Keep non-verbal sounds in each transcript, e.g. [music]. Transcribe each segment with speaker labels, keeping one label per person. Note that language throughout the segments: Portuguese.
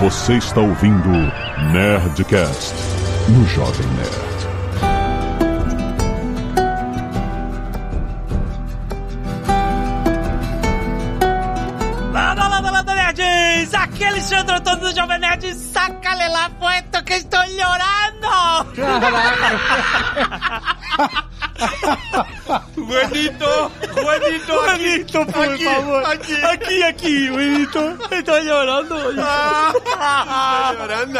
Speaker 1: Você está ouvindo Nerdcast no Jovem Nerd.
Speaker 2: Landa, landa, landa, nerds! Aqui é Alexandre Antônio do Jovem Nerd. Sácale lá, puesto, que estou chorando!
Speaker 3: [laughs] Juanito! Juanito!
Speaker 2: Juanito, por
Speaker 3: aqui,
Speaker 2: favor.
Speaker 3: Aqui!
Speaker 2: Aqui, aqui, Wilito. Estou chorando hoje.
Speaker 3: Tá chorando?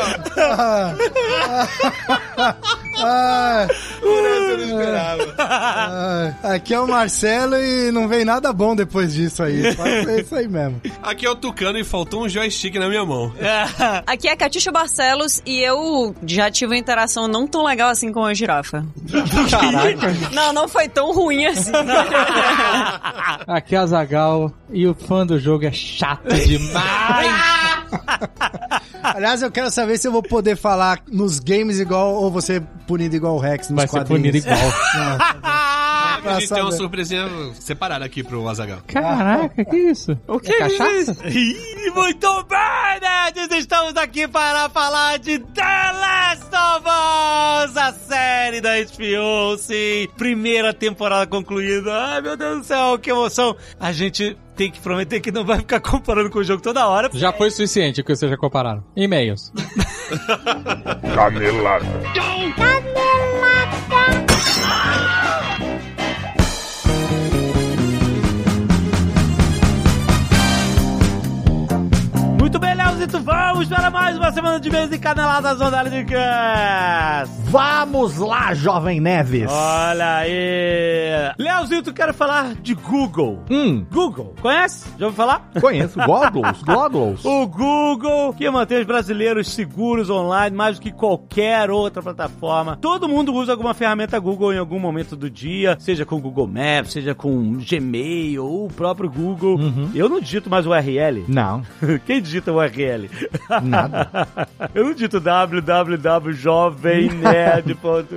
Speaker 4: Ai,
Speaker 3: Por essa eu não esperava.
Speaker 4: ai. Aqui é o Marcelo e não vem nada bom depois disso aí. Pode ser isso aí mesmo.
Speaker 3: Aqui é o Tucano e faltou um joystick na minha mão.
Speaker 5: Aqui é a Catixa Barcelos e eu já tive uma interação não tão legal assim com a girafa. Não, não foi tão ruim
Speaker 6: [laughs]
Speaker 5: assim.
Speaker 6: Aqui é a Zagal e o fã do jogo é chato
Speaker 3: Ah.
Speaker 6: demais.
Speaker 4: Aliás, eu quero saber se eu vou poder falar nos games igual ou você punido igual o Rex nos
Speaker 6: Vai ser punido
Speaker 4: quadrinhos.
Speaker 6: igual. [laughs]
Speaker 3: A gente tem uma
Speaker 4: saber.
Speaker 3: surpresinha separada aqui pro Azagal.
Speaker 6: Caraca, que isso? O que é cachaça?
Speaker 2: E muito bem, nerds! Estamos aqui para falar de The Last of Us, a série da HBO, sim. Primeira temporada concluída. Ai, meu Deus do céu, que emoção. A gente tem que prometer que não vai ficar comparando com o jogo toda hora.
Speaker 6: Já foi suficiente o que vocês já compararam. [laughs] E-mails.
Speaker 1: Canelada.
Speaker 2: Muito bem, Leozito, vamos para mais uma semana de mesa e caneladas ondálicas.
Speaker 7: Vamos lá, Jovem Neves!
Speaker 2: Olha aí. Leozito, quero falar de Google.
Speaker 7: Hum,
Speaker 2: Google, conhece? Já ouviu falar?
Speaker 7: conheço. Goggles,
Speaker 2: [laughs]
Speaker 7: goggles.
Speaker 2: O Google, que mantém os brasileiros seguros online mais do que qualquer outra plataforma. Todo mundo usa alguma ferramenta Google em algum momento do dia, seja com Google Maps, seja com Gmail ou o próprio Google. Eu não digito mais URL.
Speaker 7: Não,
Speaker 2: [laughs] Quem digita URL?
Speaker 7: nada.
Speaker 2: [laughs] Eu não digito www.jovemnerd.com.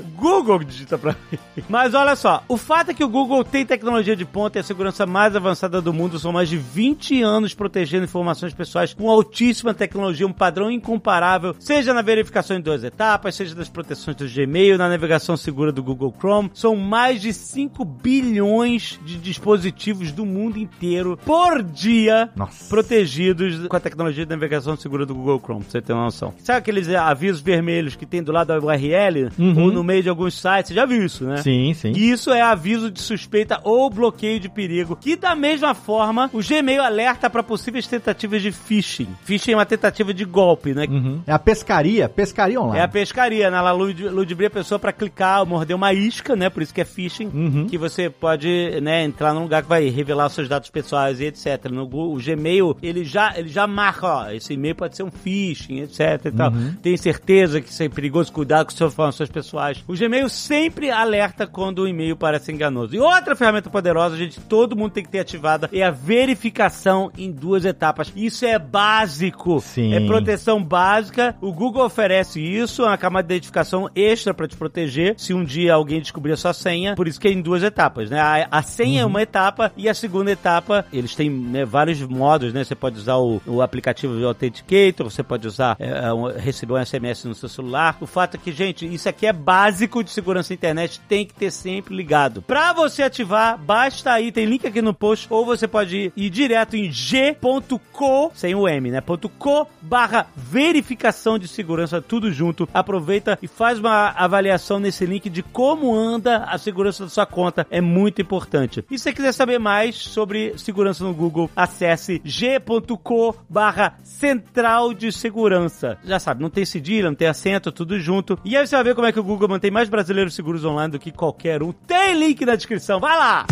Speaker 2: [laughs] Google que digita pra mim. Mas olha só, o fato é que o Google tem tecnologia de ponta e a segurança mais avançada do mundo. São mais de 20 anos protegendo informações pessoais com altíssima tecnologia, um padrão incomparável, seja na verificação em duas etapas, seja nas proteções do Gmail, na navegação segura do Google Chrome. São mais de 5 bilhões de dispositivos do mundo inteiro por dia
Speaker 7: Nossa.
Speaker 2: protegidos com a tecnologia de navegação segura do Google Chrome, pra você ter uma noção. Sabe aqueles eh, avisos vermelhos que tem do lado da URL ou no meio de alguns sites? Você já viu isso, né?
Speaker 7: Uhum. Sim, sim.
Speaker 2: E isso é aviso de suspeita ou bloqueio de perigo, que da mesma forma o Gmail alerta para possíveis tentativas de phishing. Phishing é uma tentativa de golpe, né?
Speaker 7: É a pescaria, pescaria
Speaker 2: É a
Speaker 7: online.
Speaker 2: pescaria, né? Ela lud- ludibria a pessoa pra clicar ou morder uma isca, né? Por isso que é phishing. Que você pode, né, entrar num lugar que vai revelar seus dados pessoais e etc. No Google, o Gmail, ele já, ele já marca, ó, esse e-mail pode ser um phishing, etc e tal. Tem certeza que isso é perigoso, cuidado com suas informações pessoais. O Gmail sempre alerta quando o e-mail parece enganoso. E outra ferramenta poderosa, gente, todo mundo tem que ter ativada, é a verificação em duas etapas. Isso é básico.
Speaker 7: Sim.
Speaker 2: É proteção proteção básica. O Google oferece isso, é uma camada de identificação extra para te proteger se um dia alguém descobrir a sua senha. Por isso que é em duas etapas, né? A, a senha é uma etapa e a segunda etapa, eles têm né, vários modos, né? Você pode usar o, o aplicativo de Authenticator, você pode usar, é, é, um- receber um SMS no seu celular. O fato é que, gente, isso aqui é básico de segurança na internet, tem que ter sempre ligado. Para você ativar, basta aí, tem link aqui no post, ou você pode ir, ir direto em g.co, sem o M, né? .co barra verificação de segurança, tudo junto. Aproveita e faz uma avaliação nesse link de como anda a segurança da sua conta. É muito importante. E se você quiser saber mais sobre segurança no Google, acesse g.co barra central de segurança. Já sabe, não tem cedilha, não tem acento, tudo junto. E aí você vai ver como é que o Google mantém mais brasileiros seguros online do que qualquer um. Tem link na descrição, vai lá!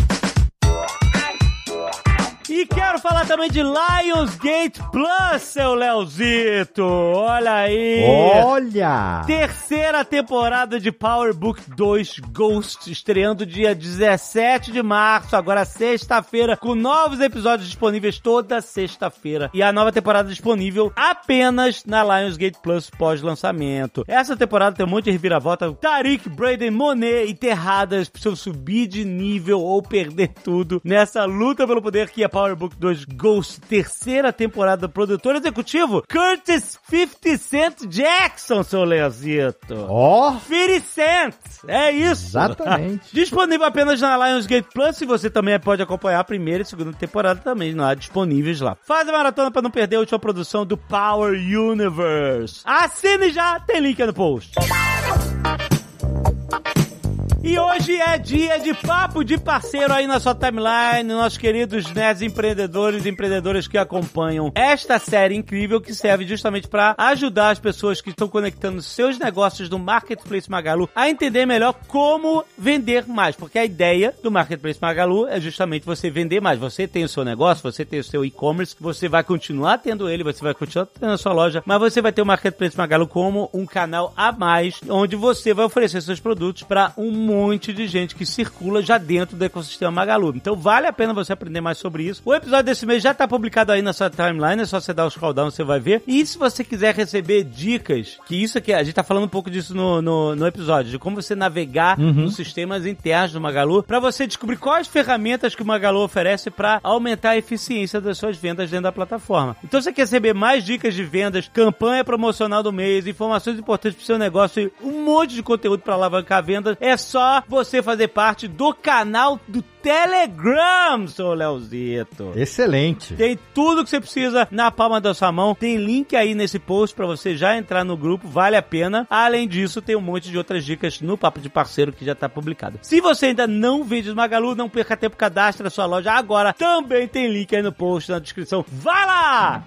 Speaker 2: E quero falar também de Lionsgate Plus, seu Leozito! Olha aí!
Speaker 7: Olha!
Speaker 2: Terceira temporada de Power Book 2 Ghost, estreando dia 17 de março, agora sexta-feira, com novos episódios disponíveis toda sexta-feira. E a nova temporada disponível apenas na Lionsgate Plus pós-lançamento. Essa temporada tem um monte de reviravolta. Tariq, Braden, Monet e Terradas precisam subir de nível ou perder tudo nessa luta pelo poder que é Power Power Book 2 Ghost, terceira temporada, produtor executivo, Curtis 50 Cent Jackson, seu Leozito.
Speaker 4: Ó,
Speaker 2: 50 Cent! É isso! [laughs]
Speaker 4: exatamente.
Speaker 2: Disponível apenas na Lionsgate Plus e você também pode acompanhar a primeira e segunda temporada também lá, disponíveis lá. Faz a maratona pra não perder a última produção do Power Universe. Assine já, tem link aí no post. E hoje é dia de papo de parceiro aí na sua timeline, nossos queridos nerds empreendedores e empreendedoras que acompanham esta série incrível que serve justamente para ajudar as pessoas que estão conectando seus negócios no Marketplace Magalu a entender melhor como vender mais, porque a ideia do Marketplace Magalu é justamente você vender mais. Você tem o seu negócio, você tem o seu e-commerce, você vai continuar tendo ele, você vai continuar tendo a sua loja, mas você vai ter o Marketplace Magalu como um canal a mais, onde você vai oferecer seus produtos para um monte de gente que circula já dentro do ecossistema Magalu. Então vale a pena você aprender mais sobre isso. O episódio desse mês já está publicado aí na sua timeline, é só você dar o scroll down, você vai ver. E se você quiser receber dicas, que isso aqui, a gente tá falando um pouco disso no, no, no episódio, de como você navegar nos sistemas internos do Magalu, para você descobrir quais ferramentas que o Magalu oferece para aumentar a eficiência das suas vendas dentro da plataforma. Então você quer receber mais dicas de vendas, campanha promocional do mês, informações importantes pro seu negócio e um monte de conteúdo para alavancar vendas, é só você fazer parte do canal do Telegram, seu Leozito.
Speaker 4: Excelente.
Speaker 2: Tem tudo que você precisa na palma da sua mão. Tem link aí nesse post pra você já entrar no grupo, vale a pena. Além disso, tem um monte de outras dicas no Papo de Parceiro que já tá publicado. Se você ainda não vende no Magalu, não perca tempo, cadastre a sua loja agora. Também tem link aí no post, na descrição. Vai lá!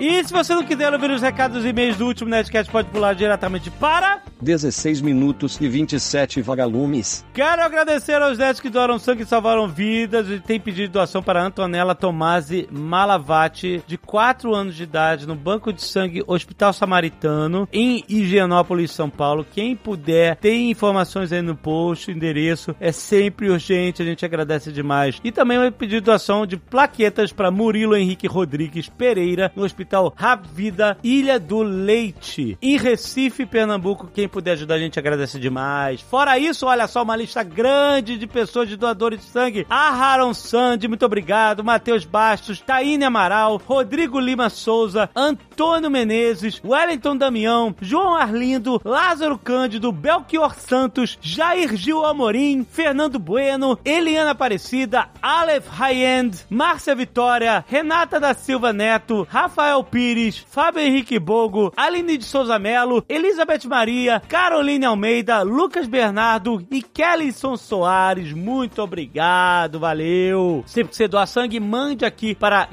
Speaker 2: E se você não quiser ouvir os recados e e-mails do último Nerdcast, pode pular diretamente para...
Speaker 8: 16 minutos e 27 vagalumes.
Speaker 2: Quero agradecer aos netos que doaram sangue e salvaram vidas. E tem pedido doação para Antonella Tomasi Malavati, de 4 anos de idade, no Banco de Sangue Hospital Samaritano, em Higienópolis, São Paulo. Quem puder, tem informações aí no post, endereço. É sempre urgente, a gente agradece demais. E também um pedido de doação de plaquetas para Murilo Henrique Rodrigues Pereira, no Hospital Ravida, Ilha do Leite, em Recife, Pernambuco. Quem puder ajudar, a gente agradece demais. Fora isso, olha só, uma lista grande de pessoas de doadores de sangue. Aharon Sandi, muito obrigado. Matheus Bastos, Taine Amaral, Rodrigo Lima Souza, Antônio Menezes, Wellington Damião, João Arlindo, Lázaro Cândido, Belchior Santos, Jair Gil Amorim, Fernando Bueno, Eliana Aparecida, Aleph High-End, Márcia Vitória, Renata da Silva Neto, Rafael Pires, Fábio Henrique Bogo, Aline de Souza Melo, Elizabeth Maria, Caroline Almeida, Lucas Bernardo e Kellyson Soares. Muito obrigado, valeu! Sempre que você doar sangue, mande aqui para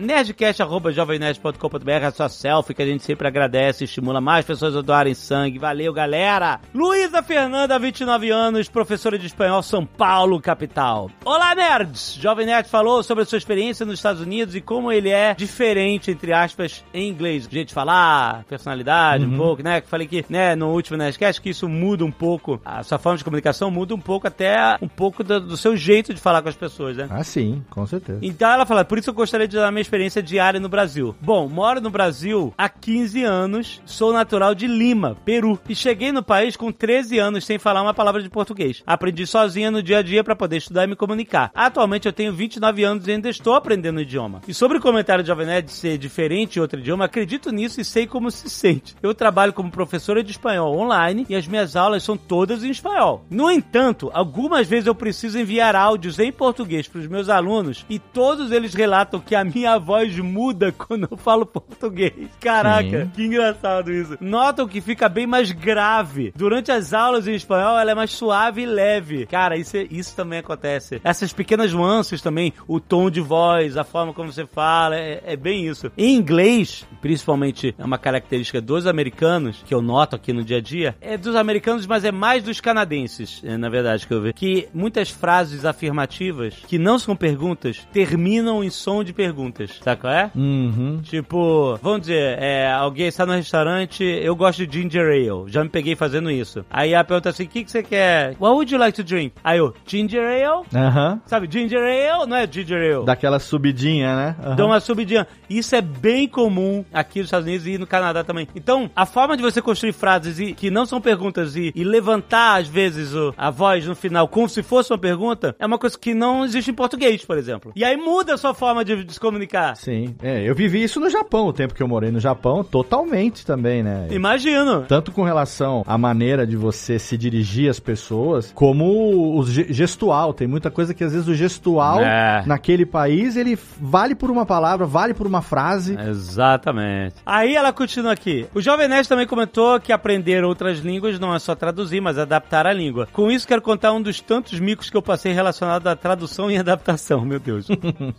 Speaker 2: nerdcast.jovemnerd.com.br a sua é selfie, que a gente sempre agradece e estimula mais pessoas a doarem sangue. Valeu, galera! Luísa Fernanda, 29 anos, professora de espanhol, São Paulo, capital. Olá, nerds! Jovem Nerd falou sobre a sua experiência nos Estados Unidos e como ele é diferente, entre aspas, em inglês. Jeito de falar, personalidade, um pouco, né? Que falei que, né, no último Nerdcast, que isso muda um pouco, a sua forma de comunicação muda um pouco até um pouco do, do seu jeito de falar com as pessoas, né?
Speaker 4: Ah, sim, com certeza.
Speaker 2: Então ela fala, por isso eu gostaria de dar minha experiência diária no Brasil. Bom, moro no Brasil há 15 anos, sou natural de Lima, Peru, e cheguei no país com 13 anos sem falar uma palavra de português. Aprendi sozinha no dia a dia para poder estudar e me comunicar. Atualmente eu tenho 29 anos e ainda estou aprendendo o idioma. E sobre o comentário de Jovem Nerd ser diferente em outro idioma, acredito nisso e sei como se sente. Eu trabalho como professora de espanhol online e as minhas aulas são todas em espanhol. No entanto, algumas vezes eu preciso enviar áudios em português para os meus alunos e todos eles relatam que a minha voz muda [laughs] quando eu falo português. Caraca, que engraçado isso. Notam que fica bem mais grave. Durante as aulas em espanhol, ela é mais suave e leve. Cara, isso, é- isso também acontece. Essas pequenas nuances também, o tom de voz, a forma como você fala, é, é bem isso. Em inglês, principalmente é uma característica dos americanos, que eu noto aqui no dia a dia, é dos americanos, mas é mais dos canadenses, é, na verdade, que eu vejo. Que muitas frases afirmativas, que não são perguntas, terminam em som de perguntas. Sabe qual é?
Speaker 4: Uhum.
Speaker 2: Tipo, vamos dizer, é, alguém está no restaurante, eu gosto de ginger ale, já me peguei fazendo isso. Aí a pergunta assim, o que, que você quer? What would you like to drink? Aí eu, ginger ale?
Speaker 4: Aham.
Speaker 2: Sabe, ginger ale? Não é ginger ale.
Speaker 4: Daquela subidinha, né? Aham.
Speaker 2: Dão uma subidinha. Isso é bem comum aqui nos Estados Unidos e no Canadá também. Então, a forma de você construir frases e- que não são perguntas e, e levantar, às vezes, o- a voz no final como se fosse uma pergunta, é uma coisa que não existe em português, por exemplo. E aí muda a sua forma de, de se comunicar.
Speaker 9: Sim, é, eu vivi isso no Japão, o tempo que eu morei no Japão, totalmente também, né?
Speaker 2: Imagino.
Speaker 9: Tanto com relação à maneira de você se dirigir às pessoas, como o ge- gestual. Tem muita coisa que às vezes o gestual
Speaker 2: É.
Speaker 9: naquele país ele vale por uma palavra, vale por uma frase.
Speaker 2: Exatamente. Aí ela continua aqui. O Jovem Nerd também comentou que aprender outras línguas não é só traduzir, mas adaptar a língua. Com isso, quero contar um dos tantos micos que eu passei relacionado à tradução e adaptação, meu [laughs] Deus.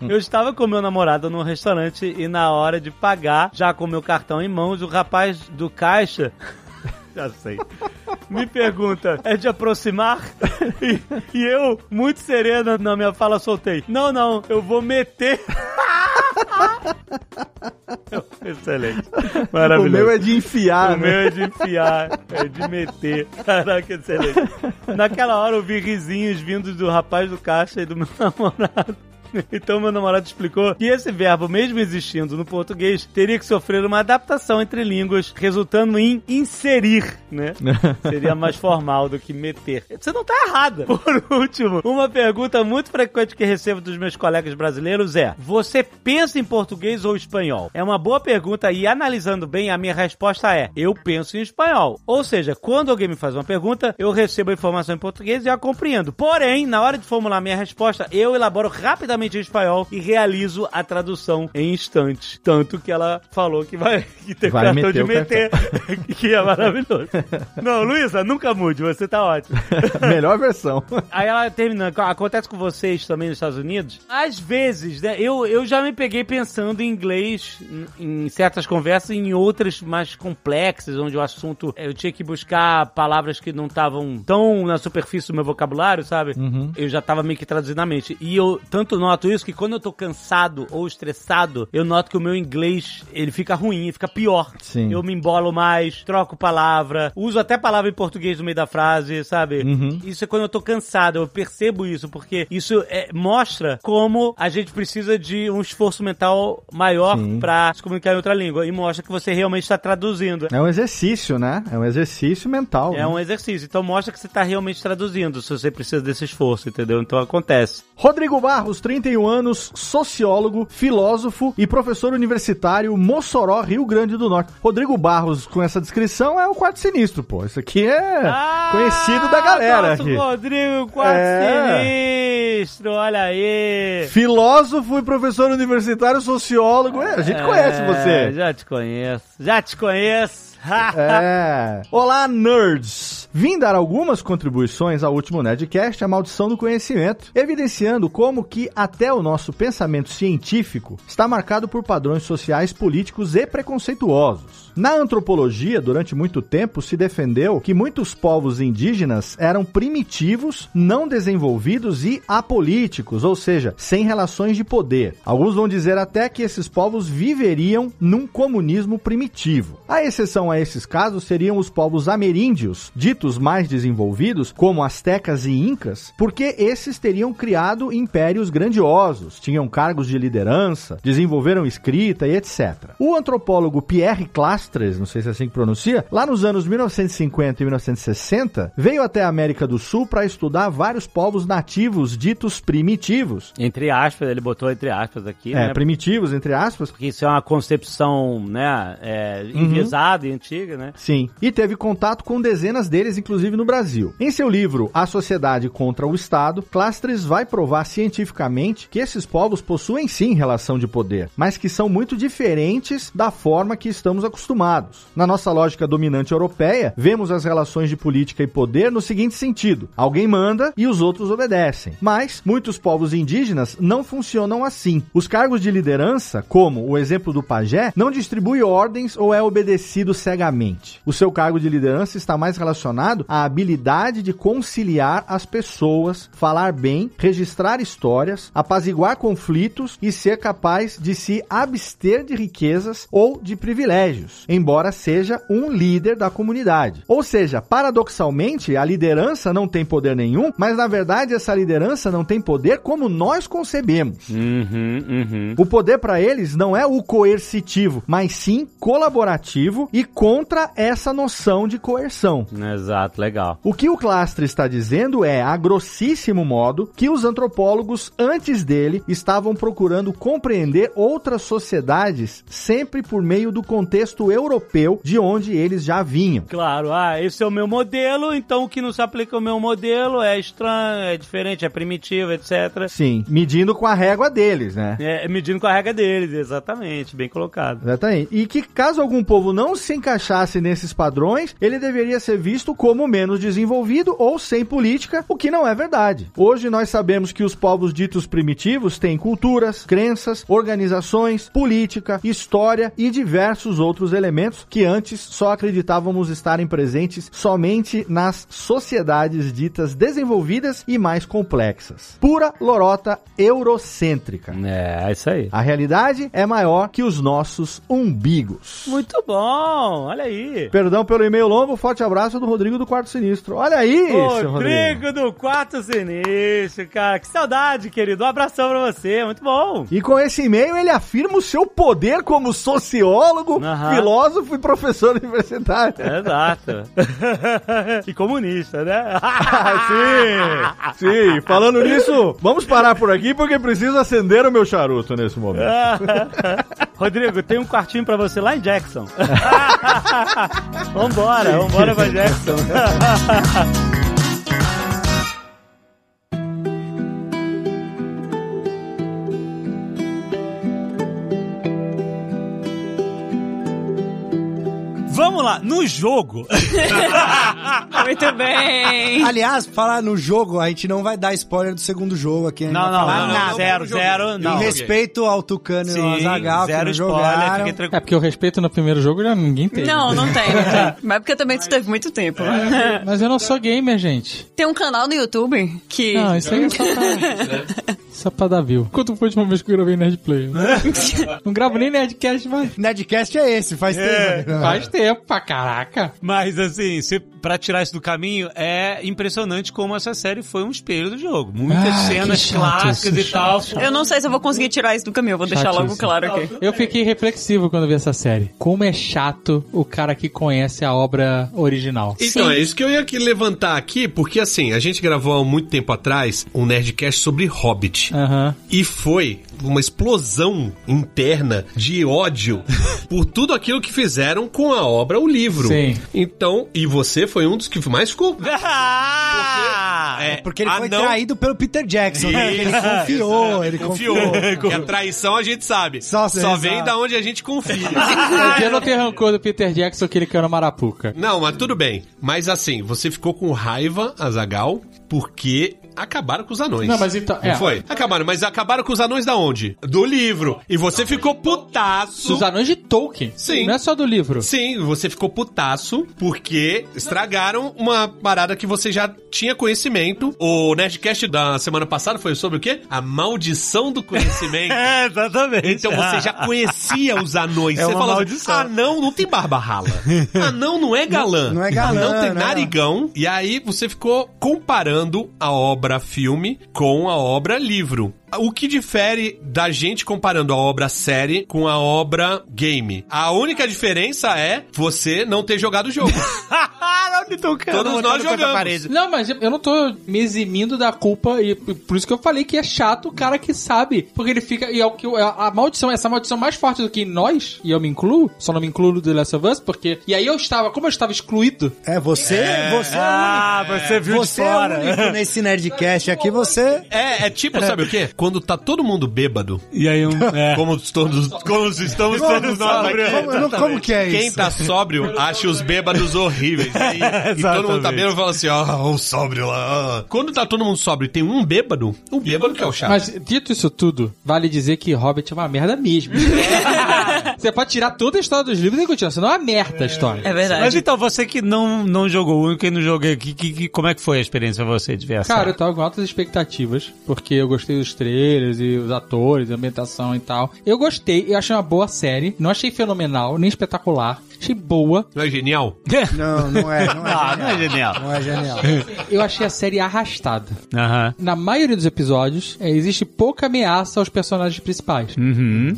Speaker 2: eu estava com meu namorado num restaurante e na hora de pagar, já com meu cartão em mãos, o rapaz do caixa [laughs] já sei. Me pergunta, é de aproximar? [laughs] E, e eu, muito serena na minha fala, soltei. Não, não, eu vou meter. [laughs] Excelente.
Speaker 9: O
Speaker 2: Maravilhoso.
Speaker 9: meu é de enfiar,
Speaker 2: O
Speaker 9: né?
Speaker 2: meu é de enfiar, é de meter. Caraca, excelente. Naquela hora eu vi risinhos vindos do rapaz do caixa e do meu [laughs] namorado. Então meu namorado explicou que esse verbo, mesmo existindo no português, teria que sofrer uma adaptação entre línguas, resultando em inserir,
Speaker 9: [laughs]
Speaker 2: né? Seria mais formal do que meter. Você não tá errada. Por último, uma pergunta muito frequente que recebo dos meus colegas brasileiros é: você pensa em português ou espanhol? É uma boa pergunta e analisando bem, a minha resposta é: eu penso em espanhol. Ou seja, quando alguém me faz uma pergunta, eu recebo a informação em português e a compreendo. Porém, na hora de formular minha resposta, eu elaboro rapidamente em espanhol e realizo a tradução em instantes. Tanto que ela falou que vai [laughs] que tem
Speaker 9: Vai
Speaker 2: cartão
Speaker 9: meter
Speaker 2: de
Speaker 9: o
Speaker 2: meter, [laughs] que é maravilhoso. Não, Luísa, nunca mude, você tá ótimo.
Speaker 9: [laughs] Melhor versão.
Speaker 2: Aí ela termina, acontece com vocês também nos Estados Unidos? Às vezes, né? Eu, eu já me peguei pensando em inglês em, em certas conversas, e em outras mais complexas, onde o assunto eh, eu tinha que buscar palavras que não estavam tão na superfície do meu vocabulário, sabe? Eu já tava meio que traduzindo na mente. E eu tanto noto isso que quando eu tô cansado ou estressado, eu noto que o meu inglês ele fica ruim, fica pior.
Speaker 9: Sim.
Speaker 2: Eu me embolo mais, troco palavra, uso até palavra em português no meio da frase, sabe?
Speaker 9: Uhum.
Speaker 2: Isso é quando eu tô cansado, eu percebo isso, porque isso é- mostra como a gente precisa de um esforço mental maior
Speaker 9: Sim.
Speaker 2: pra se comunicar em outra língua. E mostra que você realmente está traduzindo.
Speaker 9: É um exercício, né? É um exercício mental.
Speaker 2: É um exercício. Então mostra que você tá realmente traduzindo, se você precisa desse esforço, entendeu? Então acontece.
Speaker 9: Rodrigo Barros, 31 anos, sociólogo, filósofo e professor universitário, Mossoró, Rio Grande do Norte. Rodrigo Barros, com essa descrição, é o quarto sinistro, pô. Isso aqui é
Speaker 2: Ah,
Speaker 9: conhecido da galera
Speaker 2: nosso
Speaker 9: aqui.
Speaker 2: Rodrigo Quarto
Speaker 9: É.
Speaker 2: Sinistro, olha aí.
Speaker 9: Filósofo e professor universitário, sociólogo. É, a gente conhece
Speaker 2: É,
Speaker 9: você.
Speaker 2: Já te conheço. Já te conheço.
Speaker 9: É. Olá, nerds! Vim dar algumas contribuições ao último Nerdcast, A Maldição do Conhecimento, evidenciando como que até o nosso pensamento científico está marcado por padrões sociais, políticos e preconceituosos. Na antropologia, durante muito tempo, se defendeu que muitos povos indígenas eram primitivos, não desenvolvidos e apolíticos, ou seja, sem relações de poder. Alguns vão dizer até que esses povos viveriam num comunismo primitivo. A exceção a esses casos seriam os povos ameríndios, ditos mais desenvolvidos, como astecas e incas, porque esses teriam criado impérios grandiosos, tinham cargos de liderança, desenvolveram escrita e etc. O antropólogo Pierre Clastres, não sei se é assim que pronuncia, lá nos anos 1950 e 1960, veio até a América do Sul para estudar vários povos nativos ditos primitivos.
Speaker 2: Entre aspas, ele botou entre aspas aqui,
Speaker 9: É,
Speaker 2: né?
Speaker 9: primitivos, entre aspas,
Speaker 2: Porque isso é uma concepção, né, é,
Speaker 9: Uhum.
Speaker 2: enviesada e antiga, né?
Speaker 9: Sim. E teve contato com dezenas deles, inclusive no Brasil. Em seu livro A Sociedade contra o Estado, Clastres vai provar cientificamente que esses povos possuem sim relação de poder, mas que são muito diferentes da forma que estamos acostumados. Na nossa lógica dominante europeia, vemos as relações de política e poder no seguinte sentido: alguém manda e os outros obedecem. Mas muitos povos indígenas não funcionam assim. Os cargos de liderança, como o exemplo do pajé, não distribui ordens ou é obedecido cegamente. O seu cargo de liderança está mais relacionado relacionado à habilidade de conciliar as pessoas, falar bem, registrar histórias, apaziguar conflitos e ser capaz de se abster de riquezas ou de privilégios, embora seja um líder da comunidade. Ou seja, paradoxalmente, a liderança não tem poder nenhum, mas na verdade essa liderança não tem poder como nós concebemos.
Speaker 2: Uhum, uhum.
Speaker 9: O poder para eles não é o coercitivo, mas sim colaborativo e contra essa noção de coerção.
Speaker 2: Exato, legal.
Speaker 9: O que o Clastre está dizendo é, a grossíssimo modo, que os antropólogos antes dele estavam procurando compreender outras sociedades sempre por meio do contexto europeu de onde eles já vinham.
Speaker 2: Claro, ah, esse é o meu modelo, então o que não se aplica ao meu modelo é estranho, é diferente, é primitivo, etc.
Speaker 9: Sim, medindo com a régua deles, né?
Speaker 2: É, medindo com a regra deles, exatamente, bem colocado.
Speaker 9: Exatamente. E que caso algum povo não se encaixasse nesses padrões, ele deveria ser visto como menos desenvolvido ou sem política, o que não é verdade. Hoje nós sabemos que os povos ditos primitivos têm culturas, crenças, organizações, política, história e diversos outros elementos que antes só acreditávamos estarem presentes somente nas sociedades ditas desenvolvidas e mais complexas. Pura lorota eurocêntrica.
Speaker 2: É, é isso aí.
Speaker 9: A realidade é maior que os nossos umbigos.
Speaker 2: Muito bom, olha aí.
Speaker 9: Perdão pelo e-mail longo, forte abraço do Rodrigo do Quarto Sinistro. Olha aí, seu Rodrigo.
Speaker 2: Rodrigo do Quarto Sinistro, cara. Que saudade, querido. Um abração pra você, muito bom.
Speaker 9: E com esse e-mail ele afirma o seu poder como sociólogo,
Speaker 2: Aham.
Speaker 9: filósofo e professor
Speaker 3: É.
Speaker 9: universitário.
Speaker 2: Exato. e comunista, né?
Speaker 9: [laughs]
Speaker 2: [laughs]
Speaker 9: Ah, sim, sim. Falando nisso, vamos parar por aqui porque preciso acender o meu charuto nesse momento.
Speaker 2: [laughs] Rodrigo, tem um quartinho pra você lá em Jackson. [laughs] vambora, vambora pra Jackson. [laughs] Vamos lá, no jogo.
Speaker 5: Muito bem.
Speaker 4: Aliás, falar no jogo, a gente não vai dar spoiler do segundo jogo aqui. a gente
Speaker 2: Não,
Speaker 4: vai
Speaker 2: não,
Speaker 4: falar
Speaker 2: não, não,
Speaker 4: nada.
Speaker 2: zero, zero,
Speaker 4: Em
Speaker 2: não.
Speaker 4: respeito ao Tucano e ao Azaghal, que
Speaker 2: zero
Speaker 4: não
Speaker 2: spoiler,
Speaker 4: jogaram.
Speaker 2: fiquem tranquilos.
Speaker 6: É porque o respeito no primeiro jogo já ninguém teve.
Speaker 5: Não, não tem, não tem. Mas porque também tu teve muito tempo.
Speaker 6: Mas eu não sou gamer, gente.
Speaker 5: Tem um canal no YouTube que.
Speaker 6: Não, isso aí é só pra, só pra dar view. Quanto foi a última vez que eu gravei Nerdplay? não gravo nem Nerdcast, mas
Speaker 4: Nerdcast é esse, faz tempo. né?
Speaker 6: faz tempo pra caraca.
Speaker 2: Mas assim, se, pra tirar isso do caminho, é impressionante como essa série foi um espelho do jogo. Muitas
Speaker 6: Ah, que
Speaker 2: cenas
Speaker 6: chato
Speaker 2: clássicas
Speaker 6: isso,
Speaker 2: e tal.
Speaker 5: Eu não sei se eu vou conseguir tirar isso do caminho, eu vou deixar logo
Speaker 6: Chatíssimo.
Speaker 5: claro aqui.
Speaker 6: Eu fiquei reflexivo quando vi essa série. Como é chato o cara que conhece a obra original.
Speaker 3: Então,
Speaker 5: Sim.
Speaker 3: é isso que eu ia aqui levantar aqui, porque assim, a gente gravou há muito tempo atrás um Nerdcast sobre
Speaker 4: Ah.
Speaker 3: Hobbit.
Speaker 6: Aham.
Speaker 3: E foi uma explosão interna de
Speaker 4: [laughs]
Speaker 3: ódio por tudo aquilo que fizeram com a obra, o livro.
Speaker 6: Sim.
Speaker 3: Então, e você foi um dos que mais ficou.
Speaker 2: Ah!
Speaker 3: É,
Speaker 4: Porque
Speaker 3: [laughs]
Speaker 4: ele
Speaker 3: ah,
Speaker 4: foi
Speaker 3: não.
Speaker 4: traído pelo Peter Jackson, né? Ele
Speaker 3: Isso,
Speaker 4: confiou,
Speaker 3: exato.
Speaker 4: ele
Speaker 3: confiou.
Speaker 4: confiou.
Speaker 3: E a traição a gente sabe.
Speaker 4: Só
Speaker 3: Só,
Speaker 4: se-
Speaker 3: vem
Speaker 4: exato.
Speaker 3: da onde a gente
Speaker 4: [laughs]
Speaker 3: confia.
Speaker 6: O Um dia não ter rancor do Peter Jackson que ele caiu na marapuca.
Speaker 3: Não, mas tudo bem. Mas assim, você ficou com raiva, Azagal, porque acabaram com os anões.
Speaker 6: Não, mas então-
Speaker 3: Não
Speaker 6: é.
Speaker 3: foi? Acabaram, mas acabaram com os anões da onde? Do livro. E você ficou putaço.
Speaker 6: Dos anões é de Tolkien.
Speaker 3: Sim.
Speaker 6: Não é só do livro.
Speaker 3: Sim, você ficou putaço porque estragaram uma parada que você já tinha conhecimento. O Nerdcast da semana passada foi sobre o quê? A maldição do
Speaker 4: [laughs]
Speaker 3: conhecimento.
Speaker 2: É, exatamente.
Speaker 3: Então você já conhecia os anões.
Speaker 2: É
Speaker 3: você
Speaker 2: uma
Speaker 3: falou
Speaker 2: maldição.
Speaker 3: assim, anão não tem
Speaker 2: [laughs]
Speaker 3: barba rala. Anão não é galã.
Speaker 4: Não- não é galã,
Speaker 3: Anão tem
Speaker 4: não.
Speaker 3: narigão. E aí você ficou comparando a obra filme com a obra livro. O que difere da gente comparando a obra série com a obra game? A única diferença é você não ter jogado o
Speaker 2: [laughs]
Speaker 3: jogo. Todos nós jogamos.
Speaker 6: Não, mas eu não tô me eximindo da culpa e p- por isso que eu falei que é chato o cara que sabe. Porque ele fica. E é o que. eu- A a maldição, essa maldição é mais forte do que nós, e eu me incluo, só não me incluo no The Last of Us, porque. E aí eu estava, como eu estava excluído.
Speaker 4: É, você, você
Speaker 2: Ah, você
Speaker 4: é o
Speaker 2: viu
Speaker 4: único.
Speaker 2: de
Speaker 4: Você é o
Speaker 2: fora.
Speaker 4: único nesse Nerdcast aqui, você...
Speaker 3: É, é tipo, sabe o quê? Quando tá todo mundo bêbado,
Speaker 2: E aí um... É.
Speaker 3: como todos, como estamos todos nós aqui.
Speaker 4: Como, não- como que é
Speaker 3: Quem
Speaker 4: isso?
Speaker 3: tá [laughs] sóbrio acha os bêbados [laughs] horríveis. E, e todo mundo tá
Speaker 2: Exatamente.
Speaker 3: bêbado e fala assim, ó, o sóbrio lá. ó. Quando tá todo mundo sóbrio e tem um bêbado, o bêbado que é o chato.
Speaker 6: Mas dito isso tudo, vale dizer que Hobbit é uma merda mesmo. Você pode tirar toda a história dos livros e continuar. Senão é uma merda a história.
Speaker 5: É verdade.
Speaker 2: Mas então, você que não, não jogou o e não joguei, que, que- que- como é que foi a experiência pra você de ver essa?
Speaker 6: Cara, eu tava com altas expectativas, porque eu gostei dos trailers e os atores, a ambientação e tal. Eu gostei, eu achei uma boa série. Não achei fenomenal, nem espetacular. Achei boa.
Speaker 3: Não é genial?
Speaker 4: Não, não é, não é.
Speaker 2: Ah, não é genial.
Speaker 4: Não é genial.
Speaker 6: Eu achei a série arrastada.
Speaker 2: Aham.
Speaker 6: Na maioria dos episódios, é, existe pouca ameaça aos personagens principais.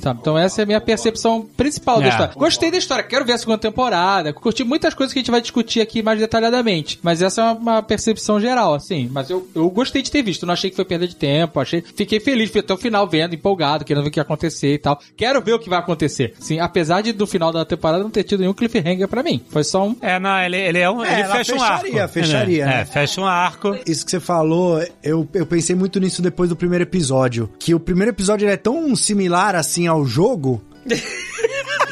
Speaker 6: Sabe? Então essa é a minha percepção principal da
Speaker 2: Uhum. É.
Speaker 6: história. Gostei da história, quero ver a segunda temporada. Curti muitas coisas que a gente vai discutir aqui mais detalhadamente. Mas essa é uma, uma percepção geral, assim. Mas eu, eu gostei de ter visto. Não achei que foi perda de tempo. Achei, fiquei feliz, fui até o final vendo, empolgado, querendo ver o que ia acontecer e tal. Quero ver o que vai acontecer. Sim, apesar de do final da temporada não ter tido nenhum cliffhanger pra mim. Foi só um.
Speaker 2: É, não, ele, ele é um.
Speaker 4: É,
Speaker 2: ele
Speaker 4: ela
Speaker 2: fecha um arco.
Speaker 4: fecharia, fecharia,
Speaker 2: É,
Speaker 4: né?
Speaker 2: É, fecha um arco.
Speaker 4: Isso que você falou, eu, eu pensei muito nisso depois do primeiro episódio. Que o primeiro episódio ele é tão similar assim ao jogo.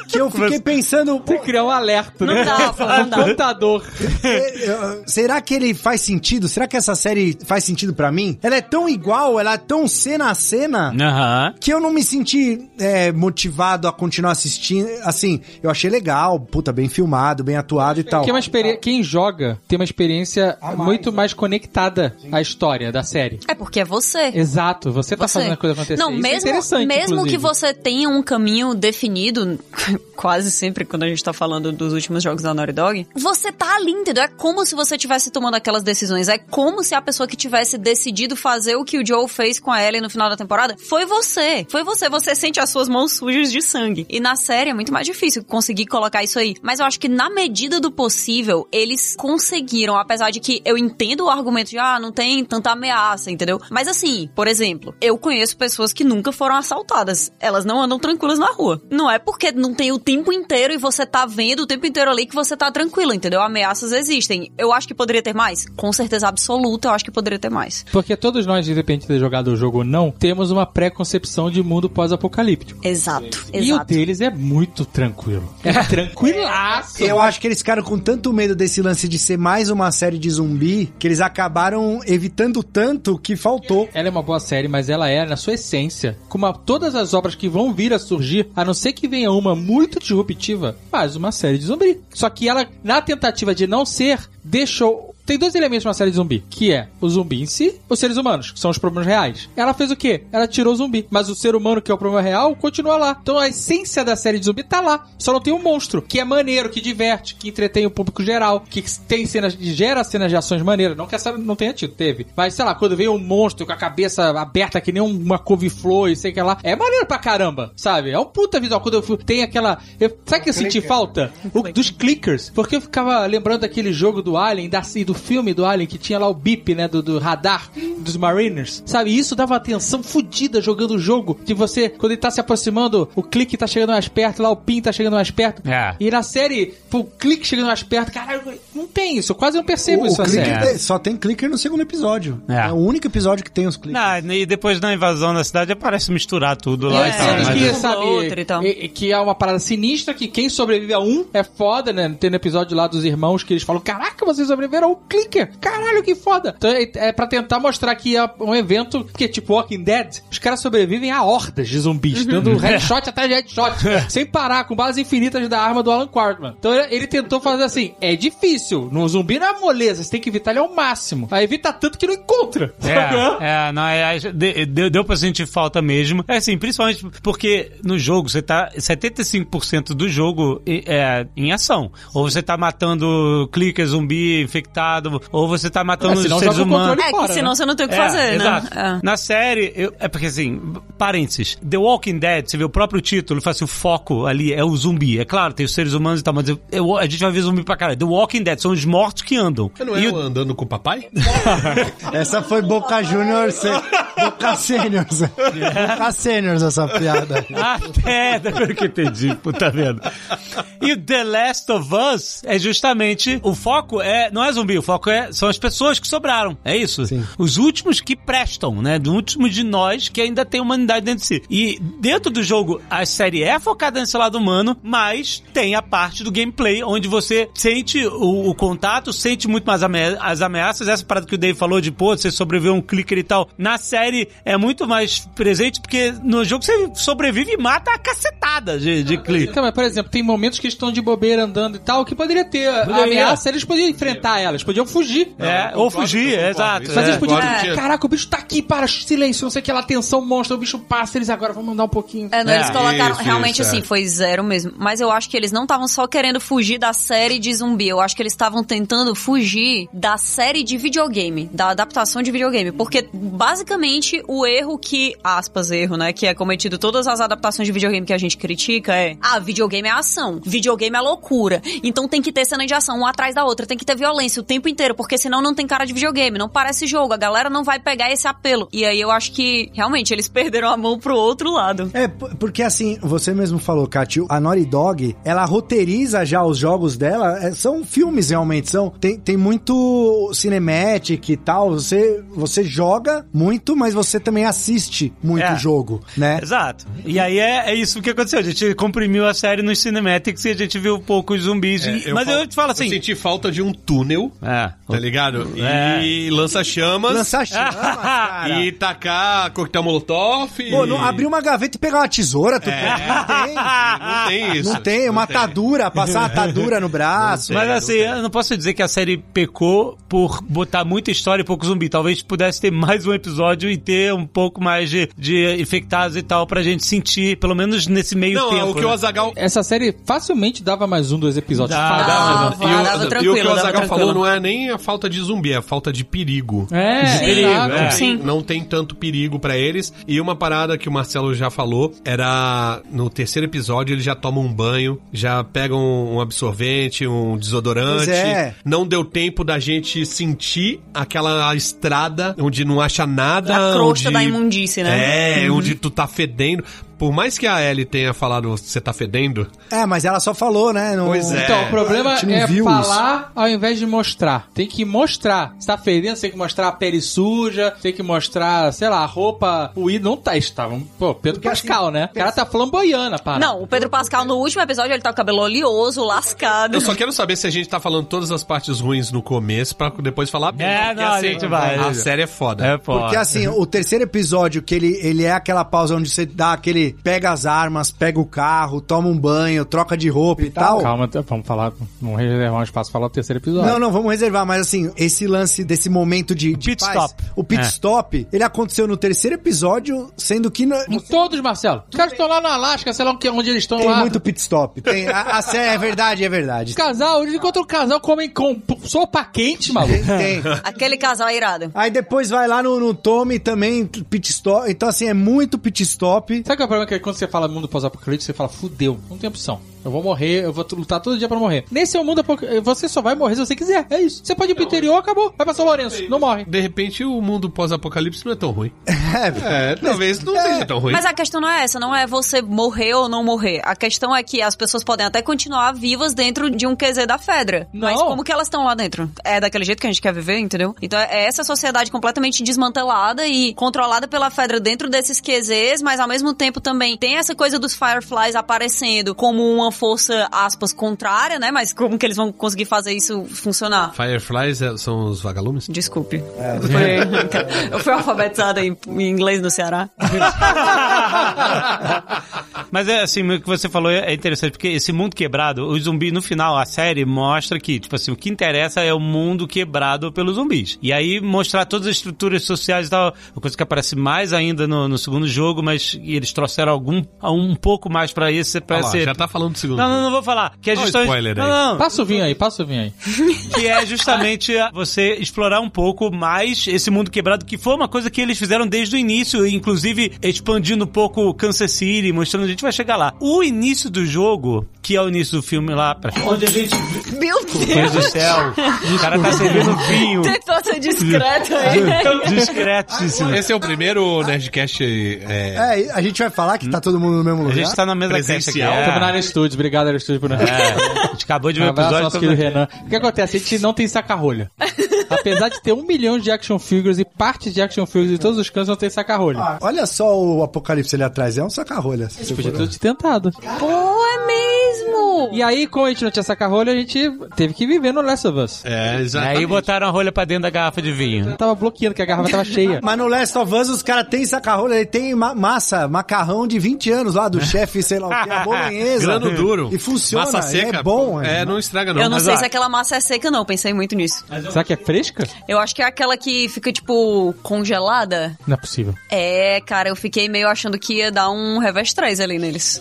Speaker 4: Que eu fiquei pensando, pô,
Speaker 6: Tem que criar um alerta,
Speaker 5: É. Não
Speaker 6: né?
Speaker 5: dá, pô,
Speaker 6: [laughs]
Speaker 5: não dá.
Speaker 6: Computador.
Speaker 4: eh, eh, será que ele faz sentido? Será que essa série faz sentido pra mim? Ela é tão igual, ela é tão cena a cena.
Speaker 2: Aham.
Speaker 4: que eu não me senti é, motivado a continuar assistindo. Assim, eu achei legal, puta, bem filmado, bem atuado e tal.
Speaker 6: Porque é uma experi- quem joga tem uma experiência muito mais conectada à história da série.
Speaker 5: É porque é você.
Speaker 6: Exato, você tá fazendo a coisa acontecer.
Speaker 5: Não,
Speaker 6: Isso é
Speaker 5: mesmo,
Speaker 6: interessante,
Speaker 5: mesmo que
Speaker 6: inclusive.
Speaker 5: você tenha um caminho definido, [laughs] quase sempre quando a gente tá falando dos últimos jogos da Naughty Dog, você tá ali, entendeu? É como se você estivesse tomando aquelas decisões. É como se a pessoa que tivesse decidido fazer o que o Joe fez com a Ellie no final da temporada foi você. Foi você. Você sente as suas mãos sujas de sangue. E na série é muito mais difícil conseguir colocar isso aí. Mas eu acho que na medida do possível, eles conseguiram, apesar de que eu entendo o argumento de, ah, não tem tanta ameaça, entendeu? Mas assim, por exemplo, eu conheço pessoas que nunca foram assaltadas. Elas não andam tranquilas na rua. Não é porque não tem o tempo inteiro e você tá vendo o tempo inteiro ali que você tá tranquilo, entendeu? Ameaças existem. Eu acho que poderia ter mais? Com certeza absoluta, eu acho que poderia ter mais.
Speaker 6: Porque todos nós, independente de ter jogado o jogo ou não, temos uma pré-concepção de mundo pós-apocalíptico.
Speaker 5: Exato,
Speaker 6: E o
Speaker 5: exato.
Speaker 6: deles é muito tranquilo.
Speaker 5: [laughs]
Speaker 6: É tranquilaço.
Speaker 4: Eu acho que eles ficaram com tanto medo desse lance de ser mais uma série de zumbi que eles acabaram evitando tanto que faltou.
Speaker 6: Ela é uma boa série, mas ela é, na sua essência, como a- todas as obras que vão vir a surgir, a não ser que venha uma muito disruptiva, mais uma série de zumbi. Só que ela, na tentativa de não ser, deixou. Tem dois elementos na série de zumbi, que é o zumbi em si, os seres humanos, que são os problemas reais. Ela fez o quê? Ela tirou o zumbi, mas o ser humano, que é o problema real, continua lá. Então a essência da série de zumbi tá lá. Só não tem um monstro, que é maneiro, que diverte, que entretém o público geral, que tem cenas, gera cenas de ações maneiras. Não que essa não tenha tido, teve. Mas sei lá, quando veio um monstro com a cabeça aberta que nem uma couve-flor e sei que lá, é maneiro pra caramba, sabe? É um puta visual. Quando eu fui, tem aquela. eu- sabe o que eu senti falta? O- dos clickers. Porque eu ficava lembrando daquele jogo do Alien da, e do filme do Alien que tinha lá o bip, né? Do, do radar dos Mariners, sabe? E isso dava uma tensão fodida jogando o jogo. De você, quando ele tá se aproximando, o clique tá chegando mais perto, lá o pin tá chegando mais perto.
Speaker 2: É.
Speaker 6: E na série, pô, o clique chegando mais perto, caralho, não tem isso, eu quase não percebo
Speaker 4: O-
Speaker 6: isso assim, é.
Speaker 4: o
Speaker 6: na
Speaker 4: clicker
Speaker 6: série.
Speaker 4: tem- só tem clicker no segundo episódio.
Speaker 2: É.
Speaker 4: É, o único episódio que tem os clickers.
Speaker 2: Não, Ah, e depois da invasão da cidade parece misturar tudo lá
Speaker 6: É,
Speaker 2: e um tal.
Speaker 5: cenas
Speaker 6: sendo
Speaker 2: mas-
Speaker 6: que,
Speaker 5: uma
Speaker 6: sabe,
Speaker 5: outra e tal.
Speaker 6: e- e que é uma parada sinistra, que quem sobrevive a um é foda, né? Tem no episódio lá dos irmãos que eles falam, caraca, vocês sobreviveram a um clicker, caralho, que foda. Então é, é pra tentar mostrar que é um evento, porque tipo Walking Dead, os caras sobrevivem a hordas de zumbis, dando headshot atrás de headshot, sem parar, com bases infinitas da arma do Alan Quartman. Então ele, ele tentou fazer assim, é difícil, no zumbi não é moleza, você tem que evitar ele ao máximo. Aí evita tanto que não encontra. tá
Speaker 2: É, é, não, é, é, de- deu, deu pra sentir falta mesmo. É assim, principalmente porque no jogo você tá 75% do jogo e- é em ação. Ou você tá matando clicker, zumbi, infectado, ou você tá matando
Speaker 6: É, senão
Speaker 2: seres
Speaker 6: joga o controle
Speaker 2: humanos.
Speaker 5: É,
Speaker 6: fora,
Speaker 5: que senão
Speaker 6: né?
Speaker 5: você não tem o que
Speaker 2: É,
Speaker 5: fazer, né?
Speaker 2: exato.
Speaker 5: É.
Speaker 2: Na série, eu- é porque assim, parênteses, The Walking Dead, você vê o próprio título, faz assim, o foco ali é o zumbi. É claro, tem os seres humanos e tal, mas eu- eu- a gente vai ver zumbi pra caralho. The Walking Dead, são os mortos que andam.
Speaker 3: Você não é
Speaker 2: E
Speaker 3: o andando com o papai?
Speaker 4: Essa foi Boca Juniors. Boca Seniors.
Speaker 6: [laughs]
Speaker 4: Boca Seniors essa piada.
Speaker 2: [laughs] Até, pelo É, tá que eu entendi, puta merda. E o The Last of Us é justamente, o foco é, não é zumbi, o foco é, são as pessoas que sobraram, é isso? Os últimos que prestam, né? Do último de nós que ainda tem humanidade dentro de si. E dentro do jogo, a série é focada nesse lado humano, mas tem a parte do gameplay onde você sente o, o contato, sente muito mais ame- as ameaças, essa parada que o Dave falou de, pô, você sobreviveu a um clicker e tal. Na série série é muito mais presente, porque no jogo você sobrevive e mata a cacetada de, de clipe.
Speaker 6: Então, mas, por exemplo, tem momentos que estão de bobeira andando e tal, que poderia ter a- a
Speaker 2: Poderia.
Speaker 6: ameaça, eles podiam enfrentar elas, podiam fugir.
Speaker 2: É, ou fugir, é, exato.
Speaker 6: Mas eles
Speaker 2: é.
Speaker 6: podiam.
Speaker 3: agora que-
Speaker 6: Caraca, o bicho tá aqui, para, silêncio, não sei o que, ela tensão monstro, o bicho passa, eles agora vão mandar um pouquinho.
Speaker 5: É, não, eles
Speaker 3: É,
Speaker 5: colocaram.
Speaker 3: isso,
Speaker 5: realmente,
Speaker 3: isso,
Speaker 5: assim,
Speaker 3: é.
Speaker 5: foi zero mesmo. Mas eu acho que eles não estavam só querendo fugir da série de zumbi. Eu acho que eles estavam tentando fugir da série de videogame, da adaptação de videogame. Porque, basicamente, o erro que. aspas, erro, né? Que é cometido todas as adaptações de videogame que a gente critica é. Ah, videogame é ação. Videogame é loucura. Então tem que ter cena de ação, uma atrás da outra. Tem que ter violência o tempo inteiro, porque senão não tem cara de videogame. Não parece jogo. A galera não vai pegar esse apelo. E aí eu acho que, realmente, eles [laughs] perderam a mão pro outro lado.
Speaker 4: É, p- porque assim, você mesmo falou, Katy, a Naughty Dog, ela roteiriza já os jogos dela, é, são filmes realmente, são, tem, tem muito cinematic e tal, você, você joga muito, mas você também assiste muito
Speaker 2: É.
Speaker 4: o jogo, né?
Speaker 2: Exato. E aí é, é isso que aconteceu. A gente comprimiu a série nos cinematics e a gente viu poucos zumbis.
Speaker 3: É,
Speaker 2: E- [laughs] mas
Speaker 3: fal-
Speaker 2: eu te falo assim.
Speaker 3: Eu senti falta de um túnel,
Speaker 2: É.
Speaker 3: tá ligado?
Speaker 2: É.
Speaker 3: E lança-chamas.
Speaker 4: Lançar chamas, cara.
Speaker 3: E tacar coquetel molotov. e-
Speaker 4: Pô, não, abrir uma gaveta e pegar uma tesoura, tu não
Speaker 3: Não tem
Speaker 4: tem.
Speaker 3: isso.
Speaker 4: Não tem, uma atadura, passar uma atadura
Speaker 2: [laughs]
Speaker 4: no braço.
Speaker 2: Mas assim,
Speaker 3: né?
Speaker 2: eu não posso dizer que a série pecou por botar muita história e pouco zumbi. Talvez pudesse ter mais um episódio e ter um pouco mais de, de infectados e tal pra gente sentir, pelo menos nesse meio
Speaker 3: Não, é
Speaker 2: tempo.
Speaker 3: o que
Speaker 2: né?
Speaker 3: o Azagal.
Speaker 6: Essa série facilmente dava mais um, dois episódios.
Speaker 3: Ah,
Speaker 2: Dá,
Speaker 6: Fácil.
Speaker 5: Ah, dá, dá.
Speaker 3: e, o,
Speaker 5: dava
Speaker 3: e o que
Speaker 5: tranquilo,
Speaker 3: o
Speaker 5: dava
Speaker 3: Azagal
Speaker 5: tranquilo.
Speaker 3: falou não é nem a falta de zumbi, é a falta de perigo.
Speaker 6: É,
Speaker 2: De perigo,
Speaker 6: exato.
Speaker 2: é.
Speaker 5: Sim.
Speaker 3: Não tem tanto perigo pra eles. E uma parada que o Marcelo já falou era no terceiro episódio eles já tomam um banho, já pegam um absorvente, um desodorante.
Speaker 4: Pois é.
Speaker 3: Não deu tempo da gente sentir aquela estrada onde não acha nada.
Speaker 5: É A crosta
Speaker 3: onde-
Speaker 5: da imundície, né?
Speaker 2: Uhum.
Speaker 3: É, onde tu tá fedendo. Por mais que a Ellie tenha falado você tá fedendo,
Speaker 4: É, mas ela só falou, né? não-
Speaker 3: Pois é.
Speaker 6: Então, o problema
Speaker 4: A gente não
Speaker 6: é
Speaker 4: viu
Speaker 6: falar ao invés de mostrar. Tem que mostrar. Você tá fedendo, você tem que mostrar a pele suja, tem que mostrar, sei lá, a roupa. O I não tá, estavam. Pô, Pedro
Speaker 4: assim,
Speaker 6: Pascal, né? O cara tá flamboyando, para.
Speaker 5: Não, o Pedro Pascal no último episódio ele tá com o cabelo oleoso, lascado.
Speaker 3: Eu só quero saber se a gente tá falando todas as partes ruins no começo pra depois falar bem.
Speaker 2: É,
Speaker 3: porque assim,
Speaker 2: não, a gente vai.
Speaker 3: A série é foda.
Speaker 2: É, pô.
Speaker 4: Porque assim, o terceiro episódio, que ele, ele é aquela pausa onde você dá aquele. pega as armas, pega o carro, toma um banho, troca de roupa e tal.
Speaker 6: Calma, tá, vamos falar, vamos reservar um espaço pra falar o terceiro episódio.
Speaker 4: Não, não, vamos reservar, mas assim, esse lance desse momento de. de
Speaker 2: pit
Speaker 4: paz,
Speaker 2: stop.
Speaker 4: O pit
Speaker 2: É.
Speaker 4: stop, ele aconteceu no terceiro episódio, sendo que. no-
Speaker 6: Em todos, Marcelo. Os caras estão lá no Alasca, sei lá o que- onde eles estão
Speaker 4: tem
Speaker 6: lá.
Speaker 4: muito pit stop. Tem, a, a série é verdade, é verdade.
Speaker 6: Os casal, eles encontram o casal, comem com sopa
Speaker 4: [laughs]
Speaker 6: quente, maluco.
Speaker 4: Tem.
Speaker 5: Aquele casal é irado.
Speaker 4: Aí depois vai lá no, no Tommy também, pit stop. Então, assim, é muito pit stop.
Speaker 6: Sabe qual é o problema? Que quando você fala mundo pós-apocalipse, você fala, fudeu, não tem opção. Eu vou morrer, eu vou lutar todo dia pra morrer. Nesse é o mundo apocalipse, você só vai morrer se você quiser. É isso. Você pode ir pro interior, acabou. Vai pra São Lourenço, não morre.
Speaker 3: De repente o mundo pós-apocalipse não é tão ruim.
Speaker 4: É,
Speaker 3: É, talvez não seja tão ruim.
Speaker 5: Mas a questão não é essa, não é você morrer ou não morrer. A questão é que as pessoas podem até continuar vivas dentro de um QZ da Fedra.
Speaker 6: Não.
Speaker 5: Mas como que elas estão lá dentro? É daquele jeito que a gente quer viver, entendeu? Então é essa sociedade completamente desmantelada e controlada pela Fedra dentro desses QZs, mas ao mesmo tempo também tem essa coisa dos Fireflies aparecendo como uma força, aspas, contrária, né? Mas como que eles vão conseguir fazer isso funcionar?
Speaker 3: Fireflies é- são os vagalumes?
Speaker 5: Desculpe. Foi- [laughs] eu fui alfabetizada em, em inglês no Ceará.
Speaker 2: [laughs] Mas é assim, o que você falou é interessante, porque esse mundo quebrado, o zumbi no final, a série mostra que, tipo assim, o que interessa é o mundo quebrado pelos zumbis. E aí mostrar todas as estruturas sociais e tal, uma coisa que aparece mais ainda no, no segundo jogo, mas eles trouxeram algum, um pouco mais pra esse, pra
Speaker 3: Ah lá,
Speaker 2: esse...
Speaker 3: já tá falando do segundo.
Speaker 2: Não, não, não vou falar. Que é
Speaker 3: Olha o
Speaker 2: justamente...
Speaker 3: spoiler aí.
Speaker 2: Não, não,
Speaker 6: Passa o vinho aí, passa o vinho aí.
Speaker 2: que é justamente a- você explorar um pouco mais esse mundo quebrado, que foi uma coisa que eles fizeram desde o início, inclusive expandindo um pouco o Kansas City, mostrando a gente vai chegar lá. O início do jogo, que é o início do filme lá, pra... onde a gente
Speaker 5: Meu
Speaker 2: Meu
Speaker 5: Deus!
Speaker 2: Deus do céu, o cara tá servindo
Speaker 5: [laughs]
Speaker 2: vinho.
Speaker 5: Tentou ser discreto aí.
Speaker 2: Tão discretíssimo.
Speaker 3: Esse é o primeiro Nerdcast é,
Speaker 4: é, a gente vai falar que tá todo mundo no mesmo
Speaker 2: Hum. A
Speaker 4: lugar.
Speaker 2: gente tá na mesa caixa aqui.
Speaker 3: Presencial.
Speaker 6: Estamos na
Speaker 2: É.
Speaker 6: área estúdio, obrigado, área estúdio, por não.
Speaker 2: É. A gente acabou de ver o
Speaker 6: Abraço ao nosso
Speaker 2: episódio.
Speaker 6: querido Renan. Um O que acontece? A gente não tem saca-rolha.
Speaker 5: [laughs]
Speaker 6: Apesar de ter um milhão de action figures e partes de action figures de todos os cantos, não tem saca-rolha.
Speaker 4: Ah, Olha só o apocalipse ali atrás, é um saca-rolha.
Speaker 6: Podia ter tentado.
Speaker 5: Pô, é mesmo! Tipo,
Speaker 6: E aí, como a gente não tinha saca-rolha, a gente teve que viver no Last of Us.
Speaker 3: É, exatamente.
Speaker 2: Aí botaram a rolha pra dentro da garrafa de vinho.
Speaker 6: Eu tava bloqueando, que a garrafa tava cheia.
Speaker 5: [laughs]
Speaker 10: Mas no Last of Us os caras têm sacarrolha, ele tem ma- massa, macarrão de 20 anos lá do
Speaker 3: [laughs]
Speaker 10: chefe, sei lá o que, a bolonhesa.
Speaker 4: [laughs]
Speaker 3: Grano tá duro.
Speaker 10: E funciona,
Speaker 3: Massa
Speaker 10: e
Speaker 3: seca.
Speaker 10: é bom.
Speaker 3: É,
Speaker 10: é.
Speaker 3: não estraga não.
Speaker 5: eu não
Speaker 3: Mas,
Speaker 5: sei
Speaker 3: ó,
Speaker 5: se aquela massa é seca, não. Pensei muito nisso.
Speaker 6: Será que é fresca?
Speaker 5: Eu acho que é aquela que fica, tipo, congelada.
Speaker 6: Não é possível.
Speaker 5: É, cara, eu fiquei meio achando que ia dar um revés 3 ali neles.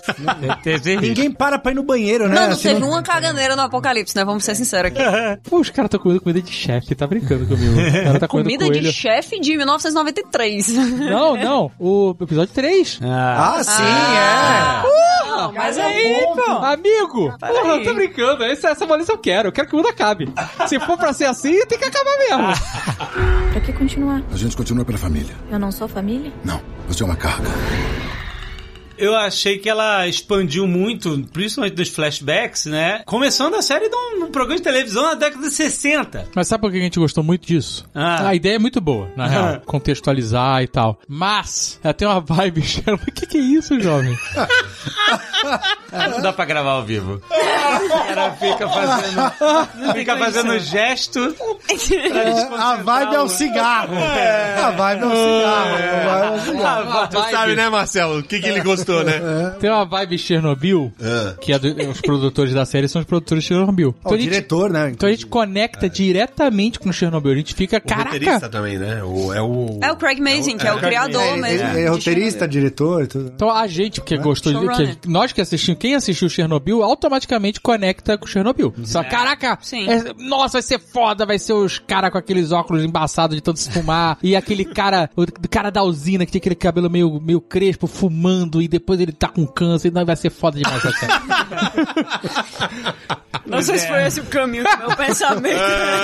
Speaker 2: Teve risco.
Speaker 10: Ninguém para pra ir no banheiro, né?
Speaker 5: Não, não
Speaker 10: Assim,
Speaker 5: teve um- uma caganeira no Apocalipse, né? Vamos ser sinceros aqui.
Speaker 6: Pô, os caras estão comendo comida de chefe, tá brincando [laughs] comigo. O cara tá comendo
Speaker 5: Comida
Speaker 6: coelho.
Speaker 5: de chefe de 1993.
Speaker 6: Não, não. O episódio 3.
Speaker 10: Ah, sim, é.
Speaker 5: Não, mas aí... Ah,
Speaker 6: Amigo! Porra, eu tô brincando. Essa, essa malícia eu quero. Eu quero que o mundo acabe. Se for pra ser assim, tem que acabar [laughs] mesmo.
Speaker 11: Pra que continuar?
Speaker 1: A gente continua pela família.
Speaker 11: Eu não sou família?
Speaker 1: Não, você é uma carga.
Speaker 2: Eu achei que ela expandiu muito, principalmente nos flashbacks, né? Começando a série de um, um programa de televisão na década de 60.
Speaker 6: Mas sabe por que a gente gostou muito disso?
Speaker 2: Ah.
Speaker 6: A ideia é muito boa, na real.
Speaker 3: [laughs]
Speaker 6: Contextualizar e tal. Mas, ela tem uma vibe, [laughs] Sherlock. O que, que é isso,
Speaker 3: [laughs]
Speaker 6: jovem?
Speaker 2: Não dá pra gravar ao vivo. [laughs] Ela fica fazendo, fica fazendo gesto. [laughs]
Speaker 10: A vibe é o cigarro. A vibe é o cigarro. A vibe é o cigarro.
Speaker 2: Ah,
Speaker 3: Tu sabe, né, Marcelo? O que, que ele gostou, né?
Speaker 6: Tem uma vibe Chernobyl, que é do- os produtores da série são os produtores de Chernobyl.
Speaker 10: Ó, o diretor, né?
Speaker 6: Então a gente conecta diretamente com Chernobyl. A gente fica,
Speaker 3: roteirista
Speaker 6: caraca!
Speaker 3: também, né? O, é o...
Speaker 5: É o Craig Mazin, que é o criador
Speaker 10: É, ele,
Speaker 5: mesmo.
Speaker 10: ele é roteirista, diretor e tudo.
Speaker 6: Então a gente
Speaker 10: Né?
Speaker 6: que gostou, de,
Speaker 5: Showrunner.
Speaker 6: que- nós que assistimos, quem assistiu Chernobyl, automaticamente conecta com Chernobyl.
Speaker 10: Uhum.
Speaker 6: Só, caraca!
Speaker 5: Sim.
Speaker 6: é- nossa, vai ser foda, vai ser os caras com aqueles óculos embaçados de tanto
Speaker 10: [laughs]
Speaker 6: se fumar. e aquele cara, o cara da usina que tem aquele cabelo meio, meio crespo, fumando, e depois ele tá com câncer, e não vai ser foda demais essa
Speaker 10: [laughs]
Speaker 6: série.
Speaker 5: Não sei se foi esse o caminho que meu pensamento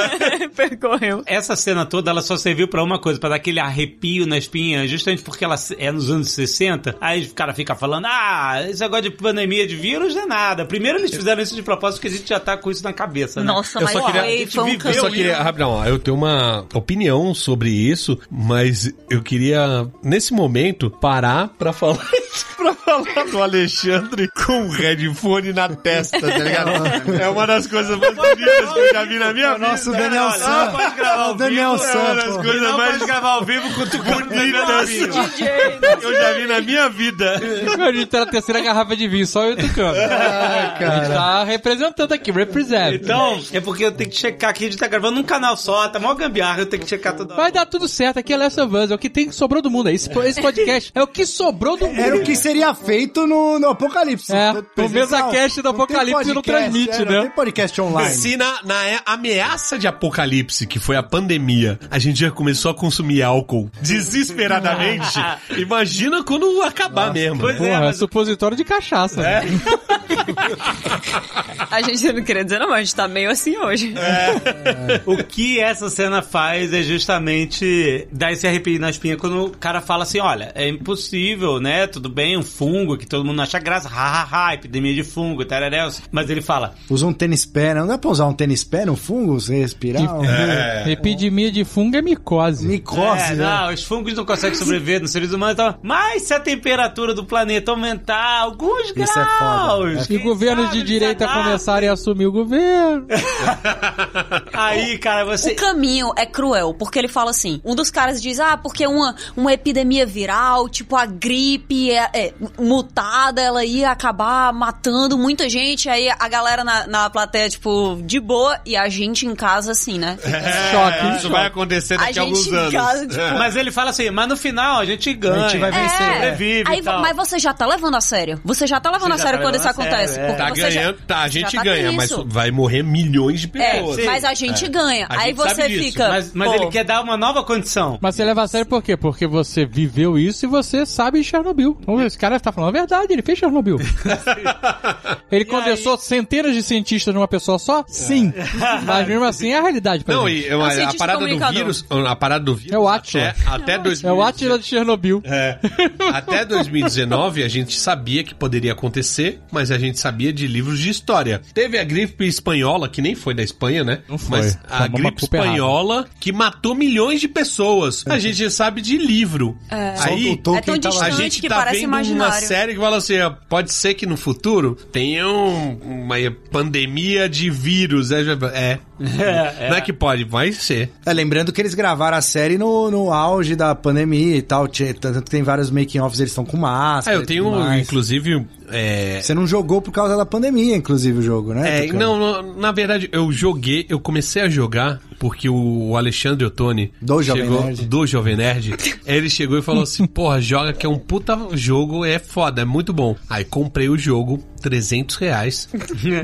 Speaker 5: [laughs] percorreu.
Speaker 2: Essa cena toda, ela só serviu pra uma coisa, pra dar aquele arrepio na espinha, justamente porque ela é nos anos 60. Aí o cara fica falando, ah, esse negócio de pandemia de vírus não é nada. Primeiro eles fizeram isso de propósito porque a gente já tá com isso na cabeça, né?
Speaker 5: Nossa,
Speaker 3: Eu
Speaker 5: mas
Speaker 3: só queria-
Speaker 5: foi, foi um
Speaker 3: Eu só
Speaker 5: caminho.
Speaker 3: queria, rapidão, eu tenho uma opinião sobre isso, mas eu queria, nesse momento, parar pra falar, [laughs] pra falar do Alexandre com o headphone na testa, tá
Speaker 10: [laughs]
Speaker 3: ligado? É uma das coisas mais bonitas que eu já vi na minha vida.
Speaker 10: É Nosso Daniel
Speaker 2: Olha,
Speaker 10: San.
Speaker 2: não pode gravar ao
Speaker 10: O Daniel
Speaker 2: vivo,
Speaker 10: San,
Speaker 3: é uma das
Speaker 10: pô.
Speaker 3: coisas
Speaker 2: Não
Speaker 3: mais
Speaker 2: pode gravar ao vivo com o tucano
Speaker 3: bonitas que eu já vi na minha vida.
Speaker 6: a gente tá na terceira garrafa de vinho, só eu e o
Speaker 10: [laughs]
Speaker 6: Tucano.
Speaker 3: É.
Speaker 6: A gente tá representando aqui, represent.
Speaker 2: Então, é porque eu tenho que checar aqui, a gente tá gravando num canal só, tá mó gambiarra, eu tenho que checar toda hora.
Speaker 6: Vai dar tudo certo, aqui é Last of Us, é o que tem que sobrou do mundo. Esse, esse podcast é o que sobrou do mundo.
Speaker 10: Era o que seria feito no, no Apocalipse.
Speaker 6: É,
Speaker 10: Tanto
Speaker 6: o
Speaker 10: presencial.
Speaker 6: MesaCast do
Speaker 10: Não tem
Speaker 6: Apocalipse não transmite,
Speaker 10: é,
Speaker 6: né?
Speaker 10: Não tem podcast online.
Speaker 3: Se na, na e- ameaça de apocalipse, que foi a pandemia, a gente já começou a consumir álcool
Speaker 6: [laughs]
Speaker 3: desesperadamente, imagina quando acabar mesmo.
Speaker 2: Pois é,
Speaker 6: Porra,
Speaker 2: mas É.
Speaker 6: supositório de cachaça. né?
Speaker 5: A gente não queria dizer não, mas a gente tá meio assim hoje.
Speaker 2: o que essa cena faz é justamente dar esse arrepio na espinha quando o cara fala assim: olha, é impossível, né? Tudo bem, um fungo que todo mundo não acha graça, ha, ha, ha, epidemia de fungo, tararel. Mas ele fala:
Speaker 10: Usa um tênis pé, né? não dá pra usar um tênis pé no fungo, você respirar? É.
Speaker 6: né? Epidemia de fungo é micose.
Speaker 10: Micose,
Speaker 2: é,
Speaker 10: né?
Speaker 2: não, os fungos não conseguem sobreviver nos seres humanos, então, mas se a temperatura do planeta aumentar alguns
Speaker 10: é
Speaker 2: graus.
Speaker 10: foda.
Speaker 2: quem
Speaker 6: E governos
Speaker 2: sabe
Speaker 6: de
Speaker 2: eles
Speaker 6: direita
Speaker 2: adaptam.
Speaker 6: começarem a assumir o governo.
Speaker 2: Aí, cara,
Speaker 5: O
Speaker 2: você.
Speaker 5: caminho é cruel, porque ele fala assim: um dos caras diz, ah, porque uma, uma epidemia viral, tipo a gripe é, é mutada, ela ia acabar matando muita gente. Aí a galera na, na plateia, tipo, de boa, e a gente em casa, assim, né?
Speaker 6: Choque,
Speaker 3: Isso
Speaker 6: choque.
Speaker 3: vai acontecer
Speaker 5: a
Speaker 3: É, daqui a alguns
Speaker 5: gente em
Speaker 3: anos. É.
Speaker 5: casa, tipo, é.
Speaker 2: Mas ele fala assim, mas no final a gente ganha.
Speaker 10: A gente vai vencer.
Speaker 2: Sobrevive
Speaker 5: Aí,
Speaker 2: É. e tal.
Speaker 5: Mas você já tá levando a sério. Você já tá levando
Speaker 2: Você
Speaker 5: a
Speaker 2: já
Speaker 5: sério
Speaker 2: tá
Speaker 5: quando isso
Speaker 2: levando a sério,
Speaker 5: acontece.
Speaker 2: é.
Speaker 5: porque
Speaker 3: Tá
Speaker 5: você
Speaker 3: ganhando, tá, a
Speaker 5: já
Speaker 3: gente
Speaker 5: tá
Speaker 3: ganha,
Speaker 5: com
Speaker 3: mas
Speaker 5: isso.
Speaker 3: vai morrer milhões de
Speaker 5: É,
Speaker 3: pessoas.
Speaker 5: mas a gente ganha.
Speaker 3: A
Speaker 5: aí
Speaker 3: gente
Speaker 5: você
Speaker 3: sabe disso,
Speaker 5: fica.
Speaker 2: Mas, mas
Speaker 5: pô,
Speaker 2: ele quer dar uma nova condição.
Speaker 6: Mas você leva a sério por quê? Porque você viveu isso e você sabe Chernobyl. Vamos ver, Esse cara tá falando a verdade, ele fez
Speaker 2: [laughs]
Speaker 6: Chernobyl. ele condensou centenas de cientistas numa pessoa
Speaker 2: É.
Speaker 6: só?
Speaker 2: [laughs]
Speaker 6: Sim. Mas mesmo assim é a realidade pra
Speaker 3: Não,
Speaker 6: gente.
Speaker 3: e eu- a,
Speaker 5: cientista
Speaker 3: parada do
Speaker 5: comunicador.
Speaker 3: vírus, a parada do vírus
Speaker 6: É o Átila.
Speaker 3: até, até 2000
Speaker 6: É o Atila de Chernobyl.
Speaker 3: É. Até 2019 a gente sabia que poderia acontecer, mas a a gente sabia de livros de história. Teve a gripe espanhola, que nem foi da Espanha, né?
Speaker 6: Não foi.
Speaker 3: Mas a
Speaker 6: Tomou uma
Speaker 3: gripe
Speaker 6: culpa errada.
Speaker 3: espanhola que matou milhões de pessoas. A gente sabe de livro.
Speaker 10: Só o
Speaker 3: Aí,
Speaker 10: Tolkien
Speaker 5: É
Speaker 10: tava-
Speaker 3: a
Speaker 5: tão distante.
Speaker 3: gente
Speaker 5: que
Speaker 3: tá
Speaker 5: parece
Speaker 3: vendo uma
Speaker 5: imaginário.
Speaker 3: série que fala assim, ó, pode ser que no futuro tenha um- uma pandemia de vírus. né?
Speaker 6: [laughs]
Speaker 3: É,
Speaker 2: É,
Speaker 3: não é que pode, vai ser.
Speaker 10: É, lembrando que eles gravaram a série no, no auge da pandemia e tal. tinha- Tanto que tem vários making-offs, eles estão com
Speaker 3: Ah,
Speaker 6: É,
Speaker 10: máscara.
Speaker 3: eu
Speaker 10: e
Speaker 3: tenho,
Speaker 10: tudo
Speaker 6: um,
Speaker 10: mais.
Speaker 3: inclusive, é,
Speaker 10: Você não jogou por causa da pandemia, inclusive, o jogo, né?
Speaker 3: É,
Speaker 10: Tucano?
Speaker 3: não, não, na verdade, eu joguei, eu comecei a jogar porque o Alexandre Ottoni
Speaker 10: Do Jovem
Speaker 3: chegou,
Speaker 10: Nerd.
Speaker 3: do Jovem Nerd, ele chegou e falou assim, porra, joga que é um puta jogo, é foda, é muito bom. Aí comprei o jogo, 300
Speaker 5: [laughs]
Speaker 3: reais,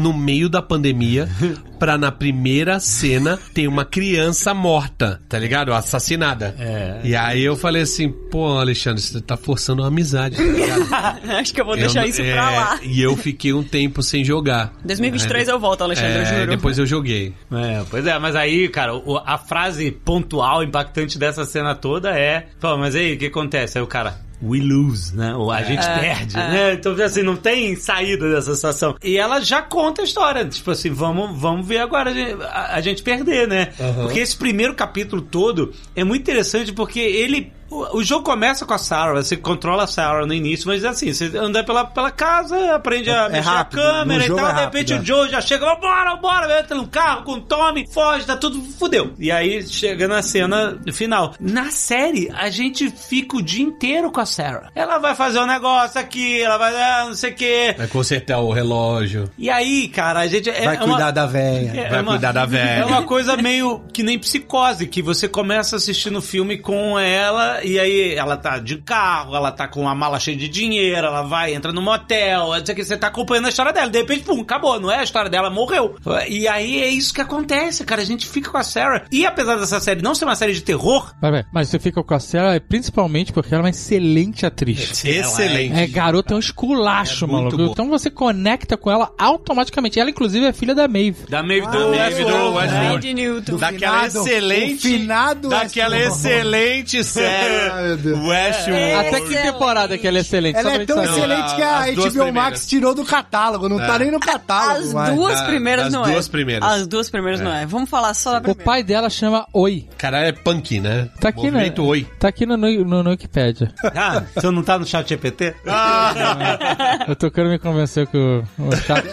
Speaker 3: no meio da pandemia, pra na primeira cena ter uma criança morta, tá ligado? Assassinada.
Speaker 5: É.
Speaker 3: E aí eu falei assim, pô, Alexandre, você tá forçando uma
Speaker 5: [laughs]
Speaker 3: amizade, tá ligado?
Speaker 5: Acho que eu vou
Speaker 3: Eu
Speaker 5: deixar
Speaker 3: não-
Speaker 5: isso
Speaker 3: é,
Speaker 5: pra lá.
Speaker 3: E eu fiquei um tempo sem jogar.
Speaker 5: 2023 eu volto, Alexandre, eu
Speaker 3: É,
Speaker 5: juro.
Speaker 3: Depois eu joguei.
Speaker 2: É, pois é, mas aí, cara, o- a frase pontual, impactante dessa cena toda é: pô, mas aí, o que acontece? Aí o cara. We lose, né? Ou a
Speaker 10: É,
Speaker 2: gente perde, né? Então, assim, não tem saída dessa situação. E ela já conta a história. Tipo assim, vamos, vamos ver agora a gente, a- a gente perder, né? Porque esse primeiro capítulo todo é muito interessante porque ele o o jogo começa com a Sarah, você controla a Sarah no início, mas assim, você anda pela, pela casa, aprende a mexer
Speaker 10: É, rápido,
Speaker 2: a câmera
Speaker 10: no
Speaker 2: e
Speaker 10: jogo
Speaker 2: tal,
Speaker 10: é
Speaker 2: de repente
Speaker 10: rápido,
Speaker 2: o Joe já chega, bora, bora, entra no carro com o Tommy, foge, tá tudo fudeu. E aí chega na cena final. Na série, a gente fica o dia inteiro com a Sarah. Ela vai fazer um negócio aqui, ela vai, ah, não sei o quê.
Speaker 3: Vai É consertar o relógio.
Speaker 2: E aí, cara, a gente. é
Speaker 10: É. Vai
Speaker 2: uma-
Speaker 10: cuidar da véia.
Speaker 2: é
Speaker 3: vai
Speaker 2: uma-
Speaker 3: cuidar da velha.
Speaker 2: É uma coisa meio que nem psicose, que você começa assistindo o filme com ela, e aí ela tá de carro, ela tá com a mala cheia de dinheiro, ela vai, entra no motel, não sei o que, você tá acompanhando a história dela. De repente, pum, acabou, não é a história dela, morreu. E aí é isso que acontece, cara. A gente fica com a Sarah. E apesar dessa série não ser uma série de terror,
Speaker 6: Vai, vai. Mas você fica com a Sarah principalmente porque ela é uma excelente atriz.
Speaker 3: Excelente.
Speaker 6: É, garota é um esculacho,
Speaker 3: É muito
Speaker 6: maluco.
Speaker 3: boa.
Speaker 6: Então você conecta com ela automaticamente. Ela, inclusive, é filha da Maeve.
Speaker 2: da Maeve
Speaker 3: Da Maeve do
Speaker 2: É.
Speaker 3: Westworld.
Speaker 5: Randy Newton.
Speaker 3: Daquela
Speaker 10: finado-
Speaker 3: excelente.
Speaker 10: o finado
Speaker 3: daquela
Speaker 10: Westworld.
Speaker 2: [laughs]
Speaker 3: excelente
Speaker 10: Ah, meu
Speaker 3: série.
Speaker 10: Deus.
Speaker 5: É
Speaker 3: Westworld.
Speaker 6: Até que temporada que ela é excelente?
Speaker 10: Ela
Speaker 6: Só pra
Speaker 10: é
Speaker 6: gente
Speaker 10: tão
Speaker 6: saber.
Speaker 10: excelente que a
Speaker 3: as duas
Speaker 10: HBO Max
Speaker 3: primeiras. É.
Speaker 10: tirou do catálogo, não tá nem no catálogo.
Speaker 5: As
Speaker 10: mais.
Speaker 5: duas
Speaker 3: Ah,
Speaker 5: primeiras
Speaker 3: as
Speaker 5: não é.
Speaker 3: duas primeiras.
Speaker 5: As duas primeiras não é. Vamos falar só da
Speaker 6: O
Speaker 5: primeira.
Speaker 6: pai dela chama Oi.
Speaker 3: Caralho, é punk, né?
Speaker 6: Tá aqui, né?
Speaker 3: Movimento Oi.
Speaker 6: Tá aqui no, no, no Wikipedia.
Speaker 2: Ah, você não tá no chat GPT?
Speaker 6: Eu tô querendo me convencer que o, o chat,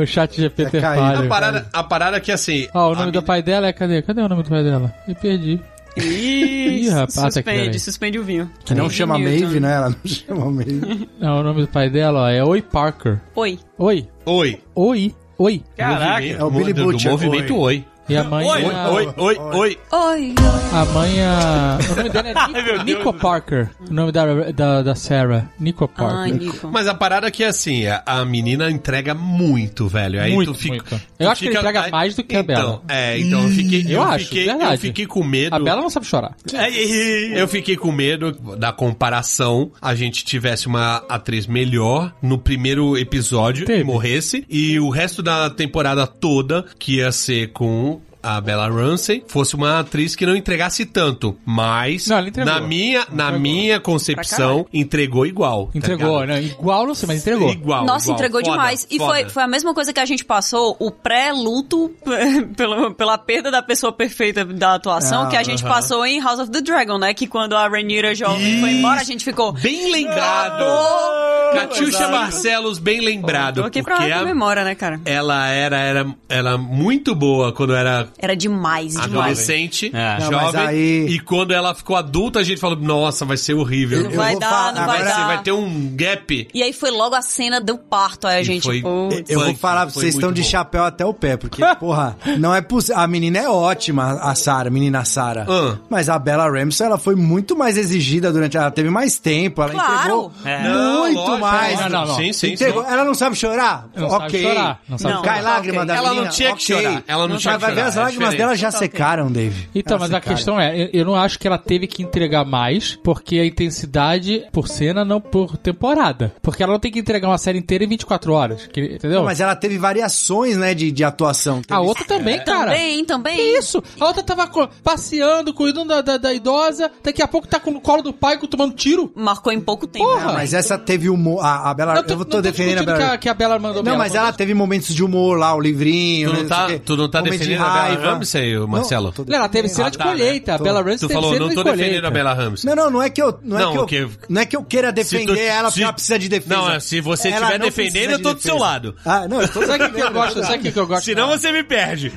Speaker 6: o chat GPT
Speaker 10: É caído.
Speaker 6: falha.
Speaker 3: A parada, a parada que assim.
Speaker 6: Ó, Ah, o
Speaker 3: a
Speaker 6: nome do
Speaker 3: meni-
Speaker 6: pai dela é. Cadê? Cadê o nome do pai dela? Me perdi.
Speaker 5: Ih,
Speaker 6: Ih, rapaz, tá aqui,
Speaker 5: suspende,
Speaker 6: peraí.
Speaker 5: suspende o vinho.
Speaker 10: Que não
Speaker 5: Randy
Speaker 10: chama
Speaker 5: Newton.
Speaker 10: Maeve, né? Ela
Speaker 6: [laughs]
Speaker 10: não chama Maeve.
Speaker 6: Não, o nome do pai dela ó, é Oi Parker.
Speaker 5: Oi.
Speaker 6: Oi.
Speaker 3: Oi.
Speaker 6: Oi. Oi.
Speaker 2: Caraca.
Speaker 3: Movimento-
Speaker 10: É o Billy
Speaker 3: do
Speaker 10: Butcher.
Speaker 3: Movimento Oi.
Speaker 6: E a mãe.
Speaker 3: Oi,
Speaker 6: é a-
Speaker 3: oi, oi, oi.
Speaker 5: Oi.
Speaker 6: A mãe é. O nome
Speaker 10: [laughs]
Speaker 6: dela é Nico, Nico Parker. O nome da, da, da Sarah. Nico
Speaker 5: Ai,
Speaker 6: Parker.
Speaker 5: Nico.
Speaker 3: Mas a parada que é assim, a, a menina entrega muito, velho. Aí
Speaker 6: Muito,
Speaker 3: tu fica.
Speaker 6: muito.
Speaker 3: tu
Speaker 6: Eu acho que
Speaker 3: fica-
Speaker 6: entrega mais do que a
Speaker 3: então,
Speaker 6: Bela.
Speaker 3: É, então eu fiquei.
Speaker 6: Eu acho,
Speaker 3: fiquei,
Speaker 6: verdade.
Speaker 3: eu fiquei com medo.
Speaker 6: a Bela não sabe chorar.
Speaker 10: Tá
Speaker 3: Eu fiquei com medo da comparação. A gente tivesse uma atriz melhor no primeiro episódio
Speaker 6: Teve.
Speaker 3: e morresse. E o resto da temporada toda, que ia ser com. A Bella Ramsey fosse uma atriz que não entregasse tanto, mas
Speaker 6: Não, ela entregou.
Speaker 3: na minha na minha concepção entregou igual. tá
Speaker 6: Entregou,
Speaker 3: ligado?
Speaker 6: né? Igual não sei, mas entregou.
Speaker 3: Igual,
Speaker 5: Nossa,
Speaker 3: igual.
Speaker 5: entregou
Speaker 3: Foda,
Speaker 5: demais. E
Speaker 3: foda.
Speaker 5: foi, foi a mesma coisa que a gente passou, o pré-luto [laughs] p- pela, pela perda da pessoa perfeita da atuação,
Speaker 10: Ah,
Speaker 5: que a gente passou em House of the Dragon, né? Que quando a Rhaenyra jovem foi
Speaker 3: Isso.
Speaker 5: embora, a gente ficou... "Oh!"
Speaker 3: Bem lembrado. Catiuxa Barcelos, bem lembrado.
Speaker 5: Tô aqui pra
Speaker 3: porque a-
Speaker 5: memória, né, cara?
Speaker 3: ela era, era, era muito boa quando era
Speaker 5: Era demais, demais.
Speaker 3: adolescente,
Speaker 2: É.
Speaker 10: Não, mas
Speaker 3: jovem.
Speaker 10: aí-
Speaker 3: E quando ela ficou adulta, a gente falou: Nossa, vai ser horrível.
Speaker 5: Não vai
Speaker 10: vou
Speaker 5: dar,
Speaker 10: falar-
Speaker 5: não vai
Speaker 10: agora
Speaker 5: dar.
Speaker 3: Você vai ter um gap.
Speaker 5: E aí foi logo a cena do parto, aí a
Speaker 3: E
Speaker 5: gente...
Speaker 3: foi-
Speaker 5: putz.
Speaker 10: Eu vou
Speaker 3: Foi-
Speaker 10: falar pra
Speaker 3: foi
Speaker 10: vocês,
Speaker 3: muito
Speaker 10: estão de
Speaker 3: bom.
Speaker 10: chapéu até o pé,
Speaker 3: [laughs]
Speaker 10: porque, porra, não é possível. A menina é ótima, a Sarah, a menina Sarah.
Speaker 3: Ah.
Speaker 10: Mas a Bella Ramsey, ela foi muito mais exigida durante. Ela teve mais tempo, ela
Speaker 5: Claro.
Speaker 10: entregou
Speaker 2: É.
Speaker 3: Não,
Speaker 10: muito
Speaker 3: lógico,
Speaker 10: mais.
Speaker 3: lógico.
Speaker 6: Não, não, não.
Speaker 3: Sim, sim, sim.
Speaker 10: Entregou. Ela não sabe chorar?
Speaker 6: Não
Speaker 10: ok.
Speaker 6: sabe chorar, não sabe
Speaker 5: Não.
Speaker 10: Cai
Speaker 5: chorar.
Speaker 10: lágrima
Speaker 5: Ok.
Speaker 10: da
Speaker 3: Ela não
Speaker 10: menina?
Speaker 3: tinha que
Speaker 10: Ok.
Speaker 3: chorar, ela não tinha que
Speaker 10: Vai ver
Speaker 3: chorar,
Speaker 10: as
Speaker 3: é
Speaker 10: lágrimas
Speaker 3: diferente.
Speaker 10: dela já
Speaker 5: Tá ok.
Speaker 10: secaram, Dave.
Speaker 6: Então,
Speaker 10: Elas
Speaker 6: mas a
Speaker 10: secaram.
Speaker 6: questão é, eu- eu não acho que ela teve que entregar mais, porque a intensidade por cena, não por temporada. Porque ela não tem que entregar uma série inteira em 24 horas, que- entendeu?
Speaker 10: Mas ela teve variações, né, de, de atuação.
Speaker 6: a
Speaker 10: Teve-
Speaker 6: outra também, cara.
Speaker 5: Também,
Speaker 6: Que
Speaker 5: também.
Speaker 6: Isso! A outra tava co- passeando, cuidando da, da- da idosa, daqui a pouco tá com o colo do pai com- tomando tiro.
Speaker 5: Marcou em pouco tempo. né?
Speaker 6: Porra.
Speaker 10: Mas essa teve humor, como a, a Bela...
Speaker 6: Não,
Speaker 10: Eu,
Speaker 6: tu-
Speaker 10: tô,
Speaker 6: não tô
Speaker 10: defendendo a
Speaker 6: discutindo que
Speaker 10: Bela...
Speaker 6: a, que a Bela mandou
Speaker 10: Não,
Speaker 6: bem,
Speaker 10: mas
Speaker 6: falou
Speaker 10: ela teve momentos de humor lá, o livrinho...
Speaker 3: Tu não
Speaker 10: né,
Speaker 3: tá-
Speaker 10: sei o quê.
Speaker 3: tu não tá
Speaker 10: Momentos de
Speaker 3: defendendo a Bella
Speaker 10: raiva.
Speaker 3: Ramsey, o
Speaker 10: Não,
Speaker 3: Marcelo?
Speaker 10: tô
Speaker 6: Não, ela teve cena de
Speaker 3: tá, né?
Speaker 6: colheita. A
Speaker 10: Tô.
Speaker 6: Bela Ramsey
Speaker 3: Tu
Speaker 6: teve
Speaker 3: falou,
Speaker 6: cena
Speaker 3: não
Speaker 6: de
Speaker 3: tô
Speaker 6: colheita.
Speaker 3: defendendo a Bela Ramsey.
Speaker 10: Não, não, não é que eu não é,
Speaker 3: Não,
Speaker 10: que, eu,
Speaker 3: que-
Speaker 10: não é que eu queira
Speaker 3: Se
Speaker 10: defender
Speaker 3: tu-
Speaker 10: ela
Speaker 3: se-
Speaker 10: porque ela precisa de defesa.
Speaker 3: Não, é, se você
Speaker 10: Ela
Speaker 3: estiver
Speaker 10: não precisa
Speaker 3: defendendo,
Speaker 10: de
Speaker 3: eu tô do seu
Speaker 10: defesa.
Speaker 3: lado.
Speaker 10: Ah, não, eu tô
Speaker 6: Sabe o que que eu gosto? Sabe o que que eu gosto?
Speaker 3: Senão
Speaker 6: dela?
Speaker 3: você me perde.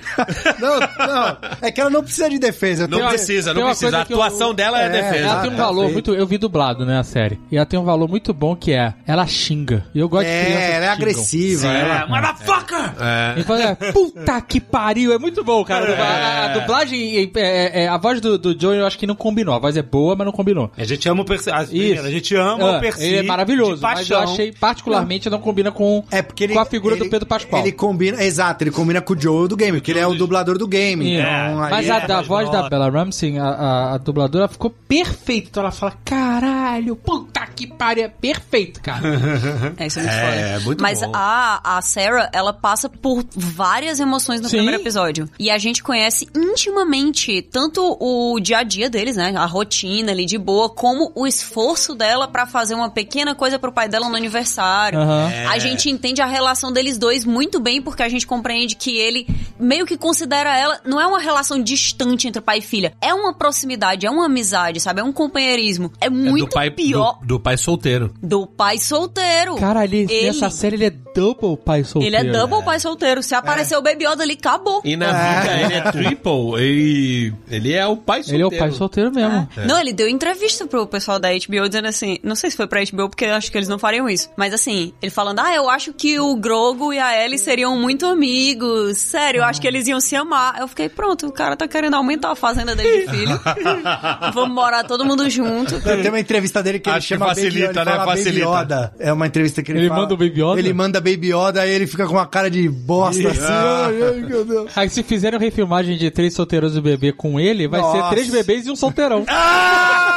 Speaker 10: Não, não, é que ela não precisa de defesa.
Speaker 3: Não
Speaker 10: tem-
Speaker 3: precisa,
Speaker 6: tem
Speaker 3: não
Speaker 6: uma
Speaker 3: precisa. A
Speaker 6: coisa que eu-
Speaker 3: atuação dela é
Speaker 10: É,
Speaker 3: a
Speaker 6: Ela
Speaker 10: Ah,
Speaker 3: defesa.
Speaker 6: tem um
Speaker 10: tá
Speaker 6: valor
Speaker 10: feito.
Speaker 6: muito. Eu vi dublado, né, a série. E ela tem um valor muito bom que é. Ela xinga. E eu gosto de crianças
Speaker 10: É,
Speaker 6: que
Speaker 10: ela é
Speaker 6: xingam.
Speaker 10: agressiva. ela-
Speaker 2: É, motherfucker!
Speaker 3: É.
Speaker 6: Ele fala, é, puta que pariu, é muito bom, cara. A, a dublagem, é, é, é, a voz do, do Joey eu acho que não combinou. A voz é boa, mas não combinou.
Speaker 2: A gente ama o Percy. as-
Speaker 6: Isso.
Speaker 2: A gente ama
Speaker 6: Ah,
Speaker 2: o Percy.
Speaker 6: Ele é maravilhoso,
Speaker 2: de
Speaker 6: mas eu
Speaker 2: paixão.
Speaker 6: achei particularmente não combina com,
Speaker 10: É porque ele,
Speaker 6: com a figura
Speaker 10: ele-
Speaker 6: do Pedro Pascoal.
Speaker 10: Ele combina, exato, ele combina com o Joel do game, porque ele é o dublador do game.
Speaker 6: É.
Speaker 10: Então, aí
Speaker 6: Mas
Speaker 10: é-
Speaker 6: a da voz da
Speaker 2: nota.
Speaker 6: Bella Ramsey, a, a- a dubladora, ficou perfeita. Então ela fala, caralho, puta que pariu, é perfeito,
Speaker 10: [laughs]
Speaker 6: cara.
Speaker 5: É, isso é muito
Speaker 3: É,
Speaker 5: foda.
Speaker 3: é muito
Speaker 5: Mas
Speaker 3: bom.
Speaker 5: a, a Sarah, ela passa por várias emoções no
Speaker 6: Sim.
Speaker 5: primeiro episódio. E a gente conhece intimamente tanto o dia a dia deles, né? A rotina ali de boa, como o esforço dela pra fazer uma pequena coisa pro pai dela no aniversário.
Speaker 6: Aham.
Speaker 3: É.
Speaker 5: A gente entende a relação deles dois muito bem, porque a gente compreende que ele meio que considera ela. Não é uma relação distante entre pai e filha. É uma proximidade, é uma amizade, sabe? É um companheirismo. É muito
Speaker 3: do pai,
Speaker 5: pior
Speaker 3: Do, do pai solteiro.
Speaker 5: do pai solteiro.
Speaker 6: Cara, ele,
Speaker 5: Ele-
Speaker 6: nessa série ele é double pai solteiro.
Speaker 5: Ele é double
Speaker 3: né?
Speaker 5: pai solteiro. Se
Speaker 3: É.
Speaker 5: aparecer o Baby Yoda ali, acabou.
Speaker 3: E na vida ele é triple. Ele, ele é o pai
Speaker 6: Ele é
Speaker 3: solteiro.
Speaker 6: o pai solteiro mesmo.
Speaker 5: Não, ele deu entrevista pro pessoal da HBO dizendo assim, não sei se foi pra HBO porque eu acho que eles não fariam isso, mas assim, ele falando, ah, eu acho que o Grogo e a Ellie seriam muito amigos, sério, eu acho que eles iam se amar. Eu fiquei, pronto, o cara tá querendo aumentar a fazenda dele de filho, vamos morar todo mundo junto.
Speaker 10: Tem uma entrevista dele que ele
Speaker 3: Acho que
Speaker 10: chama
Speaker 3: facilita,
Speaker 10: Baby Yoda, ele
Speaker 3: né?
Speaker 10: fala Baby
Speaker 3: Facilita.
Speaker 10: Yoda. É uma entrevista que ele
Speaker 6: Ele
Speaker 10: fala-
Speaker 6: manda o Baby Yoda?
Speaker 10: Ele manda Baby Yoda, aí ele fica com uma cara de bosta assim. Ai, ai, meu Deus.
Speaker 6: Aí se fizeram refilmagem de três solteiros e bebê com ele, vai ser
Speaker 10: Nossa.
Speaker 6: três bebês e um solteirão.
Speaker 5: Ah,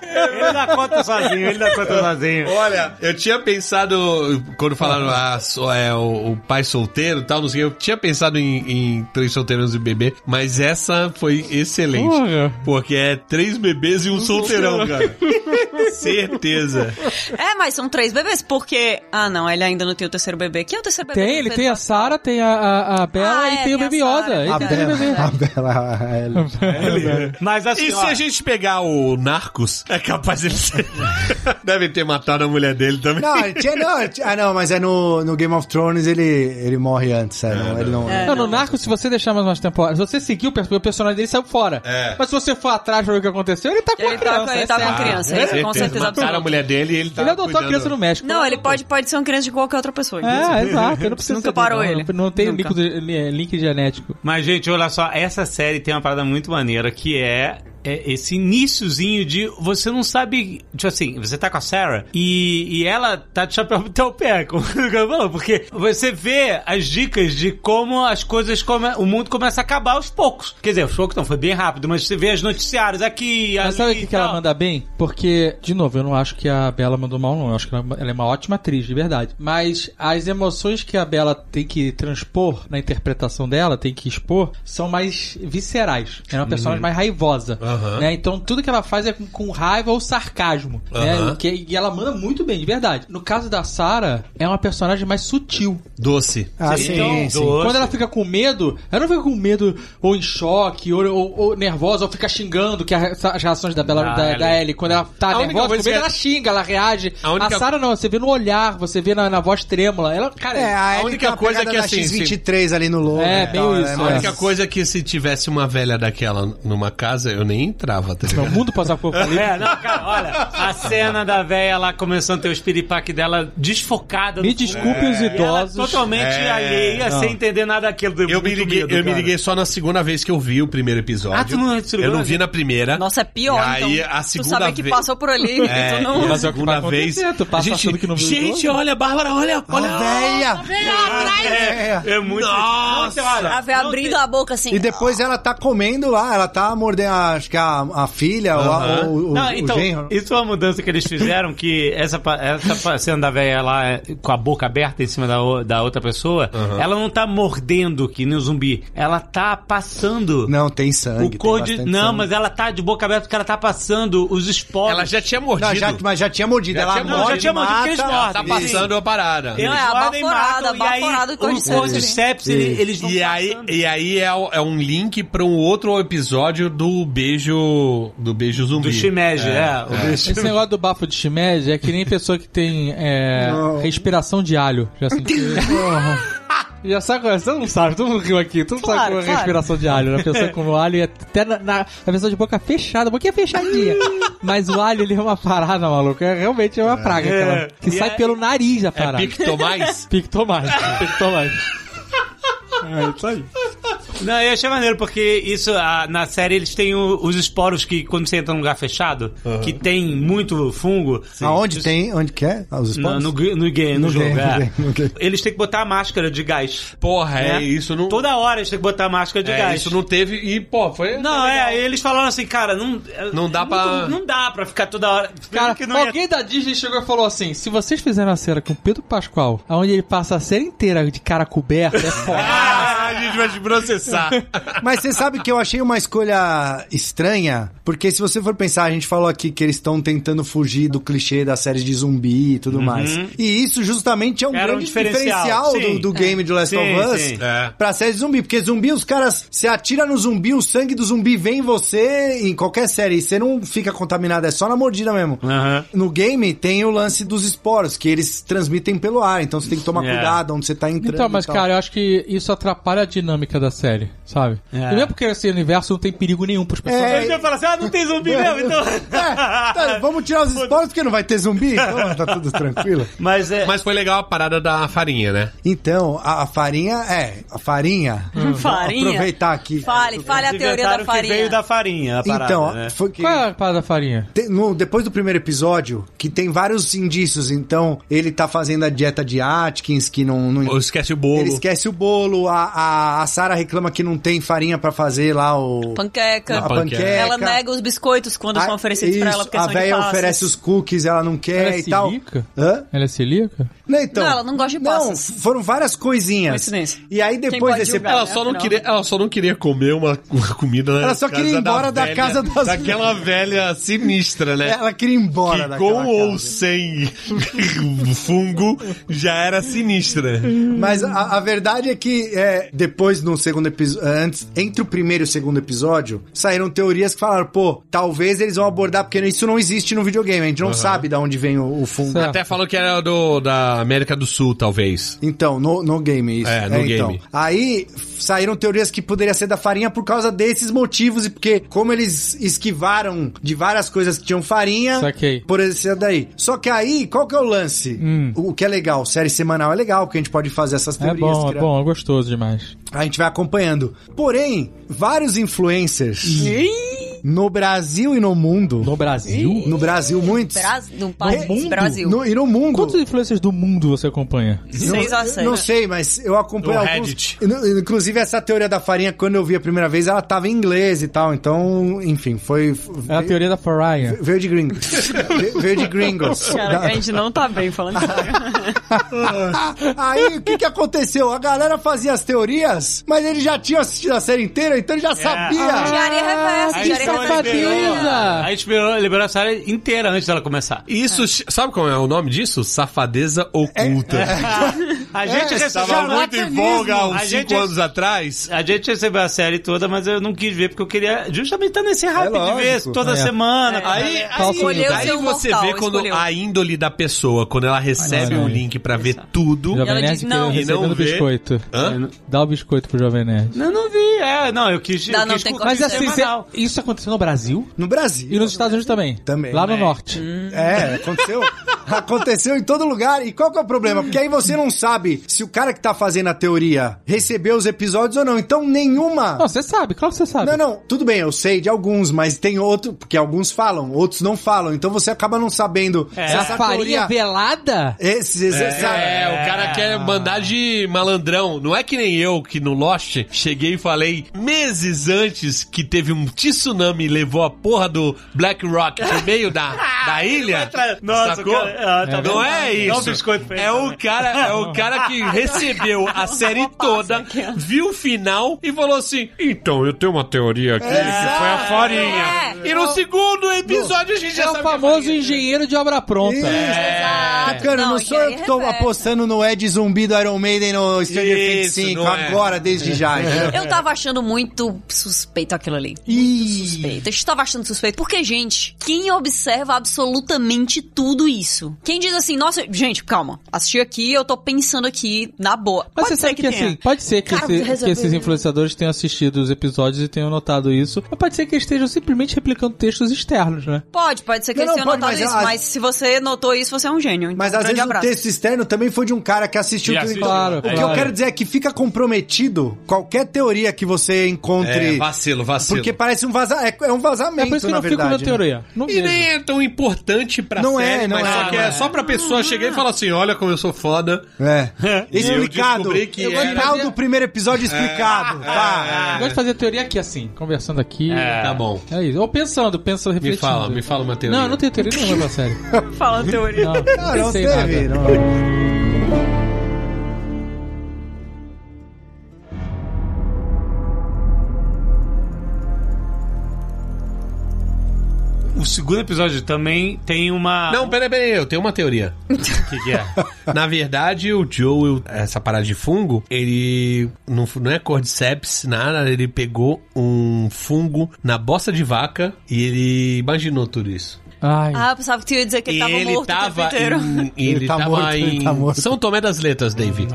Speaker 2: ele dá conta sozinho, ele dá conta sozinho.
Speaker 3: Olha, eu tinha pensado, quando falaram ah, so- é, o, o pai solteiro e tal, não sei, eu tinha pensado em, em três solteiros e bebê, mas essa foi excelente.
Speaker 6: Porra.
Speaker 3: Porque é três bebês e um solteirão, cara. [laughs] Certeza.
Speaker 5: É, mas são três bebês, porque, ah não, ele ainda não tem o terceiro bebê, quem é o terceiro bebê?
Speaker 6: Tem, ele tem a Sarah, tem a, a, a Bella
Speaker 5: Ah,
Speaker 6: e
Speaker 5: é,
Speaker 6: tem o
Speaker 5: tem a
Speaker 6: Baby
Speaker 5: Sarah.
Speaker 6: Yoda. Ele
Speaker 10: A
Speaker 6: tem três bebês.
Speaker 10: Bela, a Bela, a Ellie.
Speaker 2: Mas assim,
Speaker 3: E
Speaker 2: ó,
Speaker 6: é
Speaker 3: se a gente pegar o Narcos, é capaz ele ser... [laughs] Deve ter matado a mulher dele também.
Speaker 10: Não, ele tinha, não, ele tinha- ah, não, mas é no, no Game of Thrones ele, ele morre antes, é, não, ele não.
Speaker 6: Não, no Narco, se você deixar mais umas temporadas, se você seguir o, per- o personagem dele, saiu fora.
Speaker 3: É.
Speaker 6: Mas se você for atrás pra ver o que aconteceu, ele tá com a
Speaker 5: Ele tá
Speaker 6: criança.
Speaker 5: com- ele
Speaker 6: é
Speaker 5: tá com a
Speaker 6: sério.
Speaker 5: criança. isso com certeza
Speaker 3: Mataram a
Speaker 5: absoluta.
Speaker 3: mulher dele e ele tá
Speaker 6: Ele adotou a
Speaker 3: cuidando.
Speaker 6: criança no México.
Speaker 5: Não, ele pode, pode ser uma criança de qualquer outra pessoa.
Speaker 6: É, exato. Ele não precisa
Speaker 5: Nunca
Speaker 6: ser-
Speaker 5: parou
Speaker 6: não,
Speaker 5: ele.
Speaker 6: Não tem
Speaker 5: Nunca.
Speaker 6: link, de- li- link genético.
Speaker 2: Mas, gente, olha só, essa série tem uma parada muito maneira que é, é esse iníciozinho de você não sabe. Tipo assim, você tá com a Sarah e, e ela tá de chapéu até o pé, como [laughs] o cara falou, porque você vê as dicas de como as coisas, come, o mundo começa a acabar aos poucos. Quer dizer, aos poucos não, foi bem rápido, mas você vê os noticiários aqui, ali.
Speaker 6: Mas sabe o que,
Speaker 2: e
Speaker 6: que ela
Speaker 2: tal.
Speaker 6: manda bem? Porque, de novo, eu não acho que a Bela mandou mal, não. Eu acho que ela ela é uma ótima atriz, de verdade. Mas as emoções que a Bela tem que transpor na interpretação dela, tem que expor, são mais viscerais. Ela é uma personagem mais raivosa.
Speaker 3: Uhum. Aham.
Speaker 6: né? Então tudo que ela faz é com, com raiva ou sarcasmo. né?
Speaker 3: Aham.
Speaker 6: O que- e ela manda muito bem, de verdade. No caso da Sarah, é uma personagem mais sutil.
Speaker 3: Doce.
Speaker 10: Ah, sim,
Speaker 2: Então,
Speaker 10: sim.
Speaker 2: doce.
Speaker 6: Assim, Quando ela fica com medo, ela não fica com medo ou em choque, ou, ou- ou nervosa, ou fica xingando, que é a- as reações da Bela
Speaker 2: Ah,
Speaker 6: da,
Speaker 2: ela-
Speaker 6: da Ellie, quando ela tá
Speaker 3: A única
Speaker 6: nervosa, com
Speaker 3: coisa
Speaker 6: medo,
Speaker 3: que ela-
Speaker 6: ela xinga, ela reage.
Speaker 3: A
Speaker 6: A,
Speaker 3: única-
Speaker 6: Sarah não, você vê no olhar, você vê na, na voz trêmula. Ela, cara,
Speaker 10: É, a,
Speaker 3: A única coisa é que, assim, se-
Speaker 10: X23 ali no logo.
Speaker 6: É,
Speaker 10: e tal,
Speaker 6: meio
Speaker 10: né,
Speaker 6: isso,
Speaker 10: mas-
Speaker 3: A
Speaker 6: É.
Speaker 3: única coisa é que se tivesse uma velha daquela numa casa, eu nem entrava, tá
Speaker 6: o
Speaker 3: ligado?
Speaker 6: é um mundo passa por ali.
Speaker 2: É, não, cara, olha, a cena da véia lá começando a ter os piripaque dela desfocada.
Speaker 6: Me
Speaker 2: no fundo.
Speaker 6: desculpe os
Speaker 2: E ela
Speaker 6: idosos.
Speaker 2: totalmente
Speaker 3: É,
Speaker 2: alheia,
Speaker 6: não.
Speaker 2: sem entender nada daquilo. Deu
Speaker 3: Eu me,
Speaker 2: muito
Speaker 3: liguei,
Speaker 2: medo,
Speaker 3: eu me
Speaker 2: cara.
Speaker 3: liguei só na segunda vez que eu vi o primeiro episódio.
Speaker 2: Ah, tu não se ligou
Speaker 3: Eu não
Speaker 2: na
Speaker 3: vi na primeira.
Speaker 5: Nossa, é pior,
Speaker 3: E aí,
Speaker 5: então.
Speaker 3: a
Speaker 5: tu
Speaker 3: segunda
Speaker 5: saber que
Speaker 3: vez...
Speaker 5: passou por ali,
Speaker 3: É,
Speaker 5: [laughs]
Speaker 2: então
Speaker 5: tu não...
Speaker 3: e a
Speaker 6: Mas é o que vai
Speaker 2: tá
Speaker 3: segunda vez.
Speaker 6: acontecer, tu passa achando que não viu o
Speaker 3: gente,
Speaker 6: jogo.
Speaker 3: olha, Bárbara, olha, olha.
Speaker 10: Ó, véia!
Speaker 2: É, é muito.
Speaker 3: Nossa!
Speaker 2: Olha,
Speaker 5: A véia
Speaker 2: não
Speaker 5: abrindo
Speaker 2: tem-
Speaker 5: a boca assim.
Speaker 10: E depois ela tá comendo lá, ela tá mordendo, a-
Speaker 4: machucar a, a filha ou a-
Speaker 3: Aham.
Speaker 4: ou o,
Speaker 2: Não,
Speaker 4: o
Speaker 2: então,
Speaker 4: genro.
Speaker 2: isso é uma mudança que eles fizeram, que essa, pa- essa pa- cena da velha lá eh, com a boca aberta em cima da, o- da outra pessoa, ela não tá mordendo que nem o zumbi, ela tá passando
Speaker 4: Não, tem sangue.
Speaker 2: o
Speaker 4: tem
Speaker 2: cor de...
Speaker 4: bastante
Speaker 2: Não,
Speaker 4: sangue.
Speaker 2: mas ela tá de boca aberta porque ela tá passando os esporos.
Speaker 3: Ela já tinha
Speaker 4: Não,
Speaker 3: mordido.
Speaker 4: já, mas já tinha mordido.
Speaker 3: Já
Speaker 4: ela
Speaker 3: tinha
Speaker 4: morde,
Speaker 3: mordido. Já
Speaker 2: tinha mordido,
Speaker 4: mata,
Speaker 2: que eles
Speaker 3: Ela tá
Speaker 2: mordem.
Speaker 3: passando a parada.
Speaker 2: Eles
Speaker 5: É,
Speaker 2: mordem,
Speaker 5: abaforada,
Speaker 2: matam, e aí
Speaker 5: abaforada com
Speaker 2: o-
Speaker 5: sangue.
Speaker 2: os cordyceps, eles, eles vão
Speaker 3: E aí,
Speaker 2: passando.
Speaker 3: e aí é, o- é um link pra um outro episódio do beijo do beijo zumbi.
Speaker 2: Do shimeji, é. O beijo-
Speaker 6: Esse negócio do bafo de shimeji é que nem pessoa que tem é, respiração de alho. Já
Speaker 5: [laughs]
Speaker 6: sentiu? Porra. Já sabe qual é? Você não sabe, todo mundo riu aqui. Todo mundo sabe
Speaker 5: Claro,
Speaker 6: como é
Speaker 5: claro.
Speaker 6: respiração de alho. né? A pessoa com o alho e até na, na, a pessoa de boca fechada,
Speaker 5: [laughs]
Speaker 6: boquinha fechadinha. Mas o alho, ele é uma parada, maluco. É, realmente é uma praga. aquela- que sai pelo nariz a
Speaker 3: É
Speaker 2: [laughs]
Speaker 6: parada.
Speaker 3: Pictomais?
Speaker 6: Pictomais. Pictomais. É isso aí.
Speaker 2: Não, eu achei maneiro, porque isso, a- na série, eles têm o- os esporos que, quando você entra num lugar fechado, que tem muito fungo.
Speaker 4: Aonde
Speaker 2: Isso-
Speaker 4: tem? Onde que é? Ah, Os
Speaker 2: No,
Speaker 4: esportes?
Speaker 2: no, gr- no game, no,
Speaker 4: No
Speaker 2: jogo,
Speaker 4: game,
Speaker 2: é.
Speaker 4: no game, no game.
Speaker 2: Eles têm que botar a máscara de gás.
Speaker 3: Porra, é,
Speaker 2: né?
Speaker 3: isso não.
Speaker 2: Toda hora eles têm que botar a máscara de
Speaker 3: é,
Speaker 2: gás.
Speaker 3: Isso não teve. E, pô, foi.
Speaker 2: Não, é, eles falaram assim, cara, não... é,
Speaker 3: Não dá pra-
Speaker 2: Não, não dá pra ficar toda hora...
Speaker 6: Cara,
Speaker 2: que não ia-
Speaker 6: alguém da Disney chegou e falou assim: se vocês fizerem uma cena com o Pedro Pascoal, onde ele passa a série inteira de cara coberta, é
Speaker 2: [laughs]
Speaker 6: foda.
Speaker 3: Ah, a gente vai te processar.
Speaker 4: Mas você sabe que eu achei uma escolha estranha? Porque se você for pensar, a gente falou aqui que eles estão tentando fugir do clichê da série de zumbi e tudo mais. E isso justamente é um
Speaker 2: Uhum. Era um
Speaker 4: grande diferencial,
Speaker 2: diferencial, sim.
Speaker 4: do, do game de Last
Speaker 2: Sim,
Speaker 4: of Us
Speaker 2: sim.
Speaker 3: É.
Speaker 4: pra série de zumbi. Porque zumbi, os caras, se atira no zumbi, o sangue do zumbi vem em você em qualquer série. E você não fica contaminado, é só na mordida mesmo.
Speaker 2: Aham.
Speaker 4: No game tem o lance dos esporos, que eles transmitem pelo ar. Então você tem que tomar
Speaker 2: É.
Speaker 4: cuidado onde você tá entrando.
Speaker 6: Então, mas
Speaker 4: e tal.
Speaker 6: cara, eu acho que isso atrapalha a dinâmica da série, sabe?
Speaker 2: É.
Speaker 6: E mesmo porque esse universo não tem perigo nenhum pros personagens.
Speaker 4: É,
Speaker 2: Eu ia falar assim, ah, não tem zumbi [laughs] mesmo, então...
Speaker 4: É, tá, vamos tirar os spoilers porque não vai ter zumbi? Então, tá tudo tranquilo.
Speaker 2: Mas é...
Speaker 3: Mas foi legal a parada da farinha, né?
Speaker 4: Então, a, a farinha é. A farinha.
Speaker 5: Farinha?
Speaker 4: Aproveitar aqui.
Speaker 5: Fale, fale a teoria da
Speaker 2: inventaram que veio
Speaker 5: farinha.
Speaker 2: da farinha a parada,
Speaker 4: então,
Speaker 2: né?
Speaker 4: foi que.
Speaker 6: Qual é a parada da farinha?
Speaker 4: Tem- no- depois do primeiro episódio, que tem vários indícios, então ele tá fazendo a dieta de Atkins, que não. não-
Speaker 3: Ou esquece o bolo.
Speaker 4: Ele esquece o bolo, a, a, a Sara reclama que não tem farinha pra fazer lá o.
Speaker 5: Panqueca.
Speaker 4: a panqueca.
Speaker 5: Ela nega os biscoitos quando são
Speaker 4: A-
Speaker 5: oferecidos pra ela
Speaker 4: isso,
Speaker 5: porque
Speaker 4: A
Speaker 5: são de
Speaker 4: véia
Speaker 5: passas.
Speaker 4: oferece os cookies, ela não quer
Speaker 6: Ela é
Speaker 4: e tal.
Speaker 6: celíaca?
Speaker 4: Hã?
Speaker 6: Ela é celíaca?
Speaker 4: Não, então,
Speaker 5: Não, ela não gosta de
Speaker 4: Não,
Speaker 5: passas.
Speaker 4: foram várias coisinhas.
Speaker 5: Coincidência.
Speaker 4: E aí
Speaker 5: Quem
Speaker 4: depois
Speaker 5: pode
Speaker 4: desse
Speaker 5: julgar,
Speaker 3: Ela
Speaker 5: né?
Speaker 3: só, não
Speaker 5: Afinal.
Speaker 3: queria, ela só não queria comer uma, uma comida na
Speaker 4: Ela só
Speaker 3: casa
Speaker 4: queria ir embora da
Speaker 3: velha-
Speaker 4: casa das-
Speaker 3: Daquela velha sinistra, né?
Speaker 4: Ela queria ir embora
Speaker 3: que
Speaker 4: daquela
Speaker 3: com ou
Speaker 4: casa.
Speaker 3: sem [laughs] fungo já era sinistra.
Speaker 4: Mas a, a verdade é que é, depois no segundo episódio, antes, entre o primeiro e o segundo episódio, saíram teorias que falaram, pô, talvez eles vão abordar, porque isso não existe no videogame, a gente não sabe de onde vem o, o fungo.
Speaker 6: Certo.
Speaker 3: Até falou que era do, da América do Sul, talvez.
Speaker 4: Então, no, no game, isso.
Speaker 3: É, no
Speaker 4: então.
Speaker 3: game.
Speaker 4: Aí saíram teorias que poderia ser da farinha por causa desses motivos e porque, como eles esquivaram de várias coisas que tinham farinha,
Speaker 6: Saquei.
Speaker 4: por esse daí. Só que aí, qual que é o lance? O que é legal? Série semanal é legal, porque a gente pode fazer essas
Speaker 6: Hum. É
Speaker 4: teorias.
Speaker 6: bom, é
Speaker 4: criar-
Speaker 6: bom, é gostoso demais.
Speaker 4: A gente vai acompanhando. Porém, vários influencers no Brasil e no mundo.
Speaker 6: No Brasil?
Speaker 4: No Brasil, muitos.
Speaker 5: Bras- No país,
Speaker 6: mundo?
Speaker 5: Brasil.
Speaker 4: No- e no mundo.
Speaker 6: Quantos influencers do mundo você acompanha?
Speaker 5: Seis a seis.
Speaker 4: Não sei, mas eu acompanho
Speaker 3: No
Speaker 4: alguns...
Speaker 3: Reddit.
Speaker 4: Inu- Inclusive, essa teoria da farinha, quando eu vi a primeira vez, ela tava em inglês e tal. Então, enfim, foi...
Speaker 6: É a teoria da farinha.
Speaker 4: Veio de
Speaker 6: [laughs]
Speaker 4: gringos. Ve- veio de gringos.
Speaker 5: Cara, a gente não tá bem falando sério.
Speaker 4: Aí, o que que aconteceu? A galera fazia as teorias, mas ele já tinha assistido a série inteira, então ele já sabia.
Speaker 5: Diária reversa,
Speaker 6: Ah,
Speaker 2: Aí
Speaker 6: que
Speaker 5: diária
Speaker 2: então
Speaker 5: reversa.
Speaker 6: safadeza!
Speaker 2: liberou- Aí esperou, liberou a série inteira antes dela começar.
Speaker 3: Isso, ch- sabe qual é o nome disso? Safadeza oculta.
Speaker 4: É,
Speaker 2: A gente recebeu...
Speaker 3: Tava muito em folga há uns
Speaker 2: A
Speaker 3: 5
Speaker 2: gente-
Speaker 3: anos atrás.
Speaker 2: A gente recebeu a série toda, mas eu não quis ver, porque eu queria justamente estar nesse hype de
Speaker 4: lógico.
Speaker 2: ver toda
Speaker 6: É.
Speaker 2: semana.
Speaker 3: Aí, aí,
Speaker 5: escolheu
Speaker 3: aí
Speaker 5: ser um
Speaker 3: você
Speaker 5: mortal,
Speaker 3: vê quando
Speaker 5: escolheu.
Speaker 3: a índole da pessoa, quando ela recebe
Speaker 6: Olha.
Speaker 3: um link pra ver tudo.
Speaker 6: Jovem
Speaker 5: ela
Speaker 6: Nerd
Speaker 5: diz não.
Speaker 6: que
Speaker 3: E não
Speaker 6: recebendo
Speaker 3: vê.
Speaker 6: biscoito.
Speaker 3: Hã?
Speaker 6: Dá o biscoito pro Jovem Nerd.
Speaker 2: Não, não vi. É, não, eu quis.
Speaker 5: Não,
Speaker 2: eu
Speaker 5: não,
Speaker 2: quis
Speaker 5: tem
Speaker 2: curtir
Speaker 6: Mas
Speaker 5: Mas,
Speaker 6: assim,
Speaker 5: assim,
Speaker 2: semanal.
Speaker 6: isso aconteceu no Brasil
Speaker 4: No Brasil.
Speaker 6: e nos Estados Unidos também.
Speaker 4: Também.
Speaker 5: Hum.
Speaker 6: Lá no
Speaker 4: É.
Speaker 6: norte.
Speaker 4: É, aconteceu. Aconteceu em todo lugar. E qual que é o problema? Porque aí você não sabe se o cara que tá fazendo a teoria recebeu os episódios ou não. Então nenhuma.
Speaker 6: Não, você sabe, claro que você sabe.
Speaker 4: Não, não, tudo bem, eu sei de alguns, mas tem outro, porque alguns falam, outros não falam. Então você acaba não sabendo
Speaker 6: É a farinha velada?
Speaker 4: Esse, esse, esse-
Speaker 3: É, o cara quer mandar de malandrão. Não é que nem eu que no Lost cheguei e falei meses antes que teve um tsunami e levou a porra do Black Rock pro
Speaker 12: [laughs]
Speaker 3: meio da, da ilha.
Speaker 5: é
Speaker 12: tra- Nossa,
Speaker 3: sacou?
Speaker 12: cara, ah, tá
Speaker 3: não
Speaker 12: vendo?
Speaker 3: é
Speaker 12: Dá um
Speaker 3: isso.
Speaker 12: biscoito pra ele
Speaker 3: é o
Speaker 12: também.
Speaker 3: cara, é o cara
Speaker 12: [laughs]
Speaker 3: que recebeu a série toda,
Speaker 12: é.
Speaker 3: viu o final e falou assim: "Então, eu tenho uma teoria aqui que foi a farinha". E no segundo episódio a gente já
Speaker 6: É
Speaker 3: sabe né?
Speaker 6: o
Speaker 3: que a
Speaker 6: famoso
Speaker 3: farinha.
Speaker 6: engenheiro de obra pronta.
Speaker 5: É,
Speaker 6: É.
Speaker 5: Exato.
Speaker 4: Cara, não, sou
Speaker 5: e
Speaker 4: Tá eu
Speaker 5: aí
Speaker 4: que tô
Speaker 5: reverte.
Speaker 4: apostando no Ed zumbi do Iron Maiden no Stranger Things
Speaker 3: Isso,
Speaker 4: 5
Speaker 3: não é.
Speaker 4: agora, desde já. entendeu?
Speaker 5: Eu tava achando muito suspeito aquilo ali.
Speaker 4: Ih,
Speaker 5: Suspeito. Eu estava achando suspeito. Porque, gente, quem observa absolutamente tudo isso? Quem diz assim, nossa, gente, calma, assisti aqui, eu tô pensando aqui na boa.
Speaker 6: Mas
Speaker 5: Pode
Speaker 6: você
Speaker 5: ser
Speaker 6: sabe que,
Speaker 5: tenha.
Speaker 6: assim, pode ser que,
Speaker 5: Cara,
Speaker 6: esse-
Speaker 5: resolvi-
Speaker 6: que
Speaker 3: né?
Speaker 6: esses influenciadores tenham assistido os episódios e tenham notado isso. Mas pode ser que eles estejam simplesmente replicando textos externos, né?
Speaker 5: Pode, pode ser que
Speaker 4: Não,
Speaker 5: eles
Speaker 4: não, pode,
Speaker 5: tenham notado
Speaker 4: mas
Speaker 5: isso,
Speaker 4: a-
Speaker 5: mas se você notou isso, você é um gênio. Então,
Speaker 4: Mas às
Speaker 5: grande
Speaker 4: vezes
Speaker 5: abraço.
Speaker 4: o texto externo também foi de um cara que assistiu
Speaker 3: Já
Speaker 4: tudo.
Speaker 3: assistiu.
Speaker 4: Então,
Speaker 6: Claro,
Speaker 4: o que
Speaker 6: claro.
Speaker 4: eu quero dizer é que fica comprometido qualquer teoria que você
Speaker 3: É,
Speaker 4: encontre.
Speaker 3: vacilo, vacilo.
Speaker 4: porque parece um vazamento. É um vazamento,
Speaker 6: É por isso que eu
Speaker 4: na
Speaker 6: não fico
Speaker 4: verdade. né?
Speaker 6: na teoria. Não
Speaker 3: né? E
Speaker 6: vejo.
Speaker 3: nem é tão importante pra
Speaker 4: Não
Speaker 3: série,
Speaker 4: é, não
Speaker 3: mas
Speaker 4: é,
Speaker 3: só que
Speaker 4: não
Speaker 3: é
Speaker 4: é.
Speaker 3: só pra pessoa chegar e falar assim, olha como eu sou foda.
Speaker 4: né? É.
Speaker 3: [laughs] E eu
Speaker 4: Explicado.
Speaker 3: descobri que é.
Speaker 4: O
Speaker 3: era-
Speaker 4: final do primeiro episódio explicado.
Speaker 3: é,
Speaker 4: Pá.
Speaker 6: Eu gosto de fazer teoria aqui, assim, conversando aqui. É.
Speaker 3: Tá bom.
Speaker 6: isso. Ou pensando, pensando,
Speaker 3: Me
Speaker 6: refletindo.
Speaker 3: fala, me fala uma teoria.
Speaker 6: Não, eu não tenho teoria nenhuma pra
Speaker 3: [laughs]
Speaker 6: série.
Speaker 5: Fala a teoria.
Speaker 6: Não,
Speaker 3: é.
Speaker 4: Não, não
Speaker 6: sei
Speaker 4: teve.
Speaker 6: nada.
Speaker 4: não.
Speaker 2: O segundo episódio também tem uma.
Speaker 3: Não, peraí, peraí, eu tenho uma teoria.
Speaker 2: o que, que é?
Speaker 3: Na verdade, o Joel, essa parada de fungo, ele não, fu- não é cordyceps, nada, ele pegou um fungo na bosta de vaca e ele imaginou tudo isso.
Speaker 6: Ai,
Speaker 5: Ah, eu pensava que tu ia dizer que ele
Speaker 3: e
Speaker 5: tava
Speaker 3: ele
Speaker 5: morto o
Speaker 3: tava
Speaker 5: tempo inteiro.
Speaker 3: em, ele,
Speaker 4: Ele tá
Speaker 3: tava
Speaker 4: morto,
Speaker 3: em
Speaker 4: ele tá morto.
Speaker 3: São Tomé das Letras, David.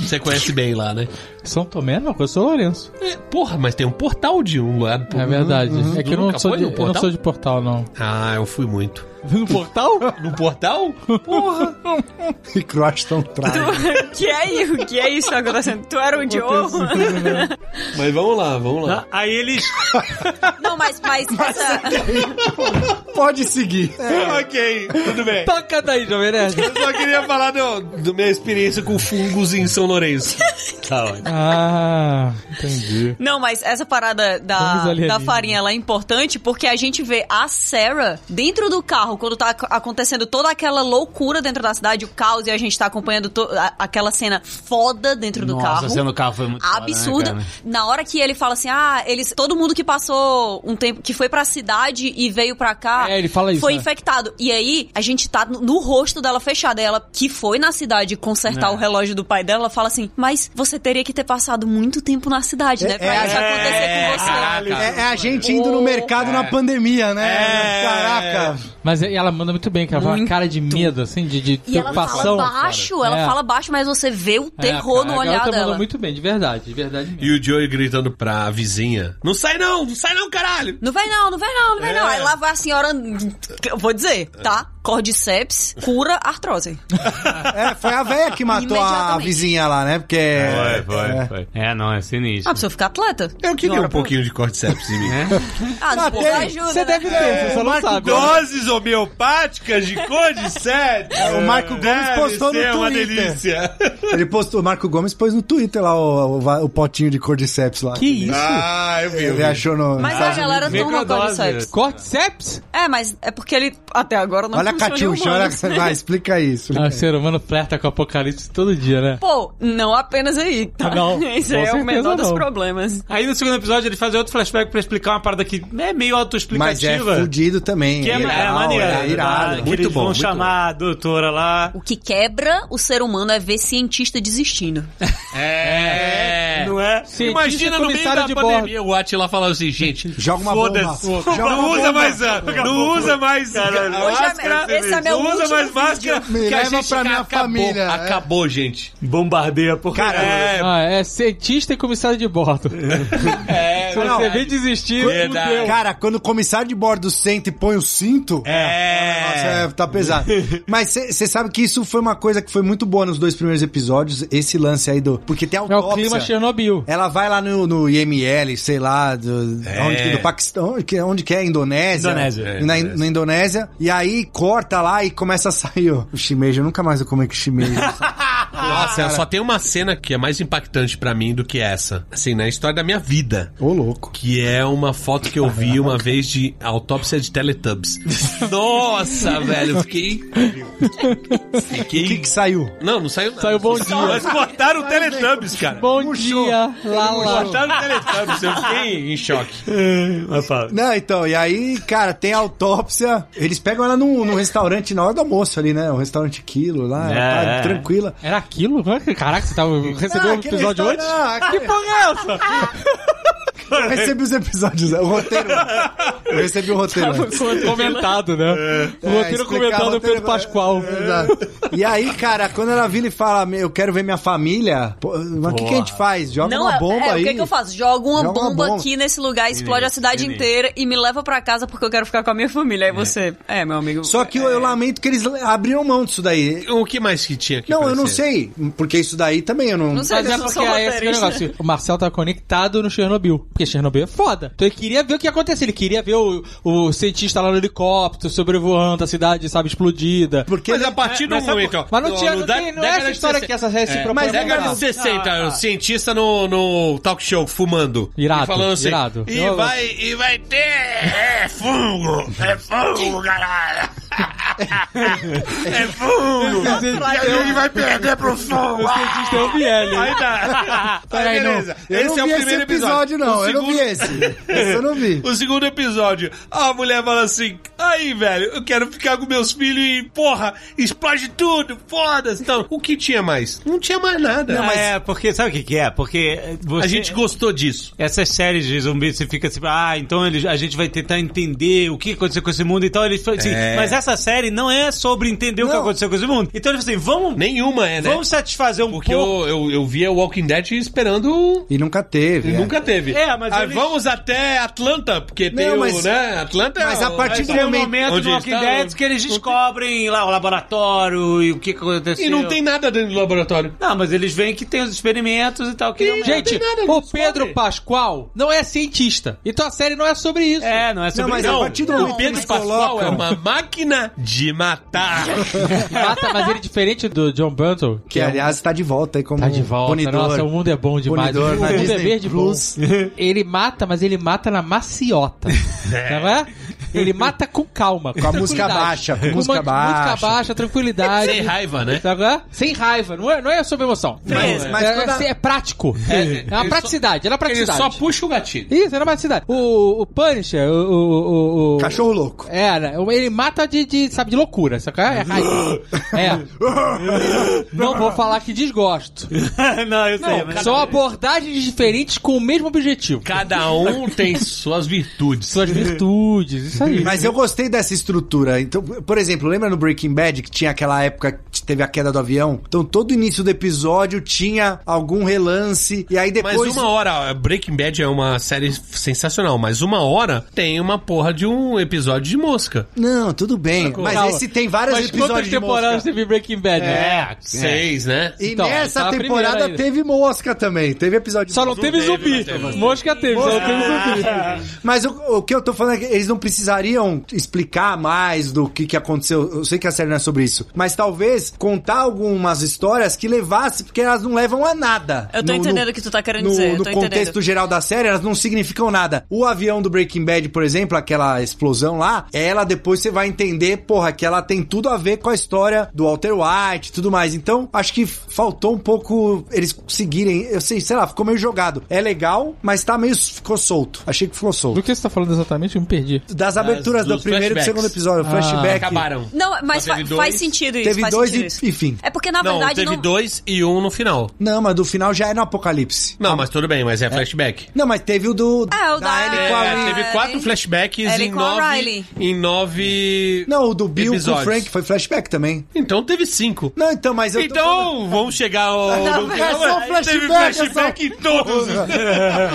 Speaker 3: Você conhece bem lá, né?
Speaker 6: São Tomé não, eu sou Lourenço.
Speaker 3: É, porra, mas tem um portal de um lado pro
Speaker 6: É verdade. É que eu não,
Speaker 3: uhum. Nunca
Speaker 6: sou
Speaker 3: foi
Speaker 6: de,
Speaker 3: no
Speaker 6: eu não
Speaker 3: portal?
Speaker 6: sou de portal, não.
Speaker 3: Ah, eu fui muito.
Speaker 6: No portal?
Speaker 3: [laughs] No portal?
Speaker 4: E Croston traz.
Speaker 5: [laughs] Tu... que é isso? Que é isso que tá acontecendo? Tu era o Joe?
Speaker 3: Mas vamos lá, vamos lá.
Speaker 2: Aí eles.
Speaker 5: Não, mas, mas,
Speaker 4: [laughs]
Speaker 5: essa...
Speaker 4: Pode seguir.
Speaker 3: [laughs] ok, tudo [laughs] bem.
Speaker 6: Toca daí, Jovem Nerd.
Speaker 3: Eu só queria falar do, do minha experiência com fungos em São Lourenço. [laughs] Tá, ótimo.
Speaker 6: Ah, entendi.
Speaker 5: Não, mas essa parada
Speaker 6: Vamos
Speaker 5: da,
Speaker 6: alienígena.
Speaker 5: da farinha ela é importante porque a gente vê a Sarah dentro do carro quando tá ac- acontecendo toda aquela loucura dentro da cidade, o caos, e a gente tá acompanhando to- a- aquela cena foda dentro do
Speaker 2: Nossa,
Speaker 5: carro.
Speaker 2: a cena do carro foi muito foda, né,
Speaker 5: absurda.
Speaker 2: cara?
Speaker 5: Na hora que ele fala assim: "Ah, eles todo mundo que passou um tempo que foi pra cidade e veio pra cá,
Speaker 6: É, ele fala isso,
Speaker 5: foi
Speaker 6: né?
Speaker 5: infectado". E aí a gente tá no, no rosto dela fechada, e ela que foi na cidade
Speaker 6: É.
Speaker 5: consertar o relógio do pai dela, fala assim: "Mas você teria que ter passado muito tempo na cidade, né, pra
Speaker 4: É,
Speaker 5: isso acontecer com você".
Speaker 4: É, é a gente indo no mercado
Speaker 3: É.
Speaker 4: na pandemia, né? Caraca.
Speaker 6: Mas ela manda muito bem, cara. Uma
Speaker 5: Muito.
Speaker 6: cara de medo, assim, de, de
Speaker 5: E ela
Speaker 6: preocupação.
Speaker 5: fala baixo, ela
Speaker 6: É.
Speaker 5: fala baixo, mas você vê o terror
Speaker 6: É, cara,
Speaker 5: no
Speaker 6: a garota
Speaker 5: olhar
Speaker 6: manda
Speaker 5: dela.
Speaker 6: muito bem, de verdade, de verdade mesmo.
Speaker 3: E o Joey gritando pra vizinha: Não sai não, não sai não, caralho!
Speaker 5: Não vai não, não vai não, não vai
Speaker 4: É.
Speaker 5: não. Aí lá vai a senhora. Eu vou dizer, tá? Cordyceps cura artrose.
Speaker 4: É, foi a véia que matou a
Speaker 5: Imediatamente.
Speaker 4: vizinha lá, né? Porque.
Speaker 2: Foi, foi,
Speaker 4: é.
Speaker 2: foi. É, não, é sinistro.
Speaker 5: Ah, precisa ficar atleta.
Speaker 3: Eu queria
Speaker 5: Não,
Speaker 3: um pouquinho de cordyceps em mim.
Speaker 4: É.
Speaker 3: [laughs]
Speaker 5: Ah, não, pô,
Speaker 4: tem.
Speaker 5: ajuda.
Speaker 6: Você
Speaker 5: né?
Speaker 6: deve ter, você só não sabe.
Speaker 3: Doses homeopáticas de cordyceps!
Speaker 4: É, o Marco Gomes
Speaker 3: Deve
Speaker 4: postou no
Speaker 3: ser uma
Speaker 4: Twitter.
Speaker 3: delícia.
Speaker 4: Ele postou, o Marco Gomes pôs no Twitter lá o, o- o potinho de cordyceps lá.
Speaker 6: Que isso?
Speaker 3: Ah, eu vi. eu vi.
Speaker 4: Ele achou no.
Speaker 5: Mas a galera toma
Speaker 2: Microdose.
Speaker 5: cordyceps.
Speaker 6: Cordyceps?
Speaker 5: É, mas é porque ele até agora não
Speaker 4: olha a
Speaker 5: funciona em
Speaker 4: Catiuxa, olha.
Speaker 5: humanos.
Speaker 4: [laughs] Vai, explica isso.
Speaker 6: Ah, o ser humano flerta com o apocalipse todo dia, né?
Speaker 5: [laughs] Pô, não apenas aí, tá? [laughs]
Speaker 6: Não,
Speaker 5: Esse
Speaker 6: com
Speaker 5: é o
Speaker 6: certeza
Speaker 5: menor dos
Speaker 6: não.
Speaker 5: problemas.
Speaker 2: Aí no segundo episódio eles fazem outro flashback pra explicar uma parada que é meio
Speaker 4: Mas é
Speaker 2: autoexplicativa.
Speaker 4: fudido também.
Speaker 2: que é,
Speaker 4: legal,
Speaker 2: é maneiro.
Speaker 3: né?
Speaker 4: É irado.
Speaker 2: Que
Speaker 3: Muito
Speaker 2: eles
Speaker 3: bom,
Speaker 2: vão
Speaker 3: muito
Speaker 2: chamar a doutora lá.
Speaker 5: O que quebra o ser humano é ver cientista desistindo.
Speaker 3: É, É.
Speaker 2: Não é?
Speaker 6: Cientista
Speaker 3: Imagina no meio
Speaker 6: comissário
Speaker 3: da
Speaker 6: de
Speaker 3: pandemia o Atila falando assim, gente,
Speaker 4: Joga uma
Speaker 3: foda-se.
Speaker 4: bomba.
Speaker 3: Não,
Speaker 4: Joga uma
Speaker 3: usa
Speaker 4: bomba.
Speaker 3: mais, a- não usa mais a
Speaker 5: Hoje é-
Speaker 3: máscara,
Speaker 5: esse é meu
Speaker 3: não usa
Speaker 5: último
Speaker 3: mais máscara,
Speaker 4: vídeo. Me
Speaker 3: que a
Speaker 4: leva
Speaker 3: gente
Speaker 4: pra minha
Speaker 3: acabou,
Speaker 4: família, é.
Speaker 3: acabou, gente.
Speaker 2: Bombardeia por
Speaker 4: Cara,
Speaker 3: É,
Speaker 6: Ah, é cientista e comissário de bordo.
Speaker 3: é,
Speaker 6: Se você vem desistir,
Speaker 3: Verdade.
Speaker 6: fudeu.
Speaker 4: Cara, quando o comissário de bordo senta e põe o cinto. Nossa,
Speaker 3: é.
Speaker 4: é, tá pesado. Mas você sabe que isso foi uma coisa que foi muito boa nos dois primeiros episódios, esse lance aí do. Porque tem
Speaker 6: É
Speaker 4: autópsia.
Speaker 6: o clima Chernobyl.
Speaker 4: Ela vai lá no, no IML, sei lá, do, onde, que- do Paquistão, onde que- onde que é? Indonésia.
Speaker 2: Indonésia.
Speaker 4: Na, na Indonésia. E aí corta lá e começa a [laughs] sair o, o shimeji. Eu nunca mais vou comer que shimeji.
Speaker 3: Nossa, só tem uma cena que é mais impactante pra mim do que essa. Assim, na história da minha vida.
Speaker 4: Ô, louco.
Speaker 3: Que é uma foto que eu vi uma vez de autópsia de Teletubbies. Nossa, velho, eu fiquei. Fiquei.
Speaker 4: O que que saiu?
Speaker 3: Não, não saiu nada.
Speaker 6: Saiu bom
Speaker 3: Só-
Speaker 6: dia.
Speaker 3: Mas cortaram o Teletubbies, cara.
Speaker 6: Bom dia, Lala.
Speaker 3: Cortaram o Teletubbies, eu fiquei em choque.
Speaker 4: Não, então, e aí, cara, tem a autópsia. Eles pegam ela num, num restaurante na hora do almoço ali, né? O restaurante Quilo lá, ela tá
Speaker 2: É.
Speaker 4: tranquila.
Speaker 6: Era aquilo? Caraca, você tava... recebeu o
Speaker 4: aquele
Speaker 6: episódio
Speaker 4: restaurante-
Speaker 6: antes?
Speaker 4: Ah, aquele-
Speaker 6: Que porra é essa?
Speaker 4: [laughs] Eu recebi os episódios, o roteiro. Eu recebi o roteiro. [laughs]
Speaker 6: Foi comentado, né?
Speaker 3: É.
Speaker 6: O roteiro
Speaker 4: explicar
Speaker 6: comentado
Speaker 4: roteiro-
Speaker 6: do Pedro Pascoal.
Speaker 4: Exato.
Speaker 5: É.
Speaker 4: E aí, cara, quando ela vira e fala, "Me- eu quero ver minha família, pô, mas o que, que a gente faz? Joga
Speaker 5: Não,
Speaker 4: uma
Speaker 5: é-
Speaker 4: bomba
Speaker 5: é,
Speaker 4: aí.
Speaker 5: o que, que eu faço? Jogo uma,
Speaker 4: Joga uma
Speaker 5: bomba,
Speaker 4: bomba.
Speaker 5: aqui nesse lugar, explode a cidade inteira e me leva pra casa porque eu quero ficar com a minha família. Aí você. É, meu amigo.
Speaker 4: Só que eu, eu lamento que eles abriram mão disso daí.
Speaker 3: O que mais que tinha aqui?
Speaker 4: Não,
Speaker 3: pra
Speaker 4: eu não
Speaker 3: ser?
Speaker 4: sei, porque isso daí também eu não...
Speaker 5: Não sei.
Speaker 6: Mas
Speaker 5: Eles
Speaker 6: é
Speaker 5: não
Speaker 6: porque
Speaker 5: são
Speaker 6: é esse que é o
Speaker 5: roteiristas.
Speaker 6: negócio. O Marcel tá conectado no Chernobyl. Porque Chernobyl é foda. Então ele queria ver o que ia acontecer. Ele queria ver o, o cientista lá no helicóptero sobrevoando a cidade, sabe, explodida.
Speaker 4: Porque
Speaker 3: Mas a partir do momento, ó.
Speaker 6: Mas não tinha-
Speaker 3: no
Speaker 6: não
Speaker 3: da-
Speaker 6: tem- não é
Speaker 3: década
Speaker 6: essa
Speaker 3: de
Speaker 6: história
Speaker 3: 60.
Speaker 6: que essa é se propõe
Speaker 3: Mas
Speaker 6: a
Speaker 3: década
Speaker 6: mudar.
Speaker 3: de 60, o cientista no, no talk show fumando.
Speaker 6: Irado,
Speaker 3: e falando assim,
Speaker 6: irado.
Speaker 3: E,
Speaker 6: Eu-
Speaker 3: vai, e vai ter é fungo, é fungo, caralho. É fungo. e a gente vai perder pro fungo.
Speaker 6: Cientista é o Biel, né?
Speaker 3: Aí tá.
Speaker 4: Peraí, não. Eu
Speaker 3: é
Speaker 4: não vi esse episódio, não.
Speaker 3: O
Speaker 4: Eu não vi
Speaker 3: segundo-
Speaker 4: esse. Esse eu
Speaker 3: [laughs]
Speaker 4: não vi.
Speaker 3: O segundo episódio, a mulher fala assim: aí, velho, eu quero ficar com meus filhos e, porra, explode tudo, foda-se. Então, o que tinha mais? Não tinha mais nada.
Speaker 2: Ah, É, porque sabe o que, que é? Porque eh, você...
Speaker 3: A gente gostou disso.
Speaker 2: Essas séries de zumbis, você fica assim, ah, então eles, a gente vai tentar entender o que aconteceu com esse mundo. Então eles falam assim,
Speaker 3: É.
Speaker 2: mas essa série não é sobre entender o que
Speaker 4: Não.
Speaker 2: aconteceu com esse mundo. Então eles falam assim, vamos,
Speaker 3: Nenhuma é, né?
Speaker 2: vamos satisfazer um
Speaker 3: Porque
Speaker 2: pouco.
Speaker 3: eu, eu, eu via Walking Dead esperando.
Speaker 4: E nunca teve.
Speaker 3: e
Speaker 4: é.
Speaker 3: Nunca teve.
Speaker 2: É, mas
Speaker 3: Aí
Speaker 2: eles-
Speaker 3: Vamos até Atlanta, porque tem o.
Speaker 4: mas-
Speaker 3: né? Atlanta é
Speaker 4: mas a
Speaker 3: o-
Speaker 4: partir
Speaker 2: Mas
Speaker 4: do
Speaker 2: tem um
Speaker 4: momento-
Speaker 2: momento
Speaker 3: Onde
Speaker 2: do Walking
Speaker 3: está
Speaker 2: Dead
Speaker 3: o-
Speaker 2: que eles descobrem lá o laboratório e o que aconteceu.
Speaker 3: E não tem nada dentro do laboratório.
Speaker 2: Não, mas eles veem que tem os experimentos e tal. Que deu merda.
Speaker 6: Gente,
Speaker 3: nada,
Speaker 6: o
Speaker 3: não descobre.
Speaker 6: Pedro Pascoal não é cientista. Então a série não é sobre isso.
Speaker 2: É, não é sobre
Speaker 4: Não, mas a partir do
Speaker 3: O
Speaker 4: momento que
Speaker 3: Pedro
Speaker 4: eles
Speaker 3: Pascoal é
Speaker 4: colocam-
Speaker 3: uma máquina de matar.
Speaker 6: Mata, mas ele é diferente do John Burton.
Speaker 4: Que, aliás, está de volta aí como
Speaker 6: é um- Tá de volta.
Speaker 4: punidor.
Speaker 6: Nossa, o mundo é bom demais.
Speaker 4: Punidor
Speaker 6: o
Speaker 4: na
Speaker 6: mundo é
Speaker 4: Disney
Speaker 6: verde
Speaker 4: Plus.
Speaker 6: bom. [laughs] Ele mata, mas ele mata na maciota. Não é? Ele mata com calma. Com,
Speaker 4: a música
Speaker 6: tranquilidade.
Speaker 4: baixa, com
Speaker 6: uma-
Speaker 4: música baixa.
Speaker 6: Música baixa, tranquilidade.
Speaker 3: Sem raiva, né?
Speaker 6: Sabe qual é? Sem raiva, não é, não é sobre emoção.
Speaker 4: Mas-
Speaker 6: Não,
Speaker 4: mas
Speaker 6: é,
Speaker 4: quando a-
Speaker 6: é, é prático. É, é uma
Speaker 3: Ele
Speaker 6: praticidade, é uma
Speaker 3: Ele
Speaker 6: praticidade.
Speaker 3: só puxa o gatilho.
Speaker 6: Isso, era praticidade. O, o Punisher, o. o- o- o-
Speaker 4: Cachorro louco.
Speaker 6: É, né? ele mata de, de, sabe, de loucura, sabe? qual É É raiva. É. Não vou falar que desgosto.
Speaker 2: não, eu sei. mas-
Speaker 6: São abordagens diferentes com o mesmo objetivo.
Speaker 3: Cada um tem suas virtudes.
Speaker 4: [laughs]
Speaker 6: Suas virtudes, É isso aí.
Speaker 4: Mas eu gostei dessa estrutura. Então, por exemplo, lembra no Breaking Bad que tinha aquela época que teve a queda do avião? Então, todo início do episódio tinha algum relance e aí
Speaker 3: Mas
Speaker 4: depois
Speaker 3: uma hora, Breaking Bad é uma série sensacional, mas uma hora tem uma porra de um episódio de mosca.
Speaker 4: Não, tudo bem. Mas
Speaker 6: Calma.
Speaker 4: esse tem vários
Speaker 6: Mas
Speaker 4: episódios
Speaker 6: quantas
Speaker 4: de
Speaker 6: temporadas
Speaker 4: mosca. É.
Speaker 6: teve Breaking Bad? né?
Speaker 3: Seis, né?
Speaker 4: E
Speaker 6: Então,
Speaker 4: nessa
Speaker 6: essa é a
Speaker 4: temporada
Speaker 6: primeira ainda.
Speaker 4: teve mosca também. Teve episódio de
Speaker 6: Só não
Speaker 4: mosca.
Speaker 6: teve zumbi. Mosca teve, só não teve zumbi.
Speaker 4: Mas o, o que eu tô falando é que eles não precisariam explicar mais do que, que aconteceu. Eu sei que a série não é sobre isso. Mas talvez contar algumas histórias que levasse, porque elas não levam a nada.
Speaker 5: Eu tô entendendo o que tu tá querendo
Speaker 4: no,
Speaker 5: dizer, eu
Speaker 4: No
Speaker 5: tô
Speaker 4: contexto
Speaker 5: entendendo.
Speaker 4: geral da série, elas não significam nada. O avião do Breaking Bad, por exemplo, aquela explosão lá, ela depois você vai entender, porra, que ela tem tudo a ver com a história do Walter White e tudo mais. Então, acho que faltou um pouco eles seguirem. Eu sei, sei lá, ficou meio jogado. É legal, mas tá meio. ficou solto. Achei que ficou solto
Speaker 6: Do que você tá falando exatamente? Eu me perdi.
Speaker 4: das aberturas
Speaker 2: dos
Speaker 4: do primeiro e do
Speaker 13: flashbacks.
Speaker 4: segundo episódio,
Speaker 6: Ah.
Speaker 4: flashback.
Speaker 13: Acabaram.
Speaker 5: Não, mas
Speaker 13: Só
Speaker 5: fa-
Speaker 13: teve dois.
Speaker 5: faz sentido isso.
Speaker 4: Teve
Speaker 5: faz
Speaker 4: dois
Speaker 5: sentido
Speaker 4: e,
Speaker 5: isso.
Speaker 4: enfim.
Speaker 5: É porque, na
Speaker 3: não,
Speaker 5: verdade,
Speaker 3: teve
Speaker 5: não...
Speaker 3: dois e um no final.
Speaker 4: Não, mas do final já é no apocalipse.
Speaker 3: Não, mas tudo bem, mas é, flashback.
Speaker 4: Não, mas teve o do.
Speaker 5: Ah, o da
Speaker 4: Ellie
Speaker 5: Ellie.
Speaker 4: com a Ri-
Speaker 5: Ah,
Speaker 3: É, teve quatro
Speaker 5: Ellen-
Speaker 3: flashbacks
Speaker 5: Ellen
Speaker 3: em
Speaker 5: com a
Speaker 3: nove,
Speaker 5: Riley.
Speaker 3: em nove.
Speaker 4: Não, o do Bill
Speaker 3: Episódios.
Speaker 4: com o Frank foi flashback também.
Speaker 3: Então teve cinco.
Speaker 4: Não, então, mas eu. tô falando-
Speaker 3: Então, vamos chegar ao.
Speaker 4: Não,
Speaker 3: no
Speaker 4: é
Speaker 3: final,
Speaker 4: só
Speaker 3: mas Teve
Speaker 4: flashback, é
Speaker 3: flashback em todos.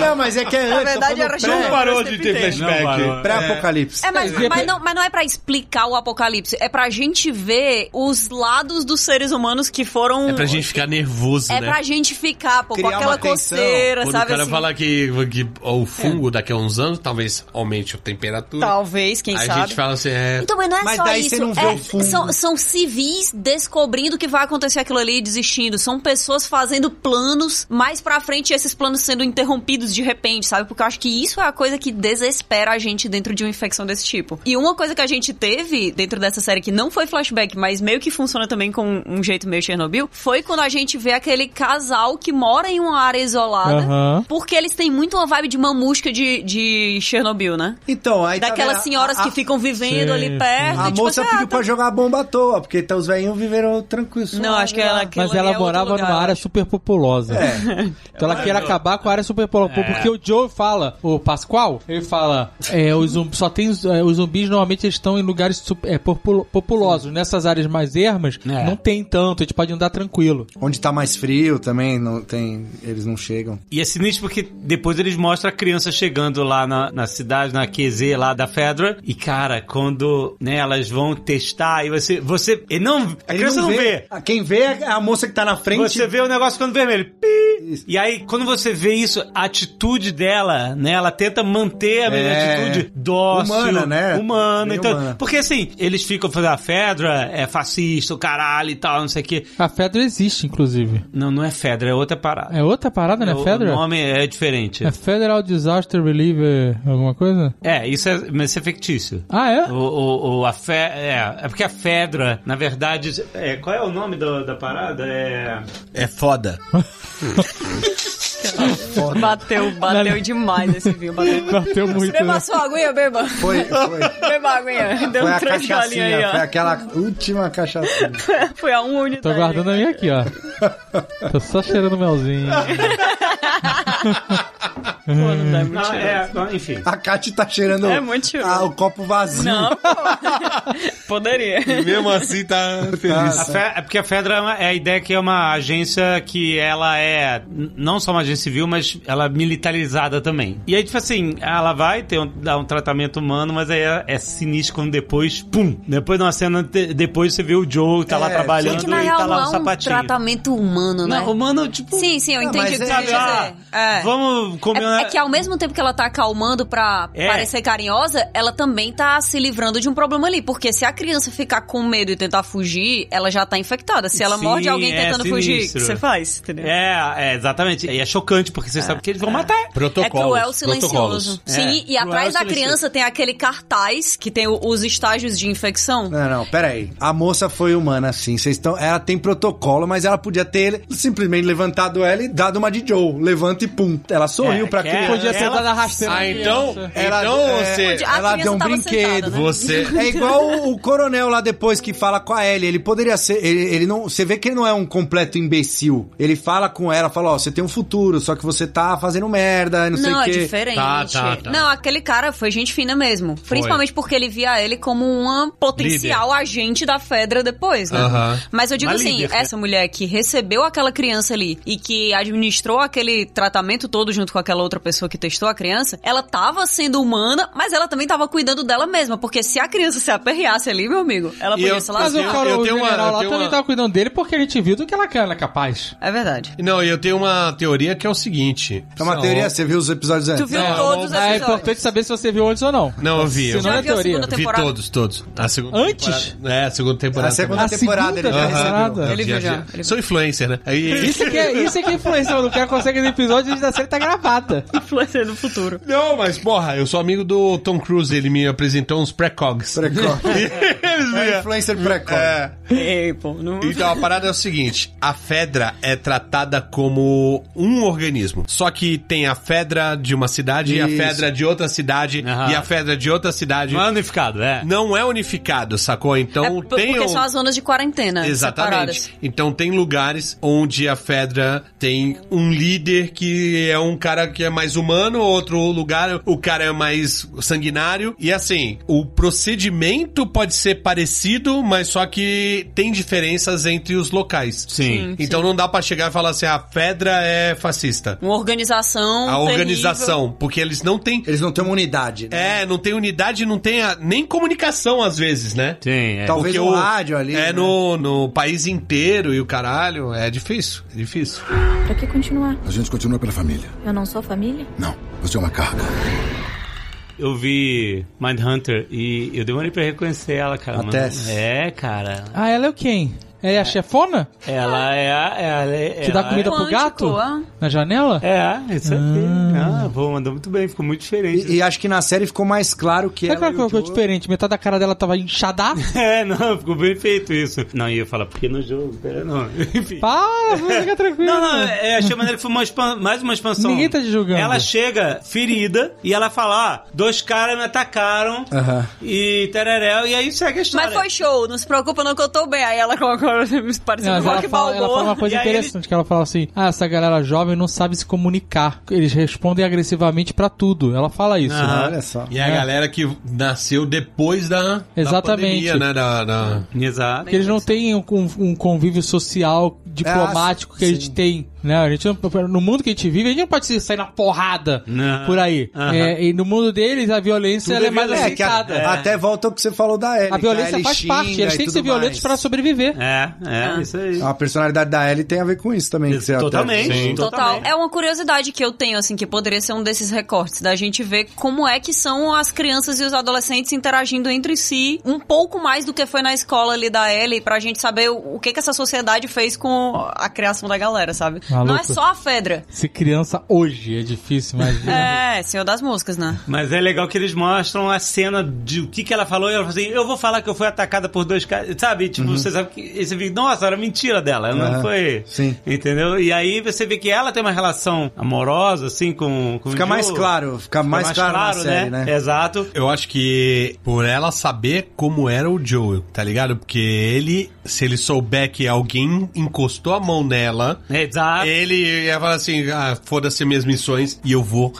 Speaker 4: [laughs] Não, mas é que é antes. eu tô
Speaker 5: verdade,
Speaker 4: falando
Speaker 5: era
Speaker 4: pré-
Speaker 5: junto.
Speaker 3: Não parou de ter
Speaker 2: Não,
Speaker 3: flashback.
Speaker 2: parou.
Speaker 4: Pré-apocalipse.
Speaker 5: É, mas,
Speaker 6: É,
Speaker 5: mas não, mas não é pra explicar o apocalipse, é pra gente ver os lados dos seres humanos que foram.
Speaker 3: É pra gente ficar nervoso,
Speaker 5: É
Speaker 3: né?
Speaker 5: pra gente ficar, pô, com
Speaker 4: Criar
Speaker 5: aquela
Speaker 4: uma tensão.
Speaker 5: coceira,
Speaker 3: Quando o
Speaker 5: sabe
Speaker 3: cara
Speaker 5: assim? É.
Speaker 3: falar que, que o fungo daqui a uns anos talvez aumente a temperatura.
Speaker 5: Talvez, quem
Speaker 3: Aí
Speaker 5: sabe.
Speaker 3: a gente fala assim, é.
Speaker 5: Então, mas não é
Speaker 4: Mas
Speaker 5: só
Speaker 4: daí
Speaker 5: isso.
Speaker 4: você não vê
Speaker 5: é,
Speaker 4: o fundo.
Speaker 5: São, são civis descobrindo que vai acontecer aquilo ali e desistindo. São pessoas fazendo planos, mais pra frente esses planos sendo interrompidos de repente, sabe? Porque eu acho que isso é a coisa que desespera a gente dentro de uma infecção desse tipo. E uma coisa que a gente teve dentro dessa série que não foi flashback, mas meio que funciona também com um jeito meio Chernobyl, foi quando a gente vê aquele casal que mora em uma área isolada.
Speaker 6: Aham.
Speaker 5: Porque eles têm muito uma vibe de mamusca de, de Chernobyl, né?
Speaker 4: Então, aí. tá
Speaker 5: Daquelas
Speaker 4: vendo?
Speaker 5: senhoras
Speaker 4: A-
Speaker 5: que ficam vivendo ali perto.
Speaker 4: A
Speaker 5: e, tipo,
Speaker 4: moça
Speaker 5: assim, ah,
Speaker 4: pediu
Speaker 5: tá-
Speaker 4: pra jogar a bomba à toa, porque então os velhinhos viveram tranquilos.
Speaker 5: Não, acho que ela. aquilo
Speaker 6: Mas
Speaker 5: ali é
Speaker 6: ela
Speaker 5: outro
Speaker 6: morava
Speaker 5: lugar,
Speaker 6: numa
Speaker 5: eu
Speaker 6: área
Speaker 5: acho.
Speaker 6: super populosa.
Speaker 4: É.
Speaker 6: [laughs] Então ela queria acabar com a área super populosa. Porque o Joe fala, o Pascoal, ele fala: é, os, zum- só tem, os- é, os zumbis normalmente eles estão em lugares sup- é, populo- populosos. Nessas áreas mais ermas,
Speaker 4: É.
Speaker 6: não tem tanto, a gente pode andar tranquilo.
Speaker 4: Onde tá mais frio também, não tem, eles não chegam.
Speaker 2: E é sinistro porque depois eles mostram a criança chegando lá na, na cidade, na QZ lá da Fedra. E, cara, quando né, elas vão testar e você... você ele não, a
Speaker 4: Ele
Speaker 2: criança não, vê.
Speaker 4: Ah, Quem vê é a moça que tá na frente.
Speaker 2: Você vê o negócio ficando vermelho. Pi! E aí, quando você vê isso, a atitude dela, né? Ela tenta manter a mesma
Speaker 4: É.
Speaker 2: atitude dócil.
Speaker 4: Humana, né?
Speaker 2: Humana.
Speaker 4: Bem
Speaker 2: Então,
Speaker 4: humana.
Speaker 2: Porque assim, eles ficam fazendo a Fedra, é fascista, o caralho e tal, não sei o quê.
Speaker 6: A Fedra existe, inclusive.
Speaker 2: Não, não é Fedra, é outra parada.
Speaker 6: É outra parada, né?
Speaker 2: o,
Speaker 6: Fedra?
Speaker 2: o nome é diferente.
Speaker 6: É Federal Disaster Reliever, alguma coisa?
Speaker 2: É, isso é, mas isso é fictício.
Speaker 6: Ah, é?
Speaker 2: O, o, o- a fe, é, é porque a Fedra, na verdade. É, qual é o nome do- da parada? É.
Speaker 3: É foda.
Speaker 5: Bateu, bateu demais esse vinho. Bateu.
Speaker 6: Bateu
Speaker 5: Você [laughs]
Speaker 6: muito,
Speaker 5: beba
Speaker 6: né?
Speaker 5: sua aguinha, beba.
Speaker 4: Foi, foi.
Speaker 5: Beba a aguinha. Deu
Speaker 4: Foi a
Speaker 5: Um três
Speaker 4: cachaçinha,
Speaker 5: galinhas
Speaker 4: foi
Speaker 5: aí,
Speaker 4: aquela última cachaçinha.
Speaker 5: ó. Foi a um unidade.
Speaker 6: Tô guardando a minha aqui, ó. Tô só cheirando melzinho.
Speaker 5: Pô, não dá, é muito
Speaker 2: Não,
Speaker 5: cheiro.
Speaker 2: é não, enfim.
Speaker 4: A Kati tá cheirando
Speaker 5: É muito cheiroso.
Speaker 4: ah, o copo vazio.
Speaker 5: Não, pô. [laughs] Poderia.
Speaker 3: Mesmo assim, tá
Speaker 4: Tá.
Speaker 2: A Fe- é porque a Fedra é, uma- é a ideia que é uma agência que ela é n- não só uma agência civil, mas ela é militarizada também. E aí, tipo assim, ela vai ter um, dar um tratamento humano, mas aí é, é sinistro quando depois, pum! Depois de uma cena, te- depois você vê o Joe tá lá
Speaker 4: É,
Speaker 2: trabalhando
Speaker 5: É que na
Speaker 2: e tá
Speaker 5: real
Speaker 2: lá um
Speaker 5: não é um
Speaker 2: sapatinho.
Speaker 5: tratamento humano, né?
Speaker 2: Não, humano, tipo.
Speaker 5: Sim, sim, eu
Speaker 4: mas
Speaker 5: entendi o que
Speaker 4: é-
Speaker 5: você
Speaker 2: sabe, ah,
Speaker 5: quer dizer. É.
Speaker 2: Vamos combinar.
Speaker 5: É, é que ao mesmo tempo que ela tá acalmando pra
Speaker 2: É.
Speaker 5: parecer carinhosa, ela também tá se livrando de um problema ali. Porque se a criança ficar com medo e tentar fugir, ela já tá infectada. Se ela
Speaker 2: Sim,
Speaker 5: morde alguém
Speaker 2: é
Speaker 5: tentando fugir, o que
Speaker 2: sinistro.
Speaker 5: você faz? Entendeu?
Speaker 2: É, é, exatamente. E é chocante, porque você sabe que eles vão matar.
Speaker 5: É
Speaker 3: Protocolos.
Speaker 5: cruel silencioso.
Speaker 2: protocolos.
Speaker 5: Sim,
Speaker 2: É,
Speaker 5: e atrás da
Speaker 2: cruel silencioso.
Speaker 5: criança tem aquele cartaz que tem o- os estágios de infecção.
Speaker 4: Não, não, peraí. A moça foi humana, sim. Vocês estão. Ela tem protocolo, mas ela podia ter simplesmente levantado ela e dado uma de Joe. Levanta e pum. Ela sorriu
Speaker 2: É,
Speaker 4: pra
Speaker 2: que
Speaker 4: criança.
Speaker 2: é-
Speaker 6: Podia ser
Speaker 2: Ela-
Speaker 6: dada rasteira.
Speaker 3: Ah, então.
Speaker 4: Ela-
Speaker 3: então
Speaker 4: é,
Speaker 3: você.
Speaker 5: Onde a
Speaker 4: ela
Speaker 5: criança
Speaker 4: deu um
Speaker 5: tava
Speaker 4: brinquedo,
Speaker 5: sentada, né?
Speaker 3: Você.
Speaker 5: [laughs]
Speaker 4: É igual o- o coronel lá depois que fala com a Ellie. Ele poderia ser. Ele, ele não. Você vê que ele não é um completo imbecil. Ele fala com ela, fala: Ó, você tem um futuro, só que você tá fazendo merda, não, sei o
Speaker 5: Não, é
Speaker 4: quê.
Speaker 5: diferente.
Speaker 3: Tá, tá, tá.
Speaker 5: Não, aquele cara foi gente fina mesmo. Principalmente porque ele via ele como uma potencial agente da Fedra depois, né?
Speaker 3: Aham.
Speaker 5: Mas eu digo
Speaker 2: Uma
Speaker 5: assim,
Speaker 2: líder, né?
Speaker 5: essa mulher que recebeu aquela criança ali e que administrou aquele tratamento todo junto com aquela outra pessoa que testou a criança, ela tava sendo humana, mas ela também tava cuidando dela mesma. Porque se a criança se aperreasse ali, meu amigo, ela
Speaker 3: E
Speaker 5: podia
Speaker 3: eu-
Speaker 5: ser
Speaker 6: Mas o
Speaker 3: eu-
Speaker 5: lascada.
Speaker 6: cara,
Speaker 3: eu
Speaker 6: o
Speaker 3: tenho uma-
Speaker 6: general
Speaker 3: eu
Speaker 6: lá
Speaker 3: tenho
Speaker 6: também
Speaker 3: uma-
Speaker 6: tava cuidando dele porque ele te viu do que ela era capaz.
Speaker 5: É verdade.
Speaker 3: Não, e eu tenho uma teoria que é o seguinte.
Speaker 4: É uma teoria, você viu os episódios antes?
Speaker 5: Tu viu
Speaker 3: Não,
Speaker 5: todos os
Speaker 6: Ah, é
Speaker 5: episódios.
Speaker 6: importante saber se você viu antes ou não.
Speaker 3: Não, eu vi. Eu
Speaker 6: Senão
Speaker 5: Já
Speaker 6: é
Speaker 5: viu a
Speaker 6: teoria.
Speaker 5: segunda
Speaker 3: vi
Speaker 5: temporada?
Speaker 3: todos, todos. A segunda
Speaker 6: Antes?
Speaker 3: temporada- É, a segunda temporada.
Speaker 4: A segunda
Speaker 6: A
Speaker 4: temporada
Speaker 6: segunda
Speaker 4: ele já
Speaker 6: temporada?
Speaker 4: recebeu.
Speaker 3: Não,
Speaker 5: Ele viu já, ele viu.
Speaker 3: Sou influencer, né? Aí-
Speaker 5: [laughs]
Speaker 6: Isso é que é, isso é, que é influência, mano. O cara consegue os episódios da série tá gravada.
Speaker 5: Influência do futuro.
Speaker 3: Não, mas porra, eu sou amigo do Tom Cruise, ele me apresentou uns precogs.
Speaker 4: Precoce.
Speaker 3: deles,
Speaker 10: É
Speaker 3: né?
Speaker 10: influencer precoce.
Speaker 3: É.
Speaker 5: Ei, pô, não...
Speaker 3: Então a parada é o seguinte: a Fedra é tratada como um organismo. Só que tem a Fedra de uma cidade e a
Speaker 10: Isso.
Speaker 3: Fedra de outra cidade
Speaker 2: Aham.
Speaker 3: e a Fedra de outra cidade.
Speaker 2: Não é unificado, é.
Speaker 3: Não é unificado, sacou? Então
Speaker 5: É por-
Speaker 3: tem
Speaker 5: porque
Speaker 3: um-
Speaker 5: são as zonas de quarentena
Speaker 3: Exatamente.
Speaker 5: separadas.
Speaker 3: Então tem lugares onde a Fedra tem um líder que é um cara que é mais humano, outro lugar o cara é mais sanguinário. E assim, o procedimento pode ser parecido, mas só que tem diferenças entre os locais.
Speaker 2: Sim.
Speaker 3: Então não dá pra chegar e falar assim, a Fedra é fascista.
Speaker 5: Uma organização
Speaker 3: a
Speaker 5: terrível.
Speaker 3: organização, porque eles não têm...
Speaker 10: Eles não têm uma unidade, né?
Speaker 3: É, não tem unidade, não tem a- nem comunicação às vezes, né?
Speaker 2: Sim, é.
Speaker 10: Talvez
Speaker 3: Porque
Speaker 10: no
Speaker 3: o-
Speaker 10: rádio ali.
Speaker 3: É
Speaker 10: né?
Speaker 3: no, no país inteiro e o caralho. É difícil, é difícil.
Speaker 11: Pra que continuar?
Speaker 1: A gente continua pela família.
Speaker 11: Eu não sou família?
Speaker 1: Não, você é uma carga.
Speaker 2: Eu vi Mindhunter e eu demorei pra reconhecer ela, cara.
Speaker 10: A
Speaker 2: mano.
Speaker 10: Tess.
Speaker 2: É, cara.
Speaker 6: Ah, ela é o quem? É a chefona?
Speaker 2: Ela é a. Ela é,
Speaker 6: Que dá
Speaker 2: ela
Speaker 6: comida pro
Speaker 5: Quântico,
Speaker 6: gato?
Speaker 5: ah.
Speaker 6: Na janela?
Speaker 2: É, é isso aqui. Ah, pô, mandou muito bem, ficou muito diferente.
Speaker 10: E, e acho que na série ficou mais claro que
Speaker 6: É
Speaker 10: ela
Speaker 6: claro
Speaker 10: e
Speaker 6: que
Speaker 10: o
Speaker 6: ficou
Speaker 10: Joe-
Speaker 6: diferente. Metade da cara dela tava inchada.
Speaker 2: [laughs] É, não, ficou bem feito isso. Não, e eu ia falar, porque no jogo, pera, não. Enfim.
Speaker 6: Para, fica tranquilo.
Speaker 2: Não, não, é, achei maneiro que foi uma expan- mais uma expansão.
Speaker 6: Ninguém tá te julgando.
Speaker 2: Ela chega ferida e ela fala: ah, dois caras me atacaram
Speaker 10: Aham.
Speaker 2: e tereréu, e aí segue a história.
Speaker 5: Mas foi show, não se preocupa não que eu tô bem. Aí ela coloca
Speaker 6: Não,
Speaker 5: parecendo um
Speaker 6: mas ela,
Speaker 5: rock
Speaker 6: fala, ela fala uma
Speaker 5: balboa.
Speaker 6: coisa
Speaker 2: E aí
Speaker 6: interessante, que ela fala assim, ah, essa galera jovem não sabe se comunicar. Eles respondem agressivamente pra tudo. Ela fala
Speaker 10: Ah,
Speaker 6: isso.
Speaker 2: Aham.
Speaker 10: Olha só.
Speaker 3: E a
Speaker 5: É.
Speaker 3: galera que nasceu depois da, da
Speaker 6: Exatamente.
Speaker 3: pandemia, né? Da, da-
Speaker 2: Exato.
Speaker 6: Porque eles não têm um, con- um convívio social, diplomático que a gente
Speaker 10: Ah, sim.
Speaker 6: tem. Né? A gente não- no mundo que a gente vive, a gente não pode se sair na porrada
Speaker 2: Não.
Speaker 6: por aí.
Speaker 2: Aham.
Speaker 6: É, e no mundo deles, a violência ela é mais
Speaker 10: É, que a-
Speaker 6: aceitada. A,
Speaker 10: até volta o que você falou da Ellie. que
Speaker 6: violência
Speaker 10: Ellie
Speaker 6: faz parte,
Speaker 10: xinga
Speaker 6: eles
Speaker 10: e
Speaker 6: têm que ser
Speaker 10: tudo mais.
Speaker 6: violentos pra sobreviver.
Speaker 2: É, é,
Speaker 5: Ah.
Speaker 2: isso aí.
Speaker 10: A personalidade da Ellie tem a ver com isso também. que você até-
Speaker 2: Totalmente.
Speaker 3: Sim.
Speaker 5: Total.
Speaker 2: Totalmente.
Speaker 5: É uma curiosidade que eu tenho, assim, que poderia ser um desses recortes, da gente ver como é que são as crianças e os adolescentes interagindo entre si um pouco mais do que foi na escola ali da Ellie, pra gente saber o o que que essa sociedade fez com a criação da galera, sabe? Não é
Speaker 6: Maluco.
Speaker 5: só a Fedra.
Speaker 6: Se criança hoje [laughs] é difícil, imagina.
Speaker 5: É, Senhor das Músicas, né?
Speaker 2: Mas é legal que eles mostram a cena de o que, que ela falou e ela falou assim: eu vou falar que eu fui atacada por dois caras. Sabe? Tipo, você sabe que. e Você fica, nossa, era mentira dela, não
Speaker 10: Uhum. Aham.
Speaker 2: foi.
Speaker 10: Sim.
Speaker 2: Entendeu? E aí você vê que ela tem uma relação amorosa, assim, com. com o
Speaker 10: Fica mais
Speaker 2: Joe.
Speaker 10: claro, fica mais, claro, na série, né?
Speaker 2: É. Exato.
Speaker 3: Eu acho que por ela saber como era o Joel, tá ligado? Porque ele, se ele souber que alguém encostou a mão nela,
Speaker 5: Ah.
Speaker 2: Exato.
Speaker 3: ele ia falar assim: ah, foda-se minhas missões e eu vou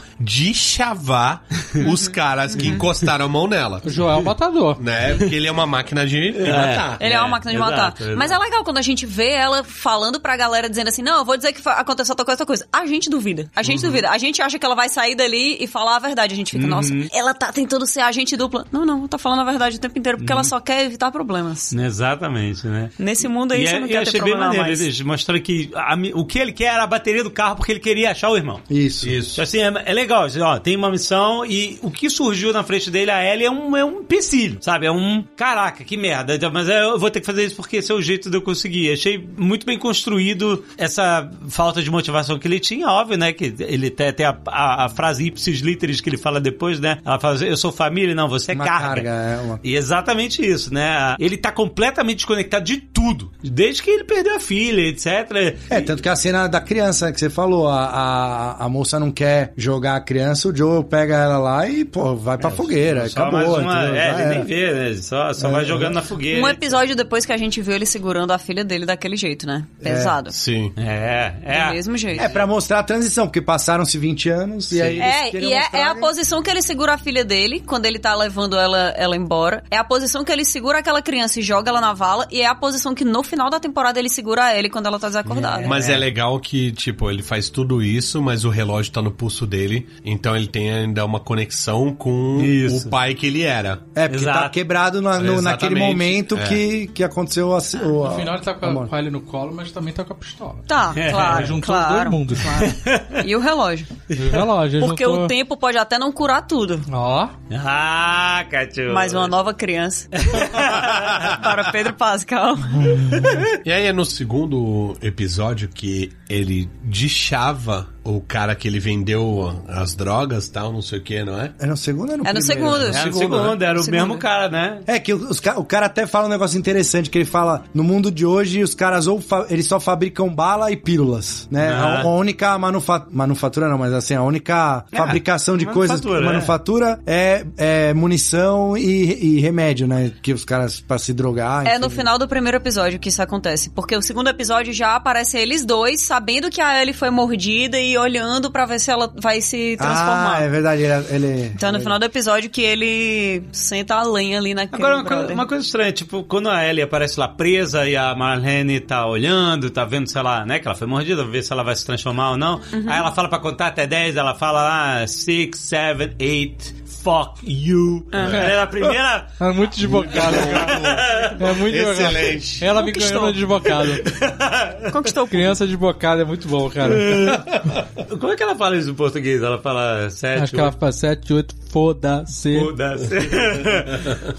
Speaker 3: deschavar os caras
Speaker 5: Uhum.
Speaker 3: que encostaram a mão
Speaker 5: [laughs]
Speaker 3: nela.
Speaker 6: O Joel é um Matador.
Speaker 3: Né? Porque ele é uma máquina de de matar.
Speaker 5: Ele é, uma máquina de matar.
Speaker 2: exato, exato.
Speaker 5: Mas é legal quando a gente vê ela falando pra galera, dizendo assim, não, eu vou dizer que fa- aconteceu tal coisa, tal coisa. A gente duvida. A
Speaker 2: Uhum.
Speaker 5: gente duvida. A gente acha que ela vai sair dali e falar a verdade. A gente fica, nossa,
Speaker 2: Uhum.
Speaker 5: ela tá tentando ser agente dupla. Não, não, tá falando a verdade o tempo inteiro, porque ela
Speaker 2: Uhum.
Speaker 5: só quer evitar problemas.
Speaker 2: Exatamente, né?
Speaker 5: Nesse mundo aí,
Speaker 2: e
Speaker 5: você
Speaker 2: é- eu
Speaker 5: não quer ter
Speaker 2: achei bem
Speaker 5: problema
Speaker 2: maneiro.
Speaker 5: mais.
Speaker 2: Eles mostrando que a mi- o que ele quer era a bateria do carro porque ele queria achar o irmão.
Speaker 10: Isso.
Speaker 2: Então, assim, é, é legal. assim, ó, tem uma missão e o que surgiu na frente dele, a Ellie, é um, é um empecilho, sabe? É um caraca, que merda. Então, Mas eu vou ter que fazer isso porque esse é o jeito de eu conseguir. Achei muito bem construído essa falta de motivação que ele tinha, óbvio, né? Que ele tem até a, a- a frase ipsis literis que ele fala depois, né? Ela fala assim, eu sou família, não, você é
Speaker 10: Uma
Speaker 2: carga.
Speaker 10: carga, é uma-
Speaker 2: E exatamente isso, né? Ele tá completamente desconectado de tudo. Desde que ele perdeu a filha, etc.
Speaker 10: É, tanto que a cena da criança que você falou, a, a, a moça não quer jogar a criança, o Joe pega ela lá e, pô, vai pra fogueira,
Speaker 2: Só
Speaker 10: acabou.
Speaker 2: mais uma.
Speaker 10: entendeu?
Speaker 2: É,
Speaker 10: Já
Speaker 2: ele
Speaker 10: era.
Speaker 2: nem
Speaker 10: É.
Speaker 2: vê, né? Só, só vai jogando na fogueira.
Speaker 5: Um episódio depois que a gente viu ele segurando a filha dele daquele jeito, né? Pesado.
Speaker 3: Sim.
Speaker 2: É,
Speaker 5: Do
Speaker 2: é.
Speaker 5: mesmo jeito.
Speaker 10: É, pra mostrar a transição, porque passaram-se 20 anos e aí eles
Speaker 5: É,
Speaker 10: queriam
Speaker 5: e é,
Speaker 10: mostrar,
Speaker 5: é a
Speaker 10: né?
Speaker 5: posição que ele segura a filha dele quando ele tá levando ela, ela embora. É a posição que ele segura aquela criança e joga ela na vala. E é a posição que no final da temporada ele segura ele quando ela tá desacordada.
Speaker 3: Mas é legal que, tipo, ele faz tudo isso, mas o relógio tá no pulso dele, então ele tem ainda uma conexão com
Speaker 2: Isso.
Speaker 3: o pai que ele era.
Speaker 10: É, porque tá
Speaker 2: Exato.
Speaker 10: quebrado na- no- naquele
Speaker 3: Exatamente,
Speaker 10: momento
Speaker 3: é.
Speaker 10: que, que aconteceu a, o,
Speaker 6: No final ele tá com
Speaker 10: a
Speaker 6: a
Speaker 10: morte.
Speaker 6: palha no colo, mas também tá com a pistola.
Speaker 5: Tá, claro,
Speaker 6: juntou
Speaker 5: claro.
Speaker 6: dois mundos.
Speaker 5: E o relógio.
Speaker 6: O relógio, ele
Speaker 5: Porque
Speaker 6: juntou-
Speaker 5: o tempo pode até não curar tudo.
Speaker 6: Ó,
Speaker 2: Ah, Catiu.
Speaker 5: Mas uma nova criança. Para Pedro Pascal.
Speaker 3: E aí é no segundo episódio que ele deixava o cara que ele vendeu as drogas tal, não sei o que, não é?
Speaker 4: É no segundo ou no
Speaker 5: É no
Speaker 4: primeiro?
Speaker 5: segundo.
Speaker 2: Era o
Speaker 3: Segundo, né?
Speaker 2: segundo, era o
Speaker 5: Segundo.
Speaker 2: mesmo cara, né?
Speaker 4: É que os ca- o cara até fala um negócio interessante, que ele fala, no mundo de hoje, os caras ou fa- eles só fabricam bala e pílulas, né?
Speaker 2: Ah.
Speaker 4: A, a única manufa- manufatura, não, mas assim, a única
Speaker 2: É,
Speaker 4: fabricação de coisas,
Speaker 2: manufatura, é.
Speaker 4: manufatura é, é munição e, e remédio, né? Que os caras, pra se drogar...
Speaker 5: É
Speaker 4: enfim.
Speaker 5: no final do primeiro episódio que isso acontece, porque o segundo episódio já aparece eles dois sabendo que a Ellie foi mordida e olhando pra ver se ela vai se transformar.
Speaker 4: Ah, é verdade, ele... ele-
Speaker 5: Então é no final do episódio que ele senta a lenha ali naquele
Speaker 2: Agora, uma coisa,
Speaker 5: brother.
Speaker 2: uma coisa estranha, tipo, quando a Ellie aparece lá presa e a Marlene tá olhando, tá vendo se ela, né, que ela foi mordida, ver se ela vai se transformar ou não. Aí ela fala pra contar até 10, ela fala, ah, 6, 7, 8, fuck you. É a primeira...
Speaker 6: É muito desbocado, cara. É muito desbocado.
Speaker 3: Excelente.
Speaker 6: Ela me
Speaker 5: Conquistou.
Speaker 6: ganhou no desbocado.
Speaker 5: Conquistou o
Speaker 6: Criança desbocada é muito bom, cara.
Speaker 2: Como é que ela fala isso em português? Ela fala
Speaker 6: Acho
Speaker 2: 7,
Speaker 6: que ela
Speaker 2: 8,
Speaker 6: fica 7, 8, foda-se.
Speaker 2: É, foda-se. [laughs]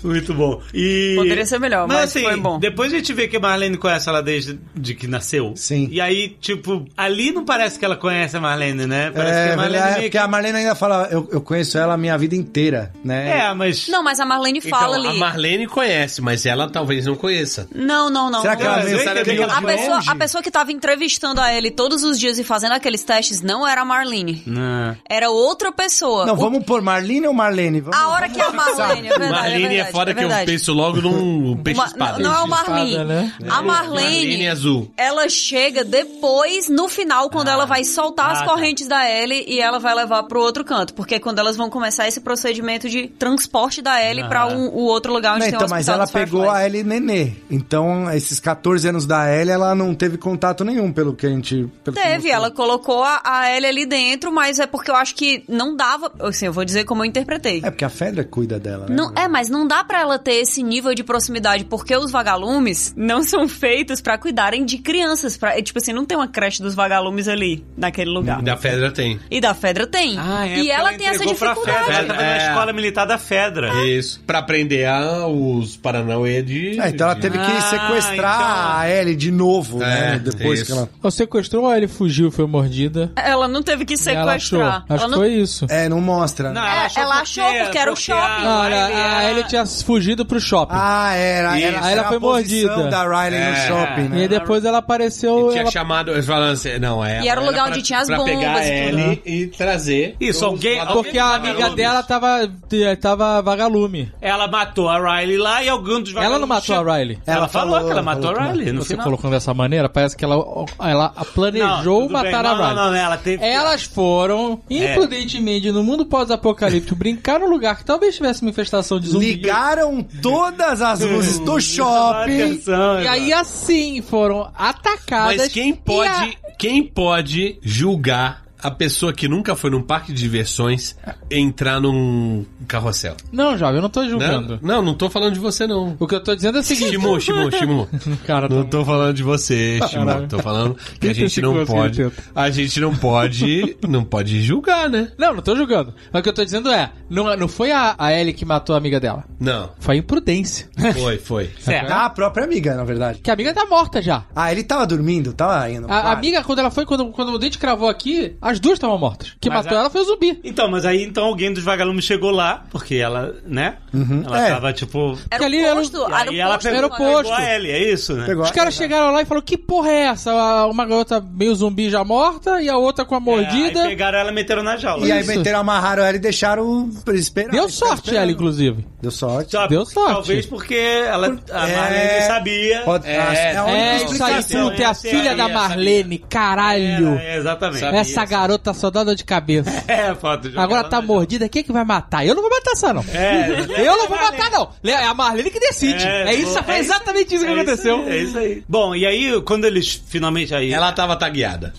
Speaker 2: Muito bom. E...
Speaker 5: Poderia ser melhor, mas foi
Speaker 4: assim,
Speaker 5: bom.
Speaker 2: assim, Depois a gente vê que a Marlene conhece ela desde de que nasceu.
Speaker 4: Sim.
Speaker 2: E aí, tipo, ali não parece que ela conhece a Marlene, né? Parece
Speaker 4: É,
Speaker 2: que a
Speaker 4: verdade,
Speaker 2: Marlene
Speaker 4: é,
Speaker 2: meio que-
Speaker 4: porque a Marlene ainda fala, eu, eu conheço ela a minha vida inteira, né?
Speaker 2: É, mas.
Speaker 5: Não, mas a Marlene fala
Speaker 3: então,
Speaker 5: ali.
Speaker 3: a Marlene conhece, mas ela talvez não conheça.
Speaker 5: Não, não, não.
Speaker 4: Será que ela
Speaker 2: Mas eu
Speaker 4: veio...
Speaker 2: entendi que "Ah, ela-
Speaker 5: A
Speaker 4: de
Speaker 5: pessoa,
Speaker 4: longe?
Speaker 5: a pessoa que tava entrevistando a Ellie todos os dias e fazendo aqueles testes não era a Marlene.
Speaker 2: Não.
Speaker 5: Era outra pessoa.
Speaker 4: Não,
Speaker 5: O-
Speaker 4: vamos pôr Marlene ou Marlene? Vamos...
Speaker 5: A hora que é a Marlene, é verdade.
Speaker 3: Marlene é,
Speaker 5: verdade,
Speaker 3: foda que eu
Speaker 5: verdade.
Speaker 3: penso logo
Speaker 5: [laughs]
Speaker 3: num peixe
Speaker 5: Uma-
Speaker 3: espada.
Speaker 5: não é o Marlene.
Speaker 6: Espada, né?
Speaker 3: Marlene é
Speaker 5: A Marlene,
Speaker 3: azul.
Speaker 5: ela chega depois, no final, quando ela vai soltar as correntes da Ellie e ela vai levar pro outro canto. Porque é quando elas vão começar esse procedimento de transporte da Ellie pra um- o outro lugar onde
Speaker 4: Não,
Speaker 5: tem
Speaker 4: então,
Speaker 5: o
Speaker 4: mas
Speaker 5: hospital
Speaker 4: ela
Speaker 5: dos
Speaker 4: pegou
Speaker 5: Fireflies.
Speaker 4: a Ellie nenê. Então, esses 14 anos da Ellie, ela não teve contato nenhum, pelo que a gente... Pelo que
Speaker 5: Teve,
Speaker 4: mostrou.
Speaker 5: ela colocou a, a Ellie ali dentro, mas é porque eu acho que não dava. Assim, eu vou dizer como eu interpretei.
Speaker 4: É porque a Fedra cuida dela, né?
Speaker 5: Não, é, mas não dá pra ela ter esse nível de proximidade, porque os vagalumes não são feitos pra cuidarem de crianças. Pra, é, tipo assim, não tem uma creche dos vagalumes ali, naquele lugar.
Speaker 3: Da Fedra tem.
Speaker 5: E da Fedra tem.
Speaker 2: Ah,
Speaker 6: Ah,
Speaker 2: é,
Speaker 6: é,
Speaker 5: e ela, tem essa dificuldade.
Speaker 2: Ela tava na
Speaker 3: É.
Speaker 2: escola militar da Fedra.
Speaker 6: É.
Speaker 3: Isso. Pra prender a- os Paranauê de.
Speaker 4: É, então ela teve que
Speaker 2: Ah,
Speaker 4: sequestrar
Speaker 2: então-
Speaker 4: a Ellie de novo,
Speaker 3: É,
Speaker 4: né? Depois
Speaker 3: isso.
Speaker 4: que ela...
Speaker 6: Ou sequestrou ou ele fugiu, foi mordida.
Speaker 5: Ela não teve que
Speaker 6: E Ela achou.
Speaker 5: sequestrar.
Speaker 6: Acho que
Speaker 5: não...
Speaker 6: foi isso.
Speaker 4: É, não mostra.
Speaker 2: Não,
Speaker 5: É, ela achou porque era o shopping. né?
Speaker 6: Não, olha,
Speaker 2: Riley
Speaker 6: a
Speaker 2: era-
Speaker 6: Ellie tinha fugido pro shopping.
Speaker 4: Ah, era.
Speaker 6: Isso.
Speaker 4: era
Speaker 6: Aí ela
Speaker 4: era
Speaker 6: foi
Speaker 4: a posição
Speaker 6: mordida.
Speaker 4: da Riley no
Speaker 3: É.
Speaker 4: shopping,
Speaker 6: e aí
Speaker 4: né?
Speaker 6: depois ela apareceu.
Speaker 3: E tinha
Speaker 6: ela-
Speaker 3: chamado. eles falaram assim, não, é.
Speaker 5: E era o lugar onde
Speaker 3: pra-
Speaker 5: tinha as
Speaker 3: pra
Speaker 5: bombas
Speaker 3: pegar
Speaker 5: e tudo, né?
Speaker 3: ela e trazer.
Speaker 2: Isso, alguém-
Speaker 3: Os-
Speaker 6: Porque a
Speaker 2: Vagalumes.
Speaker 6: amiga dela tava, eh, tava vagalume.
Speaker 2: Ela matou a Riley lá e algum dos
Speaker 6: Ela não
Speaker 2: vagalumes
Speaker 6: matou
Speaker 2: chegou-
Speaker 6: a Riley.
Speaker 2: Ela,
Speaker 4: Ela
Speaker 2: falou,
Speaker 4: falou,
Speaker 2: que ela
Speaker 4: ela
Speaker 2: matou
Speaker 4: falou
Speaker 2: a
Speaker 4: que
Speaker 2: Riley É, no
Speaker 6: Você
Speaker 2: final.
Speaker 6: colocando dessa maneira, parece que ela, ela
Speaker 2: Não,
Speaker 6: planejou
Speaker 2: tudo
Speaker 6: matar
Speaker 2: bem.
Speaker 6: a
Speaker 2: Não,
Speaker 6: Riley.
Speaker 2: Não, É. não, ela teve...
Speaker 6: Elas foram, imprudentemente, no mundo pós-apocalíptico, brincar num lugar que talvez tivesse uma infestação de um zumbi.
Speaker 4: Ligaram todas as luzes do shopping.
Speaker 2: Atenção,
Speaker 6: E aí, assim, foram atacadas.
Speaker 3: Mas quem
Speaker 6: e
Speaker 3: pode, quem pode julgar a pessoa que nunca foi num parque de diversões entrar num carrossel?
Speaker 6: a- Não, jovem, eu não tô
Speaker 3: né?
Speaker 6: julgando.
Speaker 3: Não, não tô falando de você, não.
Speaker 6: O que eu tô dizendo é o
Speaker 5: [laughs]
Speaker 6: seguinte...
Speaker 3: Shimu, Shimu, Shimu.
Speaker 6: [laughs] Cara,
Speaker 3: Não tô falando de você, Shimu. Tô falando que a assim, gente não
Speaker 6: 35 anos que
Speaker 3: pode.
Speaker 6: ele tenta.
Speaker 3: A gente não pode. Não pode julgar, né?
Speaker 6: Não, não tô julgando. Mas o que eu tô dizendo é, não, não foi a, a Ellie que matou a amiga dela.
Speaker 3: Não.
Speaker 6: Foi a imprudência. [laughs]
Speaker 2: É.
Speaker 3: Foi, foi.
Speaker 2: Certo.
Speaker 4: Ah, a própria amiga, na verdade.
Speaker 6: que a amiga tá morta já.
Speaker 4: Ah, ele tava dormindo, tava indo.
Speaker 6: A, a amiga, quando ela foi, quando, quando o dente cravou aqui, as duas estavam mortas. Que
Speaker 2: Mas
Speaker 6: matou
Speaker 2: a-
Speaker 6: ela foi o zumbi.
Speaker 2: Então, mas aí então alguém dos vagalumes chegou lá, porque ela, né? Ela
Speaker 4: É.
Speaker 2: tava tipo.
Speaker 5: Era
Speaker 6: ali
Speaker 5: o
Speaker 6: era o-
Speaker 5: posto,
Speaker 2: E
Speaker 5: era
Speaker 2: aí
Speaker 5: o
Speaker 2: ela
Speaker 5: posto.
Speaker 2: pegou,
Speaker 6: Era o
Speaker 2: pegou
Speaker 6: posto.
Speaker 2: a Ellie, é isso, né?
Speaker 4: Pegou
Speaker 6: Os caras chegaram lá e falaram, que porra é essa? A- Uma garota meio zumbi já morta e a outra com a
Speaker 2: É,
Speaker 6: mordida.
Speaker 2: aí pegaram ela e meteram na jaula.
Speaker 4: E aí
Speaker 6: Isso.
Speaker 4: meteram, amarraram ela e deixaram esperar. Ficaram
Speaker 6: Deu sorte
Speaker 4: esperando.
Speaker 6: ela, inclusive.
Speaker 4: Deu sorte.
Speaker 2: Só-
Speaker 6: Deu sorte.
Speaker 2: Talvez porque ela, a Marlene sabia.
Speaker 4: Pode,
Speaker 3: É,
Speaker 4: é, a única
Speaker 6: É, isso aí,
Speaker 4: explicação.
Speaker 2: explicação,
Speaker 6: puta, é a
Speaker 2: essa é a
Speaker 6: filha da
Speaker 3: minha,
Speaker 6: Marlene, caralho.
Speaker 2: Era, é, exatamente.
Speaker 3: Sabe?
Speaker 6: Essa garota só dá dor de cabeça.
Speaker 2: [laughs] É, foto de
Speaker 6: Agora tá
Speaker 2: morto.
Speaker 6: mordida, quem é que vai matar? Eu não vou matar essa, não.
Speaker 2: É,
Speaker 6: [laughs] Eu não vou matar, não. É a Marlene que decide. É, isso,
Speaker 2: é
Speaker 6: foi exatamente isso que
Speaker 2: é
Speaker 6: aconteceu.
Speaker 2: aí, é isso aí. Bom, e aí, quando eles finalmente. Aí,
Speaker 3: Ela tava tagueada.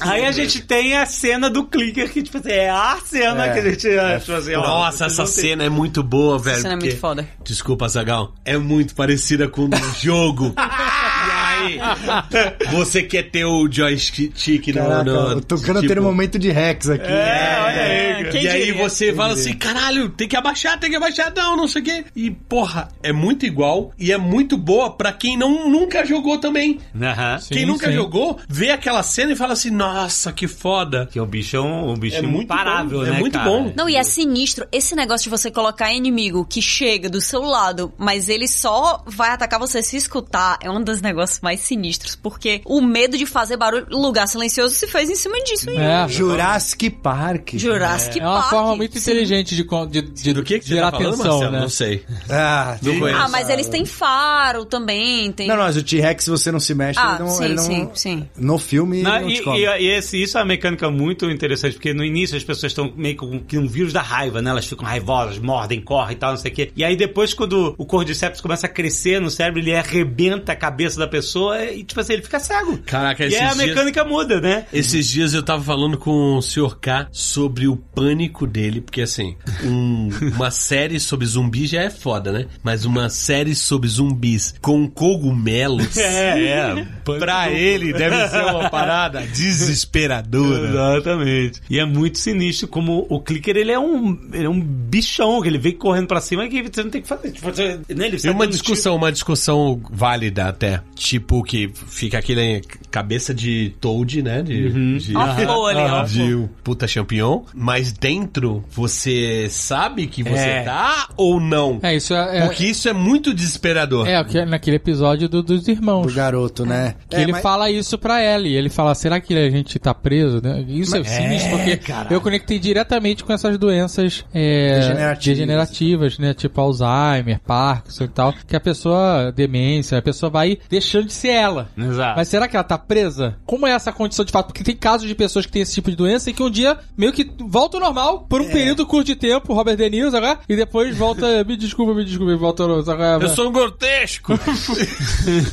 Speaker 2: aí a gente tem a cena do clicker, que tipo assim, é a cena que a gente achou assim, ó,
Speaker 3: Nossa,
Speaker 2: vocês
Speaker 3: essa
Speaker 2: não têm-
Speaker 3: cena é muito boa, velho.
Speaker 5: cena é muito
Speaker 3: porque-
Speaker 5: foda.
Speaker 4: [laughs]
Speaker 3: Desculpa, Zagal. É muito parecida com um jogo. E aí. [laughs] Você quer ter o joystick no...
Speaker 4: Caraca,
Speaker 3: no
Speaker 4: eu tô querendo ter um momento de Rex aqui.
Speaker 3: É, olha aí.
Speaker 2: É,
Speaker 3: cara.
Speaker 2: quem
Speaker 3: e aí
Speaker 2: diria?
Speaker 3: você fala assim, caralho, tem que abaixar, tem que abaixar, não, não sei o quê. E, porra, é muito igual e é muito boa pra quem não, nunca jogou também.
Speaker 2: Aham.
Speaker 3: quem
Speaker 6: Sim,
Speaker 3: nunca
Speaker 6: sim.
Speaker 3: jogou, vê aquela cena e fala assim, nossa, que foda.
Speaker 2: Que o bicho é um, um bicho
Speaker 3: É muito
Speaker 2: imparável,
Speaker 3: bom, é
Speaker 2: né,
Speaker 3: muito
Speaker 2: cara?
Speaker 3: bom.
Speaker 5: Não, e é sinistro esse negócio de você colocar inimigo que chega do seu lado, mas ele só vai atacar você se escutar. É um dos negócios mais sinistros, porque o medo de fazer barulho lugar silencioso se fez em cima disso. hein?
Speaker 6: É.
Speaker 4: Jurassic Park.
Speaker 5: Jurassic
Speaker 6: É uma
Speaker 5: Park.
Speaker 6: forma
Speaker 5: Sim.
Speaker 6: muito inteligente de, con- de, de
Speaker 3: Do que, que você
Speaker 6: gerar
Speaker 3: tá falando,
Speaker 6: atenção,
Speaker 3: Marcelo?
Speaker 6: né?
Speaker 3: Não sei.
Speaker 4: Ah,
Speaker 3: Não conheço.
Speaker 5: Ah, mas eles têm faro também, tem...
Speaker 4: Não, não, mas o T-Rex, se você não se mexe,
Speaker 5: Ah,
Speaker 4: ele não,
Speaker 5: sim,
Speaker 4: ele não-
Speaker 5: sim, sim.
Speaker 4: No filme,
Speaker 2: Não,
Speaker 4: ele não
Speaker 2: e,
Speaker 4: te come.
Speaker 2: e- e esse- isso é uma mecânica muito interessante, porque no início as pessoas estão meio com que um vírus da raiva, né? Elas ficam raivosas, mordem, correm e tal, não sei o quê. E aí depois, quando o Cordyceps começa a crescer no cérebro, ele arrebenta a cabeça da pessoa e, tipo assim, ele fica cego.
Speaker 3: Caraca,
Speaker 2: E
Speaker 3: É, esses
Speaker 2: aí a
Speaker 3: dias-
Speaker 2: mecânica muda, né?
Speaker 3: Esses dias eu tava falando com o Sr. K sobre o pânico dele, porque assim, um- uma série sobre zumbi já é foda, né? Mas uma série sobre zumbis com cogumelos.
Speaker 2: É, é.
Speaker 3: Pra ele deve ser
Speaker 2: [laughs]
Speaker 3: uma parada desesperadora.
Speaker 2: Exatamente. E é muito sinistro como o clicker, ele é um, ele é um bichão, que ele vem correndo pra cima que você não tem o que fazer. Tipo, você, né, ele
Speaker 3: E
Speaker 2: sai
Speaker 3: uma
Speaker 2: dando
Speaker 3: discussão,
Speaker 6: tipo
Speaker 3: uma discussão válida até. Tipo que fica aquele cabeça de toad, né? De,
Speaker 6: Uhum.
Speaker 3: de,
Speaker 5: Ó
Speaker 3: [laughs]
Speaker 5: a flor ali, ó a
Speaker 3: de um puta champignon. Mas dentro você sabe que você
Speaker 2: É.
Speaker 3: tá ou não.
Speaker 6: É, isso é... é-
Speaker 3: Porque isso é muito desesperador.
Speaker 6: É, aquele- naquele episódio do- dos irmãos.
Speaker 4: Do garoto, né?
Speaker 6: Que
Speaker 4: É,
Speaker 6: ele
Speaker 4: mas-
Speaker 6: fala isso pra Ellie. Ele fala, será que a gente tá preso? né? Isso é sinistro, porque eu conectei diretamente com essas doenças é,
Speaker 4: Degenerativas.
Speaker 6: degenerativas. né? Tipo Alzheimer, Parkinson e tal. Que a pessoa, demência, a pessoa vai deixando de ser
Speaker 2: tiro.
Speaker 6: ela.
Speaker 4: Ah.
Speaker 2: Exato.
Speaker 6: Mas será que ela tá presa? Como é essa condição de fato? Porque tem casos de pessoas que têm esse tipo de doença e que um dia meio que volta ao normal por um
Speaker 4: É.
Speaker 6: período curto de tempo, Robert De Niro, agora, e depois
Speaker 4: [laughs]
Speaker 6: volta, me desculpa, me desculpa, e volta ao normal.
Speaker 3: Eu sou um grotesco.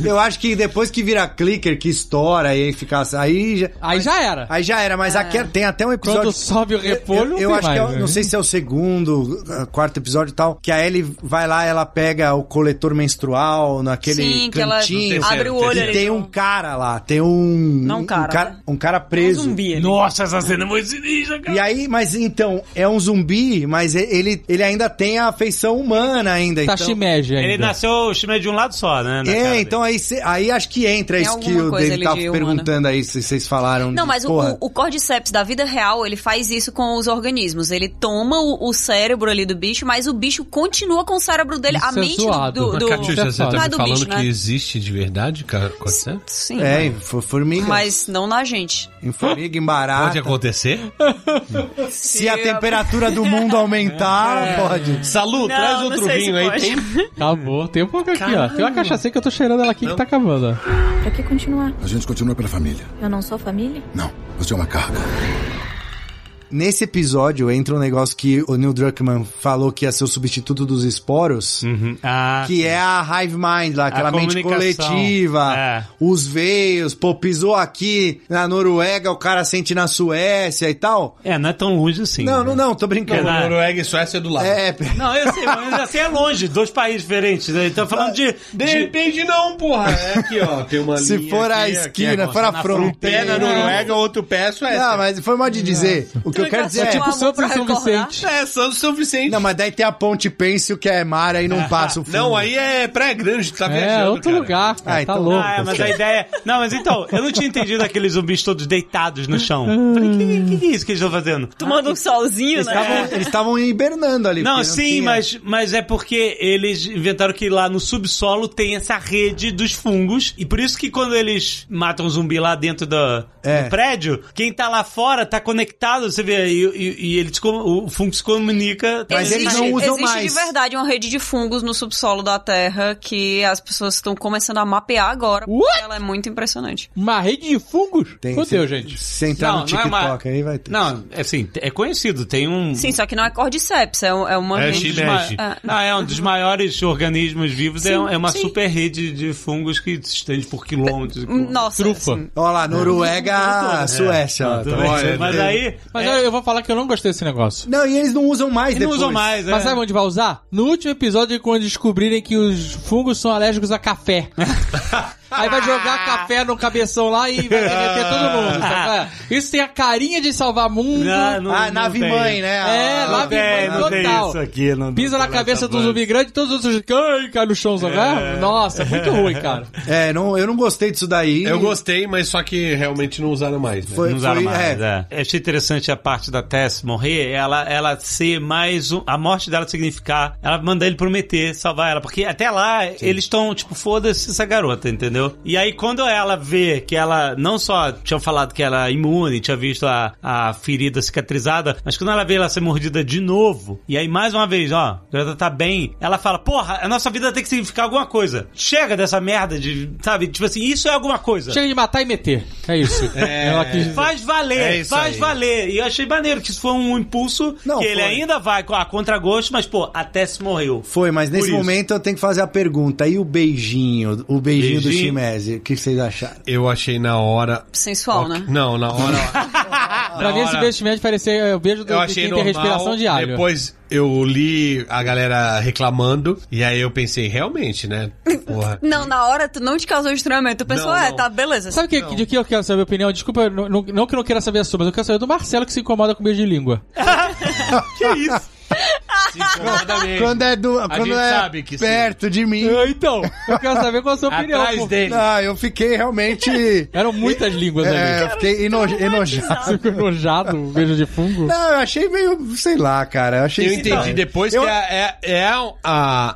Speaker 4: Eu acho que depois que vira clicker, que estoura e aí fica... assim, Aí já,
Speaker 6: Aí já era.
Speaker 4: aí já era,
Speaker 5: É.
Speaker 4: mas aqui tem até um episódio...
Speaker 6: Quando sobe o repolho,
Speaker 4: eu,
Speaker 6: não
Speaker 4: eu
Speaker 6: tem
Speaker 4: acho
Speaker 6: mais,
Speaker 4: que é o-
Speaker 6: né?
Speaker 4: não sei se é o segundo, uh, quarto episódio e tal, que a Ellie vai lá, ela pega o coletor menstrual naquele
Speaker 5: Sim, que ela
Speaker 4: cantinho.
Speaker 5: abre o olho
Speaker 4: e
Speaker 5: ali.
Speaker 4: tem um cara lá, tem um
Speaker 5: Não, um cara.
Speaker 4: um cara, um cara preso.
Speaker 5: zumbi ali.
Speaker 2: Nossa, essa cena é muito sinistra, cara.
Speaker 4: E aí, mas então, é um zumbi, mas e- ele, ele ainda tem a afeição humana ainda.
Speaker 6: Tá
Speaker 4: então...
Speaker 6: shimeji ainda.
Speaker 2: Ele nasceu chimé de um lado só, né? na cara
Speaker 4: É,
Speaker 2: dele.
Speaker 4: então aí, cê- aí acho que entra
Speaker 5: Tem
Speaker 4: isso que
Speaker 5: alguma
Speaker 4: o
Speaker 5: coisa
Speaker 4: dele
Speaker 5: ali
Speaker 4: tava
Speaker 5: de humana.
Speaker 4: perguntando aí, se vocês falaram.
Speaker 5: Não,
Speaker 4: de-
Speaker 5: mas o,
Speaker 4: porra,
Speaker 5: o cordyceps da vida real, ele faz isso com os organismos. Ele toma o, o cérebro ali do bicho, mas o bicho continua com o cérebro dele.
Speaker 6: Isso
Speaker 5: a
Speaker 6: é
Speaker 5: mente
Speaker 6: zoado.
Speaker 5: do.
Speaker 6: Mas,
Speaker 5: do-
Speaker 6: Catiuxa, você tá
Speaker 5: não é do bicho, né?
Speaker 3: existe de verdade, cara? Acontece?
Speaker 5: Sim.
Speaker 4: É, fo- formiga.
Speaker 5: Mas não na gente.
Speaker 4: Em formiga, em barata.
Speaker 6: Ah, tá.
Speaker 3: acontecer?
Speaker 4: Se a temperatura do mundo aumentar, pode.
Speaker 3: Salu, traz
Speaker 5: não
Speaker 3: outro
Speaker 5: sei se
Speaker 3: vinho aí.
Speaker 5: pode.
Speaker 3: Tem
Speaker 6: Acabou. Tem um pouco aqui, ó. Tem uma cachaça que eu tô cheirando ela aqui que tá acabando, ó.
Speaker 9: Pra que continuar?
Speaker 14: A gente continua pela família.
Speaker 9: Eu não sou família?
Speaker 14: Não, você é uma carga.
Speaker 4: Nesse episódio entra um negócio que o Neil Druckmann falou que ia ser o substituto dos esporos.
Speaker 2: Uhum. Ah,
Speaker 4: Que é a hive mind lá, aquela mente
Speaker 2: comunicação.
Speaker 4: coletiva,
Speaker 2: É.
Speaker 4: os veios, pô, pisou aqui na Noruega, o cara sente na Suécia e tal.
Speaker 2: É, não é tão longe assim.
Speaker 4: não,
Speaker 2: né?
Speaker 4: não, não, tô
Speaker 3: Não,
Speaker 4: brincando.
Speaker 2: Não,
Speaker 3: Noruega e Suécia é do lado.
Speaker 4: É,
Speaker 2: Não, eu sei, mas assim é longe, dois países diferentes, né? Então falando de.
Speaker 3: De
Speaker 2: de...
Speaker 3: repente não, porra. É aqui, ó. Tem uma
Speaker 4: se
Speaker 3: linha
Speaker 4: for a
Speaker 3: aqui, aqui,
Speaker 4: esquina,
Speaker 3: ó.
Speaker 4: for a
Speaker 2: na
Speaker 4: fronteira.
Speaker 3: Pé na Noruega, outro pé é Suécia.
Speaker 4: Não, mas foi mal de dizer. O que eu quero dizer é.
Speaker 6: Tipo
Speaker 5: amor
Speaker 6: Santos
Speaker 5: pra
Speaker 6: e São
Speaker 5: recordar.
Speaker 6: Vicente.
Speaker 3: É, Santos e São Vicente.
Speaker 4: Não,
Speaker 3: Não,
Speaker 4: mas daí tem a Ponte Pêncil que é mar, aí não passa o filme.
Speaker 3: aí é Praia Grande, tá viajando,
Speaker 6: É, outro
Speaker 3: cara.
Speaker 6: lugar. cara,
Speaker 4: Ah,
Speaker 6: tá
Speaker 4: então-
Speaker 6: louco.
Speaker 2: Ah, é, mas a ideia. Não, mas então, eu não tinha entendido aqueles zumbis todos deitados no chão. Falei, o que, que, que é isso que eles estão fazendo?
Speaker 5: Tomando um solzinho, né?
Speaker 4: Estavam- Eles estavam hibernando ali.
Speaker 2: Não,
Speaker 4: porque
Speaker 2: sim,
Speaker 4: tinha-
Speaker 2: mas, mas é porque eles inventaram que lá no subsolo tem essa rede dos fungos. E por isso que quando eles matam um zumbi lá dentro da-
Speaker 4: É.
Speaker 2: do prédio, quem tá lá fora tá conectado, você vê, e, e, e eles, com- o fungo se comunica. tá
Speaker 4: Mas eles não usam
Speaker 5: existe
Speaker 4: mais.
Speaker 5: de verdade uma rede de fungos no subsolo da Terra que as pessoas estão começando a mapear agora. porque
Speaker 6: What?
Speaker 5: Ela é muito impressionante.
Speaker 6: Uma rede de fungos?
Speaker 4: Tem,
Speaker 6: Fudeu,
Speaker 4: se-
Speaker 6: gente.
Speaker 4: Se entrar
Speaker 10: é
Speaker 4: no TikTok aí vai ter.
Speaker 2: Não, é assim, é conhecido, tem um...
Speaker 5: Sim, só que não é cordyceps, é, um- é uma
Speaker 3: É
Speaker 5: rede.
Speaker 3: chinês.
Speaker 2: Ma-
Speaker 5: Ah.
Speaker 2: Não, é um dos maiores organismos vivos, é, um- é uma
Speaker 5: sim.
Speaker 2: super rede de fungos que se estende por quilômetros. e quilômetros.
Speaker 5: Nossa.
Speaker 6: Trufa.
Speaker 5: assim,
Speaker 4: Olha lá, Noruega, Suécia. ó,
Speaker 2: É, Tudo
Speaker 4: tá
Speaker 2: bem.
Speaker 4: vendo?
Speaker 2: Mas aí.
Speaker 6: Mas
Speaker 2: é,
Speaker 6: olha, eu vou falar que eu não gostei desse negócio.
Speaker 4: Não, e eles não usam mais
Speaker 2: eles não
Speaker 4: depois.
Speaker 2: usam mais,
Speaker 6: Mas
Speaker 2: é.
Speaker 6: sabe onde
Speaker 2: [laughs]
Speaker 6: vai usar? No último episódio, quando descobrirem que os fungos são alérgicos a café. Aí vai jogar café no cabeção lá e vai
Speaker 2: [laughs]
Speaker 6: derreter todo mundo. sabe qual é? Isso tem a carinha de salvar mundo.
Speaker 10: Ah, nave mãe, né?
Speaker 6: É,
Speaker 10: Ah,
Speaker 2: Não
Speaker 6: nave
Speaker 2: tem,
Speaker 6: mãe
Speaker 2: não tem
Speaker 6: total.
Speaker 2: isso aqui. Não
Speaker 6: Pisa na
Speaker 2: não
Speaker 6: cabeça
Speaker 2: essa
Speaker 6: do
Speaker 2: banda.
Speaker 6: zumbi grande e todos os outros cai, cai no chão, sabe? qual é? Nossa, é muito ruim,
Speaker 2: [laughs]
Speaker 6: cara.
Speaker 10: É, não, eu não gostei disso daí.
Speaker 3: Eu gostei, mas só que realmente não usaram mais, né?
Speaker 10: Foi,
Speaker 2: Não usaram
Speaker 10: foi-
Speaker 2: mais,
Speaker 10: é.
Speaker 2: é. Eu achei interessante a parte da Tess morrer, ela, ela ser mais um, A morte dela significar. Ela manda ele prometer salvar ela. Porque até lá, eles estão, tipo, foda-se essa garota, entendeu? E aí, quando ela vê que ela não só tinha falado que ela é imune, tinha visto a, a ferida cicatrizada, mas quando ela vê ela ser mordida de novo, e aí mais uma vez, ó, a garota tá bem, ela fala, porra, a nossa vida tem que significar alguma coisa. Chega dessa merda de, sabe, tipo assim, isso é alguma coisa.
Speaker 6: Chega de matar e meter. É isso. Ela quis dizer.
Speaker 2: Faz
Speaker 3: É
Speaker 2: valer,
Speaker 3: isso
Speaker 2: faz
Speaker 3: aí.
Speaker 2: valer. E eu achei maneiro que isso foi um impulso
Speaker 10: Não,
Speaker 2: que ele
Speaker 10: foi.
Speaker 2: ainda vai com a contragosto, mas, pô, até se morreu.
Speaker 10: Foi, mas nesse
Speaker 2: isso.
Speaker 10: momento eu tenho que fazer a pergunta. E o beijinho? O beijinho, do
Speaker 2: Beijinho.
Speaker 10: Chimese? O que vocês acharam?
Speaker 3: Eu achei na hora.
Speaker 5: Sensual, né?
Speaker 3: Não, na hora.
Speaker 6: Pra mim, esse
Speaker 3: hora-
Speaker 6: beijo de médico parecia é, o beijo do
Speaker 3: Eu
Speaker 6: de
Speaker 3: achei
Speaker 6: quem tem
Speaker 3: normal.
Speaker 6: respiração de alho.
Speaker 3: Depois eu li a galera reclamando. E aí eu pensei, realmente, né?
Speaker 5: [laughs]
Speaker 3: Porra.
Speaker 5: Não, na hora tu não te causou estranhamento. Tu pensou,
Speaker 3: Não,
Speaker 5: é,
Speaker 3: não.
Speaker 5: tá, beleza.
Speaker 6: Sabe que, de que eu quero saber a opinião? Desculpa, não, não- não que eu não queira saber a sua, mas eu quero saber do Marcelo que se incomoda com beijo de [laughs] língua.
Speaker 3: Se incomoda mesmo.
Speaker 4: Quando é, do, quando
Speaker 3: gente
Speaker 4: é
Speaker 3: sabe que sim.
Speaker 4: perto de mim.
Speaker 6: Ah, Então, eu quero saber qual a sua opinião. pô.
Speaker 3: Atrás dele.
Speaker 4: Ah, eu fiquei realmente.
Speaker 6: Eram muitas línguas
Speaker 4: é,
Speaker 6: ali.
Speaker 4: eu fiquei eno- enojado.
Speaker 6: Fico enojado, um beijo de fungo.
Speaker 4: Não, eu achei meio, sei lá, cara. Eu achei
Speaker 3: Eu entendi
Speaker 4: estranho.
Speaker 3: depois
Speaker 4: Eu- É
Speaker 3: que é, é, é a,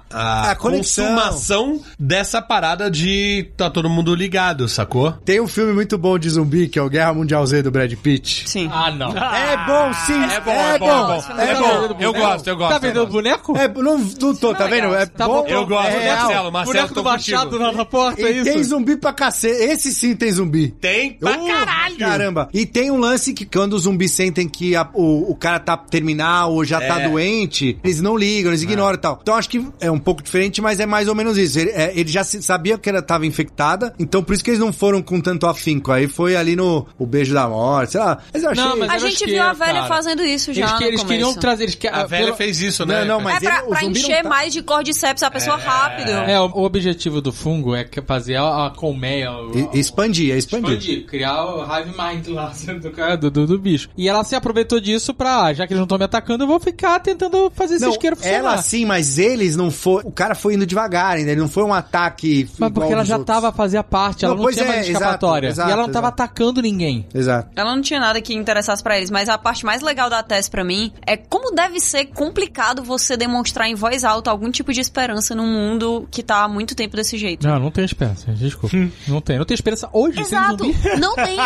Speaker 3: a,
Speaker 4: A conexão.
Speaker 3: consumação dessa parada de tá todo mundo ligado, sacou?
Speaker 4: Tem um filme muito bom de zumbi que é o Guerra Mundial Z do Brad Pitt.
Speaker 5: Sim.
Speaker 6: Ah, não.
Speaker 4: É bom, sim. É bom, é bom.
Speaker 5: é
Speaker 4: É bom.
Speaker 3: Eu gosto, eu gosto.
Speaker 6: Tá vendendo boneco?
Speaker 4: É, não, não tô, tá vendo? É
Speaker 6: Tá
Speaker 4: bom.
Speaker 6: bom,
Speaker 3: Eu gosto,
Speaker 4: é real.
Speaker 3: Marcelo, Marcelo,
Speaker 6: boneco
Speaker 3: tô
Speaker 6: do
Speaker 3: contigo.
Speaker 6: machado na, na porta, é
Speaker 4: E tem
Speaker 6: isso?
Speaker 4: zumbi pra cacete. Esse sim tem zumbi.
Speaker 3: Tem pra
Speaker 4: Uh,
Speaker 3: caralho.
Speaker 4: Caramba. E tem um lance que quando os zumbis sentem que a- o, o cara tá terminal ou já
Speaker 6: É.
Speaker 4: tá doente, eles não ligam, eles ignoram e tal. Então acho que é um pouco diferente, mas é mais ou menos isso. Ele, é, ele já se- sabia que ela tava infectada, então por isso que eles não foram com tanto afinco. Aí foi ali no o beijo da morte, sei lá. Mas eu achei...
Speaker 6: Não, mas é
Speaker 5: A
Speaker 6: era
Speaker 5: gente
Speaker 6: isqueiro,
Speaker 5: viu a velha
Speaker 6: cara.
Speaker 5: fazendo isso já
Speaker 6: Eles, que-
Speaker 5: no
Speaker 6: eles queriam
Speaker 5: começo.
Speaker 6: trazer... Eles que, ah,
Speaker 3: A velha
Speaker 6: pelo-
Speaker 3: fez isso, né?
Speaker 4: Não, não, mas
Speaker 5: É pra,
Speaker 4: ele-
Speaker 6: um
Speaker 4: o
Speaker 5: pra
Speaker 4: zumbi não
Speaker 5: encher
Speaker 4: tá-
Speaker 5: mais de cordyceps a pessoa rápido.
Speaker 6: É, o, o objetivo do fungo é que fazer a, a colmeia... o-
Speaker 4: E- Expandir, é expandir.
Speaker 6: Expandir, criar o Hive Mind lá [laughs] do, cara- do, do, do bicho. E ela se aproveitou disso pra, ah, já que eles não estão me atacando, eu vou ficar tentando fazer esse
Speaker 4: Não,
Speaker 6: isqueiro funcionar.
Speaker 4: ela sim, mas eles não foram. O cara foi indo devagar, ainda. Ele não foi um ataque.
Speaker 6: Mas porque
Speaker 4: igual
Speaker 6: ela
Speaker 4: dos
Speaker 6: já
Speaker 4: outros.
Speaker 6: tava a fazer a parte, ela
Speaker 4: Não,
Speaker 6: não,
Speaker 4: pois
Speaker 6: tinha
Speaker 4: é,
Speaker 6: mais
Speaker 4: exato,
Speaker 6: escapatória.
Speaker 4: exato,
Speaker 6: e ela não tava
Speaker 4: exato.
Speaker 6: atacando ninguém.
Speaker 4: Exato.
Speaker 5: Ela não tinha nada que interessasse pra eles, mas a parte mais legal da Tess pra mim é como deve ser complicado você demonstrar em voz alta algum tipo de esperança num mundo que tá há muito tempo desse jeito.
Speaker 6: Ah, Não, não tem esperança, desculpa.
Speaker 4: Hum.
Speaker 6: não tem. Não tem esperança hoje,
Speaker 5: Exato.
Speaker 6: sem
Speaker 5: [laughs]
Speaker 6: zumbi.
Speaker 5: Não tem,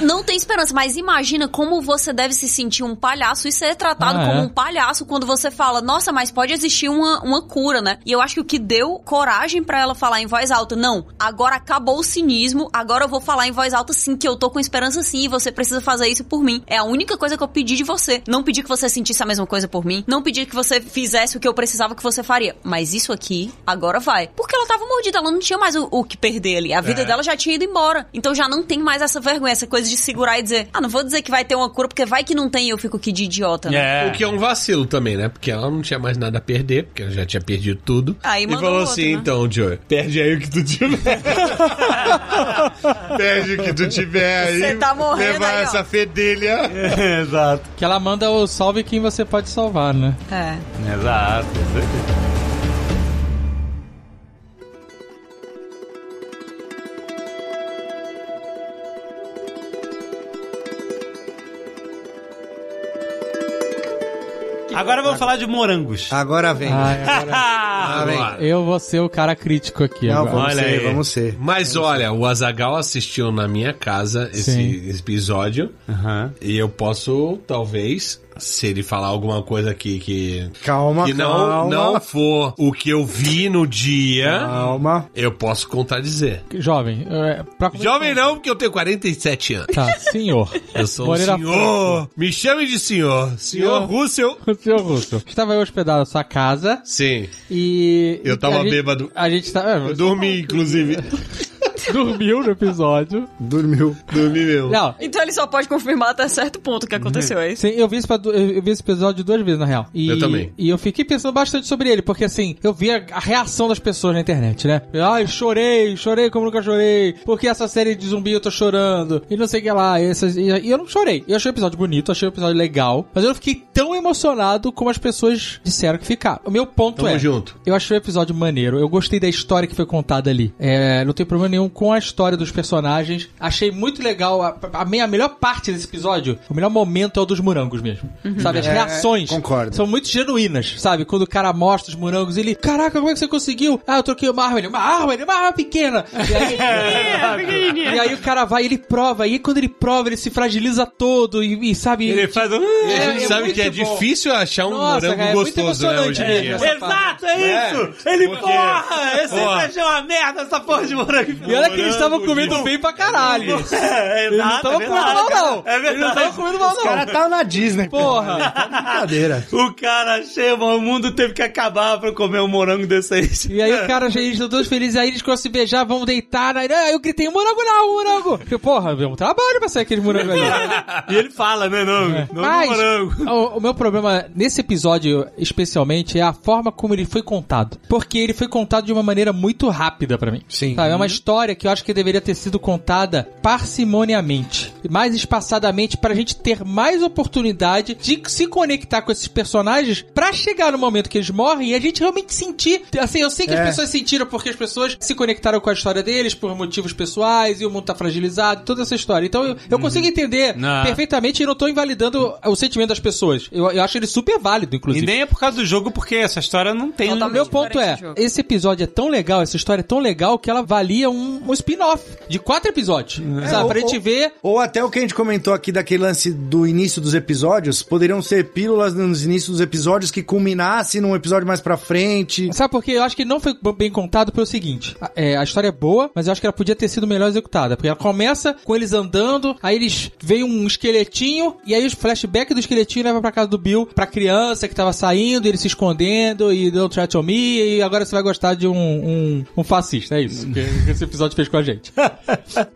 Speaker 5: não, não tem esperança. Mas imagina como você deve se sentir um palhaço e ser tratado
Speaker 6: Ah,
Speaker 5: como
Speaker 6: é.
Speaker 5: um palhaço quando você fala, nossa, mas pode existir uma, uma cura, né? E eu acho que o que deu coragem pra ela falar em voz alta, não, agora acabou o cinismo, agora eu vou falar em voz alta sim, que eu tô com esperança sim, e você precisa fazer isso por mim. É a única coisa que eu pedi de você. Não pedi que você sentisse a mesma coisa por mim, não pedi que você fizesse o que eu precisava que você faria. Mas isso aqui, agora vai. Porque ela tava mordida, ela não tinha mais o, o que perder ali. A vida dela já tinha ido embora. Então já não tem mais essa vergonha, essa coisa de segurar e dizer, ah, não vou dizer que vai ter uma cura, porque vai que não tem e eu fico aqui de idiota, né?
Speaker 3: O que é um vacilo também, né? Porque ela não tinha mais nada a perder, porque ela já tinha perdido tudo.
Speaker 5: Aí
Speaker 3: e
Speaker 5: mandou
Speaker 3: falou
Speaker 5: outro,
Speaker 3: assim,
Speaker 5: né?
Speaker 3: então, Joe, perde aí o que tu
Speaker 5: [laughs]
Speaker 3: tiver. perde o que tu tiver aí.
Speaker 5: Você tá morrendo
Speaker 3: Levar
Speaker 5: aí, ó.
Speaker 3: essa fedelha.
Speaker 2: Exato.
Speaker 6: Que ela manda o salve quem você pode salvar, né?
Speaker 5: É.
Speaker 2: Exato. Agora vamos falar de morangos.
Speaker 4: Agora vem.
Speaker 6: Ai, agora
Speaker 4: Ah, vem.
Speaker 3: Vamos lá.
Speaker 6: eu vou ser o cara crítico aqui.
Speaker 4: Não,
Speaker 6: agora.
Speaker 4: vamos
Speaker 2: Olha
Speaker 4: ser,
Speaker 2: aí.
Speaker 4: vamos ser.
Speaker 3: Mas olha, o Azagal assistiu na minha casa esse
Speaker 6: Sim.
Speaker 3: episódio.
Speaker 2: Aham.
Speaker 3: E eu posso, talvez, se ele falar alguma coisa aqui que,
Speaker 4: Calma,
Speaker 3: que não,
Speaker 4: calma.
Speaker 3: não for o que eu vi no dia,
Speaker 4: Calma.
Speaker 3: eu posso contradizer.
Speaker 6: Jovem, é, pra
Speaker 5: assim?
Speaker 3: Jovem não, porque eu tenho 47 anos.
Speaker 6: Tá,
Speaker 4: [laughs]
Speaker 6: senhor.
Speaker 3: Eu sou um
Speaker 6: Moreira
Speaker 3: senhor. Me chame de senhor. Senhor
Speaker 6: Senhor.
Speaker 3: Russell.
Speaker 6: Senhor Russo, estava eu hospedado na sua casa
Speaker 3: Sim.
Speaker 6: e.
Speaker 3: Eu
Speaker 6: e
Speaker 3: tava
Speaker 6: a gente-
Speaker 3: bêbado.
Speaker 6: A gente tava.
Speaker 3: Eu dormi, inclusive.
Speaker 6: [laughs] Dormiu no episódio.
Speaker 4: Dormiu. Dormi mesmo.
Speaker 6: Não.
Speaker 5: Então ele só pode confirmar até certo ponto o que aconteceu, é isso?
Speaker 6: Sim, eu vi, esse, pa- eu vi esse episódio duas vezes, na real. E,
Speaker 3: Eu também.
Speaker 6: E eu fiquei pensando bastante sobre ele, porque assim, eu vi a, a reação das pessoas na internet, né? Ai, chorei, chorei como nunca chorei. Porque essa série de zumbi eu tô chorando. E não sei o que lá. E, essas- e- e eu não chorei. Eu achei o episódio bonito, achei o episódio legal. Mas eu não fiquei tão emocionado como as pessoas disseram que ficar. O meu ponto
Speaker 3: Tamo
Speaker 6: é.
Speaker 3: junto.
Speaker 6: Eu achei o episódio maneiro. Eu gostei da história que foi contada ali. É, não tem problema nenhum com a história dos personagens. Achei muito legal. A, a minha- a melhor parte desse episódio, o melhor momento é o dos morangos mesmo. Sabe? As
Speaker 4: É,
Speaker 6: reações.
Speaker 4: concordo.
Speaker 6: São muito genuínas, sabe? Quando o cara mostra os morangos, ele. Caraca, como é que você conseguiu? Ah, eu troquei uma arma. Ele, uma arma, ele, uma
Speaker 4: [laughs]
Speaker 6: arma pequena. E aí, [laughs] e aí o cara vai, ele prova. E aí quando ele prova, ele se fragiliza todo. E, e, sabe.
Speaker 2: Ele faz um...
Speaker 3: E a gente [laughs]
Speaker 6: é
Speaker 3: sabe
Speaker 6: muito
Speaker 3: que é
Speaker 6: bom.
Speaker 3: difícil achar um
Speaker 6: Nossa,
Speaker 3: morango
Speaker 6: cara, é muito
Speaker 3: gostoso, né, hoje em
Speaker 6: emocionante
Speaker 3: dia.
Speaker 6: mesmo.
Speaker 15: Exato, é isso! Ele,
Speaker 3: porque-
Speaker 15: porra! Esse
Speaker 3: Porra.
Speaker 15: episódio é uma merda, essa porra de morango.
Speaker 6: E olha que eles estavam comendo bem pra caralho.
Speaker 15: [laughs] É,
Speaker 6: Eles não
Speaker 15: exato,
Speaker 6: estavam
Speaker 15: é
Speaker 6: comendo mal,
Speaker 15: verdade, cara.
Speaker 6: não.
Speaker 15: É
Speaker 6: Eles não
Speaker 15: verdade.
Speaker 6: estavam comendo mal, não.
Speaker 4: cara tá na Disney.
Speaker 6: Porra!
Speaker 4: Brincadeira.
Speaker 15: O cara chega, o mundo teve que acabar pra eu comer um morango decente.
Speaker 6: [laughs] E aí
Speaker 15: [laughs]
Speaker 6: o cara, já- eles estão todos felizes, aí eles conseguem se beijar, vão deitar, aí aí eu gritei, "Um morango não, morango! Porque, porra, deu um trabalho pra sair aquele morango [laughs] ali.
Speaker 15: E ele fala, né, não, não
Speaker 6: Mas, [laughs]
Speaker 15: morango.
Speaker 6: o, o meu problema nesse episódio, especialmente, é a forma como ele foi contado. Porque ele foi contado de uma maneira muito rápida pra mim.
Speaker 4: Sim.
Speaker 6: Sabe? É uma história que eu acho que deveria ter sido contada parcimoniamente, mais espaçadamente, pra gente ter mais oportunidade de se conectar com esses personagens pra chegar no momento que eles morrem e a gente realmente sentir. Assim, eu sei que
Speaker 15: É.
Speaker 6: as pessoas sentiram porque as pessoas se conectaram com a história deles por motivos pessoais e o mundo tá fragilizado, toda essa história. Então eu,
Speaker 15: Hum.
Speaker 6: eu consigo entender
Speaker 2: Ah.
Speaker 6: perfeitamente e não tô invalidando é, o sentimento das pessoas. Eu, eu acho ele super válido,
Speaker 2: E
Speaker 6: inclusive.
Speaker 2: nem é por causa do jogo, porque essa história não tem...
Speaker 6: O meu ponto é,
Speaker 5: diferente jogo.
Speaker 6: esse episódio é tão legal, essa história é tão legal que ela valia um, um spin-off de quatro episódios. Sabe,
Speaker 4: ou-
Speaker 6: pra gente
Speaker 4: ou-
Speaker 6: ver
Speaker 4: Ou até o que a gente comentou aqui daquele lance do início dos episódios, poderiam ser pílulas nos inícios dos episódios que culminasse num episódio mais pra frente.
Speaker 6: Sabe por quê? Eu acho que não foi b- bem contado pelo seguinte. A, é, a história é boa, mas eu acho que ela podia ter sido melhor executada. Porque ela começa com eles andando, aí eles veem um esqueletinho, e aí os flashback do esqueletinho leva pra casa do Bill, pra criança que tava saindo, ele se escondendo, e deu try to me, e agora você vai gostar de um, um, um fascista. É isso que, que esse episódio fez com a [laughs] gente.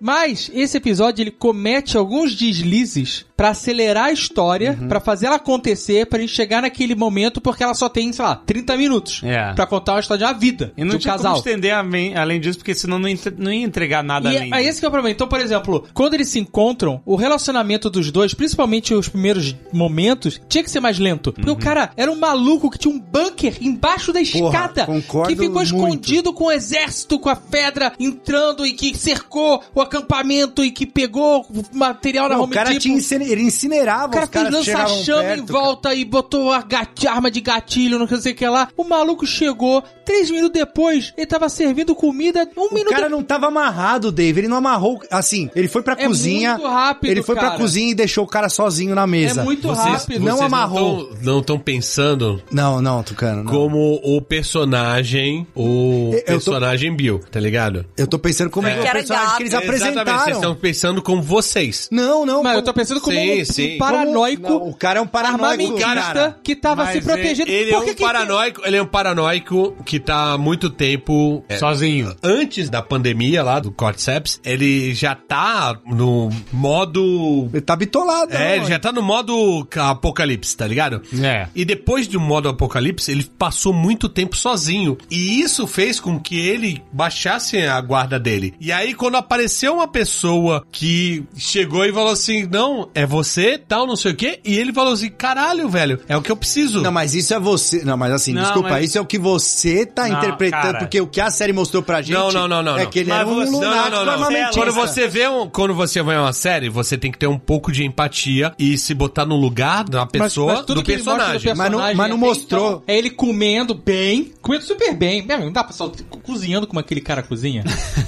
Speaker 6: Mas esse episódio ele comete alguns deslizes pra acelerar a história,
Speaker 2: Uhum.
Speaker 6: pra fazer ela acontecer, pra gente chegar naquele momento, porque ela só tem, sei lá, 30 minutos
Speaker 2: É.
Speaker 6: Pra contar uma história de uma vida,
Speaker 2: E não
Speaker 6: de um
Speaker 2: tinha
Speaker 6: casal.
Speaker 2: como estender além, além disso, porque senão não, entre- não ia entregar nada além.
Speaker 6: E é esse que é o problema. Então, por exemplo, quando eles se encontram, o relacionamento dos dois, principalmente os primeiros momentos, tinha que ser mais lento. Porque o cara era um maluco que tinha um bunker embaixo da
Speaker 4: Uhum. Porra,
Speaker 6: escada
Speaker 4: concordo
Speaker 6: que ficou
Speaker 4: muito.
Speaker 6: escondido com o exército, com a Fedra entrando e que cercou o acampamento e que pegou o material na
Speaker 4: Não, o
Speaker 6: home
Speaker 4: cara
Speaker 6: depot.
Speaker 4: tinha incine- ele incinerava
Speaker 6: O cara
Speaker 4: os caras
Speaker 6: fez
Speaker 4: que chegavam
Speaker 6: lança-chama em
Speaker 4: perto, cara.
Speaker 6: volta e botou a gati- arma de gatilho, não sei o que lá. O maluco chegou, três minutos depois, ele tava servindo comida, um
Speaker 4: O
Speaker 6: minuto
Speaker 4: cara não tava amarrado, Dave. Ele não amarrou. Assim, ele foi pra
Speaker 6: É
Speaker 4: cozinha.
Speaker 6: muito rápido,
Speaker 4: ele foi pra
Speaker 6: cara.
Speaker 4: cozinha e deixou o cara sozinho na mesa.
Speaker 6: É muito rápido.
Speaker 4: não amarrou.
Speaker 3: tão- Não estão pensando
Speaker 4: Não, não, Tucano. não.
Speaker 3: como o personagem, o
Speaker 4: É, Eu tô-
Speaker 3: personagem Bill, tá ligado?
Speaker 4: Eu tô pensando como é, que é
Speaker 5: Que
Speaker 4: o
Speaker 5: era
Speaker 4: personagem
Speaker 5: gato.
Speaker 4: que eles
Speaker 3: Exatamente, vocês
Speaker 4: apresentaram.
Speaker 3: estão pensando como vocês.
Speaker 4: Não, não.
Speaker 6: Mas
Speaker 4: como-
Speaker 6: eu tô pensando como
Speaker 3: Sim,
Speaker 6: um,
Speaker 3: sim.
Speaker 6: um paranoico
Speaker 4: Como- não, o cara é um paranoico.
Speaker 6: armamentista
Speaker 3: cara.
Speaker 6: que tava
Speaker 2: Mas
Speaker 6: se protegendo.
Speaker 3: Ele é
Speaker 6: Por
Speaker 3: um
Speaker 6: que que-
Speaker 3: paranoico, ele é um paranoico que tá há muito tempo é,
Speaker 2: Sozinho.
Speaker 3: Antes da pandemia lá do Cordyceps, ele já tá no modo
Speaker 4: Ele tá bitolado.
Speaker 3: É,
Speaker 4: não,
Speaker 3: ele já tá no modo ca- apocalipse, tá ligado?
Speaker 2: É.
Speaker 3: E depois do modo apocalipse, ele passou muito tempo sozinho. E isso fez com que ele baixasse a guarda dele. E aí, quando apareceu uma pessoa que chegou e falou assim: Não, é você, tal, não sei o quê. E ele falou assim: Caralho, velho, é o que eu preciso.
Speaker 4: Não, mas isso é você. Não, mas assim,
Speaker 2: Não,
Speaker 4: desculpa,
Speaker 2: mas-
Speaker 4: isso é o que você tá
Speaker 2: Não,
Speaker 4: interpretando,
Speaker 2: cara.
Speaker 4: porque o que a série mostrou pra gente
Speaker 3: Não, não, não, não,
Speaker 4: é
Speaker 3: não.
Speaker 4: que ele
Speaker 15: Mas
Speaker 4: era um
Speaker 15: você- não,
Speaker 4: lunático
Speaker 15: não, não,
Speaker 6: é
Speaker 15: não.
Speaker 4: armamentista.
Speaker 3: Quando você vê um, quando você vê uma série, você tem que ter um pouco de empatia e se botar no lugar da pessoa
Speaker 6: mas tudo
Speaker 3: do
Speaker 6: que ele mostra do
Speaker 3: personagem.
Speaker 4: Mas não-
Speaker 6: personagem
Speaker 4: mas não
Speaker 6: até
Speaker 4: mostrou.
Speaker 6: então é ele comendo bem, comendo super bem. Meu, não dá pra sal- co- cozinhando como aquele cara cozinha.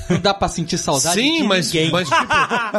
Speaker 6: Não dá pra sentir saudade
Speaker 3: Sim,
Speaker 6: de
Speaker 3: mas,
Speaker 6: ninguém.
Speaker 3: mas tipo,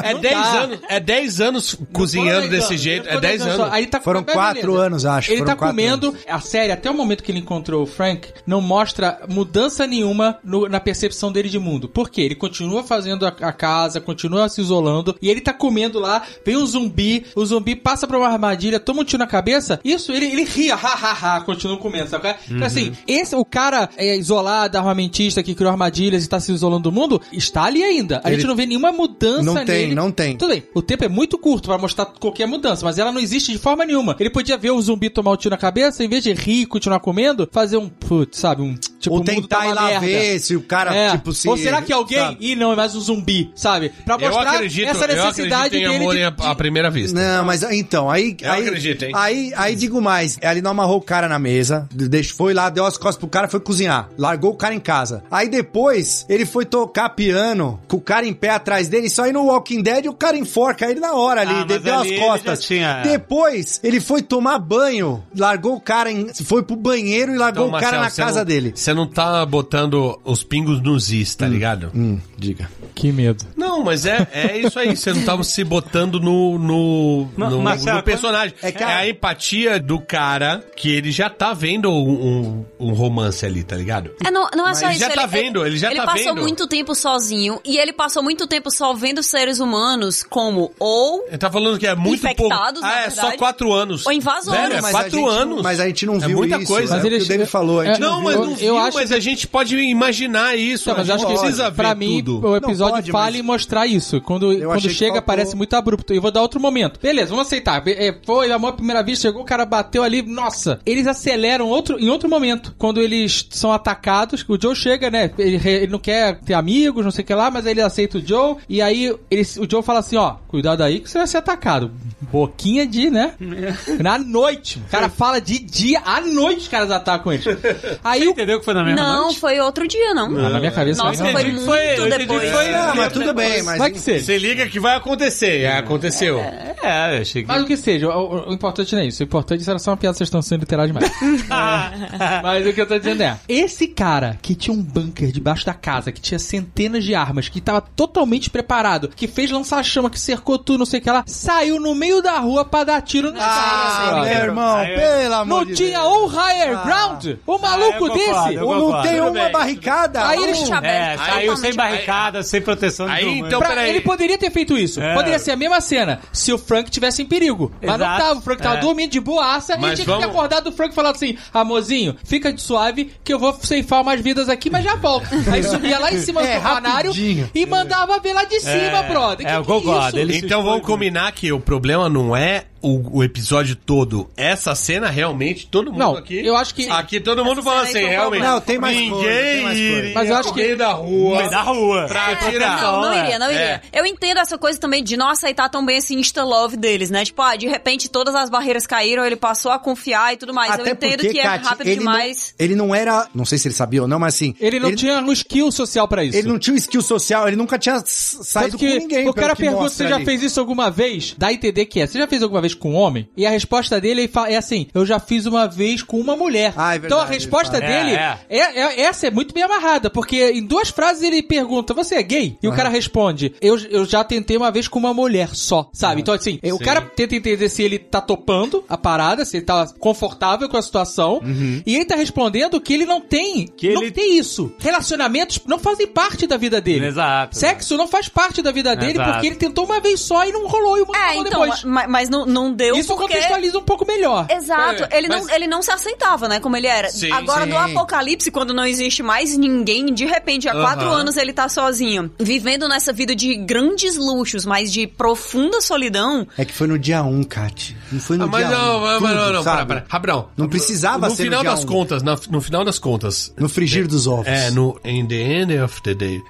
Speaker 3: é
Speaker 6: [laughs] Não
Speaker 3: 10
Speaker 6: dá.
Speaker 3: anos, é 10 anos cozinhando
Speaker 6: Foram dez
Speaker 3: desse
Speaker 6: anos.
Speaker 3: jeito. É
Speaker 6: Foram
Speaker 3: 10
Speaker 6: anos só.
Speaker 3: anos.
Speaker 6: Aí tá-
Speaker 4: Foram
Speaker 6: mas
Speaker 4: quatro
Speaker 6: beleza.
Speaker 4: anos, acho.
Speaker 6: Ele
Speaker 4: Foram
Speaker 6: tá
Speaker 4: quatro
Speaker 6: comendo a série até o momento que ele encontrou o Frank, não mostra mudança nenhuma no- na percepção dele de mundo. Por quê? Ele continua fazendo a, a casa, continua se isolando, e ele tá comendo lá, vem um zumbi, o zumbi passa pra uma armadilha, toma um tiro na cabeça, isso, ele, ele ria, ha, ha, ha, continua comendo, sabe? qual é? Então
Speaker 4: Uhum.
Speaker 6: assim, esse, o cara é isolado, armamentista, que criou armadilhas e tá se isolando do mundo, está ali ainda. A
Speaker 4: Ele-
Speaker 6: gente não vê nenhuma mudança
Speaker 4: Não tem,
Speaker 6: nele.
Speaker 4: não tem.
Speaker 6: Tudo bem, o tempo é muito curto pra mostrar qualquer mudança, mas ela não existe de forma nenhuma. Ele podia ver o zumbi tomar o tiro na cabeça, em vez de rir e continuar comendo, fazer um, putz, sabe, um tipo
Speaker 4: Ou
Speaker 6: o mundo
Speaker 4: tentar
Speaker 6: tá uma
Speaker 4: ir lá
Speaker 6: merda.
Speaker 4: ver se o cara,
Speaker 6: É.
Speaker 4: tipo, se...
Speaker 6: Ou será que alguém...
Speaker 4: sabe?
Speaker 6: Ih, não, é mais um zumbi, sabe? Pra
Speaker 3: Eu
Speaker 6: mostrar
Speaker 3: acredito,
Speaker 6: essa
Speaker 3: eu
Speaker 6: necessidade
Speaker 3: acredito em
Speaker 6: dele
Speaker 3: amor
Speaker 6: de- Né?
Speaker 3: em a- à primeira vista.
Speaker 4: Não, mas então, aí.
Speaker 3: Eu
Speaker 4: aí,
Speaker 3: acredito, hein?
Speaker 4: Aí, aí digo mais. Ele não amarrou o cara na mesa, deixou, foi lá, deu as costas pro cara, foi cozinhar. Largou o cara em casa. Aí depois, ele foi tocar piano com o cara em pé atrás dele. Isso aí no Walking Dead, o cara enforca ele na hora ali,
Speaker 2: Ah,
Speaker 4: de-
Speaker 2: mas
Speaker 4: deu
Speaker 2: ali
Speaker 4: as
Speaker 2: ele
Speaker 4: costas.
Speaker 2: já
Speaker 3: é.
Speaker 2: tinha-
Speaker 4: Depois, ele foi tomar banho, largou o cara, em, foi pro banheiro e largou
Speaker 6: Um
Speaker 4: o cara
Speaker 3: Então, Marcelo,
Speaker 4: na
Speaker 3: você
Speaker 4: casa
Speaker 3: não-
Speaker 4: dele.
Speaker 3: Você não tá botando os pingos nos is,
Speaker 6: Hum.
Speaker 3: tá ligado?
Speaker 4: diga.
Speaker 6: Que medo.
Speaker 3: Não, mas é, é isso aí. Você não tá se botando no, no,
Speaker 15: Ma-
Speaker 3: no,
Speaker 15: Marcelo,
Speaker 3: no personagem. É, a empatia do cara que ele já tá vendo um, um- um romance ali, tá ligado?
Speaker 5: É, não, não é só
Speaker 3: ele
Speaker 5: isso.
Speaker 3: já tá vendo, ele já tá
Speaker 5: Ele passou
Speaker 3: vendo.
Speaker 5: muito tempo sozinho e ele passou muito tempo só vendo seres humanos como ou
Speaker 3: Ele tá falando que é muito
Speaker 5: Infectados,
Speaker 3: pouco.
Speaker 5: na
Speaker 3: Ah, é
Speaker 5: verdade.
Speaker 3: só quatro anos.
Speaker 5: Ou invasores.
Speaker 3: Velho, é
Speaker 4: Mas a
Speaker 3: quatro
Speaker 4: gente-
Speaker 3: anos.
Speaker 4: mas a gente não
Speaker 3: é
Speaker 4: viu
Speaker 3: muita
Speaker 4: isso,
Speaker 3: coisa.
Speaker 4: é
Speaker 6: Mas
Speaker 4: o que
Speaker 6: ele-
Speaker 4: o David falou, a
Speaker 6: é-
Speaker 4: gente
Speaker 3: Não,
Speaker 6: Eu-
Speaker 3: mas não
Speaker 6: eu
Speaker 3: viu,
Speaker 6: acho
Speaker 3: mas a gente pode imaginar isso.
Speaker 6: Então, mas
Speaker 3: a
Speaker 6: eu acho
Speaker 3: gente
Speaker 6: que
Speaker 3: precisa ver
Speaker 6: pra mim,
Speaker 3: tudo.
Speaker 6: o episódio
Speaker 4: Não, pode,
Speaker 6: fala
Speaker 4: mas-
Speaker 6: em mostrar isso. Quando,
Speaker 4: Eu
Speaker 6: quando
Speaker 4: achei que
Speaker 6: chega,
Speaker 4: faltou-
Speaker 6: parece muito abrupto. Eu vou dar outro momento. Beleza, vamos aceitar. É, Foi, amor à primeira vista, chegou, o cara bateu ali. Nossa! Eles aceleram outro, em outro momento. Quando eles são atacados, o Joe chega, né? Ele, re- ele não quer ter amigos, não sei o que lá, mas aí ele aceita o Joe. E aí ele, o Joe fala assim: ó, cuidado aí que você vai ser atacado. Boquinha de, né? Na noite. O cara fala de dia, à noite os caras atacam eles. Aí o.
Speaker 2: Entendeu que foi na mesma
Speaker 5: não,
Speaker 2: noite?
Speaker 5: foi outro dia, não.
Speaker 6: é Ah, na minha cabeça
Speaker 5: Nossa,
Speaker 6: não.
Speaker 5: foi
Speaker 2: entendi que
Speaker 5: muito
Speaker 2: foi- eu entendi que
Speaker 5: depois.
Speaker 2: foi-
Speaker 4: Não, mas tudo bem, mas.
Speaker 6: Vai que seja.
Speaker 3: Se liga que vai acontecer. É, aconteceu.
Speaker 2: É, eu achei que...
Speaker 6: Mas o que seja, o, o- o importante não é isso. O importante era só uma piada, vocês estão sendo literais demais. É. Mas o que eu tô dizendo é: esse cara que tinha um bunker debaixo da casa, que tinha centenas de armas, que tava totalmente preparado, que fez lançar-chama, que cercou tudo, não sei o que lá, saiu no meio da rua pra dar tiro nos caras.
Speaker 4: Ah, meu
Speaker 6: brother.
Speaker 4: irmão,
Speaker 2: Aí eu-
Speaker 4: pelo amor
Speaker 6: Não
Speaker 4: de
Speaker 6: tinha
Speaker 4: Deus. Ah.
Speaker 6: um higher ground? Um maluco
Speaker 2: eu concordo,
Speaker 6: desse?
Speaker 2: eu
Speaker 4: Ou não
Speaker 2: concordo.
Speaker 4: tem
Speaker 2: Tudo
Speaker 4: uma
Speaker 2: bem.
Speaker 4: barricada?
Speaker 6: Aí
Speaker 4: Ou-
Speaker 6: eles
Speaker 5: Totalmente
Speaker 2: É,
Speaker 5: aberto,
Speaker 2: saiu sem
Speaker 5: totalmente
Speaker 2: barricada, sem proteção
Speaker 3: Aí,
Speaker 2: nenhuma.
Speaker 3: então-
Speaker 6: Pra-
Speaker 3: peraí.
Speaker 6: ele poderia ter feito isso.
Speaker 2: É.
Speaker 6: Poderia ser a mesma cena se o Frank tivesse em perigo. Mas não
Speaker 2: Exato.
Speaker 6: tava. O Frank tava
Speaker 2: É.
Speaker 6: dormindo de boaça
Speaker 3: Mas
Speaker 6: e tinha que
Speaker 3: vamos-
Speaker 6: ter acordado do Frank e falado assim: amorzinho, fica de suave que eu vou ceifar umas vidas aqui, mas
Speaker 2: [laughs]
Speaker 6: já volto. Aí subia lá em cima
Speaker 4: É,
Speaker 6: do canário
Speaker 4: rapidinho.
Speaker 6: e mandava ver lá de cima, brother.
Speaker 2: é,
Speaker 6: Que
Speaker 2: eu
Speaker 6: que
Speaker 2: concordo.
Speaker 6: isso?
Speaker 2: Ele-
Speaker 3: Então vamos combinar que o problema não é o, o episódio todo. Essa cena realmente, todo mundo
Speaker 6: Não,
Speaker 3: aqui.
Speaker 6: eu acho que-
Speaker 3: Aqui todo mundo fala
Speaker 5: cena
Speaker 3: assim,
Speaker 5: aí que é o
Speaker 3: realmente.
Speaker 4: problema. Não, tem mais
Speaker 3: Ninguém
Speaker 4: coisa, tem mais coisa.
Speaker 3: iria
Speaker 6: Mas eu acho
Speaker 3: pro
Speaker 6: que-
Speaker 3: meio da rua.
Speaker 2: Foi da rua.
Speaker 3: Pra
Speaker 5: É,
Speaker 3: tirar.
Speaker 5: Não, não
Speaker 2: é.
Speaker 5: iria, não iria. Eu entendo essa coisa também de não aceitar tão bem esse insta-love deles, né? Tipo, ah, de repente todas as barreiras caíram, ele passou a confiar e tudo mais. eu entendo que é
Speaker 4: Kati,
Speaker 5: rápido
Speaker 4: ele
Speaker 5: demais.
Speaker 4: Não, ele não era. Não sei se ele sabia ou não, mas assim.
Speaker 6: Ele não
Speaker 4: ele,
Speaker 6: tinha um skill social pra isso.
Speaker 4: Ele não tinha o skill social, ele nunca tinha s-
Speaker 6: Tanto
Speaker 4: saído
Speaker 6: que
Speaker 4: com ninguém.
Speaker 6: o
Speaker 4: pelo
Speaker 6: cara
Speaker 4: que
Speaker 6: pergunta se
Speaker 4: mostra
Speaker 6: você já
Speaker 4: ali.
Speaker 6: fez isso alguma vez, dá a entender que é. Você já fez alguma vez com um homem? E a resposta dele é fa- é assim: eu já fiz uma vez com uma mulher.
Speaker 4: Ah, é
Speaker 6: então a
Speaker 4: verdade,
Speaker 6: resposta
Speaker 2: ele fala.
Speaker 6: dele é,
Speaker 2: É,
Speaker 6: é- essa é muito bem amarrada, porque em duas frases ele pergunta: você é gay? E o cara responde: eu, eu já tentei uma vez com uma mulher só, sabe?
Speaker 2: É.
Speaker 6: Então assim, o cara tenta entender se ele tá topando a parada, se ele tá confortável com a situação, e ele tá respondendo que ele não tem,
Speaker 2: Uhum. Que
Speaker 6: não
Speaker 2: ele-
Speaker 6: tem isso. Relacionamentos não fazem parte da vida dele.
Speaker 2: Exato.
Speaker 6: Sexo não faz parte da vida dele
Speaker 2: Exato.
Speaker 6: porque ele tentou uma vez só e não rolou e o mundo
Speaker 5: É,
Speaker 6: rolou
Speaker 5: então,
Speaker 6: depois.
Speaker 5: ma- mas não, não deu
Speaker 6: Isso
Speaker 5: porque... É.
Speaker 6: contextualiza um pouco melhor.
Speaker 5: Exato, ele,
Speaker 3: mas-
Speaker 5: não, ele não se aceitava, né, como ele era.
Speaker 3: Sim,
Speaker 5: Agora,
Speaker 4: É, sim.
Speaker 5: do apocalipse, quando não existe mais ninguém, de repente, há quatro
Speaker 3: Aham.
Speaker 5: anos ele tá sozinho, vivendo nessa vida de grandes luxos, mas de profunda solidão,
Speaker 4: É que foi no dia 1, um, Kat. Não foi no
Speaker 3: Ah, mas
Speaker 4: dia
Speaker 3: não,
Speaker 4: 1. Um,
Speaker 3: mas
Speaker 4: tudo,
Speaker 3: não, não, para,
Speaker 4: sabe?
Speaker 3: para. Rabrão.
Speaker 4: Não precisava
Speaker 3: no
Speaker 4: ser no
Speaker 3: final
Speaker 4: dia
Speaker 3: das
Speaker 4: um.
Speaker 3: contas, na- no final das contas.
Speaker 4: No frigir dos ovos.
Speaker 3: É, no In the End of the Day.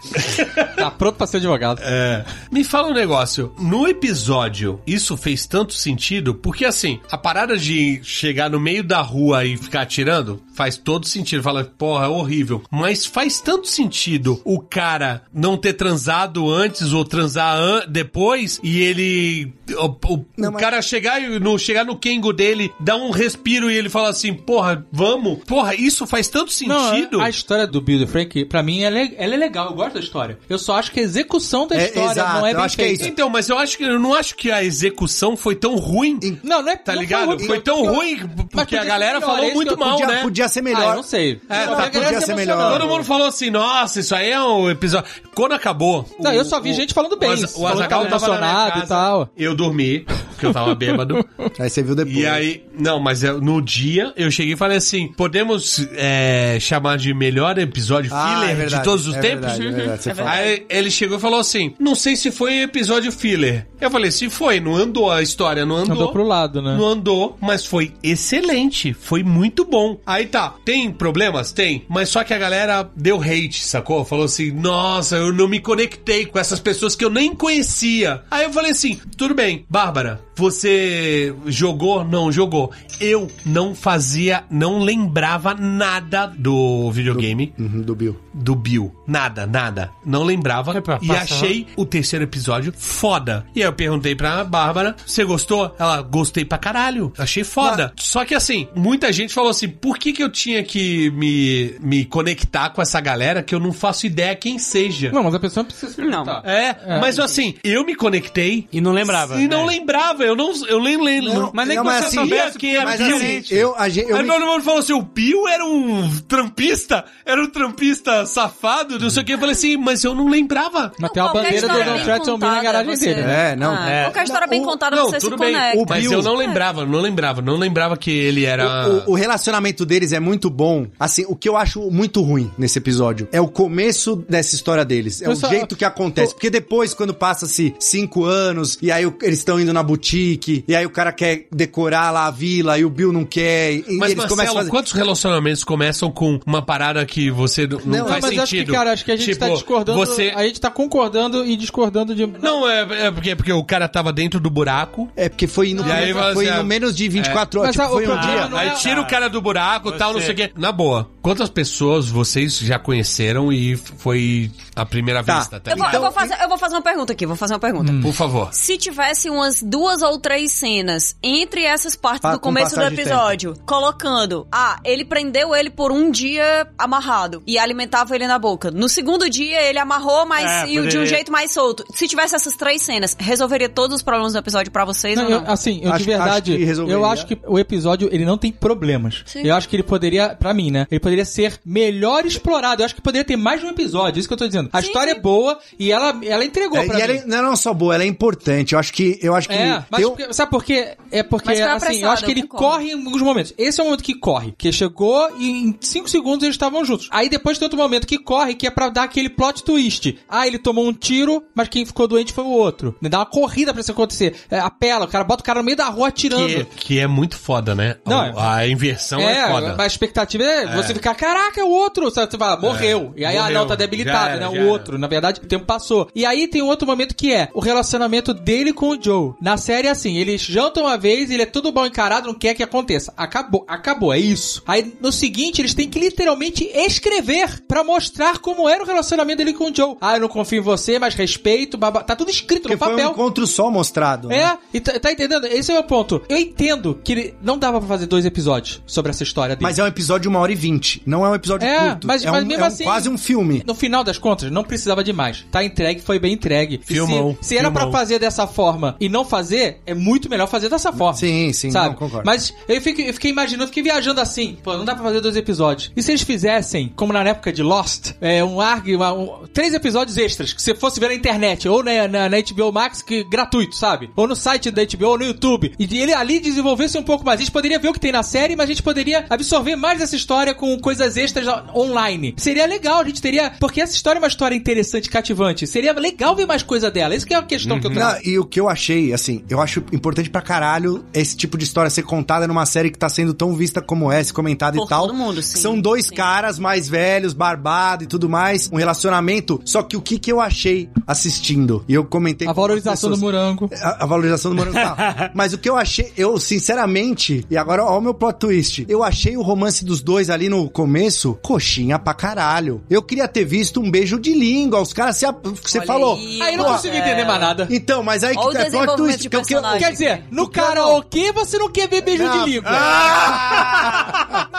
Speaker 6: Tá pronto pra ser advogado.
Speaker 3: É. Me fala um negócio. No episódio, isso fez tanto sentido, porque assim, a parada de chegar no meio da rua e ficar atirando, faz todo sentido. Fala, porra, é horrível. Mas faz tanto sentido o cara não ter transado antes ou transar an- depois e ele. O, o- o cara chegar, e no, chegar no Kengo dele, dar um respiro e ele fala assim: porra, vamos. Porra, isso faz tanto sentido.
Speaker 6: a história do Bill e Frank, pra mim, ela é, ela é legal, eu gosto da história. Eu só acho que a execução da
Speaker 3: É,
Speaker 6: história não é bem feita.
Speaker 3: Então, mas eu acho que eu não acho que a execução foi tão ruim.
Speaker 6: Não, não é
Speaker 3: Tá ligado? Foi, tão ruim porque a galera falou muito mal,
Speaker 4: podia,
Speaker 3: né?
Speaker 4: Podia ser
Speaker 6: Ah,
Speaker 5: Ah,
Speaker 4: melhor.
Speaker 3: É,
Speaker 4: Não,
Speaker 3: tá,
Speaker 4: podia ser melhor.
Speaker 3: Todo mundo falou assim, nossa, isso aí é um episódio... Quando acabou...
Speaker 6: Não,
Speaker 3: o-
Speaker 6: eu só vi
Speaker 3: o-
Speaker 6: gente falando bem,
Speaker 3: O, Aza- o
Speaker 6: falando
Speaker 3: Azaghal
Speaker 6: que
Speaker 3: tava na minha
Speaker 6: emocionado e
Speaker 3: casa,
Speaker 6: tal.
Speaker 3: Eu dormi, porque eu tava [laughs] bêbado.
Speaker 4: Aí você viu depois.
Speaker 3: E aí... Não, mas eu- no dia eu cheguei e falei assim, podemos é, chamar de melhor episódio
Speaker 4: Ah,
Speaker 3: filler
Speaker 4: é verdade,
Speaker 3: de todos os
Speaker 4: é
Speaker 3: tempos?
Speaker 4: verdade, é verdade, você É fala.
Speaker 3: [laughs] Aí ele chegou e falou assim, não sei se foi episódio filler. Eu falei, se foi, não andou a história, não andou.
Speaker 6: Andou pro lado, né?
Speaker 3: Não andou, mas foi excelente. Foi muito bom. Aí tá, tem problemas? Tem. Mas só que a galera deu hate, sacou? Falou assim: nossa, eu não me conectei com essas pessoas que eu nem conhecia. Aí eu falei assim: tudo bem, Bárbara, você jogou? Não jogou. Eu não fazia, não lembrava nada do videogame.
Speaker 4: Uhum, do Bill.
Speaker 3: Do Bill. Nada, nada. Não lembrava. e
Speaker 4: passar.
Speaker 3: achei o terceiro episódio foda. E aí eu perguntei pra Bárbara, você gostou? Ela, gostei pra caralho. Achei foda. Só que assim, muita gente falou assim, por que que eu tinha que me, me conectar com essa galera que eu não faço ideia quem seja?
Speaker 6: Não, mas a pessoa precisa se perguntar.
Speaker 3: É, mas assim, eu me conectei.
Speaker 2: E não lembrava.
Speaker 3: E não lembrava, eu não eu nem lembro.
Speaker 4: Não,
Speaker 3: mas nem
Speaker 4: não,
Speaker 3: que
Speaker 4: mas
Speaker 3: você
Speaker 4: assim,
Speaker 3: soubesse quem era
Speaker 4: mas
Speaker 3: Bill.
Speaker 4: assim, eu- a gente- eu
Speaker 3: Aí
Speaker 4: me-
Speaker 3: todo mundo falou assim, o Bill era um trampista, era um trampista safado, não sei o que. Eu falei assim, mas eu não lembrava.
Speaker 6: Mas tem uma
Speaker 5: qualquer
Speaker 6: bandeira do
Speaker 5: história
Speaker 6: Donald
Speaker 5: é bem
Speaker 6: Trump zumbi na
Speaker 5: contada,
Speaker 6: garagem
Speaker 5: você-
Speaker 6: dele. né?
Speaker 4: É, não.
Speaker 5: Ah, Qualquer história bem contada, você se conecta.
Speaker 4: O
Speaker 3: mas
Speaker 4: Bill-
Speaker 3: eu não lembrava, não lembrava, não lembrava que ele
Speaker 6: Ah.
Speaker 3: era...
Speaker 4: O, o relacionamento deles é muito bom. Assim, o que eu acho muito ruim nesse episódio é o começo dessa história deles. É
Speaker 6: Eu
Speaker 4: o
Speaker 6: só-
Speaker 4: jeito que acontece. Porque depois, quando passa-se cinco anos, e aí o- eles estão indo na boutique, e aí o cara quer decorar lá a vila, e o Bill não quer. E
Speaker 3: Mas,
Speaker 4: eles começam
Speaker 3: Marcelo,
Speaker 4: a fazer...
Speaker 3: quantos relacionamentos começam com uma parada que você não, não
Speaker 4: Não,
Speaker 3: faz
Speaker 6: mas
Speaker 3: sentido?
Speaker 6: acho que, cara, acho que a gente tá
Speaker 3: Tipo,
Speaker 6: discordando.
Speaker 3: Você...
Speaker 6: A gente tá concordando e discordando de.
Speaker 3: Não, é, é porque, porque o cara tava dentro do buraco,
Speaker 4: É, porque foi no,
Speaker 3: E aí fala
Speaker 4: foi
Speaker 3: assim,
Speaker 4: no
Speaker 3: ah,
Speaker 4: menos de 24
Speaker 6: é.
Speaker 4: horas. Tipo,
Speaker 6: Mas, ah,
Speaker 4: foi um
Speaker 6: o problema
Speaker 4: dia.
Speaker 6: não
Speaker 3: Aí
Speaker 6: é-
Speaker 3: tira o cara do buraco e tal, não
Speaker 2: Você-
Speaker 3: sei o quê. Na boa, quantas pessoas vocês já conheceram e f- foi a primeira
Speaker 4: Tá.
Speaker 3: vista? Tá
Speaker 5: Eu vou,
Speaker 3: ligado?
Speaker 5: eu, vou fazer, eu vou fazer uma pergunta aqui, vou fazer uma
Speaker 4: Hum.
Speaker 5: pergunta.
Speaker 3: Por favor.
Speaker 5: Se tivesse umas duas ou três cenas entre essas partes
Speaker 4: Ah,
Speaker 5: do
Speaker 4: com
Speaker 5: começo do
Speaker 4: passagem de
Speaker 5: episódio, colocando, ah, ele prendeu ele por um dia amarrado e alimentava ele na boca. No segundo dia ele amarrou, mas
Speaker 2: É,
Speaker 5: e o- de um
Speaker 2: poderia.
Speaker 5: jeito mais solto. Se tivesse essas três cenas, resolveria todos os problemas do episódio pra vocês
Speaker 6: Não,
Speaker 5: ou não?
Speaker 6: eu- assim, eu de
Speaker 4: Acho-
Speaker 6: verdade,
Speaker 4: acho que resolveria.
Speaker 6: eu acho que o episódio ele não tem problemas.
Speaker 5: Sim.
Speaker 6: Eu acho que ele poderia, pra mim, né? Ele poderia ser melhor explorado. Eu acho que poderia ter mais de um episódio, isso que eu tô dizendo. A história é boa e ela, ela entregou
Speaker 4: É,
Speaker 6: pra
Speaker 4: e
Speaker 6: mim.
Speaker 4: ela é- não é não só boa, ela é importante. Eu acho que. Eu acho que um-
Speaker 6: É, mas
Speaker 4: eu,
Speaker 6: porque- sabe por quê? É porque,
Speaker 5: Mas foi
Speaker 6: assim, eu acho
Speaker 5: apressado,
Speaker 6: que ele
Speaker 5: eu concordo.
Speaker 6: corre em alguns momentos. Esse é o momento que corre, que chegou e em 5 segundos eles estavam juntos. Aí depois tem outro momento que corre, que é pra dar aquele plot twist. Ah, ele tomou um tiro, mas quem ficou doente foi o outro. Dá uma corrida pra isso acontecer. É, apela, o cara bota o cara no meio da rua atirando.
Speaker 3: Que, que é muito foda, né?
Speaker 6: Não,
Speaker 3: a, a inversão é,
Speaker 6: é,
Speaker 3: foda.
Speaker 6: a expectativa é, você ficar, caraca, é o outro, sabe? Você fala, morreu. E aí, ah,
Speaker 3: É. morreu.
Speaker 6: não, tá debilitado,
Speaker 3: Já era,
Speaker 6: né?
Speaker 3: já
Speaker 6: O
Speaker 3: era.
Speaker 6: outro. Na verdade, o tempo passou. E aí tem um outro momento que é o relacionamento dele com o Joe. Na série é assim, eles jantam uma vez, ele é tudo mal encarado, não quer que aconteça. Acabou, acabou, é isso. Aí no seguinte, eles têm que literalmente escrever pra mostrar como era o relacionamento dele com o Joe. Ah, eu não confio em você, mas respeito, babá. Tá tudo escrito
Speaker 4: porque
Speaker 6: no
Speaker 4: foi
Speaker 6: papel.
Speaker 4: um encontro só mostrado. né?
Speaker 6: É, e tá, tá entendendo? Esse é o meu ponto. Eu entendo que ele não dava pra fazer dois episódios sobre essa história dele.
Speaker 4: Mas é um episódio de uma hora e vinte. Não é um episódio
Speaker 6: É,
Speaker 4: curto.
Speaker 6: mas-
Speaker 4: é um,
Speaker 6: mas mesmo
Speaker 4: é um-
Speaker 6: assim-
Speaker 4: quase um filme.
Speaker 6: No final das contas, não precisava de mais. Tá entregue, foi bem entregue. E
Speaker 3: Filmão,
Speaker 6: Se, se era pra
Speaker 3: filmão.
Speaker 6: fazer dessa forma e não fazer, é muito melhor fazer dessa forma.
Speaker 4: Sim, sim,
Speaker 6: sabe?
Speaker 4: não, concordo.
Speaker 6: Mas eu fiquei, eu fiquei imaginando, fiquei viajando assim. Pô, não dá pra fazer dois episódios. E se eles fizessem, como na época de Lost, é, um ARG, uma- um- três episódios extras que você fosse ver na internet ou na, na, na HBO Max, que gratuito, sabe? Ou no site da HBO, ou no YouTube. E ele ali desenvolvesse um pouco mais. A gente poderia ver o que tem na série, mas a gente poderia absorver mais essa história com, coisas extras online. Seria legal, a gente teria. Porque essa história é uma história interessante, cativante. Seria legal ver mais coisa dela. Isso que é uma questão que eu trago.
Speaker 4: Não, e o que eu achei, assim, eu acho importante pra caralho esse tipo de história ser contada numa série que tá sendo tão vista como essa, comentada
Speaker 5: Por
Speaker 4: e tal.
Speaker 5: todo mundo, sim,
Speaker 4: São dois
Speaker 5: sim.
Speaker 4: caras mais velhos, barbado e tudo mais, um relacionamento. Só que o que que eu achei assistindo? E eu comentei
Speaker 6: A valorização do morango.
Speaker 4: a, a valorização do morango
Speaker 6: [laughs]
Speaker 4: tá. Mas o que eu achei, eu sinceramente, e agora ó o meu plot twist, eu achei o romance dos dois ali no começo coxinha pra caralho. Eu queria ter visto um beijo de língua, os caras se a- você
Speaker 5: Olha
Speaker 4: falou.
Speaker 5: aí.
Speaker 6: Aí eu não
Speaker 4: Porra.
Speaker 6: consigo entender
Speaker 5: é,
Speaker 6: mais nada.
Speaker 4: Então, mas aí
Speaker 5: Olha o
Speaker 4: tá
Speaker 5: desenvolvimento de
Speaker 4: porque eu quero-
Speaker 5: personagem.
Speaker 6: Quer dizer, no
Speaker 4: Porque eu não-
Speaker 6: karaokê você não Ah! quer ver beijo
Speaker 4: Ah,
Speaker 6: de língua.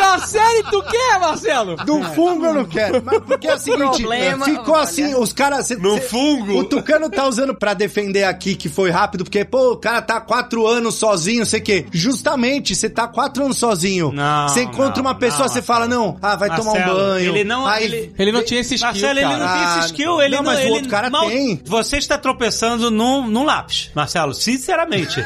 Speaker 6: Na série tu quer, Marcelo?
Speaker 4: Do fungo eu não quero. Mas porque é o seguinte,
Speaker 5: Problema,
Speaker 4: ficou
Speaker 5: olha.
Speaker 4: assim, os caras. cê-
Speaker 3: No
Speaker 4: cê-
Speaker 3: fungo?
Speaker 4: O Tucano tá usando pra defender aqui que foi rápido, porque, pô, o cara tá quatro anos sozinho, não sei o quê. Justamente, você tá quatro anos sozinho.
Speaker 2: Não,
Speaker 4: Você encontra
Speaker 2: não,
Speaker 4: uma pessoa,
Speaker 2: não,
Speaker 4: você fala, não, ah, vai tomar um
Speaker 2: Marcelo,
Speaker 4: banho.
Speaker 2: ele não-
Speaker 4: Aí- [laughs]
Speaker 2: ele-
Speaker 6: Ele não tinha esse skill,
Speaker 2: Marcelo, ele
Speaker 6: cara.
Speaker 2: não tem
Speaker 4: Ah,
Speaker 2: esse skill. Ele
Speaker 4: não,
Speaker 2: não,
Speaker 4: mas o
Speaker 2: ele
Speaker 4: outro cara
Speaker 2: mal-
Speaker 4: tem.
Speaker 2: Você está tropeçando num, num lápis, Marcelo,
Speaker 4: [laughs]
Speaker 2: sinceramente.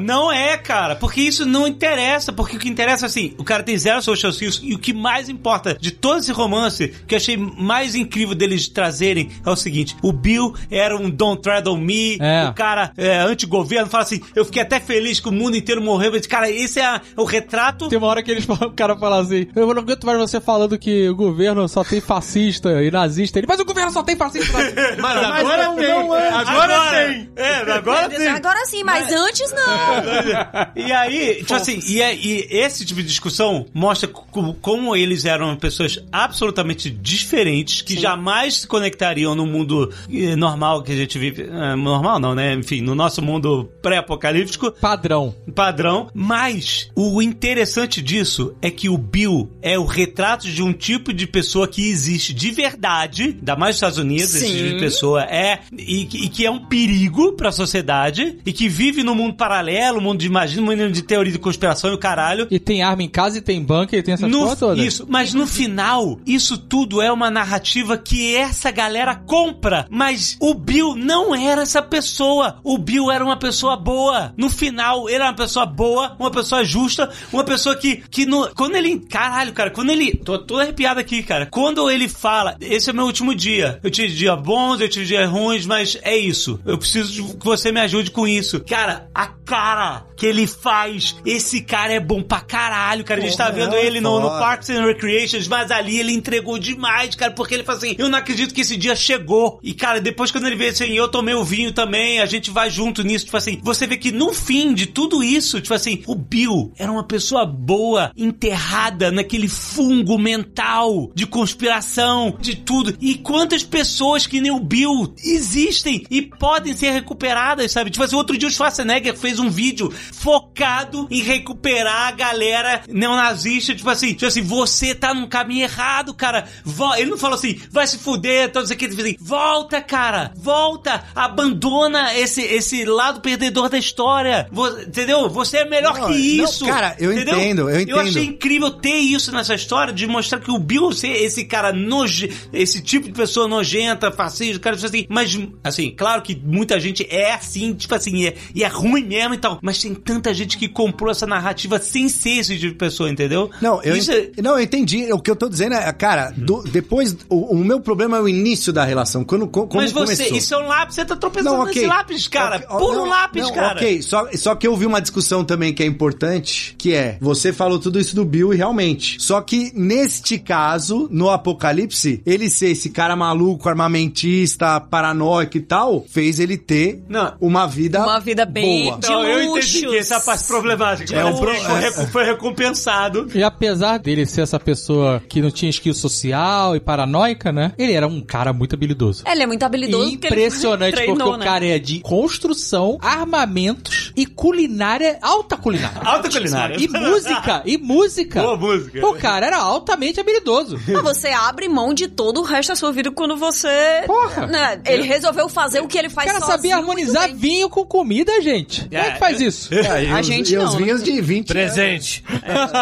Speaker 2: não é, cara, porque isso não interessa. Porque o que interessa, assim, o cara tem zero social skills. E o que mais importa de todo esse romance, que eu achei mais incrível deles trazerem, é o seguinte: o Bill era um Don't Tread on Me,
Speaker 6: É.
Speaker 2: o cara é, anti-governo, fala assim, eu fiquei até feliz que o mundo inteiro morreu. Eu disse, Cara, esse é, a- é o retrato
Speaker 6: Tem uma hora que eles falam, o cara fala assim: Eu não aguento mais você falando que o governo só tem fascista e nazista. Ele, mas o governo só tem fascista. e [laughs] nazista."
Speaker 3: Mas agora tem.
Speaker 4: é.
Speaker 6: um
Speaker 3: Agora,
Speaker 6: assim.
Speaker 3: tem.
Speaker 2: É, agora tem.
Speaker 5: Agora sim, mas antes não.
Speaker 2: E aí, tipo assim, e, é- e esse tipo de discussão mostra co- como eles eram pessoas absolutamente diferentes, que jamais se conectariam no mundo eh, normal que a gente vive. eh, Normal não, né? Enfim, no nosso mundo pré-apocalíptico
Speaker 6: Padrão.
Speaker 2: padrão. Mas o interessante disso é que o Bill é o retrato de um tipo de pessoa que existe de verdade, ainda mais nos Estados Unidos, esse
Speaker 5: Sim.
Speaker 2: tipo de pessoa é, e, que- e que é um perigo pra sociedade, e que vive num mundo paralelo, um mundo de imagina, mundo de teoria de conspiração e o caralho.
Speaker 6: E tem arma em casa, e tem bunker, e tem essas
Speaker 2: No-
Speaker 6: coisas todas.
Speaker 2: Isso, mas no final, isso tudo é uma narrativa que essa galera compra. Mas o Bill não era essa pessoa. O Bill era uma pessoa boa. No final, ele era uma pessoa boa, uma pessoa justa, uma pessoa que. que no, quando ele. Caralho, cara, quando ele. Tô todo arrepiado aqui, cara. Quando ele fala, esse é meu último dia. Eu tive dias bons, eu tive dias ruins, mas é isso. Eu preciso de- que você me ajude com isso. Cara, a cara que ele faz, esse cara é bom pra caralho, cara. A gente tá
Speaker 4: Porra,
Speaker 2: vendo
Speaker 4: é
Speaker 2: ele no, no
Speaker 4: foda.
Speaker 2: Park Parks and Recreations, mas ali ele entregou demais, cara, porque ele fala assim: eu não acredito que esse dia chegou. E, cara, depois quando ele veio assim, eu tomei o vinho também, a gente vai junto nisso, tipo assim, você vê que no fim de tudo isso, tipo assim, o Bill era uma pessoa boa, enterrada naquele fungo mental de conspiração, de tudo. E quantas pessoas que nem o Bill existem e podem ser recuperadas, sabe? Tipo assim, outro dia o Schwarzenegger fez um vídeo focado em recuperar a galera neonazista, tipo assim, tipo assim, você tá num caminho errado, cara. Vo- Ele não falou assim, vai se fuder, tal, não sei o que. Ele fez assim, volta, cara, volta, abandona esse, esse lado perdedor da história. Vo- entendeu? Você é melhor
Speaker 4: Não,
Speaker 2: que
Speaker 4: não,
Speaker 2: isso.
Speaker 4: cara, eu
Speaker 2: entendeu?
Speaker 4: entendo, eu
Speaker 2: Eu achei
Speaker 4: entendo.
Speaker 2: incrível ter isso nessa história, de mostrar que o Bill ser esse cara noje... esse tipo de pessoa nojenta, fascista, cara, tipo assim, mas, assim, claro que muita gente é assim, tipo assim, e é, e é ruim mesmo e tal, mas tem tanta gente que comprou essa narrativa sem ser esse tipo de pessoa, entendeu?
Speaker 4: Não, eu,
Speaker 2: Isso é-
Speaker 4: ent- não, eu entendi. O que eu tô dizendo é, cara, do- depois. O, o meu problema é o início da relação. Quando, co- como
Speaker 2: Mas você,
Speaker 4: começou.
Speaker 2: isso é um lápis, você tá tropeçando
Speaker 4: ok.
Speaker 2: nesse lápis, cara.
Speaker 4: Ok, ó,
Speaker 2: Puro
Speaker 4: não,
Speaker 2: lápis,
Speaker 4: não,
Speaker 2: cara.
Speaker 4: Ok, só, só que eu vi uma discussão também que é importante, que é, você falou tudo isso do Bill e realmente. Só que neste caso, no Apocalipse, ele ser esse cara maluco, armamentista, paranoico e tal, fez ele ter
Speaker 2: Não.
Speaker 4: uma vida
Speaker 5: Uma vida bem
Speaker 4: boa.
Speaker 5: de
Speaker 2: Não, Então, eu entendi
Speaker 5: luxos.
Speaker 2: que essa é a parte problemática.
Speaker 4: É, o
Speaker 2: Ele foi-
Speaker 4: pro-
Speaker 2: recu- foi recompensado.
Speaker 6: E apesar dele ser essa pessoa que não tinha skill social e paranoica, né? Ele era um cara muito habilidoso.
Speaker 5: Ele é muito habilidoso. porque ele [laughs]
Speaker 6: Impressionante, porque,
Speaker 5: treinou,
Speaker 6: o
Speaker 5: né?
Speaker 6: cara é de construção, armamentos e culinária, alta culinária.
Speaker 2: Alta culinária.
Speaker 6: E música, e música.
Speaker 2: Boa música.
Speaker 6: O cara era altamente habilidoso.
Speaker 5: Mas você abre mão de todo o resto da sua vida quando você.
Speaker 6: Porra!
Speaker 5: Né, ele resolveu fazer o que ele
Speaker 6: O
Speaker 5: faz
Speaker 6: cara
Speaker 5: sozinho
Speaker 6: sabia
Speaker 5: e
Speaker 6: harmonizar vinho com comida, gente. Como é que faz isso?
Speaker 5: A gente
Speaker 4: e os
Speaker 5: não, né? É,
Speaker 4: vinhos de 20
Speaker 3: Presente.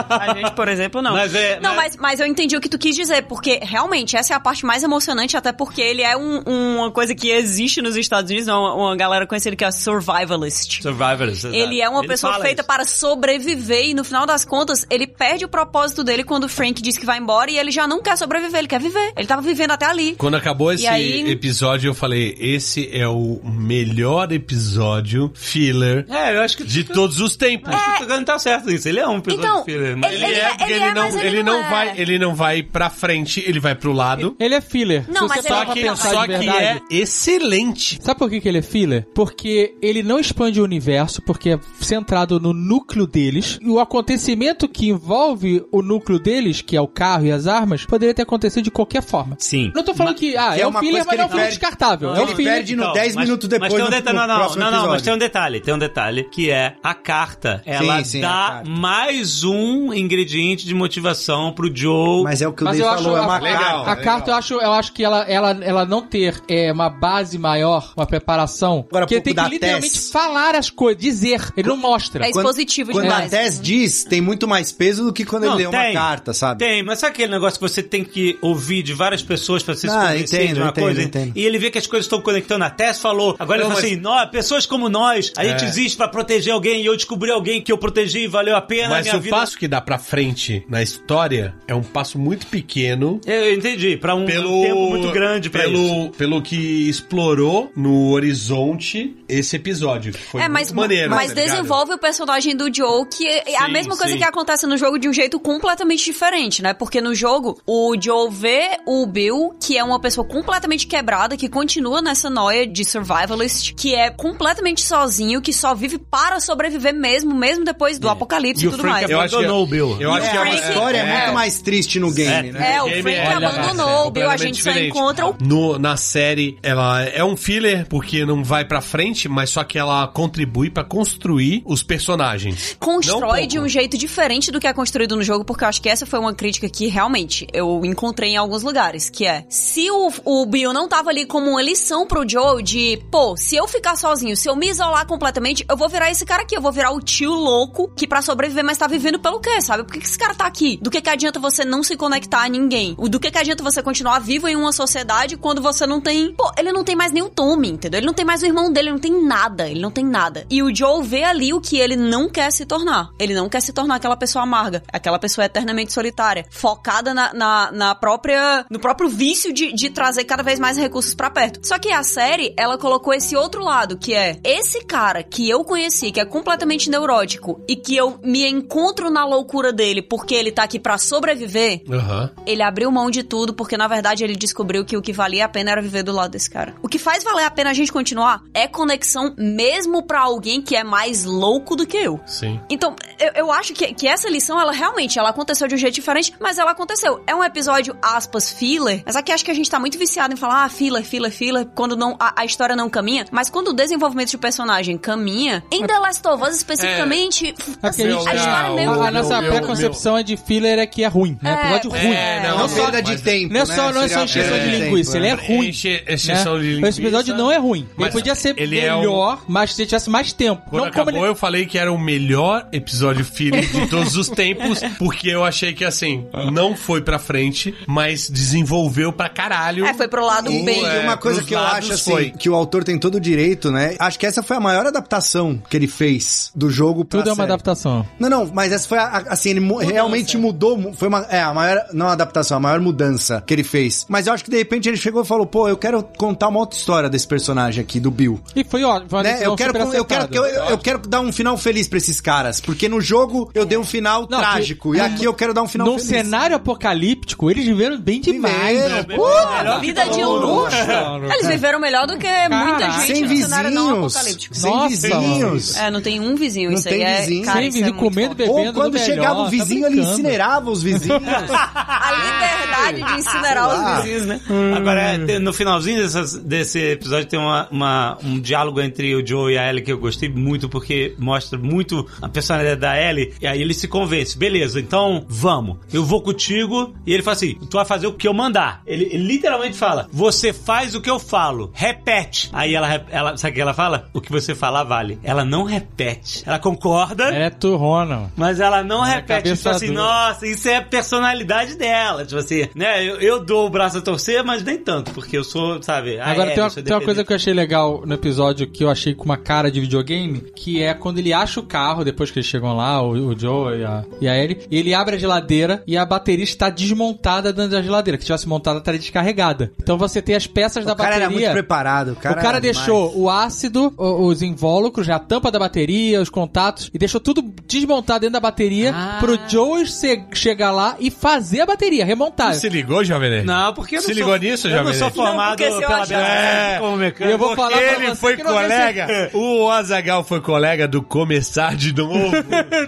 Speaker 5: A gente, por exemplo, não.
Speaker 2: Mas é-
Speaker 5: não, mas... Mas, eu entendi o que tu quis dizer, porque realmente essa é a parte mais emocionante, até porque ele é um- uma coisa que existe nos Estados Unidos, uma, uma galera conhecida que é survivalist.
Speaker 2: Survivors.
Speaker 5: Ele é uma pessoa feita
Speaker 2: para
Speaker 5: para sobreviver e no final das contas ele perde o propósito dele quando o Frank diz que vai embora e ele já não quer sobreviver, ele quer viver. Ele tava vivendo até ali.
Speaker 3: Quando acabou esse
Speaker 5: aí-
Speaker 3: episódio, eu falei: esse é o melhor episódio filler
Speaker 2: É, eu acho que
Speaker 3: de todos os tempos.
Speaker 2: Acho que o Togano tá certo nisso. Ele é um pessoal
Speaker 5: Então,
Speaker 2: de filler. Mas
Speaker 5: ele-
Speaker 3: Ele é, porque ele,
Speaker 5: é,
Speaker 3: não,
Speaker 5: mas
Speaker 3: ele,
Speaker 5: ele
Speaker 3: não
Speaker 5: não é.
Speaker 3: vai, ele não vai pra frente, ele vai pro lado.
Speaker 6: Ele é filler.
Speaker 5: Não, mas
Speaker 6: você
Speaker 5: ele
Speaker 6: parar
Speaker 5: é
Speaker 3: Só
Speaker 6: pra
Speaker 5: vai
Speaker 3: que,
Speaker 5: pra
Speaker 6: pensar
Speaker 3: só
Speaker 6: de
Speaker 3: que
Speaker 6: verdade-
Speaker 3: é excelente.
Speaker 6: Sabe por que, que ele é filler? Porque ele não expande o universo, porque é centrado no núcleo deles. E o acontecimento que envolve o núcleo deles, que é o carro e as armas, poderia ter acontecido de qualquer forma.
Speaker 2: Sim.
Speaker 6: Não tô falando que, ah,
Speaker 4: que
Speaker 6: é,
Speaker 4: é
Speaker 6: um
Speaker 4: uma
Speaker 6: filler,
Speaker 4: coisa
Speaker 6: mas
Speaker 4: que
Speaker 6: é um
Speaker 4: ele
Speaker 6: filler
Speaker 4: perde.
Speaker 6: descartável.
Speaker 4: Não,
Speaker 6: é um
Speaker 4: ele
Speaker 6: filler.
Speaker 4: perde no 10 minutos depois
Speaker 2: Mas tem um
Speaker 4: no-
Speaker 2: detalhe,
Speaker 4: no
Speaker 2: não, não,
Speaker 4: próximo
Speaker 2: não, não, mas
Speaker 4: episódio.
Speaker 2: tem um detalhe, tem um detalhe, que é a carta, ela
Speaker 4: sim, a
Speaker 2: dá
Speaker 4: carta.
Speaker 2: mais um ingrediente de motivação pro Joe.
Speaker 4: Mas é o que o
Speaker 6: Mas
Speaker 4: Dave
Speaker 6: eu acho
Speaker 4: falou, é uma
Speaker 6: a,
Speaker 4: legal,
Speaker 6: a carta eu acho, eu acho que ela, ela, ela não ter é, uma base maior, uma preparação,
Speaker 4: Agora,
Speaker 6: porque ele
Speaker 4: pouco
Speaker 6: tem que
Speaker 4: da
Speaker 6: literalmente
Speaker 4: Tess.
Speaker 6: falar as coisas, dizer, ele não mostra.
Speaker 5: É expositivo
Speaker 4: Quando a
Speaker 5: demais.
Speaker 4: Tess diz, tem muito mais peso do que quando
Speaker 2: Não,
Speaker 4: ele lê uma
Speaker 2: tem.
Speaker 4: carta, sabe?
Speaker 2: Tem, mas sabe aquele negócio que você tem que ouvir de várias pessoas pra você se
Speaker 4: Não,
Speaker 2: convencer
Speaker 4: Ah, entendo,
Speaker 2: de uma
Speaker 4: entendo,
Speaker 2: coisa?
Speaker 4: entendo.
Speaker 2: E ele vê que as coisas estão conectando. A Tess falou, agora
Speaker 3: Não,
Speaker 2: ele
Speaker 3: mas-
Speaker 2: falou assim, "Nó, pessoas como nós, a
Speaker 4: É.
Speaker 2: gente existe pra proteger alguém e eu descobri alguém que eu protegi e valeu a pena,
Speaker 3: Mas
Speaker 2: minha
Speaker 3: o
Speaker 2: vida...
Speaker 3: passo que dá pra frente na história é um passo muito pequeno
Speaker 2: Eu entendi, pra um
Speaker 3: pelo
Speaker 2: tempo muito grande pra
Speaker 3: pelo,
Speaker 2: isso.
Speaker 3: pelo que explorou no horizonte esse episódio. que Foi
Speaker 5: é, mas,
Speaker 3: muito maneiro.
Speaker 5: mas
Speaker 3: tá ligado?
Speaker 5: desenvolve o personagem do Joe, que é a
Speaker 2: Sim,
Speaker 5: mesma coisa
Speaker 2: sim.
Speaker 5: que acontece no jogo de um jeito completamente diferente, né? Porque no jogo, o Joe vê o Bill, que é uma pessoa completamente quebrada, que continua nessa noia de survivalist, que é completamente sozinho, que só vive para sobreviver mesmo, mesmo depois
Speaker 3: É.
Speaker 5: do apocalipse e,
Speaker 2: E o
Speaker 5: tudo
Speaker 2: Frank
Speaker 5: mais.
Speaker 3: Eu acho que,
Speaker 2: Abandonou o Bill.
Speaker 3: Eu acho
Speaker 4: É,
Speaker 3: que é
Speaker 4: a
Speaker 3: uma
Speaker 5: Frank-
Speaker 4: história é
Speaker 5: é.
Speaker 4: muito mais triste no game, né?
Speaker 5: É, o
Speaker 3: Game
Speaker 5: Frank
Speaker 3: é-
Speaker 5: abandonou o Bill, a
Speaker 3: completamente
Speaker 5: gente só
Speaker 3: diferente.
Speaker 5: encontra o
Speaker 3: No, na série, ela é um filler porque não vai pra frente, mas só que ela contribui pra construir os personagens. Não
Speaker 5: constrói
Speaker 3: pouco.
Speaker 5: de um jeito diferente do que é construído no jogo, porque eu acho que essa foi uma crítica que realmente eu encontrei em alguns lugares, que é se o, o Bill não tava ali como uma lição pro Joe de, pô, se eu ficar sozinho, se eu me isolar completamente, eu vou virar esse cara aqui, eu vou virar o tio louco que pra sobreviver, mas tá vivendo pelo quê, sabe? Por que, que esse cara tá aqui? Do que que adianta você não se conectar a ninguém? O- Do que que adianta você continuar vivo em uma sociedade quando você não tem, pô, ele não tem mais nenhum Tommy, entendeu? Ele não tem mais o irmão dele, ele não tem nada, ele não tem nada. E o Joe vê ali o que ele não quer se tornar. Ele não quer se tornar aquela pessoa amarga, aquela pessoa eternamente solitária, focada na, na, na própria, no próprio vício de, de trazer cada vez mais recursos pra perto. Só que a série, ela colocou esse outro lado, que é esse cara que eu conheci, que é completamente neurótico e que eu me encontro na loucura dele porque ele tá aqui pra sobreviver,
Speaker 3: Aham.
Speaker 5: ele abriu mão de tudo porque, na verdade, ele descobriu que o que valia a pena era viver do lado desse cara. O que faz valer a pena a gente continuar é conexão mesmo pra alguém que é mais louco do que eu.
Speaker 3: Sim.
Speaker 5: Então, eu, eu acho que, que essa lição, ela realmente, ela aconteceu de um jeito diferente, mas ela aconteceu. É um episódio, aspas, filler, mas aqui acho que a gente tá muito viciado em falar, ah, filler, filler, filler, quando não, a, a história não caminha, mas quando o desenvolvimento de personagem caminha, em The Last of Us especificamente,
Speaker 6: É porque
Speaker 5: assim, a história
Speaker 6: a,
Speaker 5: mesmo...
Speaker 6: a
Speaker 3: meu,
Speaker 6: nossa
Speaker 3: meu,
Speaker 6: preconcepção é de filler é que é ruim. É, episódio ruim.
Speaker 3: É,
Speaker 4: Não,
Speaker 3: não,
Speaker 4: só
Speaker 3: mas-
Speaker 4: de tempo,
Speaker 6: Não é
Speaker 4: né?
Speaker 6: só, não é
Speaker 4: Seria
Speaker 6: só encheção
Speaker 4: perda
Speaker 6: de
Speaker 4: tempo,
Speaker 6: linguiça, ele é
Speaker 4: né?
Speaker 6: ruim.
Speaker 3: Enche-
Speaker 6: né?
Speaker 3: exceção de
Speaker 6: Esse episódio
Speaker 3: linguiça.
Speaker 6: não é ruim. Ele
Speaker 3: Mas
Speaker 6: podia ser
Speaker 3: ele é um-
Speaker 6: melhor, mas se ele tivesse mais tempo.
Speaker 3: Quando
Speaker 6: não como
Speaker 3: acabou,
Speaker 6: ele...
Speaker 3: eu falei que era o melhor episódio filler de todos os tempos, porque eu achei que, assim, não foi pra frente, mas desenvolveu pra caralho. é,
Speaker 5: É, foi pro lado
Speaker 4: E,
Speaker 5: bem...
Speaker 6: é,
Speaker 4: e uma coisa
Speaker 3: pros
Speaker 4: que eu
Speaker 3: lados
Speaker 4: acho assim,
Speaker 3: foi.
Speaker 4: que o autor tem todo o direito, né? Acho que essa foi a maior adaptação que ele fez do jogo pra
Speaker 6: Tudo é uma é
Speaker 4: série.
Speaker 6: adaptação.
Speaker 4: Não, não, mas essa foi a, a- assim, ele mu- realmente mudou, mu- foi uma é, a maior não a adaptação, a maior mudança que ele fez. Mas eu acho que de repente ele chegou e falou: "Pô, eu quero contar uma outra história desse personagem aqui do Bill".
Speaker 6: E foi ótimo. Foi uma
Speaker 4: Né?
Speaker 6: decisão
Speaker 4: Eu, quero,
Speaker 6: super
Speaker 4: eu, quero,
Speaker 6: acertada.
Speaker 4: eu, eu quero dar um final feliz pra esses caras, porque no jogo eu dei um final
Speaker 6: Não,
Speaker 4: trágico
Speaker 6: que-
Speaker 4: e aqui eu quero dar um final
Speaker 6: Num
Speaker 4: feliz.
Speaker 6: cenário apocalíptico, eles viveram bem demais.
Speaker 4: Viveram,
Speaker 6: né?
Speaker 4: pô,
Speaker 6: Porra,
Speaker 5: melhor que vida de
Speaker 4: um
Speaker 6: todo mundo.
Speaker 5: luxo.
Speaker 6: É.
Speaker 5: Eles viveram melhor do que muita
Speaker 6: Caraca.
Speaker 5: gente
Speaker 4: Sem
Speaker 5: no cenário não
Speaker 4: vizinhos.
Speaker 5: apocalíptico.
Speaker 4: Sem
Speaker 6: Nossa,
Speaker 4: vizinhos.
Speaker 5: É, não tem um vizinho,
Speaker 4: Não
Speaker 5: isso
Speaker 4: tem
Speaker 5: aí é.
Speaker 4: vizinho.
Speaker 5: Cara,
Speaker 6: Sem
Speaker 5: isso
Speaker 6: vizinho,
Speaker 5: é muito foda.
Speaker 6: comendo, Tá bebendo
Speaker 4: Ou quando
Speaker 6: do melhor,
Speaker 4: chegava o
Speaker 6: tá
Speaker 4: vizinho, ele
Speaker 6: brincando.
Speaker 4: incinerava os
Speaker 6: [laughs]
Speaker 4: vizinhos.
Speaker 5: A liberdade de incinerar
Speaker 4: Ah.
Speaker 5: os vizinhos, né?
Speaker 2: Agora, te- no finalzinho dessas- desse episódio tem uma, uma- um diálogo entre o Joe e a Ellie que eu gostei muito, porque mostra muito a personalidade da Ellie. E aí ele se convence. Beleza, então vamos. Eu vou contigo. E ele fala assim, tu vai fazer o que eu mandar. Ele, ele literalmente fala, você faz o que eu falo. Repete. Aí ela, rep- ela, sabe o que ela fala? O que você falar vale. Ela não repete. Ela concorda.
Speaker 6: É turrona.
Speaker 2: Mas ela não
Speaker 6: é
Speaker 2: repete, tipo
Speaker 6: cabeça
Speaker 2: assim,
Speaker 6: dura.
Speaker 2: nossa, isso é a personalidade dela. Tipo assim, né? Eu, eu dou o braço a torcer, mas nem tanto, porque eu sou, sabe? "Ah,
Speaker 5: Ah,
Speaker 2: é,
Speaker 6: Agora,
Speaker 5: é,
Speaker 2: aéreo,
Speaker 6: tem, uma,
Speaker 2: sou
Speaker 6: tem uma coisa
Speaker 2: dependente.
Speaker 6: que eu achei legal no episódio que eu achei com uma cara de videogame, que é quando ele acha o carro, depois que eles chegam lá, o, o Joe e a, e a Ellie, e ele abre a geladeira e a bateria está desmontada dentro da geladeira, que se tivesse montada estaria descarregada. Então você tem as peças da
Speaker 4: O cara
Speaker 6: bateria.
Speaker 4: era muito preparado. O cara,
Speaker 6: o cara
Speaker 4: era demais.
Speaker 6: deixou o ácido, o- os invólucros, a tampa da bateria, os contatos, e deixou tudo desmontado dentro da bateria pro Joe se- chegar lá e fazer a bateria, remontar.
Speaker 3: Se ligou, Jovem Nerd?
Speaker 2: Não, porque eu não
Speaker 3: Se
Speaker 2: sou-
Speaker 3: ligou nisso,
Speaker 2: eu
Speaker 3: Jovem
Speaker 2: não sou
Speaker 3: Nerd?
Speaker 2: formado
Speaker 5: porque se eu
Speaker 2: pela
Speaker 5: achar-
Speaker 2: Belas
Speaker 3: É.
Speaker 2: Artes como
Speaker 6: E eu
Speaker 2: mecânico.
Speaker 6: vou falar pra
Speaker 3: Ele
Speaker 6: você
Speaker 3: foi
Speaker 6: que não é
Speaker 3: colega. [laughs] O Azagal foi colega do Começar de Novo.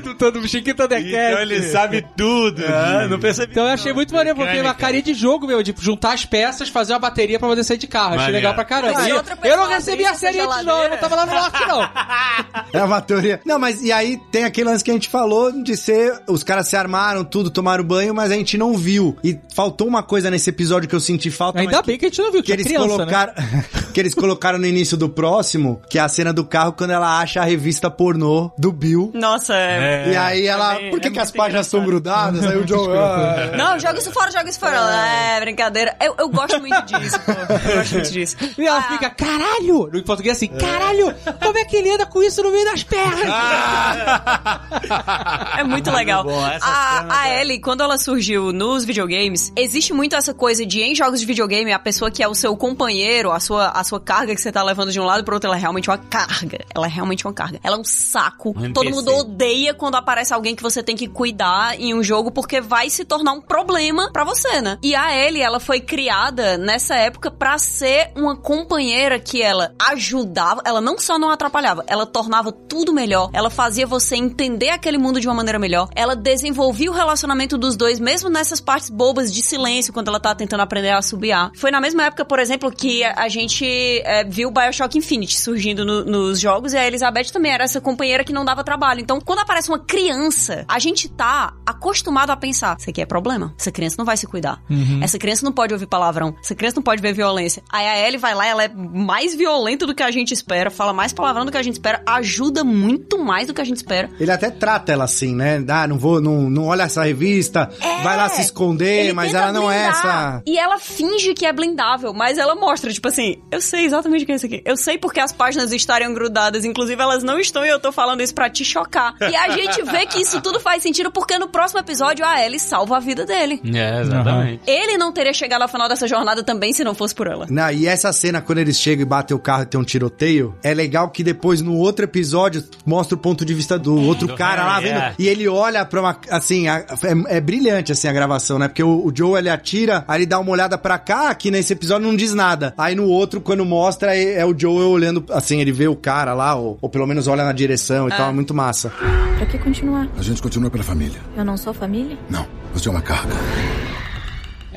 Speaker 6: do é todo Chiquita Dequete.
Speaker 3: então ele sabe tudo.
Speaker 2: Ah,
Speaker 3: de-
Speaker 2: não percebi.
Speaker 6: Então eu achei muito maneiro, porque é uma
Speaker 3: Mecânica.
Speaker 6: carinha de jogo, meu, de juntar as peças, fazer uma bateria pra poder sair de carro. Achei
Speaker 3: Maneiro.
Speaker 6: legal pra caramba.
Speaker 5: Mas
Speaker 6: E
Speaker 5: outra
Speaker 6: eu
Speaker 5: pessoa
Speaker 6: não recebi a
Speaker 5: abriu
Speaker 6: série
Speaker 5: essa
Speaker 6: antes, não, eu não tava lá no
Speaker 4: [laughs]
Speaker 6: norte, não.
Speaker 4: É uma teoria. Não, mas e aí tem aquele lance que a gente falou de ser. Os caras se armaram, tudo, tomaram banho, mas a gente não viu. E faltou uma coisa nesse episódio que eu senti falta.
Speaker 6: Ainda
Speaker 4: mas que-
Speaker 6: bem que a gente não viu,
Speaker 4: que
Speaker 6: que
Speaker 4: eles
Speaker 6: criança, né?
Speaker 4: colocaram [laughs] que eles colocaram no início do próximo que é a cena do carro quando ela acha a revista pornô do Bill
Speaker 5: Nossa, é.
Speaker 4: e aí ela por que, que as páginas estão grudadas aí o
Speaker 6: [laughs]
Speaker 4: John ah,
Speaker 5: Não, joga isso fora, joga isso fora. Ela, É, brincadeira. Eu, eu gosto muito disso, pô. Eu gosto muito disso.
Speaker 6: E ela
Speaker 5: Ah,
Speaker 6: fica, caralho! No português assim, caralho! Como é que ele anda com isso no meio das [laughs] pernas?
Speaker 5: [laughs] É muito legal.
Speaker 2: bom, essa cena,
Speaker 5: a, a
Speaker 2: cara.
Speaker 5: Ellie, quando ela surgiu nos videogames, existe muito essa coisa de em jogos de videogame, a pessoa que é o seu companheiro, a sua, a sua carga que você tá levando de um lado pro outro, ela é realmente uma carga. Ela é realmente uma carga. Ela é um saco.
Speaker 2: Um
Speaker 5: Todo
Speaker 2: NPC.
Speaker 5: mundo odeia quando aparece alguém que você tem que cuidar em um jogo porque vai se tornar um problema pra você, né? E a Ellie, ela foi criada nessa época pra ser uma companheira que ela ajudava, ela não só não atrapalhava, ela tornava tudo melhor, ela fazia você entender aquele mundo de uma maneira melhor, ela desenvolvia o relacionamento dos dois, mesmo nessas partes bobas de silêncio, quando ela tá tentando aprender a subiar. Foi na mesma época, por exemplo, que a a gente é, viu Bioshock Infinity surgindo no- nos jogos e a Elizabeth também era essa companheira que não dava trabalho. Então, quando aparece uma criança, a gente tá acostumado a pensar: isso aqui é problema. Essa criança não vai se cuidar. Essa criança não pode ouvir palavrão. Essa criança não pode ver violência. Aí a Ellie vai lá, ela é mais violenta do que a gente espera, fala mais palavrão do que a gente espera, ajuda muito mais do que a gente espera.
Speaker 4: ele até trata ela assim né ah não vou não, não olha essa revista
Speaker 5: É.
Speaker 4: vai lá se esconder
Speaker 5: Ele
Speaker 4: mas
Speaker 5: tenta
Speaker 4: ela não é
Speaker 5: blindar.
Speaker 4: essa
Speaker 5: E ela finge que é blindável, mas ela mostra, tipo assim, eu sei exatamente o que é isso aqui. Eu sei porque as páginas estariam grudadas, inclusive elas não estão e eu tô falando isso pra te chocar. E a gente vê que isso tudo faz sentido porque no próximo episódio a Ellie salva a vida dele.
Speaker 2: É, exatamente.
Speaker 5: Ele não teria chegado ao final dessa jornada também se não fosse por ela.
Speaker 4: Não, e essa cena, quando eles chegam e batem o carro e tem um tiroteio, é legal que depois, no outro episódio, mostra o ponto de vista do outro
Speaker 2: do
Speaker 4: cara lá,
Speaker 2: Harry,
Speaker 4: vendo?
Speaker 2: é.
Speaker 4: E ele olha pra uma, assim, a- é, é brilhante, assim, a gravação, né? Porque o, o Joe, ele atira, aí ele dá uma olhada pra cá, aqui nesse episódio não diz nada. Aí no outro, quando mostra, é, é o Joe olhando, assim, ele vê o cara lá, ou, ou pelo menos olha na direção e
Speaker 5: Ah.
Speaker 4: tal, é muito massa.
Speaker 11: Pra que continuar?
Speaker 1: A gente continua pela família.
Speaker 11: Eu não sou família?
Speaker 1: Não, você é uma carga.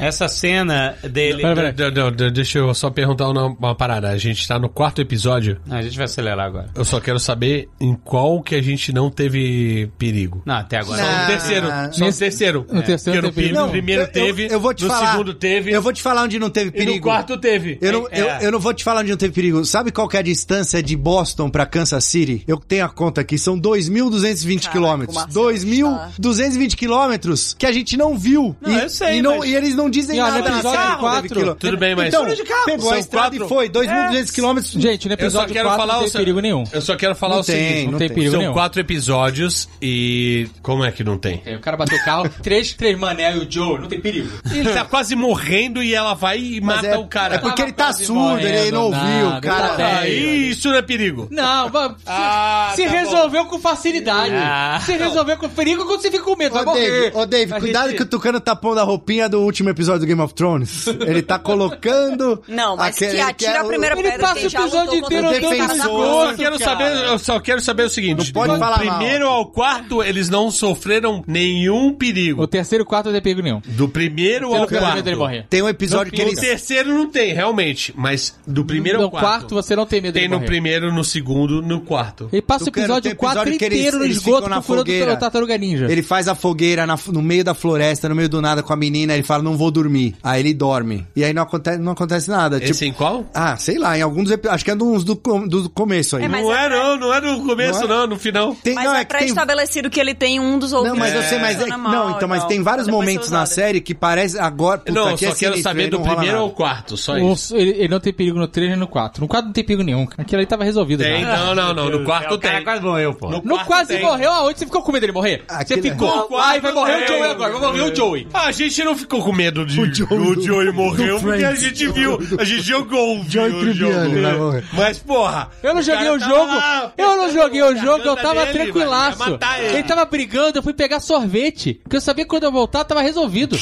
Speaker 2: Essa cena dele.
Speaker 6: Pera, pera.
Speaker 3: Então, Não, não, não, deixa eu só perguntar uma, uma parada. A gente tá no quarto episódio.
Speaker 2: Não, Ah, a gente vai acelerar agora.
Speaker 3: Eu só quero saber em qual que a gente não teve perigo.
Speaker 2: Não, até agora.
Speaker 3: Só
Speaker 4: Não.
Speaker 3: no terceiro. Só no
Speaker 6: Nesse-
Speaker 3: terceiro.
Speaker 6: no terceiro
Speaker 3: Porque
Speaker 6: teve
Speaker 3: no, pri-
Speaker 6: perigo.
Speaker 3: no primeiro
Speaker 4: eu- eu-
Speaker 3: teve.
Speaker 4: eu vou te
Speaker 3: no
Speaker 4: falar.
Speaker 3: segundo teve.
Speaker 4: Eu vou te falar onde não teve
Speaker 3: e
Speaker 4: perigo.
Speaker 3: no quarto teve. é.
Speaker 4: Eu não, eu, eu não vou te falar onde não teve perigo. Sabe qual que é a distância de Boston pra Kansas City? Eu tenho a conta aqui, são 2.220
Speaker 5: Caraca,
Speaker 4: quilômetros.
Speaker 5: o Marcelo
Speaker 4: 2.220 quilômetros que a gente não viu.
Speaker 2: Não, eu sei,
Speaker 4: E, não-
Speaker 2: mas-
Speaker 4: e eles não dizem
Speaker 6: E olha,
Speaker 4: nada.
Speaker 6: no episódio
Speaker 4: Carro,
Speaker 6: quatro,
Speaker 4: teve quilô-
Speaker 3: tudo bem, mas-
Speaker 4: Então,
Speaker 3: Tudo de carro.
Speaker 4: pegou a
Speaker 3: São
Speaker 4: estrada
Speaker 3: quatro. É.
Speaker 4: e foi. 2.200 quilômetros.
Speaker 6: Gente, no
Speaker 3: Eu só
Speaker 6: episódio
Speaker 3: quero
Speaker 6: 4
Speaker 3: falar
Speaker 6: não
Speaker 3: o
Speaker 6: tem
Speaker 3: se-
Speaker 6: perigo nenhum.
Speaker 3: Eu só quero falar
Speaker 4: Não
Speaker 3: o seguinte.
Speaker 4: tem,
Speaker 6: Não, tem,
Speaker 4: tem.
Speaker 6: perigo
Speaker 3: São
Speaker 6: nenhum.
Speaker 3: quatro episódios e. Como é que não tem?
Speaker 6: O cara bateu o carro,
Speaker 3: [laughs]
Speaker 6: três, três mané e o Joe, não tem perigo.
Speaker 3: Ele tá quase morrendo e ela vai e
Speaker 4: Mas
Speaker 3: mata
Speaker 4: é,
Speaker 3: o cara.
Speaker 4: é porque ele tá
Speaker 6: Quase
Speaker 4: surdo, ele
Speaker 6: morrendo,
Speaker 4: não ouviu,
Speaker 6: nada,
Speaker 4: cara.
Speaker 6: tá bem.
Speaker 3: Aí isso não é perigo.
Speaker 6: Não, mas
Speaker 3: [laughs] Ah,
Speaker 6: se
Speaker 3: tá Ah.
Speaker 6: resolveu com facilidade. se resolveu com perigo quando você fica com medo,
Speaker 4: Ô,
Speaker 6: vai morrer.
Speaker 4: Dave, ô, Dave,
Speaker 6: A
Speaker 4: cuidado
Speaker 6: gente-
Speaker 4: que o Tucano tá pondo a roupinha do último episódio do Game of
Speaker 3: [laughs]
Speaker 4: Thrones. Ele tá colocando...
Speaker 5: Não, mas
Speaker 4: aquele- é
Speaker 5: que atira
Speaker 4: quer-
Speaker 5: a primeira
Speaker 6: Ele
Speaker 5: pedra.
Speaker 6: passa
Speaker 5: quem
Speaker 6: o
Speaker 5: já
Speaker 6: episódio
Speaker 5: lutou contra
Speaker 6: inteiro
Speaker 5: o cara tá
Speaker 4: andando
Speaker 5: da
Speaker 4: com
Speaker 3: Eu
Speaker 5: porta.
Speaker 4: Nossa,
Speaker 3: só, quero
Speaker 4: cara.
Speaker 3: saber, eu só quero saber o seguinte:
Speaker 4: Não pode
Speaker 3: do
Speaker 4: falar mal.
Speaker 3: primeiro ao quarto, eles não sofreram nenhum perigo.
Speaker 6: O terceiro e o quarto não tem perigo nenhum.
Speaker 3: Do primeiro ao
Speaker 6: Você não tem medo dele
Speaker 3: quarto.
Speaker 6: morrer.
Speaker 4: Tem um episódio
Speaker 6: Não
Speaker 4: que
Speaker 3: O
Speaker 4: eles...
Speaker 3: terceiro não tem, realmente. Mas do primeiro
Speaker 6: No
Speaker 3: ao quarto.
Speaker 6: quarto você não tem medo
Speaker 3: tem
Speaker 6: dele
Speaker 3: no
Speaker 6: morrer.
Speaker 3: primeiro, no segundo, no quarto.
Speaker 6: Ele passa o
Speaker 4: Tucano,
Speaker 6: episódio
Speaker 4: tem
Speaker 6: 4
Speaker 4: episódio que eles-
Speaker 6: inteiro no
Speaker 4: eles
Speaker 6: esgoto
Speaker 4: ficam na
Speaker 6: procurando
Speaker 4: fogueira.
Speaker 6: o Tartaruga Ninja.
Speaker 4: Ele faz a fogueira na- no meio da floresta, no meio do nada com a menina. Ele fala: Não vou vou dormir. Aí ele dorme. E aí não acontece, não acontece nada.
Speaker 6: tipo,
Speaker 3: Esse em qual?
Speaker 4: Ah, sei lá, em alguns episódios. Acho que é dos do, com- do começo aí.
Speaker 5: É, mas
Speaker 3: não
Speaker 5: é
Speaker 3: é, não, não é no começo, não, no final.
Speaker 4: Tem-
Speaker 5: Mas
Speaker 4: não,
Speaker 5: é,
Speaker 4: é que tem-
Speaker 5: pré-estabelecido que ele tem um dos
Speaker 4: Não,
Speaker 5: ouvidos.
Speaker 4: mas eu sei,
Speaker 5: que
Speaker 4: mas. é-
Speaker 5: funciona mal
Speaker 4: não, então,
Speaker 5: e
Speaker 4: mas
Speaker 5: tal,
Speaker 4: tem
Speaker 5: pra
Speaker 4: vários
Speaker 5: depois ser
Speaker 4: momentos na
Speaker 5: usado.
Speaker 4: série que parece agora. Puta,
Speaker 3: não,
Speaker 4: aqui é
Speaker 3: só quero
Speaker 4: sinistro,
Speaker 3: saber
Speaker 4: aí
Speaker 3: do
Speaker 4: não rola
Speaker 3: primeiro
Speaker 4: nada.
Speaker 3: ao quarto, só
Speaker 6: O-
Speaker 3: isso.
Speaker 6: ele, ele não tem perigo no 3 nem no 4. No 4 não tem perigo nenhum. Aquilo ali tava resolvido
Speaker 3: Tem,
Speaker 6: já.
Speaker 3: não, não,
Speaker 4: [laughs] É
Speaker 3: não. No quarto
Speaker 2: é, O cara
Speaker 3: tem.
Speaker 2: quase morreu, pô.
Speaker 6: No
Speaker 3: quarto
Speaker 6: quase
Speaker 3: tem.
Speaker 6: morreu aonde? Você ficou com medo dele morrer?
Speaker 4: Aquilo- é-
Speaker 6: você ficou.
Speaker 3: No quarto
Speaker 6: Ai, vai morrer
Speaker 3: tem.
Speaker 6: o Joey agora, vai morrer o Joey.
Speaker 3: A gente não ficou com medo de o Joey, morreu, porque a
Speaker 10: Friends.
Speaker 3: gente viu, a gente jogou o
Speaker 10: Joey
Speaker 3: o
Speaker 10: Tribbiani
Speaker 3: jogo.
Speaker 10: vai morrer.
Speaker 3: Mas, porra...
Speaker 6: Eu não
Speaker 3: o cara
Speaker 6: joguei o
Speaker 3: tava
Speaker 6: jogo.
Speaker 3: lá,
Speaker 6: eu não joguei o
Speaker 3: na
Speaker 6: jogo, eu
Speaker 3: garganta
Speaker 6: tava
Speaker 3: dele,
Speaker 6: tranquilaço.
Speaker 3: vai matar ele.
Speaker 6: ele tava brigando, eu fui pegar sorvete. Porque eu sabia que quando eu voltar,
Speaker 3: [laughs]
Speaker 6: tava resolvido.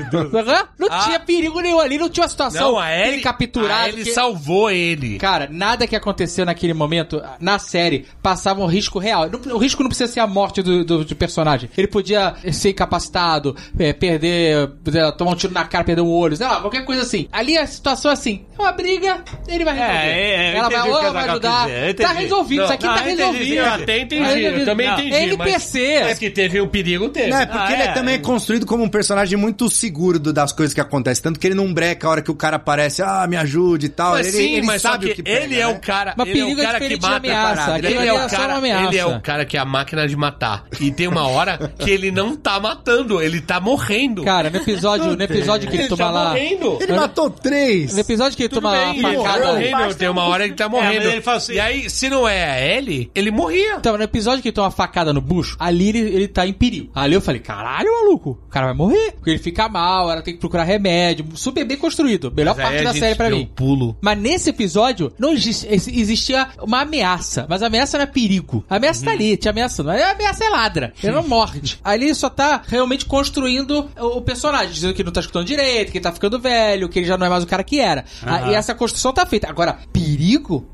Speaker 6: Aham? não
Speaker 3: Ah.
Speaker 6: tinha perigo nenhum ali, não tinha uma situação.
Speaker 3: Não, a Ellie,
Speaker 6: ele capturado.
Speaker 3: a Ellie
Speaker 6: que-
Speaker 3: salvou ele.
Speaker 6: Cara, nada que aconteceu naquele momento na série passava um risco real. Não- O risco não precisa ser a morte do, do- do personagem. Ele podia ser incapacitado, é, perder, é, tomar um tiro na cara, perder um olho, sei lá, qualquer coisa assim. Ali a situação é assim: é uma briga, ele vai resolver.
Speaker 2: é, é, eu
Speaker 6: ela vai,
Speaker 2: entendi o
Speaker 6: ou
Speaker 2: que
Speaker 6: ela
Speaker 2: o
Speaker 6: vai
Speaker 2: Zagal
Speaker 6: ajudar.
Speaker 2: quis dizer, eu
Speaker 6: Tá
Speaker 2: entendi.
Speaker 6: resolvido, isso aqui
Speaker 2: Não,
Speaker 6: tá
Speaker 2: eu entendi,
Speaker 6: resolvido. Tá
Speaker 3: Eu até entendi, eu também
Speaker 6: Não,
Speaker 3: entendi.
Speaker 6: NPC.
Speaker 3: Mas, mas que teve um perigo, teve.
Speaker 4: Não, é porque
Speaker 2: Ah,
Speaker 4: ele
Speaker 2: é.
Speaker 4: também é construído como um personagem muito seguro do- das coisas que acontecem. Tanto que ele não breca a hora que o cara aparece, ah, me ajude e tal.
Speaker 3: Mas
Speaker 4: ele,
Speaker 3: sim,
Speaker 4: ele
Speaker 3: mas só
Speaker 4: sabe
Speaker 3: que
Speaker 4: o que pega,
Speaker 3: ele é
Speaker 4: né?
Speaker 3: o cara,
Speaker 6: Mas
Speaker 3: ele é o
Speaker 6: perigo é
Speaker 3: cara que
Speaker 6: diferente de
Speaker 3: mata
Speaker 6: ameaça.
Speaker 3: a parada.
Speaker 6: Aquilo
Speaker 3: Ele
Speaker 6: ali
Speaker 3: é
Speaker 6: era
Speaker 3: o
Speaker 6: só
Speaker 3: cara,
Speaker 6: uma ameaça.
Speaker 3: ele é o cara que é a máquina de matar. E tem uma hora que ele não tá matando, ele tá morrendo.
Speaker 6: Cara, no episódio, no episódio que ele,
Speaker 3: tá
Speaker 6: toma lá.
Speaker 3: morrendo.
Speaker 4: Ele matou três.
Speaker 6: No episódio que ele toma lá a
Speaker 3: ele
Speaker 6: facada.
Speaker 3: tá morrendo, tem uma hora ele tá
Speaker 2: um mas
Speaker 3: morrendo.
Speaker 2: ele fala assim-
Speaker 3: e aí, se não é a Ellie, ele morria.
Speaker 6: Então, no episódio que ele toma uma facada no bucho, ali ele, ele tá em perigo. Ali eu falei, caralho, maluco, o cara vai morrer. Porque ele fica mal, ela tem que procurar remédio. Super bem construído. Melhor
Speaker 3: Mas aí
Speaker 6: Então, parte
Speaker 3: a
Speaker 6: da
Speaker 3: gente
Speaker 6: série pra
Speaker 3: deu
Speaker 6: mim.
Speaker 3: um pulo.
Speaker 6: Mas nesse episódio, não exi- ex- existia uma ameaça. Mas a ameaça não é perigo. A ameaça
Speaker 3: Uhum.
Speaker 6: tá ali, te ameaçando. A ameaça é ladra. Ele não morde. Ali ele só tá realmente construindo o o personagem. Dizendo que não tá escutando direito, que ele tá ficando velho, que ele já não é mais o cara que era. Ah, E essa construção tá feita. Agora, perigo?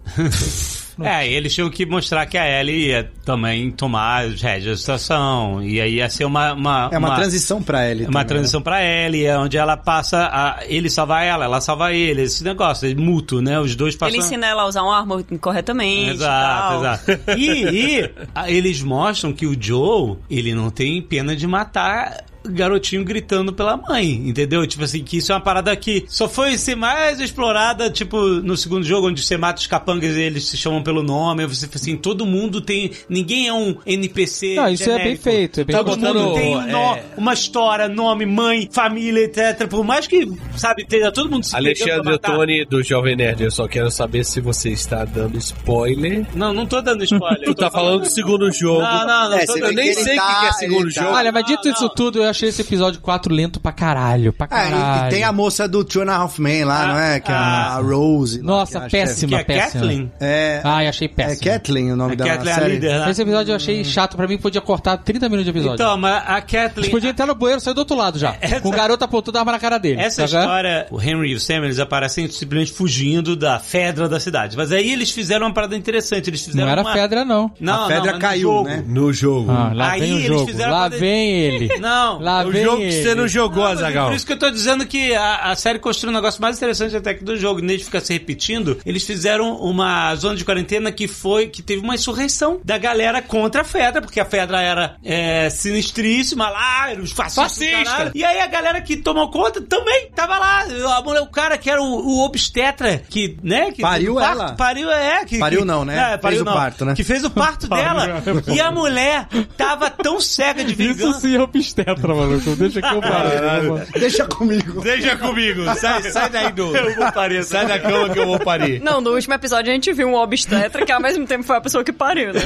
Speaker 2: É, e eles tinham que mostrar que a Ellie ia também tomar as rédeas da situação. E aí ia ser uma. uma
Speaker 10: É uma transição pra
Speaker 4: tá?
Speaker 10: ele.
Speaker 2: É uma
Speaker 10: também,
Speaker 2: transição pra Ellie, é onde ela passa a ele salvar ela, ela salva ele, esse negócio, é mútuo, né? Os dois passam
Speaker 5: Ele ensina ela a usar um arma corretamente.
Speaker 2: Exato,
Speaker 5: e tal.
Speaker 2: exato. E, e a- eles mostram que o Joe, ele não tem pena de matar garotinho gritando pela mãe, entendeu? Tipo assim, que isso é uma parada que só foi ser mais explorada, tipo, no segundo jogo, onde você mata os capangas e eles se chamam pelo nome, aí você fala assim, todo mundo tem, ninguém é um NPC
Speaker 6: Não, isso é bem
Speaker 2: genérico.
Speaker 6: feito, é bem
Speaker 2: Todo
Speaker 3: botando,
Speaker 2: mundo tem um nó-
Speaker 3: é-
Speaker 2: uma história, nome, mãe, família, etc. Por mais que, sabe, tenha todo mundo se pegando pra
Speaker 3: Alexandre
Speaker 2: matar.
Speaker 3: Tony do Jovem Nerd, eu só quero saber se você está dando spoiler.
Speaker 2: Não, não tô dando spoiler.
Speaker 3: [laughs] Tu
Speaker 2: eu tô
Speaker 3: tá falando do segundo jogo.
Speaker 2: Não, não, não.
Speaker 4: É,
Speaker 2: tô
Speaker 4: você
Speaker 2: dando-
Speaker 3: eu nem
Speaker 4: Ele
Speaker 3: sei o que
Speaker 4: tá-
Speaker 3: que é segundo
Speaker 4: ele tá-
Speaker 3: jogo.
Speaker 6: Olha, mas dito
Speaker 2: não.
Speaker 6: isso tudo, eu achei esse episódio 4 lento pra caralho, pra
Speaker 4: Ah, e-
Speaker 6: caralho.
Speaker 4: e tem a moça do Two and a Half Men lá, não é? Que é
Speaker 2: ah.
Speaker 4: a Rose. lá,
Speaker 6: Nossa,
Speaker 4: que acho que é-
Speaker 2: Que
Speaker 6: péssima,
Speaker 2: é
Speaker 6: péssima.
Speaker 2: Kathleen.
Speaker 4: É,
Speaker 3: Ah,
Speaker 6: Ai, achei
Speaker 4: é
Speaker 6: péssima.
Speaker 4: Kathleen o nome
Speaker 2: A
Speaker 4: da
Speaker 2: Kathleen é a
Speaker 4: série.
Speaker 2: líder, né?
Speaker 6: Esse episódio eu achei chato, pra mim podia cortar 30 minutos de episódio.
Speaker 2: Então, mas a
Speaker 6: Eles
Speaker 2: Kathleen...
Speaker 6: podiam entrar no banheiro e sair do outro lado já. Com o garoto apontando a arma na cara dele.
Speaker 2: Essa
Speaker 6: tá vendo?
Speaker 2: história, o Henry e o Sam, eles aparecem simplesmente fugindo da fedra da cidade. Mas aí eles fizeram uma parada interessante. Eles fizeram
Speaker 6: Não era
Speaker 2: uma...
Speaker 6: pedra, não.
Speaker 2: Não,
Speaker 4: a pedra
Speaker 2: não, mas no
Speaker 4: caiu,
Speaker 2: jogo.
Speaker 4: né?
Speaker 3: No jogo.
Speaker 6: Ah, lá
Speaker 2: Aí
Speaker 6: vem o
Speaker 2: eles
Speaker 6: jogo.
Speaker 2: fizeram
Speaker 6: Lá
Speaker 2: pra-
Speaker 6: vem ele.
Speaker 2: [laughs] Não.
Speaker 6: Lá
Speaker 3: o
Speaker 6: vem
Speaker 3: jogo que
Speaker 6: ele.
Speaker 3: você não jogou,
Speaker 2: Tá Não, mas é
Speaker 3: Azagal.
Speaker 2: Por isso que eu tô dizendo que a, a série construiu um negócio mais interessante até que do jogo, em vez de ficar se repetindo, eles fizeram uma zona de quarentena que foi, que teve uma insurreição da galera contra a Fedra, porque a Fedra era é, sinistríssima lá, era os fascistas.
Speaker 3: Fascista.
Speaker 2: do caralho. E aí a galera que tomou conta também tava lá. A mulher- o cara que era o, o obstetra, que, né? Que
Speaker 4: Pariu
Speaker 2: o parto,
Speaker 4: ela?
Speaker 2: Pariu, é. Que,
Speaker 4: Pariu
Speaker 2: que-
Speaker 4: não, né?
Speaker 2: É, pariu
Speaker 4: Fez o
Speaker 2: não.
Speaker 4: parto, né? é
Speaker 2: Que fez o
Speaker 4: [laughs]
Speaker 2: parto dela. E a mulher tava tão cega de vingança.
Speaker 6: Isso sim é obstetra, maluco. Deixa que
Speaker 2: [laughs]
Speaker 6: eu paro.
Speaker 4: Deixa comigo.
Speaker 3: Deixa comigo, sai, sai daí do. Eu vou parir, sai da cama que eu vou
Speaker 4: [laughs]
Speaker 3: parir.
Speaker 5: Não, no último episódio a gente viu um obstetra que ao mesmo tempo foi a pessoa que pariu, né?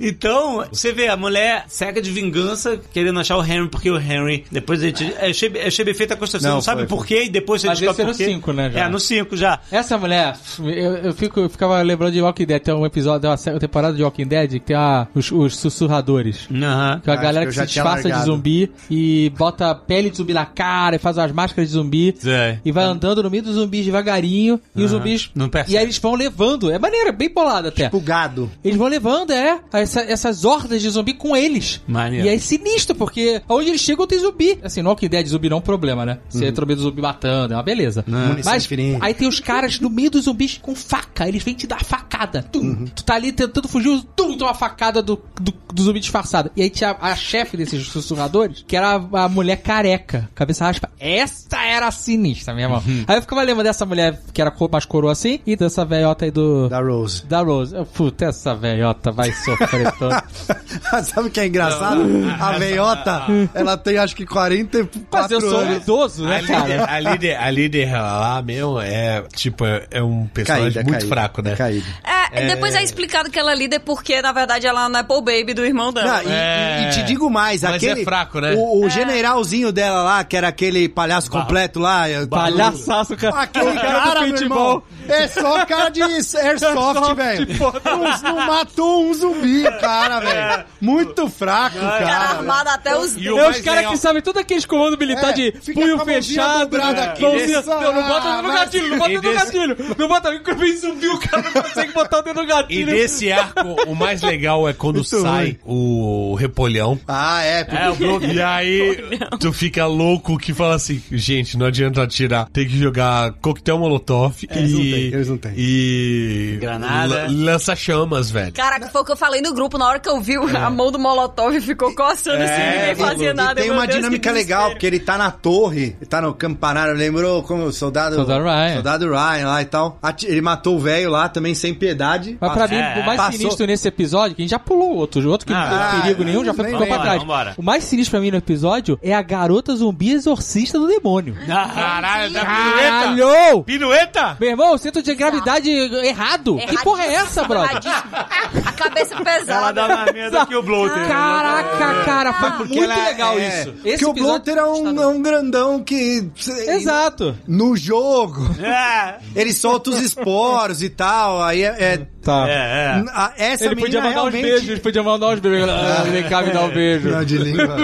Speaker 2: Então, você vê a mulher cega de vingança querendo achar o Henry, porque o Henry, depois a gente. Eu achei, eu achei bem feita a construção,
Speaker 4: Não,
Speaker 2: não, sabe
Speaker 4: foi,
Speaker 2: por quê, e depois você
Speaker 6: Mas
Speaker 2: descobre
Speaker 6: esse
Speaker 2: por
Speaker 6: era
Speaker 2: quê.
Speaker 6: o cinco, né, já?
Speaker 2: É, no 5 já.
Speaker 6: Essa mulher, eu, eu fico, eu ficava lembrando de Walking Dead. Tem um episódio, tem uma sé- temporada de Walking Dead que tem a, os, os sussurradores.
Speaker 2: Aham.
Speaker 6: Que é a
Speaker 4: Acho que
Speaker 6: galera
Speaker 4: eu
Speaker 6: que
Speaker 4: já
Speaker 6: se
Speaker 4: tinha
Speaker 6: disfarça de
Speaker 4: largado.
Speaker 6: zumbi e bota pele de zumbi na cara e faz umas máscaras de zumbi.
Speaker 2: É.
Speaker 6: E vai andando no meio dos zumbis devagarinho. E os zumbis.
Speaker 2: Não percebe.
Speaker 6: E aí eles vão levando. É maneiro, é bem bolado até.
Speaker 4: Pulgado.
Speaker 6: Eles vão levando, é, essa- essas hordas de zumbi com eles.
Speaker 2: Maneiro.
Speaker 6: E é sinistro, porque aonde eles chegam tem zumbi. Assim, no Walking Dead, zumbi não é um problema, né? Você entra no meio do zumbi matando, é uma beleza.
Speaker 4: Munição
Speaker 6: Mas
Speaker 4: infinita.
Speaker 6: aí tem os caras no meio dos zumbis com faca, eles vêm te dar facada. Tum. Tu tá ali tentando fugir, tum, toma uma facada do, do, do zumbi disfarçado. E aí tinha a, a chefe desses Vingadores, que era a, a mulher careca, cabeça raspa. Essa era sinistra, meu irmão. Aí eu ficava lembrando dessa mulher que era co- mais coroa assim e dessa velhota aí do.
Speaker 4: Da Rose. [laughs]
Speaker 6: Da Rose. Eu, Puta, essa velhota vai sofrer tanto.
Speaker 4: [laughs] Sabe o que é engraçado? A
Speaker 3: Ah,
Speaker 4: veiota, ela tem acho que 44
Speaker 6: Mas eu sou um
Speaker 4: anos.
Speaker 6: idoso,
Speaker 3: A
Speaker 6: né,
Speaker 3: líder,
Speaker 6: cara?
Speaker 3: a, líder, a líder lá mesmo é, tipo, é é um personagem
Speaker 4: Caída,
Speaker 3: muito
Speaker 4: caída,
Speaker 3: fraco, né?
Speaker 4: Caído.
Speaker 5: É, Depois é explicado que ela é líder porque, na verdade, ela não é Apple Baby do irmão dela.
Speaker 4: Não, e, e- e te digo mais,
Speaker 3: Mas
Speaker 4: aquele.
Speaker 3: é fraco, né?
Speaker 4: O, o generalzinho dela lá, que era aquele palhaço completo lá. é-
Speaker 6: Palhaçaço, cara.
Speaker 4: Aquele cara, meu irmão, é só cara de airsoft, velho. Não, não matou um zumbi, cara, velho. Muito fraco,
Speaker 5: Cara
Speaker 4: cara. velho.
Speaker 5: armado até os
Speaker 3: E o
Speaker 6: É os
Speaker 3: mais
Speaker 6: caras
Speaker 3: legal,
Speaker 6: que sabem tudo aqueles comandos militares
Speaker 4: É,
Speaker 6: de
Speaker 4: fica com a
Speaker 6: punho
Speaker 4: mãozinha
Speaker 6: fechado,
Speaker 4: dobrada
Speaker 6: é,
Speaker 4: aqui,
Speaker 6: mãozinha.
Speaker 4: dessa-
Speaker 6: Não, não bota o dedo no
Speaker 4: Ah,
Speaker 6: gatilho, não bota o
Speaker 3: e
Speaker 6: dedo no
Speaker 3: desse-
Speaker 6: gatilho. Não bota, quando vem zumbi, o cara não consegue botar o dedo no
Speaker 3: E
Speaker 6: gatilho.
Speaker 3: desse arco, o mais legal é quando sai o Repolhão.
Speaker 4: Ah, é. porque-
Speaker 3: É, o Globo. E aí, tu fica louco que fala assim: gente, não adianta atirar, tem que jogar coquetel molotov e.
Speaker 4: eles não têm, eles não têm.
Speaker 3: E.
Speaker 2: Granada.
Speaker 3: la- Lança-chamas, velho.
Speaker 5: Caraca, foi o que eu falei no grupo na hora que eu vi o- a mão do Molotov ficou coçando assim, ninguém fazia
Speaker 4: é, E
Speaker 5: nada.
Speaker 4: tem
Speaker 5: meu
Speaker 4: uma
Speaker 5: Deus, que
Speaker 4: dinâmica
Speaker 5: desespero.
Speaker 4: legal, porque ele tá na torre, ele tá no campanário, lembrou como o soldado...
Speaker 6: Soldado Ryan.
Speaker 4: Soldado Ryan lá e tal. Ati- Ele matou o velho lá também, sem piedade.
Speaker 6: Mas pra mim,
Speaker 2: É,
Speaker 6: o mais
Speaker 4: passou.
Speaker 6: sinistro nesse episódio, que a gente já pulou outro, outro que
Speaker 2: Ah,
Speaker 6: não tem
Speaker 4: ah,
Speaker 6: perigo nenhum, já foi
Speaker 4: nem
Speaker 6: ficou pra
Speaker 2: lembro.
Speaker 6: trás.
Speaker 2: Vambora.
Speaker 6: O mais sinistro pra mim no episódio é a garota zumbi exorcista do demônio.
Speaker 2: Caralho,
Speaker 5: é
Speaker 2: da pirueta!
Speaker 6: Caralho!
Speaker 2: Pirueta?
Speaker 6: Meu irmão, o centro de gravidade errado. Que porra é essa, brother?
Speaker 5: Erradíssimo. A cabeça pesada.
Speaker 2: Ela dá mais medo que o Bloater.
Speaker 6: Caraca, cara, foi
Speaker 4: né? É. Ah, Porque
Speaker 6: muito
Speaker 4: ela
Speaker 6: legal
Speaker 4: é-
Speaker 6: isso.
Speaker 4: Porque
Speaker 6: Esse
Speaker 4: o
Speaker 6: episódio...
Speaker 4: Bloater é um, é um grandão que...
Speaker 6: Exato.
Speaker 4: No jogo,
Speaker 2: É,
Speaker 4: ele solta os esporos e tal, aí é... é-
Speaker 6: Tá.
Speaker 2: é, é.
Speaker 4: a- essa
Speaker 6: Ele
Speaker 4: menina
Speaker 6: podia
Speaker 4: é
Speaker 6: mandar
Speaker 4: realmente... É.
Speaker 6: uns beijos, ele podia mandar uns beijos. Ah, Vem cá me dar um beijo.
Speaker 4: Não, de língua.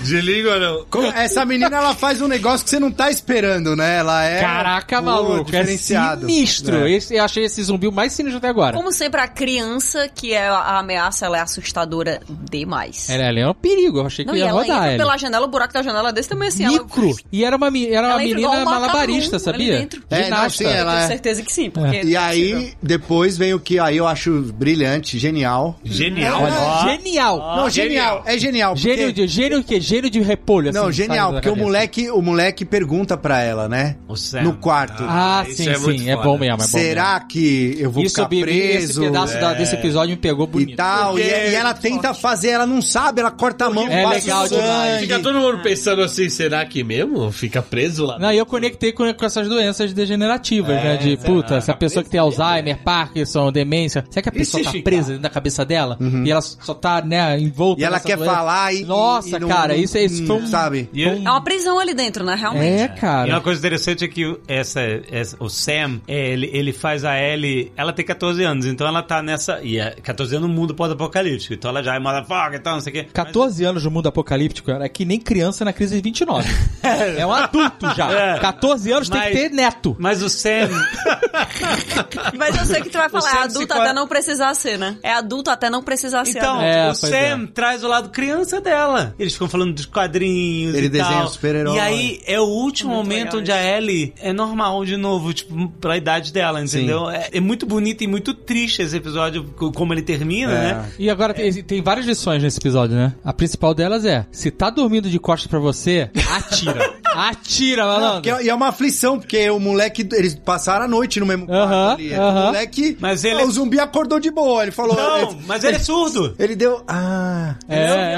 Speaker 3: De língua não.
Speaker 4: Como- Essa menina, ela faz um negócio que você não tá esperando, né? Ela é...
Speaker 6: Caraca,
Speaker 4: pô,
Speaker 6: maluco, é sinistro.
Speaker 4: É.
Speaker 6: Esse- eu achei esse zumbi o mais sinistro até agora.
Speaker 5: Como sempre, a criança que é a ameaça, ela é assustadora demais.
Speaker 6: Ela, ela é um perigo, eu achei que
Speaker 5: assim? Não, e
Speaker 6: ia
Speaker 5: ela
Speaker 6: rodar
Speaker 5: entra
Speaker 6: ela.
Speaker 5: pela janela, o buraco da janela é desse também assim.
Speaker 6: Micro.
Speaker 5: Ela...
Speaker 6: E era uma, me- era uma
Speaker 5: Ela entra
Speaker 6: menina
Speaker 5: igual um macaco
Speaker 6: malabarista,
Speaker 5: ali
Speaker 6: sabia?
Speaker 5: dentro.
Speaker 4: É, não, sim,
Speaker 5: Eu
Speaker 4: ela
Speaker 5: tenho
Speaker 4: é...
Speaker 5: certeza que sim, porque...
Speaker 4: E aí, depois vem o que aí eu acho brilhante, genial.
Speaker 2: Genial.
Speaker 6: Olha,
Speaker 2: Ó.
Speaker 6: Ah, genial.
Speaker 4: não, genial, é genial. porque-
Speaker 6: Gênio de, gênio que gênio de repolho, assim,
Speaker 4: Não,
Speaker 6: sabe,
Speaker 4: genial,
Speaker 6: da
Speaker 4: porque o
Speaker 6: cabeça.
Speaker 4: moleque, o moleque pergunta pra ela, né?
Speaker 2: O Sam.
Speaker 4: No quarto.
Speaker 6: Ah,
Speaker 3: Isso
Speaker 6: sim,
Speaker 3: é muito
Speaker 6: sim, é
Speaker 3: foda.
Speaker 6: bom mesmo, é bom
Speaker 4: Será que eu vou
Speaker 6: mesmo. Isso,
Speaker 4: ficar
Speaker 6: Bibi, esse
Speaker 4: preso? É.
Speaker 6: pedaço da- desse
Speaker 3: É.
Speaker 6: episódio me pegou
Speaker 4: E
Speaker 6: bonito.
Speaker 4: tal, e, e ela tenta fazer, ela não sabe, ela corta a mão,
Speaker 6: É
Speaker 4: passa
Speaker 6: legal
Speaker 4: sangue.
Speaker 6: demais.
Speaker 3: Fica todo mundo pensando assim, será que mesmo? Fica preso lá.
Speaker 6: Não, e eu conectei com, com essas doenças degenerativas,
Speaker 3: É,
Speaker 6: né? De puta, essa pessoa que tem Alzheimer, Parkinson, demência. Será que a
Speaker 3: Tá E
Speaker 6: pessoa
Speaker 3: se
Speaker 6: tá
Speaker 3: ficar?
Speaker 6: presa dentro da cabeça dela? E ela só tá, né, envolta
Speaker 4: Uhum. E ela
Speaker 6: nessa
Speaker 4: quer
Speaker 6: doença?
Speaker 4: falar e.
Speaker 6: Nossa,
Speaker 4: e não- hum,
Speaker 6: cara, isso é. Isso foi um-
Speaker 4: Sabe?
Speaker 2: E eu-
Speaker 5: É uma prisão ali dentro, né? Realmente.
Speaker 6: É,
Speaker 2: E uma
Speaker 6: cara.
Speaker 2: coisa interessante é que o- essa, essa- o Sam, é, ele, ele faz a Ellie. Ela tem 14 anos, então ela tá nessa. E é 14 anos no mundo pós-apocalíptico. Então ela já é motherfucker e tal, não sei o quê.
Speaker 6: 14 anos no mundo apocalíptico é que nem criança na crise de
Speaker 3: [laughs]
Speaker 6: 29. é um adulto já.
Speaker 2: É.
Speaker 6: 14 anos tem
Speaker 2: Mas-
Speaker 6: que ter neto.
Speaker 2: Mas o Sam.
Speaker 6: É.
Speaker 5: Mas eu sei que tu vai falar, é
Speaker 2: Sam
Speaker 5: adulto
Speaker 2: se qua-
Speaker 5: até não precisar ser, né? É adulto até não precisar ser.
Speaker 2: Então,
Speaker 5: adulto.
Speaker 6: É,
Speaker 2: o
Speaker 6: pois
Speaker 2: Sam
Speaker 6: é.
Speaker 2: traz o lado criança dela. Eles ficam falando dos quadrinhos.
Speaker 4: Ele
Speaker 2: e tal.
Speaker 4: desenha super-herói.
Speaker 2: E aí é o último
Speaker 5: Muito
Speaker 2: momento
Speaker 5: legal
Speaker 2: onde a Ellie é normal de novo, tipo, pra idade dela, entendeu? É, é muito bonito e muito triste esse episódio, co- como ele termina, né?
Speaker 6: E agora tem, tem várias lições nesse episódio, né? A principal delas é: se tá dormindo de costas pra você,
Speaker 4: [laughs]
Speaker 6: atira. atira,
Speaker 4: Porque
Speaker 6: malandro.
Speaker 4: é- e é uma aflição, porque o moleque. Eles passaram a noite no mesmo quarto
Speaker 6: Aham,
Speaker 4: ali.
Speaker 6: aham.
Speaker 4: O moleque.
Speaker 2: Mas ele-
Speaker 4: O zumbi acordou de boa. Ele falou.
Speaker 2: Não,
Speaker 4: ele,
Speaker 2: mas ele é surdo.
Speaker 4: ele deu. Ah.
Speaker 6: É, é,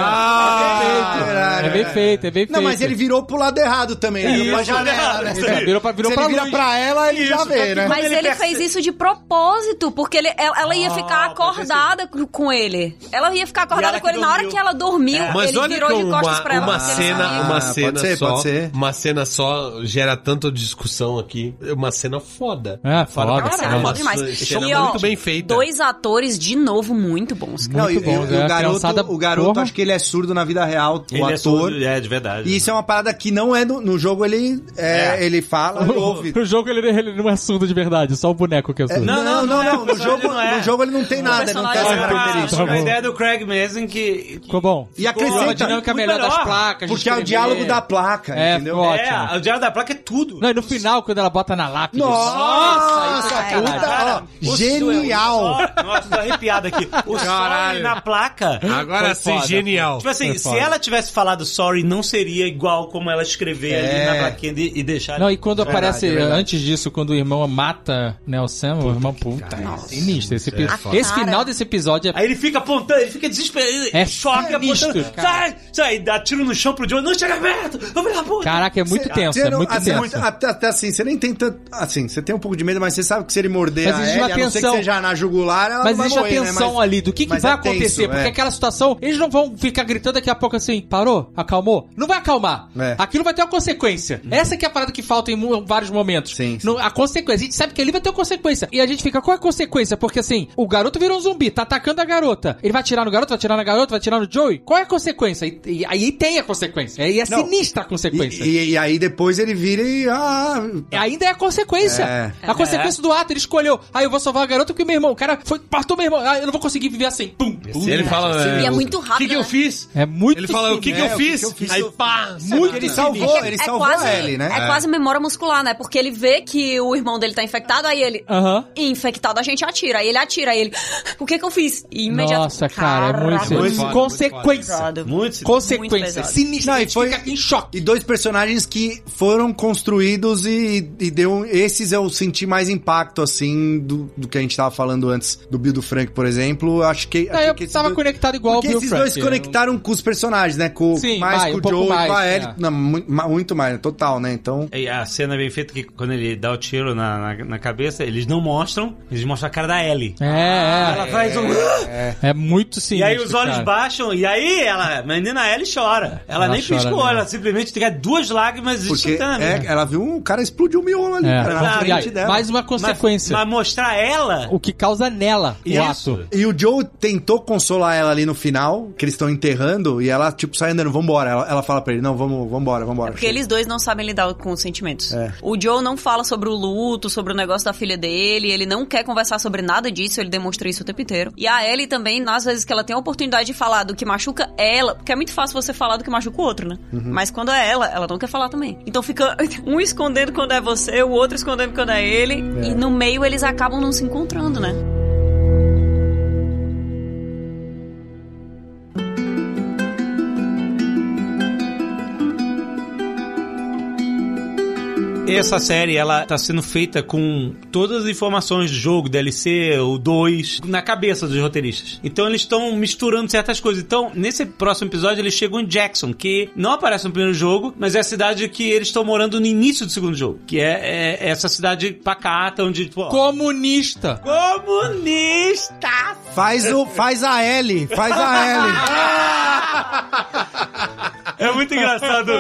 Speaker 4: caralho.
Speaker 6: é bem feito, é bem feito.
Speaker 4: Não, mas ele virou pro lado errado também. Ele virou pra
Speaker 2: Isso,
Speaker 4: janela, né?
Speaker 2: isso
Speaker 6: aí. Virou pra- virou
Speaker 4: Se
Speaker 6: pra
Speaker 4: ele vira
Speaker 6: [laughs] luz.
Speaker 4: pra ela, ele já vê, né?
Speaker 5: Mas
Speaker 2: ele
Speaker 5: ele,
Speaker 2: perce-
Speaker 5: fez isso de propósito, porque ele, ela, ela ia ficar acordada com- com ele. Ela ia ficar
Speaker 2: E ela
Speaker 5: acordada com
Speaker 2: que
Speaker 5: ele. Na hora
Speaker 2: dormiu.
Speaker 5: que ela dormiu,
Speaker 3: Mas
Speaker 5: ele
Speaker 3: olha
Speaker 5: virou
Speaker 3: que
Speaker 5: de costas
Speaker 3: uma,
Speaker 5: pra ela.
Speaker 3: uma
Speaker 5: porque ele
Speaker 3: cena,
Speaker 5: sabia.
Speaker 3: uma
Speaker 4: Ah,
Speaker 3: cena
Speaker 4: pode ser,
Speaker 3: só,
Speaker 4: pode ser.
Speaker 3: uma cena só gera tanta discussão aqui. É Uma cena foda.
Speaker 6: É, foda,
Speaker 3: pra
Speaker 5: Cara,
Speaker 3: caralho.
Speaker 6: foda
Speaker 5: foda demais.
Speaker 3: Uma cena
Speaker 5: E, ó,
Speaker 3: muito bem feita.
Speaker 5: Dois atores, de novo, muito bons. cara.
Speaker 4: Não, e,
Speaker 6: Muito bom,
Speaker 4: e
Speaker 6: né?
Speaker 4: o
Speaker 6: A
Speaker 4: garoto,
Speaker 6: criançada-
Speaker 4: o garoto
Speaker 6: porra.
Speaker 4: acho que ele é surdo na vida real, o
Speaker 2: ele é
Speaker 4: ator.
Speaker 2: surdo, é de verdade.
Speaker 4: e isso é uma parada que não é no, no jogo, ele, é,
Speaker 2: É.
Speaker 4: ele fala,
Speaker 6: [laughs]
Speaker 4: ele ouve.
Speaker 6: No jogo ele, ele não é surdo de verdade, só o boneco que é surdo.
Speaker 2: não, não, não, o
Speaker 4: No
Speaker 2: personagem
Speaker 4: jogo,
Speaker 2: não é.
Speaker 4: no jogo ele não tem nada, não tem
Speaker 5: personagem
Speaker 4: essa
Speaker 5: não é.
Speaker 4: característica.
Speaker 2: a,
Speaker 6: Tá
Speaker 2: a
Speaker 6: bom.
Speaker 2: ideia do Craig Mason que. que
Speaker 6: Ficou bom.
Speaker 4: E
Speaker 2: Ficou
Speaker 6: Ficou uma
Speaker 4: acrescenta,
Speaker 6: dinâmica
Speaker 2: muito
Speaker 6: melhor das
Speaker 2: melhor.
Speaker 6: placas. de
Speaker 4: porque é o
Speaker 6: escrever.
Speaker 4: diálogo da placa,
Speaker 6: É,
Speaker 4: entendeu?
Speaker 6: ficou tava ótimo.
Speaker 2: É, o Diário da Placa é tudo.
Speaker 6: Não, e no final, quando ela bota na lápide.
Speaker 4: Nossa,
Speaker 6: isso é
Speaker 4: cara,
Speaker 6: sacanagem.
Speaker 4: puta, ó, genial.
Speaker 2: Só, é nossa, tô arrepiado aqui. O sorry
Speaker 3: Caralho.
Speaker 2: na placa.
Speaker 3: Agora sim, genial.
Speaker 2: Tipo assim,
Speaker 6: Foi
Speaker 2: se
Speaker 6: foda.
Speaker 2: ela tivesse falado sorry, não seria igual como ela escrever ali na plaquinha de- e deixar.
Speaker 6: Não,
Speaker 2: ali.
Speaker 6: e quando aparece,
Speaker 4: é
Speaker 6: antes disso, quando o irmão mata né, o Sam, o irmão, puta, é sinistro. Esse, epi- esse
Speaker 5: cara.
Speaker 6: final desse episódio é...
Speaker 2: Aí ele fica apontando, ele fica desesperado,
Speaker 6: É
Speaker 2: choca,
Speaker 6: sinistro,
Speaker 2: apontando.
Speaker 6: cara.
Speaker 2: Sai, sai, dá tiro no chão pro John, não chega perto, eu vou dar puta.
Speaker 6: Caraca, é muito tenso,
Speaker 4: Você
Speaker 6: é
Speaker 4: não-
Speaker 6: muito
Speaker 4: assim,
Speaker 6: tenso.
Speaker 4: muito- até, até assim, você nem tem tanto. Assim, você tem um pouco de medo, mas você sabe que se ele morder
Speaker 6: Mas
Speaker 4: a
Speaker 6: existe
Speaker 4: Ellie,
Speaker 6: uma
Speaker 4: a não ser que
Speaker 6: tensão.
Speaker 4: seja na jugular, ela
Speaker 6: Mas
Speaker 4: não vai
Speaker 6: existe a
Speaker 4: morrer, né?
Speaker 6: tensão
Speaker 4: Mas-
Speaker 6: ali do que, que
Speaker 4: mas
Speaker 6: vai
Speaker 4: é tenso,
Speaker 6: acontecer. porque
Speaker 4: é.
Speaker 6: aquela situação, eles não vão ficar gritando daqui a pouco assim, parou, acalmou. Não vai acalmar.
Speaker 4: É. Uhum.
Speaker 6: Aquilo vai ter uma consequência. Essa que é a parada que falta em mu- vários momentos.
Speaker 4: Sim, sim.
Speaker 6: Não- a consequência. A gente sabe que ali vai ter uma consequência. E a gente fica, qual é a consequência? Porque assim, o garoto virou um zumbi, tá atacando a garota. Ele vai atirar no garoto, vai atirar na garota, vai atirar no Joey. Qual é a consequência? E, e- aí tem a consequência. E é
Speaker 4: Não.
Speaker 6: sinistra a consequência.
Speaker 4: E, e- e aí depois ele vira e. Ah,
Speaker 6: Ainda é a consequência.
Speaker 4: É.
Speaker 6: A consequência do ato, ele escolheu. Ah, eu vou salvar a garota porque meu irmão, o cara foi, partou meu irmão. Ah, eu não vou conseguir viver assim. Pum.
Speaker 3: Se ele fala.
Speaker 5: E é
Speaker 3: o
Speaker 5: muito
Speaker 3: que,
Speaker 5: rápido,
Speaker 3: que eu
Speaker 5: né?
Speaker 3: fiz?
Speaker 6: É muito
Speaker 3: Ele fala, o que, que
Speaker 4: É,
Speaker 3: eu
Speaker 4: o que
Speaker 3: fiz?
Speaker 4: que eu fiz?
Speaker 3: Aí pá!
Speaker 4: muito ele salvou, ele salvou
Speaker 5: É quase,
Speaker 4: a Ellie, né?
Speaker 5: É, quase memória muscular, né? Porque ele vê que o irmão dele tá infectado, aí ele.
Speaker 6: Aham.
Speaker 5: Infectado, a gente atira. Aí ele atira, aí ele. "Ah, O que que eu fiz? E imediato.
Speaker 6: Nossa, cara, é muito,
Speaker 5: Caraca,
Speaker 3: muito foda,
Speaker 6: consequência.
Speaker 5: pesado.
Speaker 2: Muito
Speaker 5: Muito
Speaker 6: consequência.
Speaker 5: pesado.
Speaker 6: Sinistra.
Speaker 4: Não,
Speaker 6: a
Speaker 4: e
Speaker 6: gente
Speaker 4: foi-
Speaker 6: fica em choque.
Speaker 4: E dois personagens que foram construídos e, e deu. Esses eu senti mais impacto, assim, do, do que a gente tava falando antes do Bill do Frank, por exemplo. Acho que.
Speaker 6: Não,
Speaker 4: achei
Speaker 6: É, eu
Speaker 4: que É, esses
Speaker 6: tava
Speaker 4: dois-
Speaker 6: conectado igual
Speaker 4: Porque
Speaker 6: ao Bill
Speaker 4: esses
Speaker 6: Frank,
Speaker 4: dois
Speaker 6: eu-
Speaker 4: conectaram com os personagens, né? Com,
Speaker 6: Sim,
Speaker 4: mais
Speaker 6: vai,
Speaker 4: com
Speaker 6: um
Speaker 4: o
Speaker 6: pouco
Speaker 4: Joe,
Speaker 6: mais,
Speaker 4: com a
Speaker 6: é.
Speaker 4: Ellie. Não, mu- ma- muito mais, total, né? Então.
Speaker 2: E a cena é bem feita que quando ele dá o tiro na, na, na cabeça, eles não mostram, eles mostram a cara da Ellie. Ela
Speaker 6: É,
Speaker 2: faz um.
Speaker 6: é, é muito
Speaker 2: [gasps]
Speaker 6: sinistro.
Speaker 2: E aí os olhos
Speaker 6: cara.
Speaker 2: baixam, e aí ela, a menina Ellie chora. Ela,
Speaker 6: Ela
Speaker 2: nem
Speaker 6: chora
Speaker 2: pisca o
Speaker 6: mesmo.
Speaker 2: olho, ela simplesmente tem duas lágrimas
Speaker 4: Porque é,
Speaker 2: instantaneamente.
Speaker 4: ela viu um cara explodir o miolo ali,
Speaker 6: É.
Speaker 4: cara,
Speaker 2: né?
Speaker 4: na
Speaker 2: Exato.
Speaker 6: E
Speaker 4: frente
Speaker 6: aí,
Speaker 4: dela.
Speaker 6: mais uma
Speaker 2: Mas-
Speaker 6: consequência.
Speaker 2: Mas, mostrar ela.
Speaker 6: O que causa nela o
Speaker 2: Isso.
Speaker 6: ato.
Speaker 4: E é o Joe tentou consolar ela ali no final, que eles estão enterrando, e ela, tipo, sai andando, vambora. Ela, ela fala pra ele, não, vamos, vambora, vambora.
Speaker 5: É Porque eles dois não sabem lidar com os sentimentos.
Speaker 2: É.
Speaker 5: O Joe não fala sobre o luto, sobre o negócio da filha dele, ele não quer conversar sobre nada disso, ele demonstra isso o tempo inteiro. E a Ellie também, nas vezes que ela tem a oportunidade de falar do que machuca ela, porque é muito fácil você falar do que machuca o outro, né?
Speaker 2: Uhum.
Speaker 5: Mas quando é ela, ela não quer falar também. Então fica [laughs] um escondendo quando é você, o outro escondendo quando é ele, e no meio eles acabam não se encontrando, né?
Speaker 2: Essa série, ela tá sendo feita com todas as informações do jogo, DLC, o 2, na cabeça dos roteiristas. Então eles estão misturando certas coisas. Então, nesse próximo episódio, eles chegam em Jackson, que não aparece no primeiro jogo, mas é a cidade que eles estão morando no início do segundo jogo. Que é, é essa cidade pacata, onde, tipo, ó,
Speaker 6: Comunista.
Speaker 2: comunista!
Speaker 4: Faz, o, faz a L, faz a L.
Speaker 2: É muito engraçado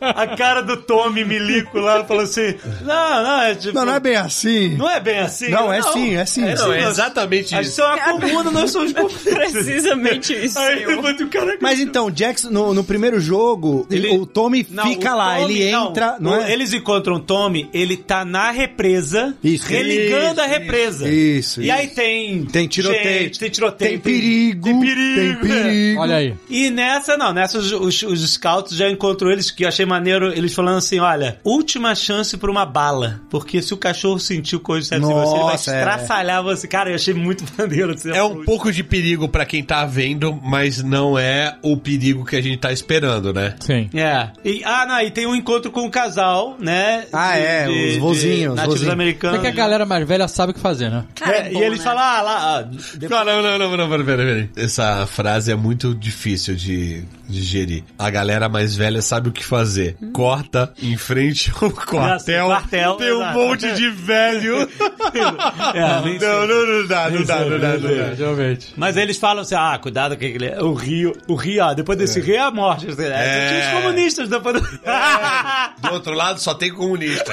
Speaker 2: a cara do Tommy Milico lá falando assim: Não, não, é tipo.
Speaker 4: não, não é bem assim.
Speaker 2: não é bem assim.
Speaker 4: Não, é sim, é sim.
Speaker 2: não,
Speaker 3: É exatamente
Speaker 2: A
Speaker 3: isso.
Speaker 2: gente é uma comuna, nós somos [laughs] comunistas.
Speaker 5: Precisamente
Speaker 2: [laughs]
Speaker 5: isso.
Speaker 2: Aí o cara.
Speaker 4: Mas então, Jackson, no, no primeiro jogo,
Speaker 2: Ele-
Speaker 4: o Tommy
Speaker 2: Não,
Speaker 4: fica
Speaker 2: o
Speaker 4: lá,
Speaker 2: Tommy,
Speaker 4: ele
Speaker 2: não,
Speaker 4: entra, não,
Speaker 2: o-
Speaker 4: é?
Speaker 2: Eles encontram o Tommy, ele tá na represa,
Speaker 4: Isso.
Speaker 2: religando
Speaker 4: Isso,
Speaker 2: a represa.
Speaker 4: isso,
Speaker 2: E
Speaker 4: isso.
Speaker 2: aí tem.
Speaker 4: Tem tiroteio.
Speaker 2: gente, tem tiroteio.
Speaker 4: Tem perigo,
Speaker 2: Tem perigo.
Speaker 4: tem
Speaker 2: né?
Speaker 4: perigo.
Speaker 6: Olha aí.
Speaker 2: E nessa, não, nessa os, os, os scouts já encontram eles, que eu achei maneiro, eles falando assim: olha, última chance pra uma bala. Porque se o cachorro sentir coisa certa em você, ele vai
Speaker 4: Nossa, é.
Speaker 2: estraçalhar você. Cara, eu achei muito [laughs] maneiro. assim,
Speaker 3: É
Speaker 2: a-
Speaker 3: um pouco de perigo pra quem tá vendo, mas não é o perigo que a gente tá esperando, né?
Speaker 6: Sim.
Speaker 2: É. E, ah, não, e tem um encontro com o casal, né?
Speaker 4: Ah, é, os vozinhos, os
Speaker 2: nativos
Speaker 4: vozinhos.
Speaker 2: americanos.
Speaker 6: Como é que a galera mais velha sabe o que fazer, né?
Speaker 5: Cara,
Speaker 2: É,
Speaker 5: é
Speaker 2: e
Speaker 5: bom,
Speaker 2: eles
Speaker 5: né?
Speaker 2: falam, ah, lá, ah,
Speaker 5: [laughs]
Speaker 2: de-
Speaker 3: Não, não, não, não, não, peraí, peraí, peraí. Essa frase é muito difícil de digerir. A galera mais velha sabe o que fazer. Corta em frente ao quartel.
Speaker 2: quartel,
Speaker 3: tem um
Speaker 2: exato.
Speaker 3: monte de velho.
Speaker 2: [laughs] É, nem
Speaker 3: não, não, não dá, não dá, não dá, não dá.
Speaker 6: Realmente.
Speaker 2: Mas eles falam assim, ah, cuidado que ele- o Rio, o Rio, ah, depois desse Rio é a morte. Assim, né?
Speaker 3: É.
Speaker 2: Tinha os comunistas depois do...
Speaker 5: Ah,
Speaker 3: Do outro lado só tem comunista.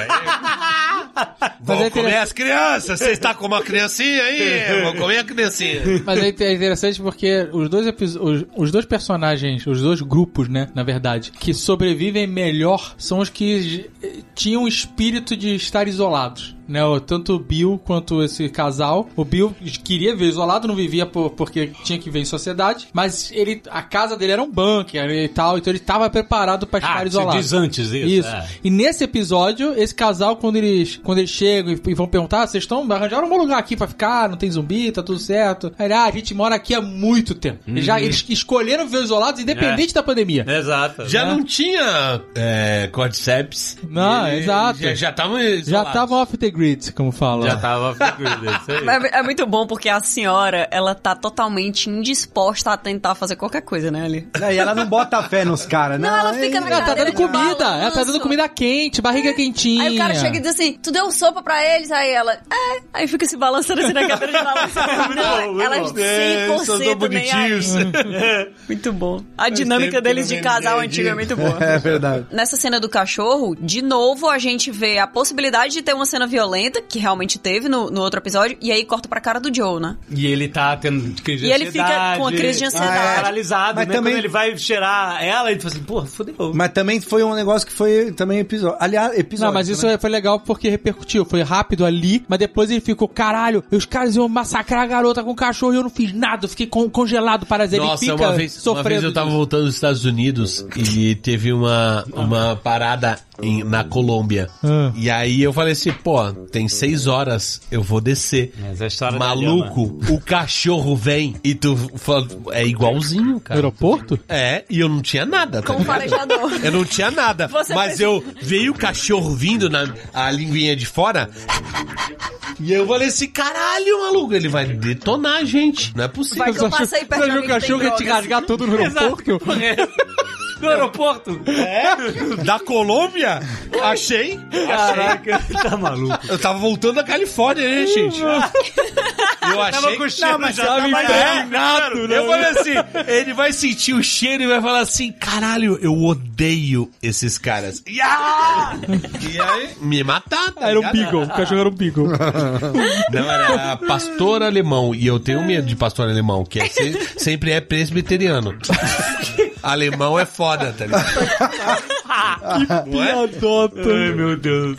Speaker 2: [laughs]
Speaker 3: Aí-
Speaker 6: Mas
Speaker 3: Vão
Speaker 6: é
Speaker 3: comer
Speaker 6: interessante-
Speaker 3: as crianças. Você está com uma criancinha
Speaker 2: [laughs]
Speaker 3: aí? Vão comer a criancinha.
Speaker 6: Mas é inte- é interessante porque os dois, episo- os, os dois personagens, os dois grupos, né, na verdade, que sobrevivem melhor são os que eh, tinham o espírito de estar isolados. né? o- Tanto o Bill quanto esse casal. O Bill queria ver isolado, não vivia por- porque tinha que ver em sociedade, mas ele, a casa dele era um bunker e tal, então ele tava preparado pra estar
Speaker 2: Ah, você
Speaker 6: isolado.
Speaker 2: diz antes isso, é.
Speaker 6: E nesse episódio, esse casal, quando eles, quando eles chegam e, e vão perguntar, "Ah, vocês estão arranjaram um bom lugar aqui pra ficar, não tem zumbi, tá tudo certo. Aí, ele, ah, a gente mora aqui há muito tempo. Eles Já,
Speaker 3: Uhum. É.
Speaker 6: eles escolheram viver isolados, independente da pandemia.
Speaker 2: Exato.
Speaker 3: Já
Speaker 6: né?
Speaker 3: não tinha é, Cordyceps.
Speaker 6: Não,
Speaker 3: Ele-
Speaker 6: Ah, exato.
Speaker 3: Já, já tava
Speaker 6: Já
Speaker 3: isolado.
Speaker 6: tava off the grid, como fala.
Speaker 2: Já tava figurado, isso aí.
Speaker 5: Mas É é muito bom porque a senhora, ela tá totalmente indisposta a tentar fazer qualquer coisa, né, ali.
Speaker 10: E ela não bota fé nos caras, né?
Speaker 5: Não, ela fica na
Speaker 6: Ela tá
Speaker 5: cadeira
Speaker 6: dando
Speaker 5: de
Speaker 6: comida,
Speaker 5: balanço.
Speaker 6: ela tá dando comida quente, barriga quentinha.
Speaker 5: Aí o cara chega e diz assim, tu deu sopa pra eles? Aí ela, é. Aí fica se balançando assim na cadeira de [laughs] balanço. Não,
Speaker 2: muito
Speaker 5: ela
Speaker 2: bom.
Speaker 3: Eles É, são tão
Speaker 5: 100% nem aí.
Speaker 3: bonitinhos.
Speaker 5: Muito bom. A
Speaker 3: tempo
Speaker 5: dinâmica
Speaker 3: que
Speaker 5: deles
Speaker 3: eu não
Speaker 5: de
Speaker 3: me
Speaker 5: casal
Speaker 3: entendi.
Speaker 5: antigo é muito boa.
Speaker 10: É verdade.
Speaker 5: Nessa cena do cachorro, de novo a gente vê a possibilidade de ter uma cena violenta, que realmente teve no, no outro episódio, e aí corta pra cara do Joe, né?
Speaker 2: E ele tá tendo crise de ansiedade. tá
Speaker 5: E ele fica com a crise de ansiedade.
Speaker 2: Paralisado,
Speaker 10: Mas
Speaker 2: né?
Speaker 10: também-
Speaker 2: Quando ele vai cheirar ela, ele fala assim, porra, fodeu.
Speaker 10: Mas também foi um negócio que foi também episódio. Aliás, episódio.
Speaker 6: Não, mas
Speaker 2: é-
Speaker 6: isso
Speaker 10: né?
Speaker 6: foi legal porque repercutiu. Foi rápido ali, mas depois ele ficou, caralho, os caras iam massacrar a garota com o cachorro e eu não fiz nada, eu fiquei con- congelado para dizer,
Speaker 3: Nossa,
Speaker 6: ele fica
Speaker 3: uma vez, uma
Speaker 6: sofrendo.
Speaker 3: vez eu tava voltando dos Estados Unidos e teve uma, uma parada em- na Colômbia.
Speaker 6: Ah.
Speaker 3: E aí eu falei assim, pô, tem seis horas, eu vou descer.
Speaker 2: Mas a história da
Speaker 3: Maluco, o cachorro vem e tu fala, é igualzinho, cara.
Speaker 6: Aeroporto?
Speaker 3: É, e eu não tinha nada. tá
Speaker 5: Como
Speaker 3: ligado?
Speaker 5: farejador.
Speaker 3: Eu não tinha nada.
Speaker 5: Você
Speaker 3: mas
Speaker 5: fez-
Speaker 3: eu veio o cachorro vindo na a linguinha de fora. E eu falei assim, caralho, maluco, ele vai detonar a gente. Não é possível.
Speaker 5: Vai que eu passei perto de
Speaker 6: Você viu
Speaker 5: alguém
Speaker 6: o
Speaker 5: que tem
Speaker 6: cachorro ia te
Speaker 5: drogas.
Speaker 6: rasgar todo no aeroporto?
Speaker 2: No aeroporto?
Speaker 3: Da Colômbia? Achei.
Speaker 2: Caraca, tá maluco.
Speaker 3: Eu tava voltando da Califórnia, né, gente? Eu achei.
Speaker 2: Tava com cheiro já, tava
Speaker 3: Nada, Eu falei assim, ele vai sentir o cheiro e vai falar assim, caralho, eu odeio esses caras. E ah! E aí, me matar. tá
Speaker 6: Era um
Speaker 3: ligado?
Speaker 6: beagle, o cachorro era um beagle.
Speaker 3: [laughs] Não, era pastor alemão. E eu tenho medo de pastor alemão, que é se- sempre é presbiteriano. alemão é foda, tá ligado? Não é?
Speaker 2: Ai, meu Deus.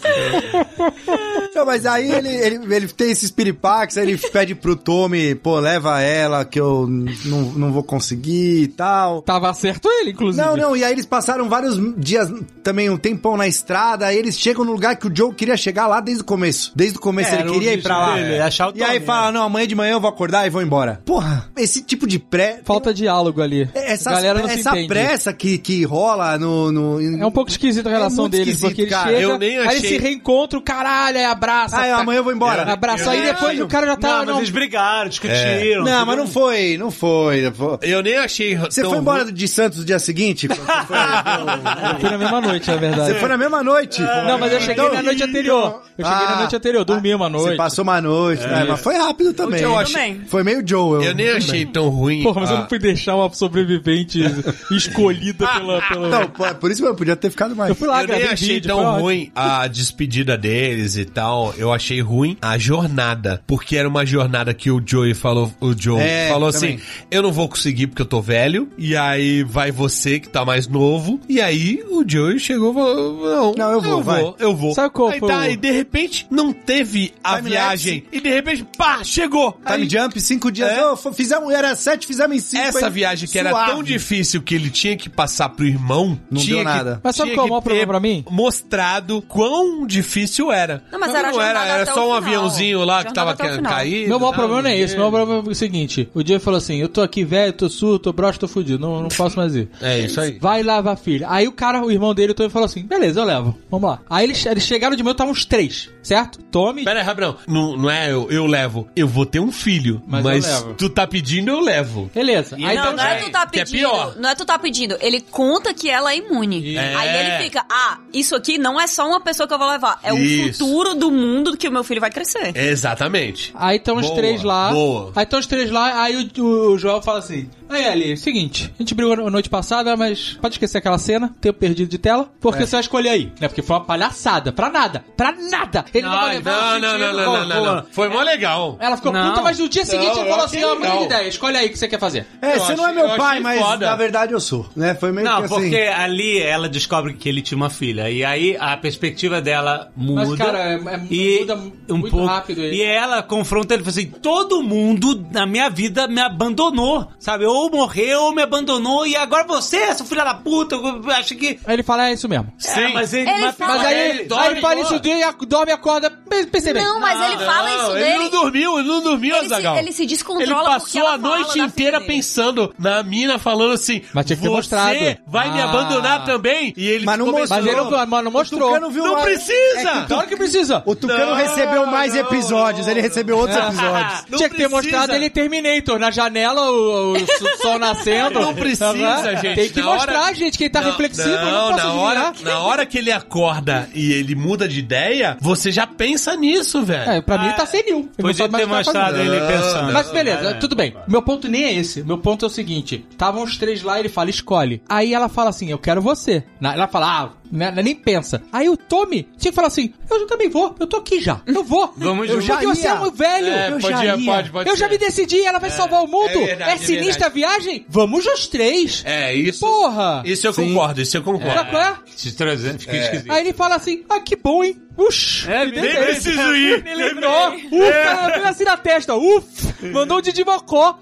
Speaker 10: Não, mas aí ele, ele, ele tem esses piripaques, aí ele pede pro Tommy, pô, leva ela que eu n- não, não vou conseguir e tal.
Speaker 6: tava certo ele, inclusive.
Speaker 10: Não, não, e aí eles passaram vários dias, também um tempão na estrada, aí eles chegam no lugar que o Joe queria chegar lá desde o começo. Desde o começo
Speaker 2: É,
Speaker 10: ele
Speaker 2: era o
Speaker 10: queria ir
Speaker 2: bicho
Speaker 10: pra lá.
Speaker 2: dele, achar o
Speaker 10: e aí
Speaker 2: Tommy,
Speaker 10: fala, não, amanhã de manhã eu vou acordar e vou embora. Porra, esse tipo de pré...
Speaker 6: Falta diálogo ali.
Speaker 10: É, Essa,
Speaker 6: a galera não se
Speaker 10: essa
Speaker 6: entende.
Speaker 10: pressa que, que rola no... no
Speaker 6: É um pouco esquisita a
Speaker 10: É
Speaker 6: relação
Speaker 10: muito
Speaker 6: deles,
Speaker 10: esquisito,
Speaker 6: porque ele
Speaker 10: cara.
Speaker 6: chega,
Speaker 3: Eu nem
Speaker 6: aí ele
Speaker 3: achei.
Speaker 6: se reencontra, o caralho, aí abraça. tá
Speaker 10: Ah, amanhã eu vou embora.
Speaker 6: Abraça, aí depois o cara já tá...
Speaker 2: Não, mas eles brigaram, discutiram.
Speaker 10: É. Não, mas não foi, não foi. não foi.
Speaker 3: Eu nem achei.
Speaker 10: Você
Speaker 3: tão
Speaker 6: Então
Speaker 10: foi
Speaker 3: ruim.
Speaker 10: embora de Santos no dia
Speaker 6: [laughs]
Speaker 10: seguinte? Quando você foi-
Speaker 6: Foi na mesma noite, na verdade.
Speaker 10: Você foi na mesma noite.
Speaker 6: Não, mas eu cheguei
Speaker 10: Então-
Speaker 6: na noite anterior. Eu cheguei na
Speaker 10: Ah,
Speaker 6: noite anterior, dormi uma noite.
Speaker 10: Você passou uma
Speaker 6: É
Speaker 10: noite, né? Mas foi rápido também.
Speaker 5: Joe Eu acho- também.
Speaker 10: Foi meio Joe.
Speaker 3: Eu nem achei tão ruim.
Speaker 6: Porra, mas eu
Speaker 3: a-
Speaker 10: ah.
Speaker 6: não fui deixar uma sobrevivente [laughs] escolhida pela... pela...
Speaker 10: Não, pô, é por isso que eu podia ter ficado mais.
Speaker 6: eu fui lá,
Speaker 3: Ah, eu nem
Speaker 6: gravei
Speaker 3: achei
Speaker 6: vídeo, foi
Speaker 3: tão
Speaker 6: ótimo.
Speaker 3: ruim a despedida deles e tal. Eu achei ruim a jornada. Porque era uma jornada que o Joey falou. O Joe
Speaker 10: É,
Speaker 3: falou
Speaker 10: também.
Speaker 3: assim: Eu não vou conseguir porque eu tô velho. E aí vai você que tá mais novo. E aí o Joey chegou e falou: Não,
Speaker 10: Não, eu vou,
Speaker 3: eu
Speaker 10: vai."
Speaker 3: vou. Eu vou.
Speaker 6: Sabe qual
Speaker 3: aí
Speaker 6: foi
Speaker 3: tá,
Speaker 6: o-
Speaker 3: e de repente não teve a
Speaker 10: Time-lapse.
Speaker 3: viagem. E de repente, pá, chegou.
Speaker 10: Time
Speaker 3: Aí-
Speaker 10: jump, cinco dias.
Speaker 3: É.
Speaker 10: Não, f- fizemos, era sete, fizemos em cinco.
Speaker 3: Essa
Speaker 10: hein?
Speaker 3: viagem que era
Speaker 10: Suave.
Speaker 3: tão difícil que ele tinha que passar pro irmão,
Speaker 10: Não
Speaker 3: tinha
Speaker 10: deu
Speaker 3: que-
Speaker 10: nada.
Speaker 6: Mas sabe
Speaker 3: tinha
Speaker 6: qual é o
Speaker 3: que
Speaker 6: maior problema
Speaker 3: ter
Speaker 6: pra mim?
Speaker 3: Mostrado quão difícil era.
Speaker 5: Não, mas era a jornada
Speaker 3: era
Speaker 5: até o
Speaker 3: só um
Speaker 5: final.
Speaker 3: aviãozinho lá que
Speaker 5: Jornada
Speaker 3: tava
Speaker 5: até o
Speaker 3: ca-
Speaker 5: final.
Speaker 3: caído.
Speaker 6: Meu maior
Speaker 3: tá,
Speaker 6: problema não é
Speaker 3: ninguém-
Speaker 6: esse. Meu maior problema é o seguinte. O Diego falou assim, eu tô aqui velho, tô surdo, tô broxa, tô fudido. Não, não posso mais ir.
Speaker 3: É isso aí.
Speaker 6: Vai lavar a filha. Aí o cara, o irmão dele, Tommy, falou assim, beleza, eu levo. Vamos lá. Aí eles, eles chegaram de manhã, estavam os três, certo? Tommy...
Speaker 3: Pera aí, Rabrão. Não, não é eu, eu levo. Eu vou ter um filho.
Speaker 6: Mas
Speaker 3: Mas,
Speaker 6: eu levo.
Speaker 3: tu tá pedindo, eu levo.
Speaker 6: Beleza.
Speaker 3: E
Speaker 6: Aí
Speaker 5: Não,
Speaker 6: tá os
Speaker 5: não é
Speaker 3: gente,
Speaker 5: tu tá
Speaker 3: que é
Speaker 5: pedindo.
Speaker 3: pior.
Speaker 5: Não é tu tá pedindo. Ele conta que ela é imune.
Speaker 3: É.
Speaker 5: Aí ele fica, ah, isso aqui não é só uma pessoa que eu vou levar. É o
Speaker 3: Isso. É.
Speaker 5: futuro do mundo que o meu filho vai crescer.
Speaker 3: Exatamente.
Speaker 6: Aí estão os
Speaker 3: Boa,
Speaker 6: três lá.
Speaker 3: boa.
Speaker 6: Aí estão os três lá, aí o, o Joel fala assim: Aí, Ali, seguinte, a gente brigou na noite passada, mas pode esquecer aquela cena, tempo perdido de tela, porque
Speaker 3: É.
Speaker 6: você vai escolher aí, né? Porque foi uma palhaçada, pra nada, pra nada! Ele não, vai
Speaker 3: Ai,
Speaker 6: levar
Speaker 5: Ah,
Speaker 3: não, não,
Speaker 6: o
Speaker 3: não,
Speaker 6: sentido.
Speaker 3: não, não, não,
Speaker 6: Pô,
Speaker 3: não. Foi mó legal.
Speaker 6: Ela ficou
Speaker 3: Não.
Speaker 6: puta, mas no dia seguinte
Speaker 3: Não,
Speaker 6: ele falou
Speaker 3: eu
Speaker 6: assim:
Speaker 3: achei
Speaker 6: ó, muda de
Speaker 3: legal.
Speaker 6: ideia, escolhe aí o que você quer fazer.
Speaker 10: É,
Speaker 3: Eu
Speaker 10: você
Speaker 3: achei-
Speaker 10: não é meu
Speaker 3: eu
Speaker 10: pai,
Speaker 3: achei
Speaker 10: mas
Speaker 3: foda.
Speaker 10: na verdade eu sou, né? Foi meio
Speaker 2: Não,
Speaker 10: que assim.
Speaker 2: porque ali ela descobre que ele tinha uma filha. E aí a perspectiva dela muda.
Speaker 6: Mas, cara, é, é-
Speaker 2: e
Speaker 6: muda
Speaker 2: um
Speaker 6: muito
Speaker 2: pouco,
Speaker 6: rápido aí.
Speaker 2: E ela confronta ele e fala assim: todo mundo na minha vida me abandonou, sabe? Ou morreu, ou me abandonou, e agora você, essa filha da puta, eu acho que.
Speaker 6: Aí ele fala: é isso mesmo.
Speaker 2: É, mas ele,
Speaker 5: Ele
Speaker 2: mas-
Speaker 5: fala-
Speaker 6: Mas
Speaker 2: mas
Speaker 6: aí,
Speaker 2: ele
Speaker 6: aí
Speaker 2: dorme,
Speaker 6: ele fala isso
Speaker 2: pô.
Speaker 6: dia e ac- dorme e acorda. pe- Pensei bem.
Speaker 5: Não, mas ele fala isso
Speaker 3: Não,
Speaker 5: dele.
Speaker 3: Ele não dormiu, ele não dormiu,
Speaker 5: É, Ele
Speaker 3: Azagal.
Speaker 5: se, ele se
Speaker 3: Ele
Speaker 5: descontrola porque
Speaker 3: passou
Speaker 5: ela
Speaker 3: a
Speaker 5: fala
Speaker 3: noite
Speaker 5: da
Speaker 3: inteira
Speaker 5: filha dele.
Speaker 3: pensando na mina falando assim:
Speaker 6: Mas tinha que ter mostrado."
Speaker 3: Você vai me
Speaker 6: Ah.
Speaker 3: abandonar também? E ele
Speaker 10: Mas não
Speaker 3: ficou meio-
Speaker 10: mostrou.
Speaker 6: Mas ele não, mas não mostrou.
Speaker 10: O Tucano viu
Speaker 3: Não
Speaker 10: mais-
Speaker 3: precisa!
Speaker 6: Claro é que precisa.
Speaker 10: O Tucano
Speaker 3: Não,
Speaker 10: recebeu mais
Speaker 3: não,
Speaker 10: episódios, ele recebeu
Speaker 3: [laughs]
Speaker 10: outros episódios.
Speaker 3: Não
Speaker 6: Tinha que
Speaker 3: precisa.
Speaker 6: ter mostrado ele em Terminator, na janela, o, o s-
Speaker 3: [laughs]
Speaker 6: sol nascendo.
Speaker 3: Não precisa,
Speaker 6: Tá vendo?
Speaker 3: gente.
Speaker 6: Tem que
Speaker 3: Na
Speaker 6: mostrar,
Speaker 3: hora-
Speaker 6: gente, que ele tá reflexivo, eu não, posso
Speaker 3: na
Speaker 6: adivinhar.
Speaker 3: hora, na hora que ele acorda e ele muda de ideia, você já pensa nisso, velho.
Speaker 6: É, pra mim
Speaker 3: Ah,
Speaker 6: ele tá senil. Ele não
Speaker 2: Podia ter
Speaker 6: sabe mais o que tá
Speaker 2: mostrado
Speaker 6: fazendo.
Speaker 2: ele pensando.
Speaker 6: Mas beleza,
Speaker 3: É.
Speaker 6: tudo bem. Meu ponto nem é esse. Meu ponto é o seguinte: estavam os três lá, ele fala, escolhe. Aí ela fala assim, eu quero você. Na- Ela fala, ah, né, nem pensa. Aí o Tommy tinha que falar assim, eu também vou, eu tô aqui já,
Speaker 3: [laughs]
Speaker 6: eu vou.
Speaker 2: Vamos
Speaker 6: eu
Speaker 2: junto.
Speaker 6: já Porque você é um velho.
Speaker 3: É,
Speaker 6: eu
Speaker 3: pode,
Speaker 6: já
Speaker 3: ir, pode, pode
Speaker 6: eu já
Speaker 3: ser.
Speaker 6: me decidi, ela vai salvar o mundo. É,
Speaker 3: é verdade, é
Speaker 6: sinistra a viagem? Vamos os três.
Speaker 3: É, isso.
Speaker 6: Porra!
Speaker 3: Isso é. eu concordo, isso eu
Speaker 6: Sabe
Speaker 3: concordo.
Speaker 6: qual é?
Speaker 2: Se trazendo, fiquei esquisito.
Speaker 6: Aí ele fala assim, ah, que bom, hein? Ux,
Speaker 2: É,
Speaker 6: me
Speaker 2: nem
Speaker 6: deu-
Speaker 2: preciso ir.
Speaker 6: Me lembrou.
Speaker 2: É.
Speaker 6: Ufa, fez assim na testa. Uf, mandou o Didi Mocó.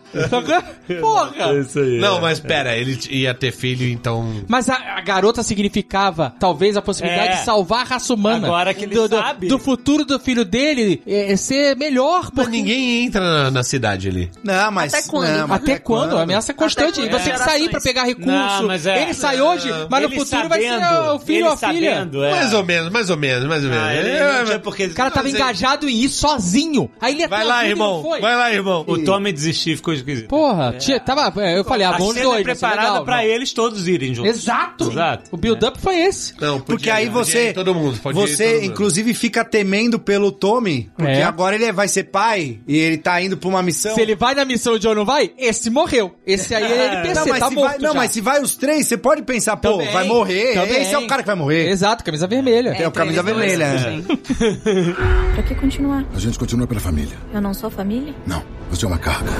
Speaker 2: [laughs]
Speaker 6: Sacou? Porra.
Speaker 2: Isso aí.
Speaker 3: Não, mas pera, ele t- ia ter filho, então.
Speaker 6: Mas a, a garota significava, talvez, a possibilidade
Speaker 2: É.
Speaker 6: de salvar a raça humana.
Speaker 2: Agora que ele
Speaker 6: do, do-
Speaker 2: sabe.
Speaker 6: Do futuro do filho dele é, é ser melhor.
Speaker 3: Mas
Speaker 6: Porque...
Speaker 3: ninguém entra na, na cidade ali.
Speaker 4: Não, mas.
Speaker 5: Até quando?
Speaker 4: não, mas
Speaker 6: Até quando? A ameaça é constante.
Speaker 5: Até quando?
Speaker 6: E você tem que
Speaker 5: Gerações.
Speaker 6: sair pra pegar recurso.
Speaker 2: Não, mas é-
Speaker 6: Ele sai hoje, mas no
Speaker 2: Ele
Speaker 6: futuro vai ser
Speaker 2: sabendo,
Speaker 6: o filho
Speaker 2: ele
Speaker 6: ou a filha.
Speaker 2: sabendo, é.
Speaker 3: Mais ou menos, mais ou menos, mais ou menos.
Speaker 2: Ah, ele
Speaker 3: É,
Speaker 2: não tinha
Speaker 3: mas-
Speaker 2: porque-
Speaker 6: O cara tava
Speaker 3: Mas é-
Speaker 6: engajado em ir sozinho. Aí ele
Speaker 3: Vai
Speaker 6: até
Speaker 3: lá,
Speaker 6: ajuda e não
Speaker 3: irmão.
Speaker 6: foi.
Speaker 3: Vai lá, irmão.
Speaker 2: O Tommy desistir ficou esquisito.
Speaker 6: Porra, tia, tava, é, eu falei, ah,
Speaker 2: a
Speaker 6: bom
Speaker 2: cena
Speaker 6: os dois.
Speaker 2: é
Speaker 6: vai ser
Speaker 2: preparada
Speaker 6: legal,
Speaker 2: pra
Speaker 6: não.
Speaker 2: eles todos irem juntos.
Speaker 6: Exato.
Speaker 2: Exato. É.
Speaker 6: O build-up foi esse.
Speaker 3: Não, podia
Speaker 4: Porque
Speaker 3: ir,
Speaker 4: aí
Speaker 3: podia
Speaker 4: você.
Speaker 3: ir todo mundo, pode ir
Speaker 4: você,
Speaker 3: todo mundo.
Speaker 4: inclusive, fica temendo pelo Tommy, porque
Speaker 6: É.
Speaker 4: agora ele vai ser pai e ele tá indo pra uma missão.
Speaker 6: Se ele vai na missão de ou não vai, esse morreu. Esse aí é NPC,
Speaker 4: não, mas
Speaker 6: tá
Speaker 4: se
Speaker 6: morto
Speaker 4: vai, não,
Speaker 6: já.
Speaker 4: mas se vai os três, você pode pensar, pô,
Speaker 6: Também,
Speaker 4: vai morrer.
Speaker 6: também.
Speaker 4: Esse é o cara que vai morrer.
Speaker 6: Exato, camisa vermelha.
Speaker 4: É, o camisa
Speaker 5: Entre eles
Speaker 4: vermelha.
Speaker 5: dois,
Speaker 4: é.
Speaker 5: assim.
Speaker 11: Pra que continuar?
Speaker 1: A gente continua pela família.
Speaker 11: Eu não sou família?
Speaker 1: Não, você é uma carga.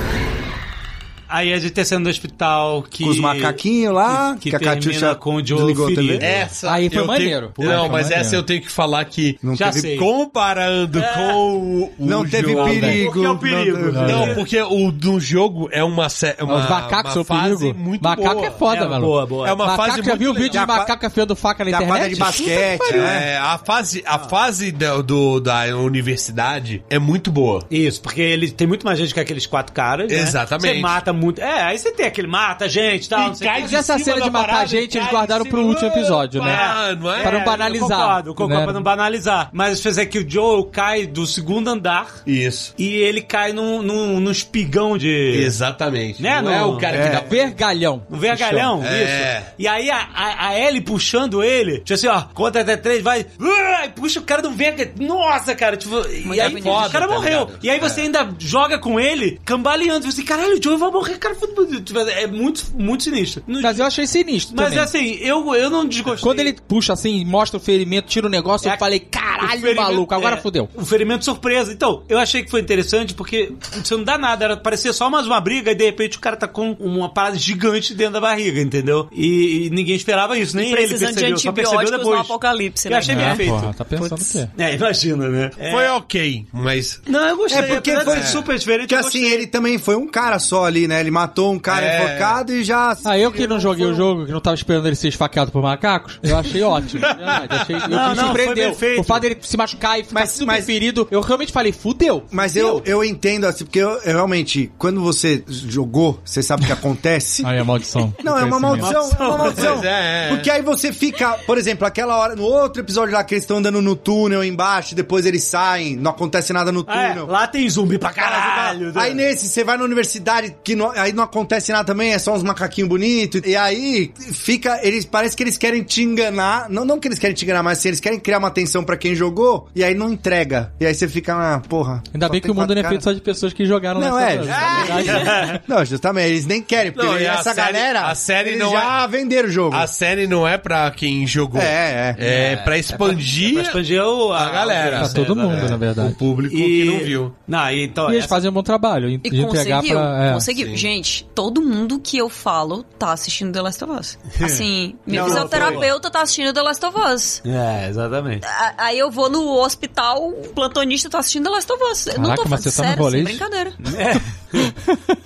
Speaker 2: Aí a gente tá sendo no hospital que.
Speaker 4: Com os macaquinhos lá,
Speaker 2: que,
Speaker 4: que a
Speaker 2: termina
Speaker 4: Catiuxa
Speaker 2: com o Joe
Speaker 4: desligou a
Speaker 2: Filho.
Speaker 4: TV.
Speaker 3: Essa.
Speaker 6: Aí foi
Speaker 3: eu
Speaker 6: maneiro.
Speaker 3: tenho-
Speaker 6: Puta,
Speaker 3: não,
Speaker 6: foi
Speaker 3: mas
Speaker 6: maneiro.
Speaker 3: essa eu tenho que falar que. É.
Speaker 4: Não
Speaker 2: Já
Speaker 4: teve
Speaker 2: sei.
Speaker 3: Comparando com o. o
Speaker 4: Não teve
Speaker 3: jogo-
Speaker 4: perigo.
Speaker 2: Porque é o perigo.
Speaker 4: Não, teve-
Speaker 3: Não, porque o do jogo é uma. sé- é uma
Speaker 6: Os macacos
Speaker 3: uma
Speaker 6: são perigo.
Speaker 3: muito
Speaker 6: Macaco
Speaker 3: boa.
Speaker 6: é foda,
Speaker 2: É,
Speaker 6: mano.
Speaker 2: boa, boa.
Speaker 3: É uma
Speaker 6: macaco,
Speaker 3: fase
Speaker 6: já
Speaker 3: muito
Speaker 6: viu o vídeo de
Speaker 4: legal. Da
Speaker 6: macaco afiando faca na
Speaker 4: Da quadra
Speaker 6: internet?
Speaker 4: de basquete, né?
Speaker 3: É, a fase, a fase da, do- da universidade é muito boa.
Speaker 2: Isso, porque ele tem muito mais gente que aqueles quatro caras. né?
Speaker 3: Exatamente.
Speaker 2: Você mata muito. É, aí você tem aquele mata gente tal, não sei o
Speaker 3: cai
Speaker 2: quê.
Speaker 6: Mas essa
Speaker 3: de cima
Speaker 6: cena de
Speaker 3: da
Speaker 6: matar
Speaker 3: parada,
Speaker 6: gente, eles
Speaker 3: cai
Speaker 6: guardaram
Speaker 3: de
Speaker 6: pro
Speaker 3: cima.
Speaker 6: último episódio, né?
Speaker 3: Ah, não é?
Speaker 6: Pra não
Speaker 2: É,
Speaker 6: banalizar,
Speaker 2: eu Concordo, eu concordo,
Speaker 6: né?
Speaker 2: pra não banalizar. Mas fez é que o Joe cai do segundo andar
Speaker 3: Isso.
Speaker 2: e ele cai num, num, num espigão de.
Speaker 3: Exatamente.
Speaker 2: Né,
Speaker 3: Não é
Speaker 2: não-
Speaker 3: o cara
Speaker 6: É.
Speaker 3: que dá
Speaker 6: Vergalhão.
Speaker 2: Um vergalhão,
Speaker 3: É.
Speaker 2: isso. E aí a, a, a Ellie puxando ele, tipo assim, ó, conta até três, vai, uai, puxa o cara de um verga. Nossa, cara, tipo, e aí
Speaker 5: bonito.
Speaker 2: o cara
Speaker 3: Foda, tá
Speaker 2: morreu.
Speaker 3: ligado?
Speaker 2: E aí você ainda joga com ele, cambaleando, tipo assim, caralho, o Joe vai morrer, cara, fudido. Tipo, é muito, muito sinistro. No-
Speaker 6: Mas eu achei sinistro
Speaker 2: mas
Speaker 6: também.
Speaker 2: assim, eu, eu não desgostei.
Speaker 6: Quando ele puxa assim, mostra o ferimento, tira o negócio,
Speaker 2: É,
Speaker 6: eu falei,
Speaker 2: o
Speaker 6: caralho,
Speaker 2: ferimento-
Speaker 6: maluco, agora
Speaker 2: é,
Speaker 6: fodeu.
Speaker 2: O ferimento surpresa. Então, eu achei que foi interessante porque você não dá nada, era parecia só mais uma briga e de repente o cara tá com uma parada gigante dentro da barriga, entendeu? E, e ninguém esperava isso, nem ele
Speaker 5: Precisando de
Speaker 2: percebeu, só percebeu
Speaker 5: antibióticos no
Speaker 2: depois.
Speaker 5: apocalipse,
Speaker 2: Eu
Speaker 5: né?
Speaker 2: achei bem feito.
Speaker 6: tá pensando o quê?
Speaker 2: É, imagina, né? É,
Speaker 3: Foi ok, mas.
Speaker 2: Não, eu gostei.
Speaker 4: É, porque
Speaker 2: apesar de
Speaker 4: foi-
Speaker 2: ser super diferente,
Speaker 4: Porque
Speaker 2: eu
Speaker 4: assim,
Speaker 2: gostei.
Speaker 4: ele também foi um cara só ali, né? Ele matou um cara
Speaker 3: É.
Speaker 4: enforcado e já.
Speaker 6: Ah, eu que não joguei o jogo, que não tava esperando ele ser esfaqueado por macacos, eu achei ótimo. de verdade, achei, eu
Speaker 2: Não,
Speaker 6: me
Speaker 2: não, foi
Speaker 6: surpreendeu.
Speaker 2: bem feito.
Speaker 6: o fato dele se machucar e ficar
Speaker 4: Mas-
Speaker 6: super
Speaker 4: mas-
Speaker 6: ferido, eu realmente falei, fudeu.
Speaker 4: Mas eu, eu entendo, assim, porque eu, eu realmente, quando você jogou, você sabe o
Speaker 2: [laughs]
Speaker 4: que acontece.
Speaker 6: Aí a maldição.
Speaker 4: Não, é uma maldição, é uma maldição.
Speaker 3: Pois é, é.
Speaker 4: Porque aí você fica, por exemplo, aquela hora, no outro episódio lá que eles estão andando no túnel embaixo, depois eles saem, não Ah, acontece nada no
Speaker 2: Ah, é,
Speaker 4: túnel.
Speaker 2: lá tem zumbi pra caralho. né?
Speaker 4: Aí nesse, você vai na universidade que não- aí não acontece nada também, é só uns macaquinhos bonitos. E aí fica. Eles parece que eles querem te enganar. Não, não que eles querem te enganar, mas assim, eles querem criar uma atenção pra quem jogou e aí não entrega. E aí você fica na porra.
Speaker 6: Ainda
Speaker 4: só tem
Speaker 6: bem que o mundo
Speaker 4: quatro
Speaker 6: não é
Speaker 4: caras.
Speaker 6: feito só de pessoas que jogaram
Speaker 4: Não,
Speaker 6: nessa
Speaker 4: é.
Speaker 6: vez.
Speaker 4: Não, justamente, eles nem querem, porque
Speaker 3: Não, e a
Speaker 4: essa
Speaker 3: série-
Speaker 4: galera.
Speaker 3: a série
Speaker 4: eles
Speaker 3: não
Speaker 4: já
Speaker 3: é-
Speaker 4: venderam o jogo.
Speaker 3: A série não é pra quem jogou.
Speaker 4: É,
Speaker 3: é. É pra expandir,
Speaker 6: é
Speaker 2: Pra expandir o- a, né?
Speaker 3: a galera.
Speaker 6: Pra todo
Speaker 2: É.
Speaker 6: mundo, né? na verdade.
Speaker 3: O público que não viu.
Speaker 2: Não, e então,
Speaker 6: E eles
Speaker 2: essa-
Speaker 6: fazem um bom trabalho em- de
Speaker 5: E
Speaker 6: entregar
Speaker 5: conseguiu,
Speaker 6: pra. é.
Speaker 5: conseguiu. Gente, todo mundo que eu falo tá assistindo The Last of Us. Assim, minha
Speaker 4: Não, não,
Speaker 5: fisioterapeuta tá assistindo The Last of Us.
Speaker 2: É, exatamente.
Speaker 5: A- Aí eu vou no hospital, o plantonista tá assistindo The Last of Us. Eu não
Speaker 6: Caraca,
Speaker 5: tô
Speaker 6: mas
Speaker 5: falando
Speaker 6: você tá no
Speaker 5: sério,
Speaker 6: rolê?
Speaker 5: sem brincadeira.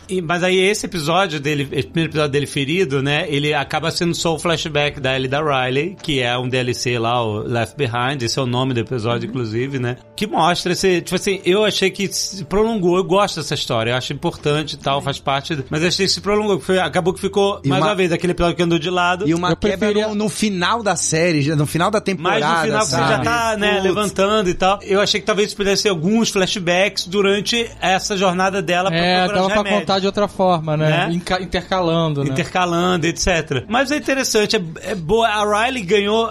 Speaker 2: E- mas aí esse episódio dele, esse primeiro episódio dele ferido, né? Ele acaba sendo só o flashback da Ellie da Riley, que é um DLC lá, o Left Behind, esse é o nome do
Speaker 4: Uhum.
Speaker 2: episódio, inclusive, né? Que mostra esse. Tipo assim, eu achei que se prolongou, eu gosto dessa história, eu acho importante e tal, faz parte. do- Mas eu achei que se prolongou, que foi- acabou que ficou, mais
Speaker 4: uma-
Speaker 2: uma vez, aquele episódio que andou de lado.
Speaker 4: E uma
Speaker 6: Eu
Speaker 4: quebra
Speaker 6: preferia-
Speaker 4: no, no final da série, já- no final da temporada.
Speaker 2: Mas no final você
Speaker 4: sabe?
Speaker 2: já tá, né,
Speaker 4: Putz.
Speaker 2: levantando e tal. Eu achei que talvez pudesse ter alguns flashbacks durante essa jornada dela pra
Speaker 6: É,
Speaker 2: procurar
Speaker 6: dava
Speaker 2: os
Speaker 6: pra
Speaker 2: remédios.
Speaker 6: contar de outra forma, né?
Speaker 2: Né?
Speaker 6: Inca- Intercalando, né?
Speaker 2: Intercalando, etc. Mas é interessante, é, é boa. A Riley ganhou. a-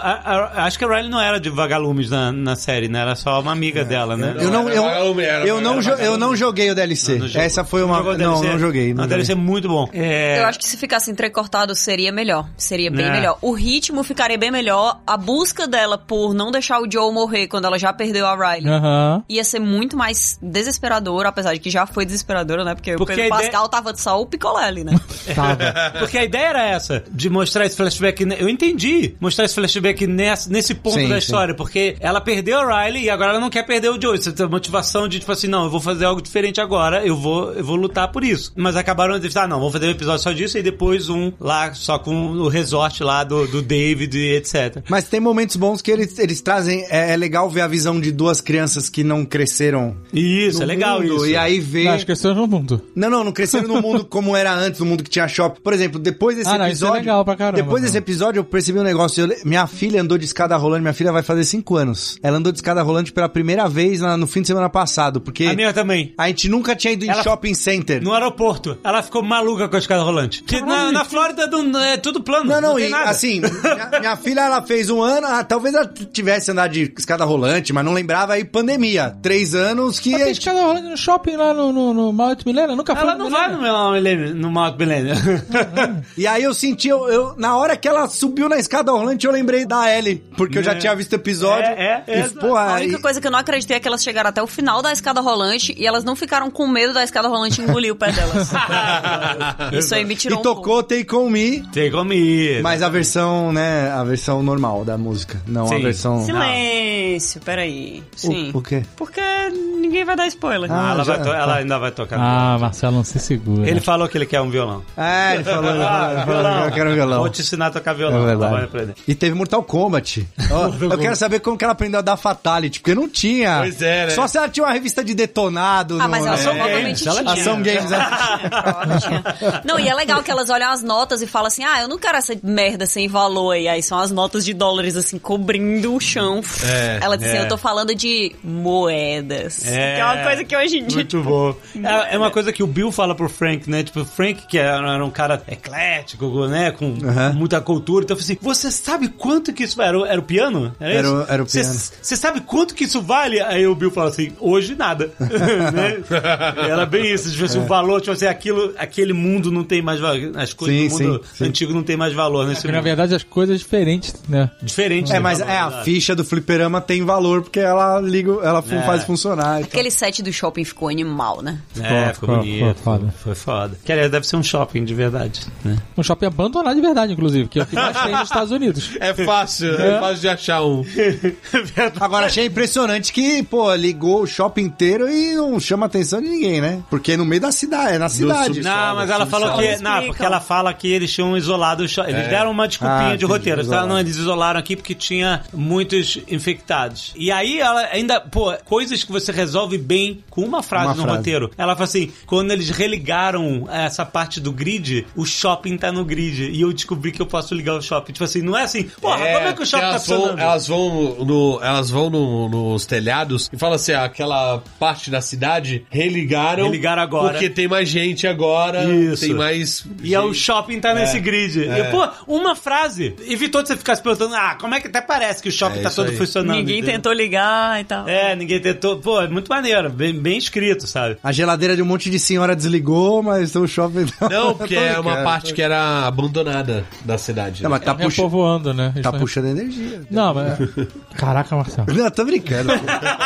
Speaker 2: a- acho que a Riley não era de vagalumes na, na série, né? Era só uma amiga dela, né?
Speaker 4: Eu não,
Speaker 3: Era
Speaker 4: eu,
Speaker 3: vagalume, era
Speaker 4: eu, não, jo-
Speaker 3: vagalume.
Speaker 4: eu não joguei o DLC.
Speaker 2: não jogou.
Speaker 4: Essa foi uma.
Speaker 2: Jogou
Speaker 4: Não,
Speaker 2: o DLC?
Speaker 4: não joguei. Não
Speaker 2: Ah, deve ser
Speaker 4: joguei.
Speaker 2: muito bom. É,
Speaker 5: Eu acho que se ficasse entrecortado seria melhor. Seria bem
Speaker 2: É.
Speaker 5: melhor. O ritmo ficaria bem melhor. A busca dela por não deixar o Joe morrer quando ela já perdeu a Riley.
Speaker 6: Aham.
Speaker 5: Ia ser muito mais desesperadora, apesar de que já foi desesperadora, né? Porque,
Speaker 2: Porque
Speaker 5: o Pedro
Speaker 2: a ideia-
Speaker 5: Pascal tava só o picolé ali, né?
Speaker 6: Tava.
Speaker 2: Porque a ideia era essa, de mostrar esse flashback. ne- Eu entendi mostrar esse flashback nessa, nesse ponto
Speaker 4: Sim,
Speaker 2: da
Speaker 4: sim.
Speaker 2: história, porque ela perdeu a Riley e agora ela não quer perder o Joe. Você tem a motivação de, tipo assim, não, eu vou fazer algo diferente agora, eu vou, eu vou lutar por isso. Mas acabaram de ah, não, vamos fazer um episódio só disso e depois um lá só com o resort lá do, do David e etc.
Speaker 4: Mas tem momentos bons que eles, eles trazem. É, é legal ver a visão de duas crianças que não cresceram.
Speaker 2: E Isso,
Speaker 4: no
Speaker 2: é legal
Speaker 4: mundo,
Speaker 2: isso.
Speaker 4: E aí ver.
Speaker 6: Não, acho que esse é o mundo.
Speaker 4: Não, não, não cresceram no mundo como era antes, no mundo que tinha shopping. Por exemplo, depois desse
Speaker 6: Ah, não, isso é
Speaker 4: episódio.
Speaker 6: legal pra caramba,
Speaker 4: depois
Speaker 6: cara.
Speaker 4: desse episódio, eu percebi um negócio. Eu le- minha filha andou de escada rolante, minha filha vai fazer 5 anos. Ela andou de escada rolante pela primeira vez na- no fim de semana passado, porque.
Speaker 2: A minha também.
Speaker 4: A gente nunca tinha ido em
Speaker 2: Ela-
Speaker 4: shopping center.
Speaker 2: No aeroporto, ela ficou maluca com a escada rolante. Que na, na Flórida não- é tudo plano.
Speaker 4: Não, não,
Speaker 2: tem
Speaker 4: e
Speaker 2: nada.
Speaker 4: assim, minha, minha filha ela fez um ano, ah, talvez ela t- tivesse andado de escada rolante, mas não lembrava aí pandemia. Três anos que.
Speaker 6: Mas
Speaker 4: a
Speaker 6: tem
Speaker 4: gente-
Speaker 6: escada rolando no shopping lá no, no, no Mount Milena? Nunca foi
Speaker 2: Ela
Speaker 6: no
Speaker 2: não vai
Speaker 6: Milena?
Speaker 2: no Mount Millennium. No Mount
Speaker 4: [laughs]
Speaker 2: Millennium.
Speaker 4: E aí eu senti, eu, eu- na hora que ela subiu na escada rolante, eu lembrei da Ellie, porque eu já
Speaker 2: É.
Speaker 4: tinha visto o episódio.
Speaker 2: É, é, é.
Speaker 4: e, porra,
Speaker 5: A única
Speaker 4: e-
Speaker 5: coisa que eu não acreditei é que elas chegaram até o final da escada rolante e elas não ficaram com medo da escada rolante engolir o pé [laughs] delas. Isso aí me tirou
Speaker 4: e
Speaker 5: um
Speaker 4: tocou Take On Me,
Speaker 2: Tem como ir.
Speaker 4: mas a versão, né, a versão normal da música, não a
Speaker 2: Sim.
Speaker 4: versão...
Speaker 5: pouco. Silêncio, peraí. Sim.
Speaker 4: O, o quê?
Speaker 5: Porque ninguém vai dar spoiler.
Speaker 2: Ah, ela,
Speaker 4: já- tá.
Speaker 2: vai to- ela ainda vai tocar.
Speaker 6: Ah, Marcelo, não se segura.
Speaker 2: Ele falou que ele quer um violão.
Speaker 4: É, ele falou, ele falou, ele falou, eu quero um violão.
Speaker 2: Vou te ensinar a tocar violão. Vai
Speaker 4: É verdade.
Speaker 2: aprender.
Speaker 4: E teve Mortal Kombat.
Speaker 2: [laughs]
Speaker 4: Ó, eu quero saber como que ela aprendeu a dar fatality, porque não tinha.
Speaker 3: Pois é, né?
Speaker 4: Só se ela tinha uma revista de detonado.
Speaker 5: Ah,
Speaker 4: no-
Speaker 5: mas elas
Speaker 4: é.
Speaker 5: são provavelmente
Speaker 2: ela
Speaker 5: tinha.
Speaker 4: Ação Games. né?
Speaker 5: Ela tinha. [laughs] Não, e é legal que elas olham as notas e falam assim: ah, eu não quero essa merda sem valor. E aí são as notas de dólares, assim, cobrindo o chão.
Speaker 3: É,
Speaker 5: Ela disse:
Speaker 3: é.
Speaker 5: eu tô falando de moedas.
Speaker 2: É.
Speaker 5: Que é uma coisa que hoje em dia. tá [laughs]
Speaker 2: Muito bom. É, é uma coisa que o Bill fala pro Frank, né? Tipo, o Frank, que era era um cara eclético, né? Com muita cultura. Então, eu falei assim, você sabe quanto que isso... Era, o- era o piano?
Speaker 4: Era
Speaker 2: isso?
Speaker 4: o- era o
Speaker 2: Você-
Speaker 4: piano.
Speaker 2: Você sabe quanto que isso vale? Aí o Bill fala assim, hoje nada. [laughs] Né? Era bem isso. Tipo
Speaker 4: É.
Speaker 2: assim, o valor, tipo assim, aquilo, aquele mundo não tem mais valor. As coisas
Speaker 4: Sim,
Speaker 2: do mundo
Speaker 4: sim, sim.
Speaker 2: antigo não tem mais valor nesse
Speaker 6: Porque, na
Speaker 2: mundo.
Speaker 6: verdade, as coisas diferentes, né?
Speaker 2: Diferente.
Speaker 4: É,
Speaker 2: né,
Speaker 4: mas
Speaker 2: valor,
Speaker 4: é, a
Speaker 2: verdade.
Speaker 4: ficha do fliperama tem valor, porque ela liga, ela fu-
Speaker 2: É.
Speaker 4: faz funcionar. então.
Speaker 5: Aquele set do shopping ficou animal, né?
Speaker 2: É,
Speaker 6: Ficou-
Speaker 2: ficou
Speaker 6: ficou-
Speaker 2: bonito.
Speaker 6: ficou foda.
Speaker 2: Foi foda. Que aliás deve ser um shopping de verdade, né?
Speaker 6: Um shopping abandonado de verdade, inclusive, que é o que mais tem nos
Speaker 3: [laughs]
Speaker 6: Estados Unidos.
Speaker 3: É fácil, é fácil de achar um.
Speaker 4: Agora, achei impressionante que, pô, ligou o shopping inteiro e não chama a atenção de ninguém, né? Porque é no meio da cidade, é na cidade.
Speaker 2: Não, mas
Speaker 4: assim,
Speaker 2: ela falou que. Não, porque ela fala que eles tinham isolado o shopping. Eles deram uma
Speaker 4: Ah,
Speaker 2: desculpinha de
Speaker 4: entendi,
Speaker 2: roteiro. tá?
Speaker 4: isolado.
Speaker 2: Não, eles isolaram aqui porque tinha muitos infectados. E aí ela ainda. Pô, coisas que você resolve bem com uma frase
Speaker 4: Uma
Speaker 2: no
Speaker 4: frase.
Speaker 2: roteiro. Ela fala assim: quando eles religaram essa parte do grid, o shopping tá no grid. E eu descobri que eu posso ligar o shopping. Tipo assim, não é assim, porra, como é que o shopping tá
Speaker 3: elas vão,
Speaker 2: funcionando?
Speaker 3: elas vão, no, elas vão no- nos telhados e falam assim, ah, aquela parte da cidade religaram.
Speaker 2: Religaram agora.
Speaker 3: Porque tem mais gente. gente agora
Speaker 15: Isso.
Speaker 3: tem mais.
Speaker 2: E é o shopping tá nesse grid.
Speaker 3: É.
Speaker 2: E, pô, uma frase evitou de você ficar se perguntando, ah, como é que até parece que o shopping
Speaker 3: É
Speaker 2: tá
Speaker 3: isso
Speaker 2: todo
Speaker 3: aí.
Speaker 2: funcionando.
Speaker 5: Ninguém
Speaker 2: entendeu?
Speaker 5: tentou ligar e tal.
Speaker 2: É, ninguém tentou. Pô, é muito maneiro, bem, bem escrito, sabe?
Speaker 4: A geladeira de um monte de senhora desligou, mas o shopping.
Speaker 3: [laughs]
Speaker 4: [laughs]
Speaker 3: Não, porque
Speaker 4: Tô
Speaker 3: é uma
Speaker 4: brincando.
Speaker 3: parte que era abandonada da cidade.
Speaker 4: Não, mas tá,
Speaker 6: É
Speaker 4: puxa-
Speaker 6: povoando, né? Eles
Speaker 4: tá
Speaker 6: tão-
Speaker 4: puxando energia.
Speaker 6: Não, mas. Caraca, Marcelo.
Speaker 4: Não, tô brincando.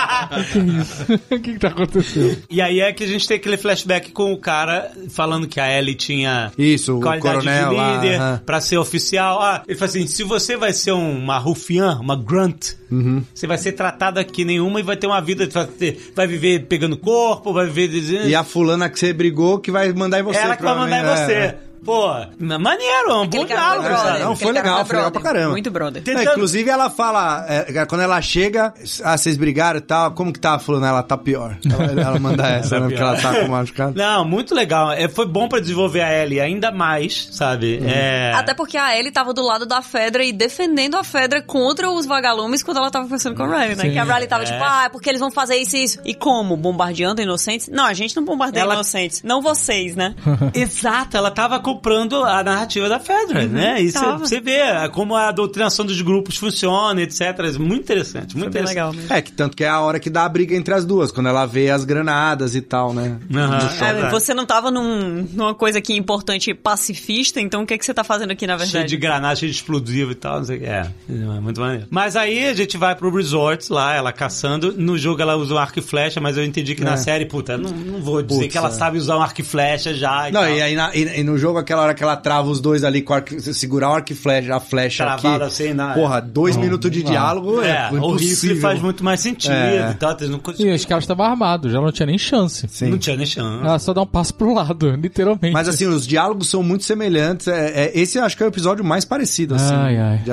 Speaker 6: [laughs] o que, que tá acontecendo?
Speaker 2: E aí é que a gente tem aquele flashback com o cara falando que a Ellie tinha
Speaker 4: Isso, o
Speaker 2: qualidade
Speaker 4: coronel
Speaker 2: de
Speaker 4: lá,
Speaker 2: líder
Speaker 4: aham.
Speaker 2: pra ser oficial. Ah, ele fala assim: se você vai ser um, uma rufiã, uma grunt,
Speaker 4: Uhum.
Speaker 2: você vai ser tratada que nenhuma e vai ter uma vida. vai ter- Vai viver pegando corpo, vai viver dizendo.
Speaker 4: E a fulana que você brigou que vai mandar em você. né?
Speaker 2: Ela que vai mandar em você.
Speaker 4: provavelmente.
Speaker 2: Pô, maneiro, é um bom
Speaker 5: Aquele cara
Speaker 2: diálogo,
Speaker 5: foi brother.
Speaker 2: sabe?
Speaker 4: Não, foi legal,
Speaker 5: aquele cara
Speaker 4: foi legal
Speaker 5: brother,
Speaker 4: pra caramba.
Speaker 5: Muito brother.
Speaker 4: É,
Speaker 2: Tentando-
Speaker 4: inclusive, ela fala, é, quando ela chega, ah, vocês brigaram e tal, como que tá a fulana? Ela tá pior. Ela, ela manda essa, né? Porque ela tá com machucado.
Speaker 2: Não, muito legal. É, foi bom pra desenvolver a Ellie ainda mais,
Speaker 5: Uhum.
Speaker 2: sabe? É...
Speaker 5: Até porque a Ellie tava do lado da Fedra e defendendo a Fedra contra os vagalumes quando ela tava conversando com a Riley, né?
Speaker 6: Sim.
Speaker 5: Que a Riley tava tipo, ah, é porque eles vão fazer isso e isso. E como? Bombardeando inocentes? Não, a gente não bombardeia
Speaker 2: Ela-
Speaker 5: inocentes. Não vocês, né?
Speaker 2: Exato, ela tava comprando a narrativa da Fedra, né? E
Speaker 5: Uhum, tava.
Speaker 2: você vê como a doutrinação dos grupos funciona, etc. Muito interessante, muito
Speaker 5: Bem
Speaker 2: interessante.
Speaker 5: legal mesmo.
Speaker 4: É, que tanto que é a hora que dá a briga entre as duas, quando ela vê as granadas e tal, né?
Speaker 2: Aham,
Speaker 5: Ah,
Speaker 2: exato.
Speaker 5: você não tava num- numa coisa que é importante pacifista, então o que, é que você tá fazendo aqui, na
Speaker 2: Cheio de
Speaker 5: verdade?
Speaker 2: granada, cheio de explosivo e tal, não sei o que. É, é muito maneiro. Mas aí a gente vai pro resort lá, ela caçando. No jogo ela usa um arco e flecha, mas eu entendi
Speaker 4: É.
Speaker 2: que na série, puta, não, não vou dizer
Speaker 4: Putz,
Speaker 2: que ela
Speaker 4: é.
Speaker 2: sabe usar um arco e flecha já. E
Speaker 4: Não,
Speaker 2: tal.
Speaker 4: e aí na- e- e no jogo, aquela hora que ela trava os dois ali, com o arco- você segurar o arco e flecha, a flecha
Speaker 2: Travado
Speaker 4: aqui.
Speaker 2: assim, na-
Speaker 4: Porra, dois minutos de diálogo
Speaker 2: É,
Speaker 4: é,
Speaker 2: o rifle
Speaker 4: impossível.
Speaker 2: faz muito mais sentido
Speaker 4: É.
Speaker 2: e tal. tem uma coisa-
Speaker 6: E os caras estavam armados, já não tinha nem chance.
Speaker 4: Sim.
Speaker 2: Não tinha nem chance.
Speaker 6: Ela só dá um passo pro lado, [laughs] literalmente.
Speaker 4: Mas assim, os diálogos são muito semelhantes. É, é- esse eu acho que é o episódio mais parecido, assim.
Speaker 6: Ai, ai.
Speaker 4: [laughs] de-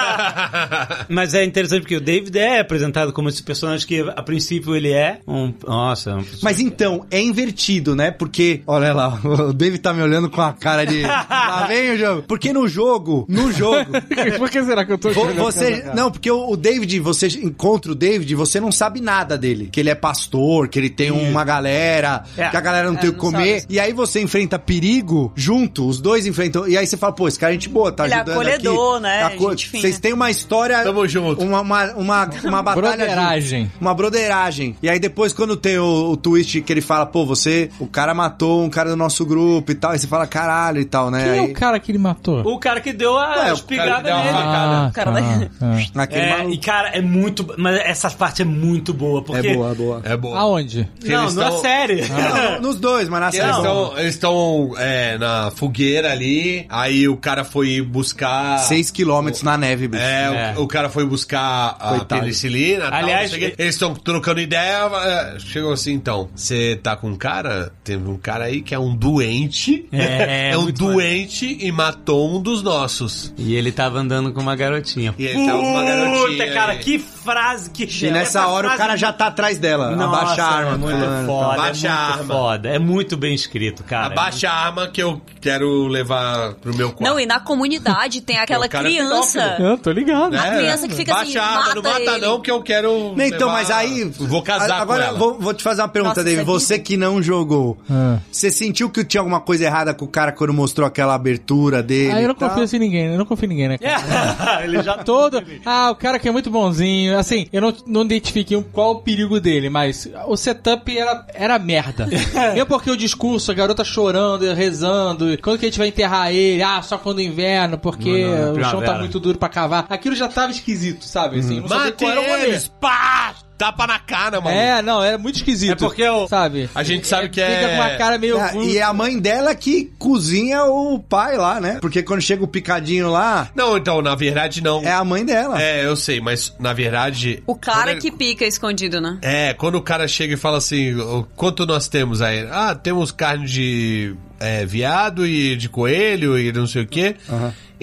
Speaker 4: Ah.
Speaker 2: Mas é interessante porque o David é apresentado como esse personagem que, a princípio, ele é um. Nossa, um...
Speaker 4: Mas então, é invertido, né? Porque, olha lá, [laughs] o David tá me olhando com a cara
Speaker 5: [laughs]
Speaker 4: de. Lá vem o jogo. Porque no jogo, no jogo.
Speaker 6: Por que será que eu tô
Speaker 4: vo-
Speaker 6: olhando
Speaker 5: é,
Speaker 4: Você, não, porque o o David, você encontra o David, você não sabe nada dele. Que ele é pastor, que ele tem uma galera,
Speaker 2: É.
Speaker 4: que a galera não
Speaker 5: É,
Speaker 4: tem o que
Speaker 5: não sabe
Speaker 4: comer.
Speaker 5: isso.
Speaker 4: E aí você enfrenta perigo junto, os dois enfrentam. E aí você fala, pô, esse cara é gente boa, tá
Speaker 5: Ele é
Speaker 4: ajudando aqui.
Speaker 5: acolhedor, né?
Speaker 4: Aco-
Speaker 5: Gente fina.
Speaker 4: Vocês têm uma história.
Speaker 3: Tamo junto.
Speaker 4: Uma, uma, uma,
Speaker 3: [laughs]
Speaker 4: uma batalha.
Speaker 6: Broderagem.
Speaker 4: junto. Uma broderagem. E aí depois, quando tem o, o twist que ele fala, pô, você, o cara matou um cara do nosso grupo e tal, aí você fala, caralho e tal, né?
Speaker 6: Quem é
Speaker 4: aí,
Speaker 6: o cara que ele matou?
Speaker 2: O cara que deu a
Speaker 4: É, o
Speaker 2: espigada
Speaker 3: cara que deu a
Speaker 2: nele.
Speaker 6: Ah,
Speaker 5: cara.
Speaker 6: tá, tá.
Speaker 4: Aquele
Speaker 2: É,
Speaker 4: maluco.
Speaker 2: e cara, é muito. Mas essa parte é muito boa, porque.
Speaker 4: É boa, é boa.
Speaker 3: É bom.
Speaker 6: Aonde?
Speaker 2: Não,
Speaker 3: Eles
Speaker 2: Ah, não é
Speaker 3: tão-
Speaker 2: série.
Speaker 4: Não, nos dois, mas na
Speaker 2: é
Speaker 3: Eles
Speaker 4: série.
Speaker 3: estão- Eles estão é, na fogueira ali, aí o cara foi buscar.
Speaker 4: 6 quilômetros na neve, bicho.
Speaker 3: É,
Speaker 2: É.
Speaker 3: O, o cara foi buscar a
Speaker 4: Coitado.
Speaker 3: penicilina. tal,
Speaker 2: Aliás,
Speaker 3: não sei o quê. eles estão trocando ideia. é, Chegou assim, então. Você tá com um cara? Teve um cara aí que é um doente. [laughs]
Speaker 2: É,
Speaker 3: um
Speaker 2: muito
Speaker 3: doente e matou um dos nossos.
Speaker 2: E ele tava andando com uma garotinha.
Speaker 3: E ele tava com uma garotinha é.
Speaker 2: Puta, cara,
Speaker 3: aí.
Speaker 2: que frase que
Speaker 4: E nessa hora o cara já tá atrás dela.
Speaker 2: Nossa,
Speaker 4: abaixa a arma.
Speaker 2: é
Speaker 4: fulano,
Speaker 2: muito
Speaker 4: tal.
Speaker 2: foda,
Speaker 3: Abaixa
Speaker 2: é
Speaker 3: a
Speaker 2: muito
Speaker 3: arma.
Speaker 2: foda. É muito bem escrito, cara.
Speaker 3: Abaixa a arma que eu quero levar pro meu quarto.
Speaker 5: Não, e na comunidade tem aquela
Speaker 3: O cara é
Speaker 5: criança.
Speaker 3: pedófilo.
Speaker 6: Eu tô ligado.
Speaker 5: a criança que fica
Speaker 3: Baixa
Speaker 5: assim,
Speaker 3: É, a arma, não
Speaker 5: mata
Speaker 3: mata
Speaker 5: ele.
Speaker 3: não, que eu quero.
Speaker 4: Não, então,
Speaker 3: levar-
Speaker 4: mas aí.
Speaker 3: Vou casar
Speaker 4: agora
Speaker 3: com ela.
Speaker 4: Vou, vou te fazer uma pergunta,
Speaker 5: Nossa,
Speaker 4: David.
Speaker 5: isso aqui-
Speaker 4: Você que não jogou,
Speaker 6: é Ah.
Speaker 4: você sentiu que tinha alguma coisa errada com o cara quando mostrou aquela abertura dele?
Speaker 6: Aí eu não
Speaker 4: e tal?
Speaker 6: confio assim em ninguém, eu não confio em ninguém, né? cara?
Speaker 2: É, [laughs] ele [laughs] já
Speaker 6: Todo. Ah, o cara que é muito bonzinho. Assim, eu não, não identifiquei qual o perigo dele, mas o setup era,
Speaker 2: [laughs]
Speaker 6: era merda. Mesmo porque o discurso, a garota chorando, e rezando, e quando que a gente vai enterrar ele? Ah, só quando inverno, porque
Speaker 2: Não, não, é
Speaker 6: o chão tá
Speaker 2: primavera. Uhum.
Speaker 6: muito duro pra cavar. Aquilo já tava esquisito, sabe? Assim, eu não sabia
Speaker 3: Mate
Speaker 6: qual era o rolê.
Speaker 3: eles! Pá! Tapa na cara, mano.
Speaker 6: É, não, era muito esquisito.
Speaker 2: É porque eu-
Speaker 6: Sabe?
Speaker 3: A gente sabe que
Speaker 6: Fica com uma
Speaker 3: é.
Speaker 6: cara
Speaker 2: Ah,
Speaker 6: meio.
Speaker 4: É, e é a mãe dela que cozinha o pai lá, né? Porque quando chega o picadinho lá,
Speaker 3: Não, então, na verdade, não.
Speaker 4: é a mãe
Speaker 3: [laughs]
Speaker 4: dela.
Speaker 3: É, eu sei, mas na verdade.
Speaker 5: O cara
Speaker 3: quando
Speaker 5: que
Speaker 3: ele-
Speaker 5: pica escondido, né?
Speaker 3: É, quando o cara chega e fala assim: "O quanto nós temos aí? Ah, temos carne de é, viado e de coelho e não sei o quê.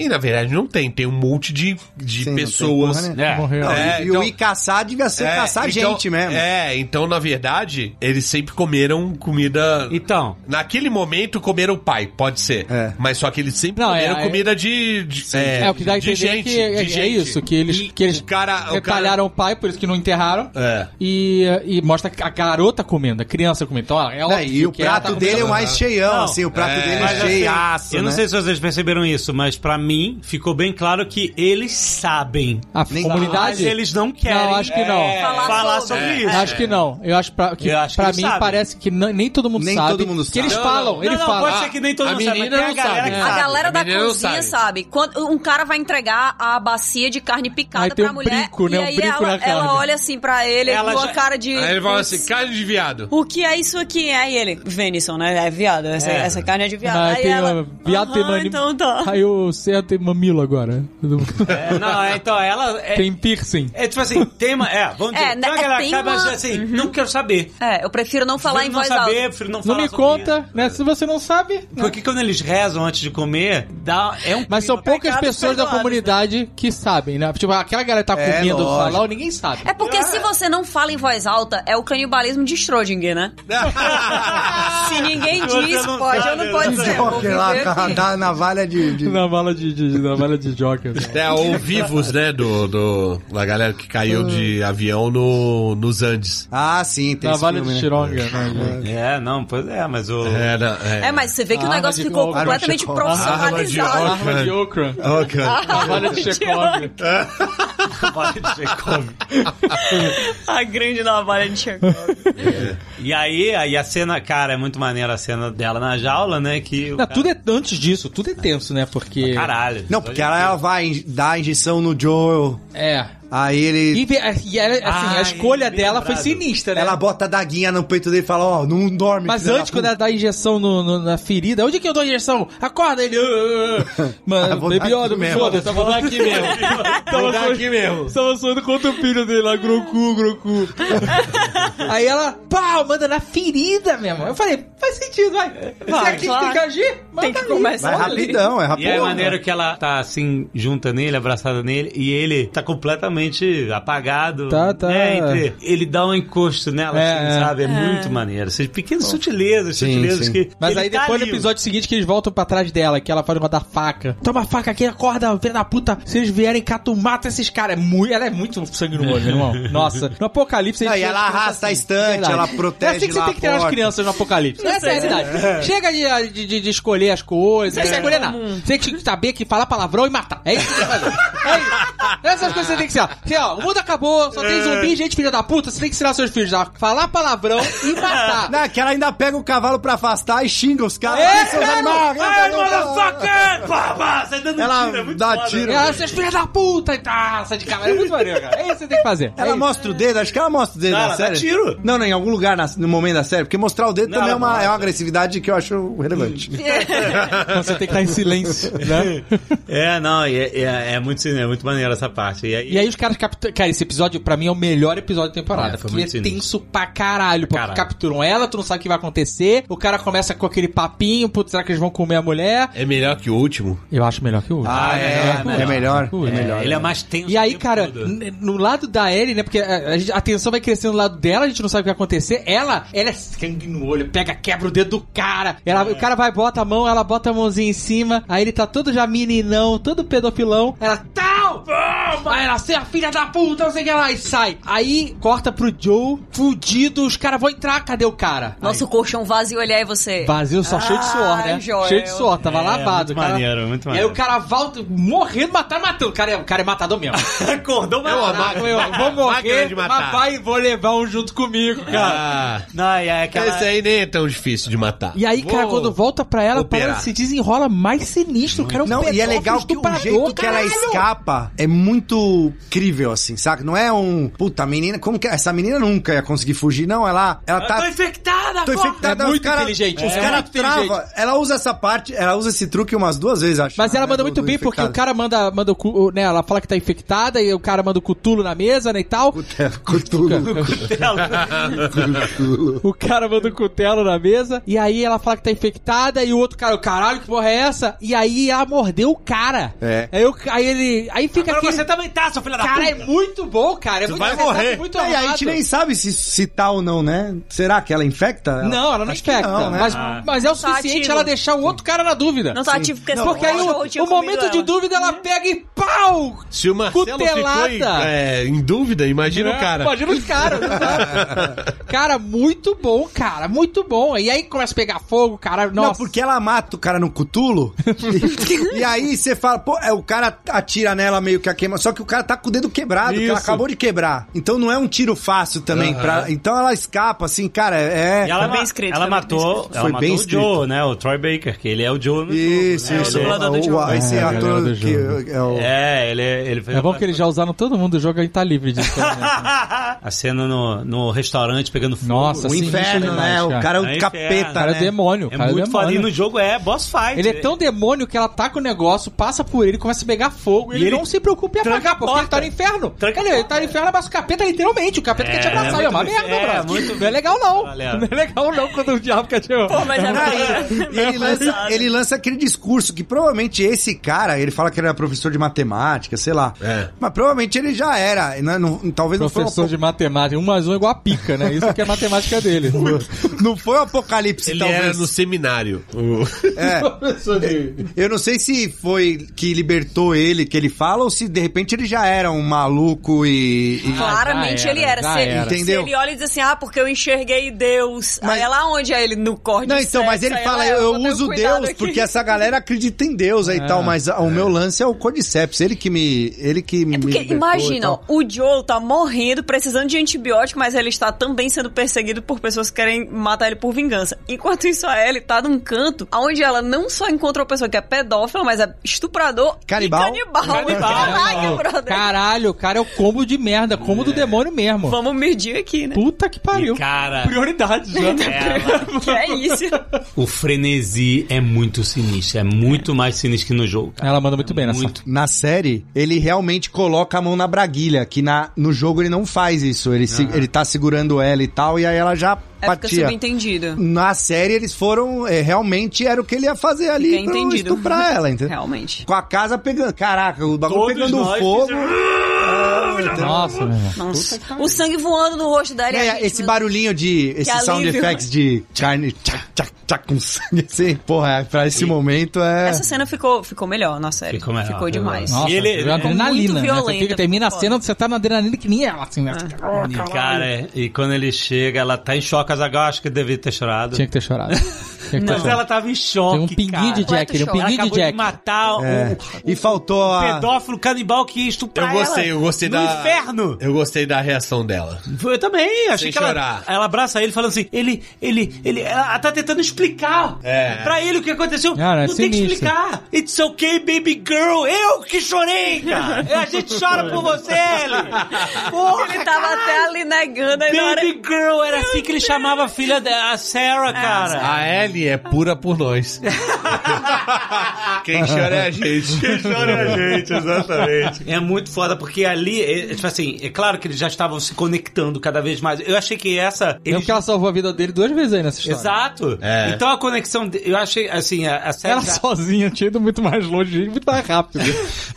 Speaker 3: E na verdade não tem, tem um monte de, de
Speaker 4: Sim, não tem
Speaker 3: pessoas.
Speaker 4: porra,
Speaker 6: É.
Speaker 4: né?
Speaker 2: É.
Speaker 4: Morreu. Não, e- e o ir caçar devia ser caçar gente mesmo.
Speaker 3: É, então na verdade eles sempre comeram comida.
Speaker 2: Então.
Speaker 3: Naquele momento comeram o pai, pode ser. Mas só que eles sempre
Speaker 6: Não, é,
Speaker 3: comeram
Speaker 6: é-
Speaker 3: comida de. de
Speaker 6: É, o que dá a
Speaker 3: de
Speaker 6: entender
Speaker 3: gente.
Speaker 6: que é,
Speaker 3: de
Speaker 6: é
Speaker 3: gente.
Speaker 6: isso, que eles, que eles
Speaker 3: o cara- o
Speaker 6: retalharam o pai, por isso que não enterraram.
Speaker 3: É.
Speaker 6: E, e mostra a garota comendo, a criança comendo. Então, ó, é óbvio
Speaker 4: e o
Speaker 6: que ela
Speaker 4: prato
Speaker 6: tá
Speaker 4: dele é
Speaker 6: comendo.
Speaker 4: mais cheião, assim, o prato dele é
Speaker 2: Mas, assim,
Speaker 4: cheiaço,
Speaker 2: eu não
Speaker 4: né?
Speaker 2: sei se vocês perceberam isso, mas pra mim ficou bem claro que eles sabem.
Speaker 6: A
Speaker 2: Mas
Speaker 6: comunidade?
Speaker 2: eles não querem
Speaker 6: Não, acho que não.
Speaker 2: é, falar, sobre, isso.
Speaker 6: Acho que não. Eu acho pra, que,
Speaker 2: Eu acho que
Speaker 6: pra
Speaker 2: eles
Speaker 6: mim
Speaker 2: sabem.
Speaker 6: parece que não- nem todo mundo
Speaker 4: Nem
Speaker 6: sabe.
Speaker 4: todo mundo
Speaker 6: Que
Speaker 4: sabe.
Speaker 6: eles
Speaker 4: Não,
Speaker 6: falam,
Speaker 2: não,
Speaker 6: ele
Speaker 2: não,
Speaker 6: fala.
Speaker 2: pode ser que nem todo
Speaker 6: "Ah,
Speaker 2: mundo sabe, mas tem a galera que
Speaker 5: A
Speaker 2: sabe.
Speaker 5: galera
Speaker 2: A
Speaker 5: da
Speaker 2: menina não
Speaker 5: cozinha sabe.
Speaker 2: sabe.
Speaker 5: Quando um cara vai entregar a bacia de carne
Speaker 6: Aí
Speaker 5: picada
Speaker 6: tem
Speaker 5: pra
Speaker 6: um
Speaker 5: mulher
Speaker 6: brinco, né?
Speaker 5: e
Speaker 6: Um
Speaker 5: aí
Speaker 6: brinco
Speaker 5: ela,
Speaker 6: na carne.
Speaker 5: ela olha assim pra ele
Speaker 2: Ela
Speaker 5: com a
Speaker 2: já-
Speaker 5: cara de
Speaker 3: Aí ele fala
Speaker 5: "Putz,
Speaker 3: assim, carne de viado.
Speaker 5: o que é isso aqui? Aí ele, venison, né? É viado, essa,
Speaker 2: É.
Speaker 5: essa carne é de viado.
Speaker 6: Ah,
Speaker 5: aí
Speaker 6: tem
Speaker 5: ela,
Speaker 6: uma- viado tem
Speaker 5: "Aham,
Speaker 6: mani-
Speaker 5: então tá.
Speaker 6: [laughs] Aí o Serra tem mamilo agora.
Speaker 2: É, não, é, então ela. É,
Speaker 6: tem piercing.
Speaker 2: é tipo assim, tema. É, vamos dizer.
Speaker 5: É, né,
Speaker 2: tem uma galera que
Speaker 5: tem
Speaker 2: sabe, mas
Speaker 5: uma-
Speaker 2: assim, não quero saber.
Speaker 5: É, eu prefiro não falar em
Speaker 2: Prefiro não
Speaker 5: voz
Speaker 2: saber,
Speaker 5: alta.
Speaker 2: prefiro não
Speaker 6: Não
Speaker 2: falar
Speaker 6: me
Speaker 2: sobre isso.
Speaker 6: conta, né? Se você não sabe. né?
Speaker 2: Porque quando eles rezam antes de comer, dá, é um
Speaker 6: Mas são
Speaker 2: clima
Speaker 6: poucas
Speaker 2: pecado
Speaker 6: pessoas da
Speaker 2: perdoado,
Speaker 6: comunidade que sabem, né? Tipo, aquela galera que tá
Speaker 4: É,
Speaker 6: comendo
Speaker 4: lógico.
Speaker 6: falou, ninguém [laughs] sabe.
Speaker 5: É porque se você não fala em voz alta, é o canibalismo de
Speaker 2: [laughs]
Speaker 5: Schrödinger, né? se ninguém
Speaker 2: Você
Speaker 5: diz,
Speaker 2: não
Speaker 5: pode ou
Speaker 2: sabe, né?
Speaker 5: não pode ser. eu vou
Speaker 4: Joker lá,
Speaker 5: viver aqui.
Speaker 4: na navalha de... de-
Speaker 6: Na bala de, de, na bala de Joker. né?
Speaker 3: É, ou vivos, né? Do, do- da galera que caiu de avião no, nos Andes.
Speaker 4: Ah, sim, tem
Speaker 6: na
Speaker 4: esse
Speaker 6: bala
Speaker 4: filme,
Speaker 6: de
Speaker 4: né?
Speaker 6: Chironga. Né?
Speaker 2: É, não, pois é, mas o. [laughs]
Speaker 3: Era,
Speaker 5: É, mas você vê que o
Speaker 6: Arma
Speaker 5: negócio
Speaker 6: de
Speaker 5: ficou
Speaker 6: fogo.
Speaker 5: completamente
Speaker 4: Arma de fogo.
Speaker 5: profissionalizado.
Speaker 6: Arma de Okra.
Speaker 3: Ok.
Speaker 6: Na bala de Chekhov.
Speaker 5: [laughs] A grande navalha de [laughs] Chekhov.
Speaker 2: E aí, aí a cena, cara, é muito maneira a cena dela na jaula, né? Que. o
Speaker 6: Não,
Speaker 2: cara-
Speaker 6: tudo é antes disso, tudo é tenso, né? Porque.
Speaker 2: Caralho.
Speaker 4: Não, porque ela, ela vai in- dar a injeção no Joel,
Speaker 6: É.
Speaker 4: aí ele...
Speaker 6: E, ve- e ela, assim, a
Speaker 2: Ai,
Speaker 6: escolha
Speaker 2: bem
Speaker 6: dela foi
Speaker 2: lembrado.
Speaker 6: sinistra, né?
Speaker 4: Ela bota a daguinha no peito dele e fala, ó, não dorme.
Speaker 6: Mas
Speaker 4: filha da
Speaker 6: antes, quando ela dá a injeção no- no- na ferida, onde é que eu dou a injeção? Acorda ele! "Ah, ah,
Speaker 4: [laughs]
Speaker 6: ah."
Speaker 4: Ah,
Speaker 6: Mano,
Speaker 4: vou dar
Speaker 6: baby
Speaker 4: aqui
Speaker 6: Yoda, me
Speaker 4: mesmo.
Speaker 6: foda, tava lá aqui
Speaker 4: [laughs]
Speaker 6: mesmo. tava lá aqui mesmo. Tava soando contra o filho dele lá, Groku, Groku.
Speaker 4: [laughs]
Speaker 6: Aí ela, pau, manda na ferida mesmo. Eu falei, faz sentido, vai.
Speaker 5: Vai,
Speaker 6: Se aqui
Speaker 5: claro.
Speaker 6: tem que agir, manda
Speaker 5: Tem que
Speaker 6: ali.
Speaker 5: começar
Speaker 4: Vai rapidão, é
Speaker 2: E
Speaker 4: rapidão.
Speaker 2: é maneiro que ela tá assim, junta nele, abraçada nele, e ele tá completamente apagado.
Speaker 6: Tá, tá.
Speaker 2: né, entre- ele dá um encosto nela,
Speaker 6: É,
Speaker 2: assim,
Speaker 6: é.
Speaker 2: sabe? É, muito maneiro. Essas pequenas sutilezas, sutilezas
Speaker 4: sim.
Speaker 2: que.
Speaker 6: Mas
Speaker 2: ele
Speaker 6: aí
Speaker 2: tá
Speaker 6: depois no
Speaker 2: ali.
Speaker 6: episódio seguinte que eles voltam pra trás dela, que ela faz uma da faca. Toma a faca aqui, acorda, filha da puta. Se eles vierem cá, tu mata esses caras. É muito, ela é muito sangue no olho, meu irmão. [laughs] Nossa. No apocalipse...
Speaker 4: Não,
Speaker 6: eles
Speaker 4: e ela
Speaker 6: crianças
Speaker 4: arrasta a
Speaker 6: assim,
Speaker 4: estante,
Speaker 6: verdade.
Speaker 4: ela protege
Speaker 6: É assim que você
Speaker 4: lá
Speaker 6: tem que
Speaker 4: a
Speaker 6: ter as
Speaker 4: porta.
Speaker 6: crianças no apocalipse. Essa é a realidade. Chega de, de- de, de escolher as coisas. Não tem que escolher nada. Você tem que saber que falar palavrão e matar. É isso que você tem que fazer. É isso. Essas coisas você tem que ser. ó. Assim, ó, o mundo acabou, só
Speaker 4: É.
Speaker 6: tem zumbi, gente filha da puta. Você tem que ensinar seus filhos a falar palavrão e matar.
Speaker 4: Não, é que ela ainda pega o cavalo pra afastar e xinga os caras.
Speaker 6: É,
Speaker 4: "Olha seus
Speaker 6: cara,
Speaker 4: animais,
Speaker 2: Ai,
Speaker 4: não, não, não, não."
Speaker 2: É,
Speaker 6: "Ah,
Speaker 2: motherfucker! Pá, pá, sai dando
Speaker 4: Ela
Speaker 2: tiro, é muito
Speaker 4: dá
Speaker 2: foda.
Speaker 4: tiro.
Speaker 6: Ela, vocês filhos da puta! E tá, sai de casa. É muito maneiro, cara. É isso que você tem que fazer.
Speaker 4: Ela
Speaker 6: é
Speaker 4: mostra o dedo, acho que ela mostra o dedo
Speaker 2: Não,
Speaker 4: na
Speaker 2: ela dá
Speaker 4: série.
Speaker 2: tiro.
Speaker 4: Não, não, em algum lugar na- no momento da série, porque mostrar o dedo
Speaker 2: Não,
Speaker 4: também é
Speaker 2: ela
Speaker 4: uma, é
Speaker 2: mostra.
Speaker 4: uma agressividade que eu acho relevante.
Speaker 6: Então você tem que estar em silêncio, né?
Speaker 2: É, não, e é, é- é muito, é muito maneiro essa parte. E é, aí,
Speaker 6: E aí os caras capturam... Cara, esse episódio, pra mim, é o melhor episódio da temporada.
Speaker 2: É, foi
Speaker 6: porque
Speaker 2: muito
Speaker 6: é
Speaker 2: sinistro.
Speaker 6: tenso pra caralho. Porque
Speaker 2: Caralho.
Speaker 6: capturam ela, tu não sabe o que vai acontecer. O cara começa com aquele papinho, putz, será que eles vão comer a mulher?
Speaker 3: É melhor que o último.
Speaker 6: Eu acho melhor que o outro.
Speaker 4: Ah, é, é melhor.
Speaker 6: Ui,
Speaker 2: é, ele é mais tenso.
Speaker 6: né? E aí,
Speaker 2: o tempo
Speaker 6: cara,
Speaker 2: todo.
Speaker 6: n- no lado da Ellie, né? Porque a, a gente- a tensão vai crescendo no lado dela, a gente não sabe o que vai acontecer. Ela, ela é sangue no olho, pega, quebra o dedo do cara. Ela, O cara vai, bota a mão, ela bota a mãozinha em cima. Aí ele tá todo já meninão, todo pedofilão. Ela, tal! Toma! Aí ela, você é filha da puta, não sei o que lá, e sai. Aí corta pro Joe, fudido, os caras vão entrar, cadê o cara?
Speaker 5: Nossa, o colchão vazio, olha aí você.
Speaker 6: Vazio só cheio de suor, né?
Speaker 5: Ai, Joel.
Speaker 6: Cheio de suor, tava
Speaker 2: É,
Speaker 6: lavado.
Speaker 2: muito
Speaker 6: cara.
Speaker 2: maneiro, muito
Speaker 6: E aí
Speaker 2: maneiro.
Speaker 6: o cara volta morrendo, matando, matando. O cara é, o cara é matador mesmo.
Speaker 2: acordou, mas.
Speaker 4: [laughs]
Speaker 6: Caraca, meu, eu vou
Speaker 4: é
Speaker 3: Máquina
Speaker 6: morrer,
Speaker 3: de matar.
Speaker 6: mas vai e vou levar um junto comigo, cara.
Speaker 3: Ah,
Speaker 2: Não, e é aquela...
Speaker 3: Esse aí nem é tão difícil de matar.
Speaker 6: E aí, cara, quando volta pra ela,
Speaker 3: operar.
Speaker 6: parece que se desenrola mais sinistro. O cara é um
Speaker 4: Não, e é
Speaker 6: pedófilo
Speaker 4: legal que o
Speaker 6: estuprador,
Speaker 4: jeito que ela
Speaker 6: caralho.
Speaker 4: escapa ela é muito crível, assim, saca? Não é um. Puta, a menina. Como que. é? Essa menina nunca ia conseguir fugir, não. Ela. Ela tá.
Speaker 2: Eu tô infectada,
Speaker 4: Tô
Speaker 2: porra!
Speaker 4: infectada,
Speaker 6: É
Speaker 4: os
Speaker 6: muito
Speaker 4: cara-
Speaker 6: inteligente,
Speaker 4: Os
Speaker 6: é
Speaker 4: caras
Speaker 6: muito inteligente.
Speaker 4: trava. Ela usa essa parte, ela usa esse truque umas duas vezes, acho.
Speaker 6: Mas ela
Speaker 4: né, do-
Speaker 6: manda muito
Speaker 4: do
Speaker 6: bem, porque o
Speaker 4: infectado.
Speaker 6: cara manda, manda o cu- né? Ela fala que tá infectada e o cara manda o cutulo na mesa, né? E
Speaker 4: [laughs]
Speaker 6: tal.
Speaker 4: Cthulhu. Cthulhu.
Speaker 6: O cara manda o cutelo na mesa, e aí ela fala que tá infectada, e o outro cara, caralho, que porra é essa? E aí ela mordeu o cara.
Speaker 4: É.
Speaker 6: Aí, eu, aí ele. Aí fica
Speaker 2: Agora
Speaker 6: aquele.
Speaker 2: você também tá, seu filho da
Speaker 6: Cara, é
Speaker 2: puta!
Speaker 6: muito bom, cara. É
Speaker 3: Você
Speaker 6: muito
Speaker 3: vai
Speaker 6: você sabe
Speaker 3: morrer.
Speaker 6: muito
Speaker 4: Né, E aí, a
Speaker 6: amado.
Speaker 4: gente nem sabe se, se tá ou não, né? Será que ela infecta? Ela-
Speaker 6: Não, ela não
Speaker 4: Acho que
Speaker 6: infecta.
Speaker 4: não, né?
Speaker 6: mas,
Speaker 2: Ah.
Speaker 6: mas é o
Speaker 5: Tá
Speaker 6: suficiente
Speaker 5: ativo.
Speaker 6: ela deixar o outro cara na dúvida.
Speaker 5: Não tá ativo porque,
Speaker 6: Porque aí
Speaker 5: cachorro
Speaker 6: o,
Speaker 5: tinha
Speaker 6: o momento
Speaker 5: comido
Speaker 6: de
Speaker 5: ela.
Speaker 6: dúvida ela pega e pau!
Speaker 3: Se o Marcelo ficou em,
Speaker 6: Cutelada.
Speaker 3: é, em dúvida, imagina o cara.
Speaker 6: Imagina
Speaker 4: [laughs]
Speaker 6: os caras. exato. cara, muito bom, cara. Muito bom. E aí começa a pegar fogo, caralho. Nossa.
Speaker 4: Não, porque ela mata o cara no cutulo. e, e aí você fala, pô, é, o cara atira nela meio que a queima. Só que o cara tá com o dedo quebrado, que ela
Speaker 6: Isso.
Speaker 4: acabou de quebrar. Então não é um tiro fácil também. pra- então ela escapa, assim, cara, é.
Speaker 2: E ela,
Speaker 5: Foi bem
Speaker 2: ma-
Speaker 5: escrito,
Speaker 2: ela
Speaker 5: foi bem
Speaker 2: matou,
Speaker 5: escrito.
Speaker 2: ela
Speaker 4: Foi
Speaker 2: matou
Speaker 4: bem
Speaker 2: o
Speaker 4: escrito.
Speaker 2: Joe, né? O Troy Baker, que ele é o Joe no
Speaker 4: Isso,
Speaker 2: jogo, né?
Speaker 4: isso.
Speaker 2: Ele-
Speaker 5: dublador do Joe.
Speaker 4: O- Esse
Speaker 6: É, galera
Speaker 4: ator
Speaker 6: do
Speaker 4: que
Speaker 6: Joe.
Speaker 4: é o.
Speaker 2: É, ele, ele fez
Speaker 6: É bom que eles já usaram todo mundo, o jogo aí tá livre disso. também, né?
Speaker 2: [laughs] a cena no, no restaurante pegando fogo.
Speaker 6: Nossa,
Speaker 4: O
Speaker 6: sinistro
Speaker 4: inferno,
Speaker 6: demais,
Speaker 4: né? O
Speaker 6: cara.
Speaker 4: cara é um
Speaker 2: É inferno.
Speaker 4: capeta,
Speaker 2: O
Speaker 6: cara
Speaker 4: né?
Speaker 6: é demônio.
Speaker 2: É
Speaker 6: cara
Speaker 2: muito foda. E
Speaker 6: demônio.
Speaker 2: no jogo é boss fight.
Speaker 6: Ele é tão demônio que ela taca o negócio, passa por ele, começa a pegar fogo. E ele,
Speaker 2: ele
Speaker 6: não se preocupa em
Speaker 2: tranca
Speaker 6: apagar,
Speaker 2: a
Speaker 6: porque ele tá
Speaker 2: porta.
Speaker 6: no inferno.
Speaker 2: Tranca a
Speaker 6: ele, ele tá no inferno, mas o capeta, literalmente, o capeta
Speaker 2: É,
Speaker 6: quer te abraçar.
Speaker 2: é
Speaker 6: É, uma
Speaker 2: muito-
Speaker 6: merda,
Speaker 2: é,
Speaker 6: brother.
Speaker 2: muito-
Speaker 6: Não é legal, não.
Speaker 2: Galera.
Speaker 6: Não é legal, não, quando o diabo quer te
Speaker 5: Pô, mas é
Speaker 4: Cara,
Speaker 5: [laughs] muito-
Speaker 4: ele- ele, lança, ele lança aquele discurso que provavelmente esse cara, ele fala que ele era professor de matemática, sei lá.
Speaker 3: É.
Speaker 4: Mas provavelmente ele já era. né? Não- talvez não foi,
Speaker 6: Professor
Speaker 4: um,
Speaker 6: de matemática, um mais um é igual a pica, né? Isso que é a matemática dele.
Speaker 4: apo- não foi um apocalipse,
Speaker 3: Ele era
Speaker 4: talvez.
Speaker 3: no seminário. O-
Speaker 4: É.
Speaker 6: [laughs] [laughs] Professor de...
Speaker 4: Eu não sei se foi que libertou ele que ele fala ou se de repente ele já era um maluco e. e-
Speaker 5: Claramente
Speaker 6: Ah, já era,
Speaker 5: ele era.
Speaker 6: já
Speaker 5: Se, ele-
Speaker 6: era.
Speaker 5: se
Speaker 4: Entendeu?
Speaker 5: ele olha e diz assim, ah, porque eu enxerguei Deus.
Speaker 4: Mas-
Speaker 5: Aí ela onde é ele? No córdice.
Speaker 4: Não, então, mas ele fala,
Speaker 5: é "Ah,
Speaker 4: eu, eu
Speaker 5: um
Speaker 4: uso Deus,
Speaker 5: [laughs]
Speaker 4: porque essa galera acredita em Deus aí e tal, mas ah, o meu lance é o Codiceps, ele que me. Ele que me.
Speaker 5: É Porque
Speaker 4: libertou e
Speaker 5: imagina,
Speaker 4: tal.
Speaker 5: ó, o Joel tá morrendo, precisando de antibiótico, mas ele está também sendo perseguido por pessoas que querem matar ele por vingança. Enquanto isso, a Ellie tá num canto onde ela não só encontra uma pessoa que é pedófila, mas é estuprador
Speaker 4: Canibal.
Speaker 5: e canibal.
Speaker 2: Canibal.
Speaker 5: Caralho, brother.
Speaker 6: Caralho, o cara é o combo de merda, combo
Speaker 2: É.
Speaker 6: do demônio mesmo.
Speaker 5: Vamos medir aqui, né?
Speaker 6: Puta que pariu. [laughs]
Speaker 2: Cara,
Speaker 6: Prioridades, né?
Speaker 2: ela-
Speaker 5: Que é isso.
Speaker 2: o frenesi é muito sinistro. É muito mais sinistro que no jogo. cara.
Speaker 6: Ela manda muito bem nessa.
Speaker 2: Muito.
Speaker 4: Na série, ele realmente coloca a mão na braguilha, que na, no jogo ele não faz isso. Ele, se- ele tá segurando ela e tal, e aí ela já
Speaker 5: É porque
Speaker 4: patia.
Speaker 5: subentendido.
Speaker 4: Na série, eles foram. é, realmente era o que ele ia fazer ali
Speaker 5: Fica
Speaker 4: pra
Speaker 5: entendido. [laughs]
Speaker 4: estuprar ela, entendeu?
Speaker 5: Realmente.
Speaker 4: Com a casa pegando. Caraca, o bagulho
Speaker 2: Todos
Speaker 4: pegando
Speaker 2: nós Ah,
Speaker 4: fogo.
Speaker 2: fizemos-
Speaker 6: Nossa, meu irmão.
Speaker 5: Nossa. O sangue voando no rosto da Ellie.
Speaker 4: É,
Speaker 5: a gente,
Speaker 4: esse
Speaker 5: meu
Speaker 4: barulhinho de. Esse
Speaker 5: alívio.
Speaker 4: sound effects de carne. Tchac, tchac, tchac, com sangue assim. Porra, é, pra esse momento é.
Speaker 5: Essa cena ficou, ficou melhor na série.
Speaker 2: Ficou melhor, ficou
Speaker 5: demais.
Speaker 2: melhor.
Speaker 6: Nossa,
Speaker 2: E ele- é
Speaker 6: ele, adrenalina,
Speaker 5: muito
Speaker 6: né? Você
Speaker 5: violenta,
Speaker 6: fica- termina a
Speaker 5: muito
Speaker 6: cena,
Speaker 5: foda.
Speaker 6: você tá na adrenalina que nem ela, assim, né?
Speaker 2: E, cara, é é- e quando ele chega, ela tá em choque. A Zagal acho que devia ter chorado.
Speaker 6: Tinha que ter chorado. Tinha que ter
Speaker 2: Mas
Speaker 6: chorado.
Speaker 2: ela tava em choque.
Speaker 6: Tem um pinguinho
Speaker 2: cara.
Speaker 6: de Jack, ele é um
Speaker 5: Ela
Speaker 2: Ela
Speaker 6: pinguinho de
Speaker 2: acabou de,
Speaker 6: Jack.
Speaker 2: matar
Speaker 4: É.
Speaker 2: o,
Speaker 4: E faltou
Speaker 2: o
Speaker 4: a.
Speaker 2: pedófilo canibal que ia
Speaker 3: Ah. Eu
Speaker 2: estuprar
Speaker 3: gostei,
Speaker 2: ela
Speaker 3: eu gostei
Speaker 2: no
Speaker 3: da.
Speaker 2: inferno.
Speaker 3: Eu gostei da reação dela.
Speaker 2: Foi, Eu também, achei
Speaker 3: Sem
Speaker 2: que ela,
Speaker 3: chorar.
Speaker 2: ela abraça ele falando assim, ele, ele, ele, ela tá tentando explicar
Speaker 3: É.
Speaker 2: pra ele o que aconteceu.
Speaker 6: Cara, é
Speaker 2: não tem que
Speaker 6: sinistro.
Speaker 2: explicar. It's okay, baby girl. Eu que chorei,
Speaker 6: [laughs]
Speaker 2: cara. É, A gente chora por você, ele. Porra,
Speaker 5: Ele tava até ali negando aí na hora. Ah,
Speaker 2: Baby girl, era assim que ele chamava a filha da a Sarah, cara.
Speaker 3: A Ellie é pura por [laughs] nós. Quem chora é a gente. Quem chora é a gente, exatamente.
Speaker 2: É muito foda, porque ali, é, é, tipo assim, é claro que eles já estavam se conectando cada vez mais. Eu achei que essa.
Speaker 6: Lembra
Speaker 2: eles-
Speaker 6: É que ela salvou a vida dele duas vezes aí nessa história.
Speaker 2: Exato.
Speaker 3: É.
Speaker 2: Então a conexão. de- Eu achei, assim, a, a série.
Speaker 6: Ela
Speaker 2: já-
Speaker 6: sozinha tinha ido muito mais longe, muito mais rápido.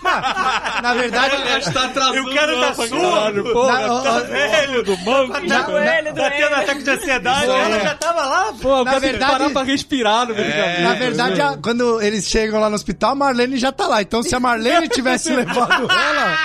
Speaker 4: Na verdade,
Speaker 2: É, Eu quero dar surdo.
Speaker 4: Na-
Speaker 2: tá-
Speaker 4: ó, ó,
Speaker 2: velho. Do banco.
Speaker 5: Tá doendo,
Speaker 2: Tendo
Speaker 5: doendo.
Speaker 2: um ataque de ansiedade. Ela já tava lá. pô.
Speaker 6: Pô,
Speaker 4: Na
Speaker 6: na
Speaker 4: verdade-
Speaker 6: verdade... é, parar pra respirar no meio do
Speaker 3: É,
Speaker 6: caminho.
Speaker 4: Na verdade, a- quando
Speaker 3: [laughs]
Speaker 2: Ah,
Speaker 4: eles chegam lá no hospital, a Marlene já tá lá. Então, se a Marlene tivesse levado ela,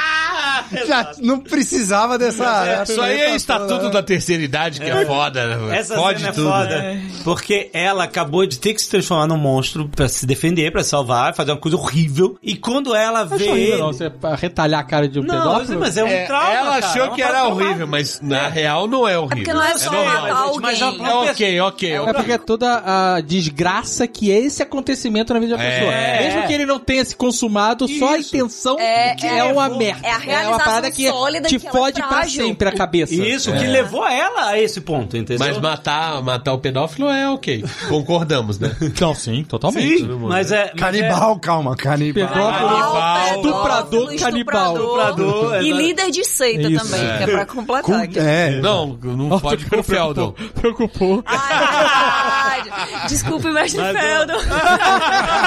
Speaker 4: Já não precisava dessa.
Speaker 3: Isso aí é estatuto da terceira idade que é, foda, né?
Speaker 2: Essa
Speaker 3: Fode
Speaker 2: cena
Speaker 3: tudo.
Speaker 2: é foda. Porque ela acabou de ter que se transformar num monstro pra se defender, pra salvar, fazer uma coisa horrível. E quando ela
Speaker 6: Não
Speaker 2: vê.
Speaker 6: acho horrível,
Speaker 2: ele-
Speaker 6: não. Você pra retalhar a cara de um
Speaker 2: Não,
Speaker 6: pedófilo.
Speaker 2: mas é um
Speaker 3: É,
Speaker 2: trauma.
Speaker 3: ela
Speaker 2: cara,
Speaker 3: achou
Speaker 2: uma
Speaker 3: que era
Speaker 2: parada
Speaker 3: horrível, mas na real não é horrível.
Speaker 5: porque não é só
Speaker 3: normal.
Speaker 5: matar alguém.
Speaker 2: Mas a
Speaker 3: É
Speaker 2: própria
Speaker 3: ok, ok.
Speaker 6: É porque é toda a desgraça que é esse acontecimento na vida da
Speaker 3: É.
Speaker 6: pessoa. Mesmo que ele não tenha se consumado, só a intenção
Speaker 5: É,
Speaker 6: que
Speaker 5: é,
Speaker 6: é, uma merda.
Speaker 5: é a
Speaker 6: uma
Speaker 5: realização
Speaker 6: parada que
Speaker 5: sólida
Speaker 6: te
Speaker 5: que ela é
Speaker 6: fode pra
Speaker 5: frágil.
Speaker 6: sempre a cabeça. É.
Speaker 2: Isso, que levou ela a esse ponto, entendeu?
Speaker 3: Mas matar, matar o pedófilo é ok. Concordamos, né?
Speaker 6: Então, sim, totalmente.
Speaker 2: Sim, mas é. mas [laughs]
Speaker 4: Canibal, calma, canibal.
Speaker 5: É
Speaker 6: Pedófilo.
Speaker 3: Canibal.
Speaker 6: Estuprador, canibal.
Speaker 2: Estuprador,
Speaker 5: e
Speaker 2: exato.
Speaker 5: líder de seita
Speaker 6: Isso.
Speaker 5: também, que é pra completar aqui.
Speaker 4: É.
Speaker 3: Não, não pode com o Feldon.
Speaker 6: Preocupou.
Speaker 5: Ah, Ai, verdade. Desculpe, mestre
Speaker 2: Mas eu-
Speaker 5: Feldon.
Speaker 2: é-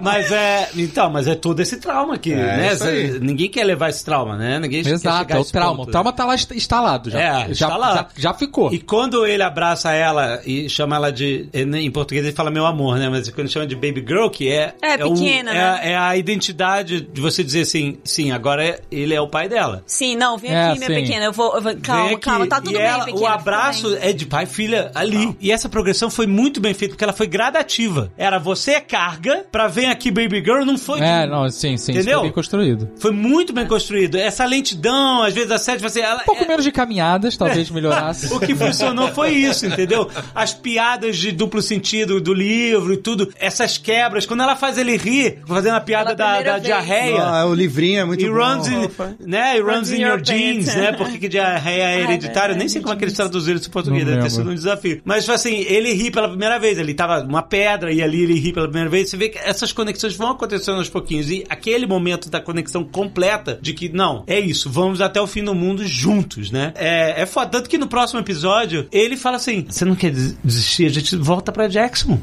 Speaker 2: [laughs] Mas é. Então, mas é todo esse trauma aqui, né?
Speaker 3: isso aí.
Speaker 2: Cê- Ninguém quer levar esse trauma, né? Ninguém quer
Speaker 6: Exato,
Speaker 2: chegar a
Speaker 6: é o
Speaker 2: esse
Speaker 6: trauma.
Speaker 2: ponto.
Speaker 6: O trauma tá lá est- instalado já.
Speaker 2: É,
Speaker 6: já,
Speaker 2: está lá.
Speaker 6: já, já ficou.
Speaker 2: E quando ele abraça ela e chama ela de. Em português ele fala meu amor, né? Mas quando chama de baby girl, que é.
Speaker 5: É,
Speaker 2: um-
Speaker 5: pequena,
Speaker 2: é-
Speaker 5: né?
Speaker 2: é a identidade de você dizer assim, sim, agora é- ele é o pai dela.
Speaker 5: Sim, não, vem
Speaker 6: É,
Speaker 5: aqui, minha
Speaker 6: sim.
Speaker 5: pequena. Eu vou, eu vou- calma,
Speaker 2: Vê que-
Speaker 5: calma, tá
Speaker 2: e
Speaker 5: tudo bem,
Speaker 2: ela-
Speaker 5: pequena.
Speaker 2: O
Speaker 5: fica
Speaker 2: abraço
Speaker 5: bem.
Speaker 2: é de pai e filha ali. E essa progressão foi muito bem feita, porque ela foi gradativa. Era você é carga, pra vem aqui baby girl, não foi...
Speaker 6: É, não, sim, sim. isso
Speaker 2: Entendeu?
Speaker 6: Foi bem construído.
Speaker 2: Foi muito bem construído. Essa lentidão, às vezes a sede, você... Ela,
Speaker 6: Um pouco
Speaker 2: é-
Speaker 6: menos de caminhadas,
Speaker 2: [laughs]
Speaker 6: talvez melhorasse.
Speaker 2: o que funcionou foi isso, entendeu? As piadas de duplo sentido do livro e tudo, essas quebras. Quando ela faz ele rir, fazendo a piada
Speaker 5: Pela
Speaker 2: da,
Speaker 5: primeira
Speaker 2: da
Speaker 5: vez.
Speaker 2: diarreia.
Speaker 4: Ah, o livrinho é muito
Speaker 2: E
Speaker 4: bom.
Speaker 2: runs in, né? E runs in your
Speaker 5: your
Speaker 2: jeans,
Speaker 5: pants.
Speaker 2: né? Porque que diarreia [laughs] é hereditária.
Speaker 5: verdade,
Speaker 2: Nem sei como é que eles traduziram isso em português.
Speaker 6: Não
Speaker 2: Deve ter
Speaker 6: lembro.
Speaker 2: sido um desafio. Mas, tipo assim, ele ri pela primeira vez. Ele tava uma pedra e ali ele ri pela primeira vez. Você vê que essas conexões vão acontecendo aos pouquinhos. E aquele momento da conexão completa de que, não, é isso. Vamos até o fim do mundo juntos, né? É, é foda. Tanto que no próximo episódio, ele fala assim, você não quer des- desistir? A gente volta pra Jackson.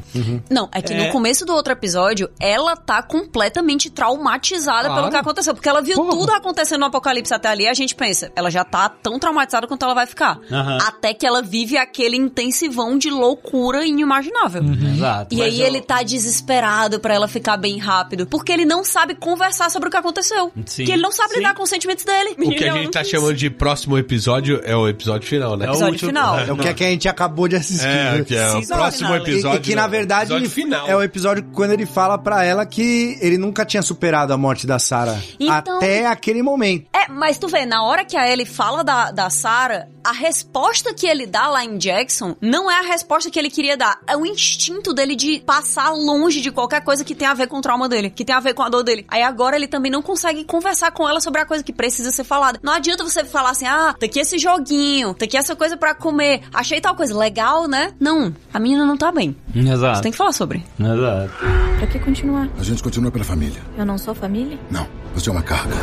Speaker 5: Não, é que
Speaker 2: É.
Speaker 5: no começo do outro episódio, ela tá completamente traumatizada
Speaker 6: Claro.
Speaker 5: pelo que aconteceu. Porque ela viu
Speaker 6: Porra.
Speaker 5: tudo acontecendo no apocalipse até ali, a gente pensa, ela já tá tão traumatizada quanto ela vai ficar.
Speaker 2: Aham.
Speaker 5: Até que ela vive aquele intensivão de loucura inimaginável. Uhum.
Speaker 2: Exato.
Speaker 5: E aí ele tá desesperado pra ela ficar bem rápido, porque ele não sabe conversar sobre o que aconteceu.
Speaker 2: Sim.
Speaker 5: Que ele não sabe
Speaker 2: Sim.
Speaker 5: lidar com os sentimentos dele.
Speaker 3: O que a gente tá chamando de próximo episódio é o episódio final, né?
Speaker 2: É o
Speaker 5: episódio
Speaker 2: último-
Speaker 5: final.
Speaker 4: É o que, é que a gente acabou de assistir.
Speaker 3: É,
Speaker 4: né?
Speaker 3: que é o
Speaker 5: Season
Speaker 3: próximo
Speaker 5: finale.
Speaker 3: episódio.
Speaker 4: e que na
Speaker 3: né?
Speaker 4: verdade
Speaker 3: Episódio
Speaker 4: ele-
Speaker 3: final.
Speaker 4: é o episódio quando ele fala pra ela que ele nunca tinha superado a morte da Sarah
Speaker 5: Então-
Speaker 4: até aquele momento.
Speaker 5: É, mas tu vê, na hora que a Ellie fala da, da Sarah, a resposta que ele dá lá em Jackson não é a resposta que ele queria dar. É o instinto dele de passar longe de qualquer coisa que tenha a ver com o trauma dele, que tenha a ver com a dor dele. Aí agora ele também não consegue conversar com ela sobre a coisa que precisa ser falada. Não adianta você falar assim, ah, tem aqui esse joguinho, tem aqui essa coisa pra comer, achei tal coisa legal, né? Não, a menina não tá bem. Você
Speaker 2: Exato.
Speaker 5: tem que falar sobre.
Speaker 2: Exato.
Speaker 11: Pra que continuar?
Speaker 1: A gente continua pela família.
Speaker 11: Eu não sou família?
Speaker 1: Não, você é uma carga.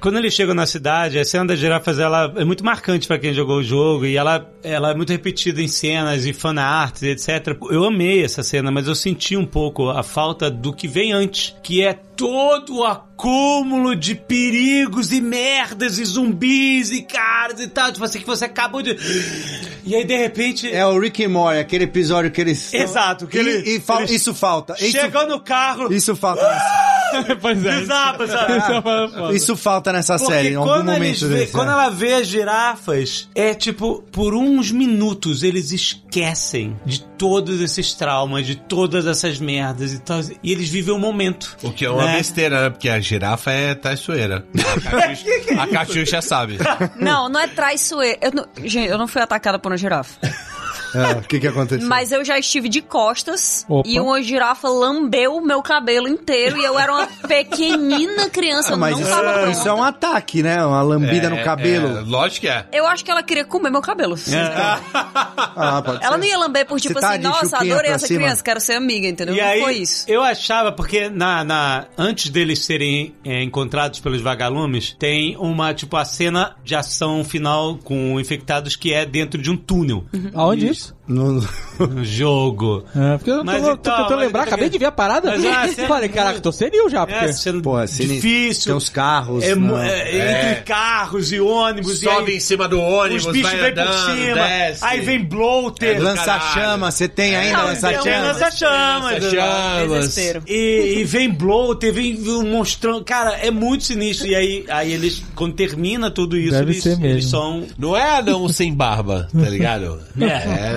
Speaker 2: Quando eles chegam na cidade, a cena das girafas ela é muito marcante pra quem jogou o jogo e ela, ela é muito repetida em cenas e fanarts, etc. Eu amei essa cena, mas eu senti um pouco a falta do que vem antes, que é todo o acúmulo de perigos e merdas e zumbis e caras e tal, tipo assim, que você acabou de... E aí, de repente...
Speaker 4: É o Rick and Morty, aquele episódio que eles...
Speaker 2: Exato, que
Speaker 4: E-
Speaker 2: ele-
Speaker 4: e, fal-
Speaker 2: eles-
Speaker 4: isso falta. Isso,
Speaker 2: Chegou no carro,
Speaker 4: isso falta.
Speaker 6: [laughs] pois é.
Speaker 2: desaba, sabe?
Speaker 4: Isso falta nessa série, em algum
Speaker 2: Ah. quando,
Speaker 4: momento
Speaker 2: eles vê-
Speaker 4: desse.
Speaker 2: quando
Speaker 4: né?
Speaker 2: ela vê as girafas, é tipo, por uns minutos eles esquecem de todos esses traumas, de todas essas merdas e tal. E eles vivem o momento.
Speaker 3: O que é uma
Speaker 2: né?
Speaker 3: besteira, né? Porque a girafa é
Speaker 4: [laughs]
Speaker 3: traiçoeira. A Catiuxa, a Catiuxa sabe.
Speaker 5: Não, não é traiçoeiro. Eu não- Gente, eu não fui atacada por uma girafa.
Speaker 4: É, O que, que aconteceu?
Speaker 5: Mas eu já estive de costas
Speaker 6: Opa.
Speaker 5: e uma girafa lambeu o meu cabelo inteiro e eu era uma
Speaker 4: [laughs]
Speaker 5: pequenina criança, eu
Speaker 4: Ah, Mas
Speaker 5: não
Speaker 4: isso,
Speaker 5: tava pronta.
Speaker 4: isso é um ataque, né? Uma lambida
Speaker 3: É,
Speaker 4: no
Speaker 3: é,
Speaker 4: cabelo.
Speaker 3: lógico que é.
Speaker 5: Eu acho que ela queria comer meu cabelo. sinceramente.
Speaker 4: Ah, pode
Speaker 5: Ela
Speaker 4: ser.
Speaker 5: não ia lamber por
Speaker 4: É,
Speaker 5: tipo
Speaker 4: Você tá
Speaker 5: assim,
Speaker 4: de
Speaker 5: nossa,
Speaker 4: chupinha
Speaker 5: adorei
Speaker 4: pra
Speaker 5: essa
Speaker 4: cima?"
Speaker 5: criança, quero ser amiga, entendeu?
Speaker 2: E
Speaker 5: não
Speaker 2: aí,
Speaker 5: foi isso.
Speaker 2: eu achava, porque na, na- antes deles serem é, encontrados pelos vagalumes, tem uma, tipo, a cena de ação final com infectados que é dentro de um túnel.
Speaker 5: Uhum.
Speaker 6: [laughs] Aonde isso?
Speaker 4: No...
Speaker 2: No jogo.
Speaker 6: É, porque eu tô,
Speaker 2: Mas
Speaker 6: tô
Speaker 2: então,
Speaker 6: tentando
Speaker 2: mas
Speaker 6: lembrar,
Speaker 2: eu tô
Speaker 6: acabei
Speaker 2: querendo-
Speaker 6: de ver a parada.
Speaker 2: Mas,
Speaker 6: [laughs]
Speaker 2: ah, você-
Speaker 6: Falei, caraca, tô senil já, porque...
Speaker 2: É, sendo
Speaker 4: Ah, Pô, assim,
Speaker 2: difícil.
Speaker 4: Tem os carros.
Speaker 2: É, mu-
Speaker 4: né?
Speaker 2: é, Entre carros e ônibus. e
Speaker 3: Sobe
Speaker 2: aí
Speaker 3: em cima do ônibus,
Speaker 2: Os bichos
Speaker 3: vai
Speaker 2: vêm por
Speaker 3: andando,
Speaker 2: cima.
Speaker 3: desce. É
Speaker 2: Aí vem bloater.
Speaker 4: Lança-chama, É, você tem ainda
Speaker 5: Não,
Speaker 2: É, Tem um
Speaker 4: lança-chama?
Speaker 2: lança-chamas.
Speaker 5: Desespero.
Speaker 2: E, e vem bloater, vem um monstrão. Cara, é muito sinistro. E aí, aí eles, quando termina tudo isso,
Speaker 6: Deve
Speaker 2: eles,
Speaker 6: ser mesmo.
Speaker 2: eles são
Speaker 3: Não é Adão sem barba, tá ligado? [laughs]
Speaker 2: É.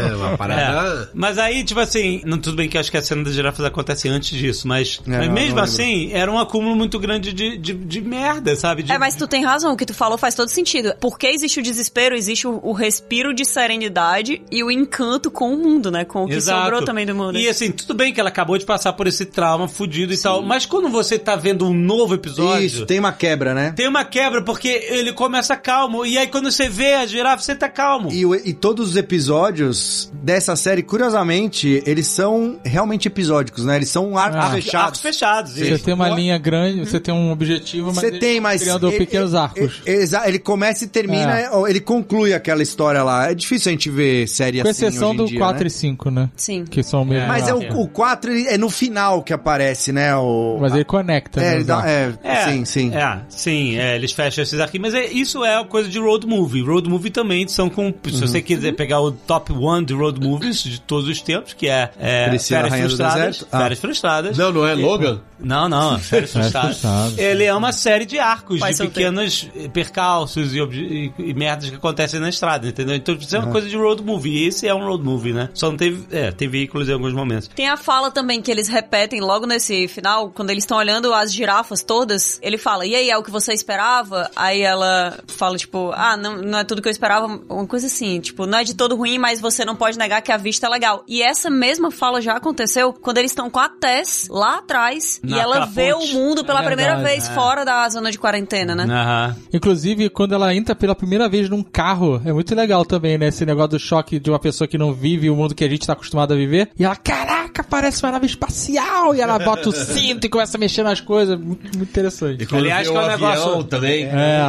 Speaker 3: É, uma
Speaker 2: É.
Speaker 3: parada.
Speaker 2: Mas aí, tipo assim, não, tudo bem que eu acho que a cena das girafas acontece antes disso,
Speaker 3: É,
Speaker 2: mas, mas
Speaker 4: não,
Speaker 2: mesmo
Speaker 4: não
Speaker 2: assim, era um acúmulo muito grande de, de, de merda, sabe? De-
Speaker 5: É, mas tu tem razão, o que tu falou faz todo sentido. Porque existe o desespero, existe o, o respiro de serenidade e o encanto com o mundo, né? Com o que
Speaker 2: Exato.
Speaker 5: sobrou também do mundo.
Speaker 2: E assim, tudo bem que ela acabou de passar por esse trauma fudido e tal, mas quando você tá vendo um novo episódio.
Speaker 4: Isso, tem uma quebra, né?
Speaker 2: tem uma quebra, porque ele começa calmo, e aí quando você vê a girafa, você tá calmo.
Speaker 4: E, o- e todos os episódios dessa série, curiosamente, eles são realmente episódicos, né? Eles são ar
Speaker 6: Ah.
Speaker 2: Arcos
Speaker 4: fechados.
Speaker 2: fechados.
Speaker 6: Você
Speaker 2: isso.
Speaker 6: tem uma linha grande,
Speaker 4: Hum?
Speaker 6: você tem um objetivo, mas
Speaker 4: Você
Speaker 6: ele
Speaker 4: tem, mas.
Speaker 6: criando
Speaker 4: ele-
Speaker 6: pequenos
Speaker 4: ele-
Speaker 6: arcos.
Speaker 4: Ele, exa- ele começa e termina,
Speaker 6: É.
Speaker 4: ou ele conclui aquela história lá. É difícil a gente ver série
Speaker 6: com
Speaker 4: assim.
Speaker 6: exceção
Speaker 4: hoje em
Speaker 6: do
Speaker 4: dia,
Speaker 6: 4
Speaker 4: né?
Speaker 6: e né? 5, né?
Speaker 5: Sim.
Speaker 6: Que são mesmo.
Speaker 4: Mas é o, o 4 ele- é no final que aparece, né? O...
Speaker 6: Mas ele conecta,
Speaker 4: É,
Speaker 6: né,
Speaker 4: ele
Speaker 6: os
Speaker 4: dá,
Speaker 6: arcos.
Speaker 4: é,
Speaker 2: É,
Speaker 4: sim, sim.
Speaker 2: É, sim, é, eles fecham esses aqui, mas é- isso é coisa de road movie. Road movie também são com. Se
Speaker 4: Uhum.
Speaker 2: você quiser pegar o top one de road movies de todos os tempos, que é, é
Speaker 4: Priscila,
Speaker 2: Férias
Speaker 4: Rainha do
Speaker 2: Frustradas.
Speaker 4: Deserto? Ah.
Speaker 2: Férias Frustradas.
Speaker 3: Não, não é Logan?
Speaker 2: Não,
Speaker 4: [laughs]
Speaker 2: não, Férias Frustradas.
Speaker 6: Frustradas.
Speaker 2: Ele é uma série de arcos,
Speaker 5: Pai
Speaker 2: de
Speaker 5: solteiro.
Speaker 2: pequenos eh, percalços e, obje- e- e merdas que acontecem na estrada, entendeu? Então isso é
Speaker 4: Ah.
Speaker 2: uma coisa de road movie. E esse é um road movie, né? Só não teve. É, tem veículos em alguns momentos.
Speaker 5: Tem a fala também que eles repetem logo nesse final, quando eles estão olhando as girafas todas, ele fala, e aí, é o que você esperava? Aí ela fala, tipo, ah, não, não é tudo que eu esperava, uma coisa assim, tipo, não é de todo ruim, mas você não pode negar que a vista é legal. E essa mesma fala já aconteceu quando eles estão com a Tess lá atrás e
Speaker 2: Naquela
Speaker 5: ela vê
Speaker 2: ponte.
Speaker 5: o mundo pela
Speaker 6: É
Speaker 5: primeira
Speaker 6: verdade,
Speaker 5: vez fora da zona de quarentena, né?
Speaker 2: Aham.
Speaker 6: Inclusive, quando ela entra pela primeira vez num carro, é muito legal também, né? Esse negócio do choque de uma pessoa que não vive o mundo que a gente tá acostumado a viver. E ela, caraca, parece uma nave espacial! E ela
Speaker 4: [laughs]
Speaker 6: bota o cinto e começa a mexer nas coisas. Muito, muito interessante.
Speaker 3: quando
Speaker 2: Aliás,
Speaker 3: vê
Speaker 2: que é um negócio-
Speaker 3: também.
Speaker 6: É.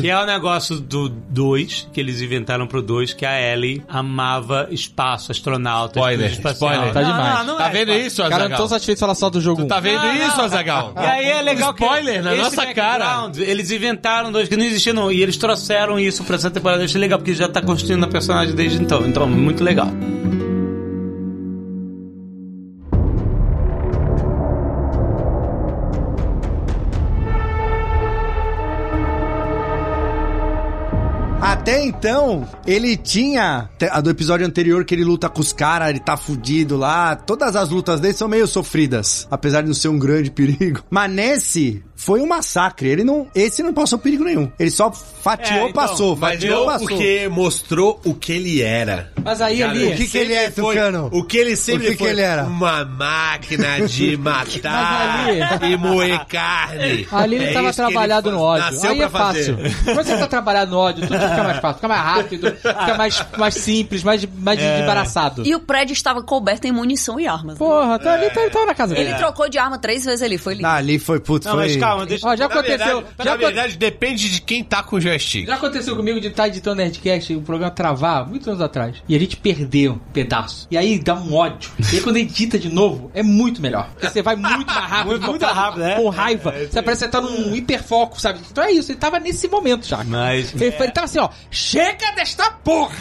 Speaker 2: Que é o negócio do 2, que eles inventaram pro 2, que a Ellie amava espaço, astronauta.
Speaker 3: Spoiler,
Speaker 2: coisa espacial.
Speaker 3: spoiler.
Speaker 6: Tá
Speaker 2: Não,
Speaker 6: demais.
Speaker 2: não, não
Speaker 3: Tá
Speaker 2: é
Speaker 3: vendo
Speaker 2: espaço.
Speaker 3: isso,
Speaker 6: Cara, eu não tô
Speaker 3: Azaghal?
Speaker 6: satisfeito de falar só do jogo
Speaker 3: Tu
Speaker 6: 1.
Speaker 3: tá vendo
Speaker 2: Não,
Speaker 3: isso,
Speaker 2: não.
Speaker 3: Azagal?
Speaker 2: E aí é legal que...
Speaker 3: Spoiler na
Speaker 2: esse
Speaker 3: nossa cara.
Speaker 2: background, Eles inventaram dois que não existiam, não. E eles trouxeram isso pra essa temporada. Eu achei legal, porque já tá construindo a personagem desde então. Então, muito legal.
Speaker 4: Até então, ele tinha. te- A do episódio anterior que ele luta com os caras, ele tá fudido lá. Todas as lutas dele são meio sofridas. Apesar de não ser um grande [laughs] perigo. Mas nesse foi um massacre. Ele não. Esse não passou perigo nenhum. Ele só fatiou,
Speaker 2: É, então,
Speaker 4: passou.
Speaker 3: Mas
Speaker 4: Fatiou,
Speaker 3: não
Speaker 4: passou.
Speaker 3: porque mostrou o que ele era.
Speaker 6: um. Mas aí
Speaker 3: Cara,
Speaker 6: ali.
Speaker 4: o que que ele é,
Speaker 3: sempre foi-
Speaker 4: Tucano?
Speaker 3: O que ele sempre
Speaker 4: O que que
Speaker 3: foi.
Speaker 4: ele era?
Speaker 3: Uma máquina de matar
Speaker 6: Mas
Speaker 3: e moer carne.
Speaker 6: Ali Ah, ele
Speaker 3: É
Speaker 6: tava
Speaker 3: isso que ele
Speaker 6: trabalhado
Speaker 3: faz-
Speaker 6: no ódio.
Speaker 3: Nasceu
Speaker 6: Aí
Speaker 3: pra
Speaker 6: é fácil.
Speaker 3: fazer.
Speaker 6: Quando você tá trabalhado no ódio, tudo fica mais fácil, fica mais
Speaker 3: [laughs]
Speaker 6: rápido,
Speaker 3: Ah.
Speaker 6: fica mais, mais simples, mais, mais
Speaker 3: É.
Speaker 6: desembaraçado.
Speaker 5: E o prédio estava coberto em munição e armas. né?
Speaker 6: Porra, tá ali, tá, tá na casa dele.
Speaker 5: Ele trocou de arma três vezes ali, foi lindo.
Speaker 4: Ah, ali foi puto.
Speaker 2: Não,
Speaker 4: foi...
Speaker 2: mas calma, deixa...
Speaker 6: Ó, já
Speaker 3: Tá Na verdade,
Speaker 6: aconteceu. já
Speaker 3: na
Speaker 6: acon-
Speaker 3: verdade, depende de quem tá com o joystick.
Speaker 6: Já aconteceu comigo de estar editando Nerdcast, o programa travar, muitos anos atrás. E a gente perdeu um pedaço. E aí dá um ódio. E aí quando edita de novo, é muito melhor. Porque você vai
Speaker 3: [laughs]
Speaker 6: muito mais rápido.
Speaker 2: Muito, muito rápido, né?
Speaker 6: Com raiva.
Speaker 3: É,
Speaker 6: Você parece que você tá num hiperfoco, sabe? Então é isso, ele tava nesse momento já. [laughs]
Speaker 2: Mas...
Speaker 6: Ele, ele tava assim, ó, chega desta
Speaker 5: [laughs]
Speaker 6: porra!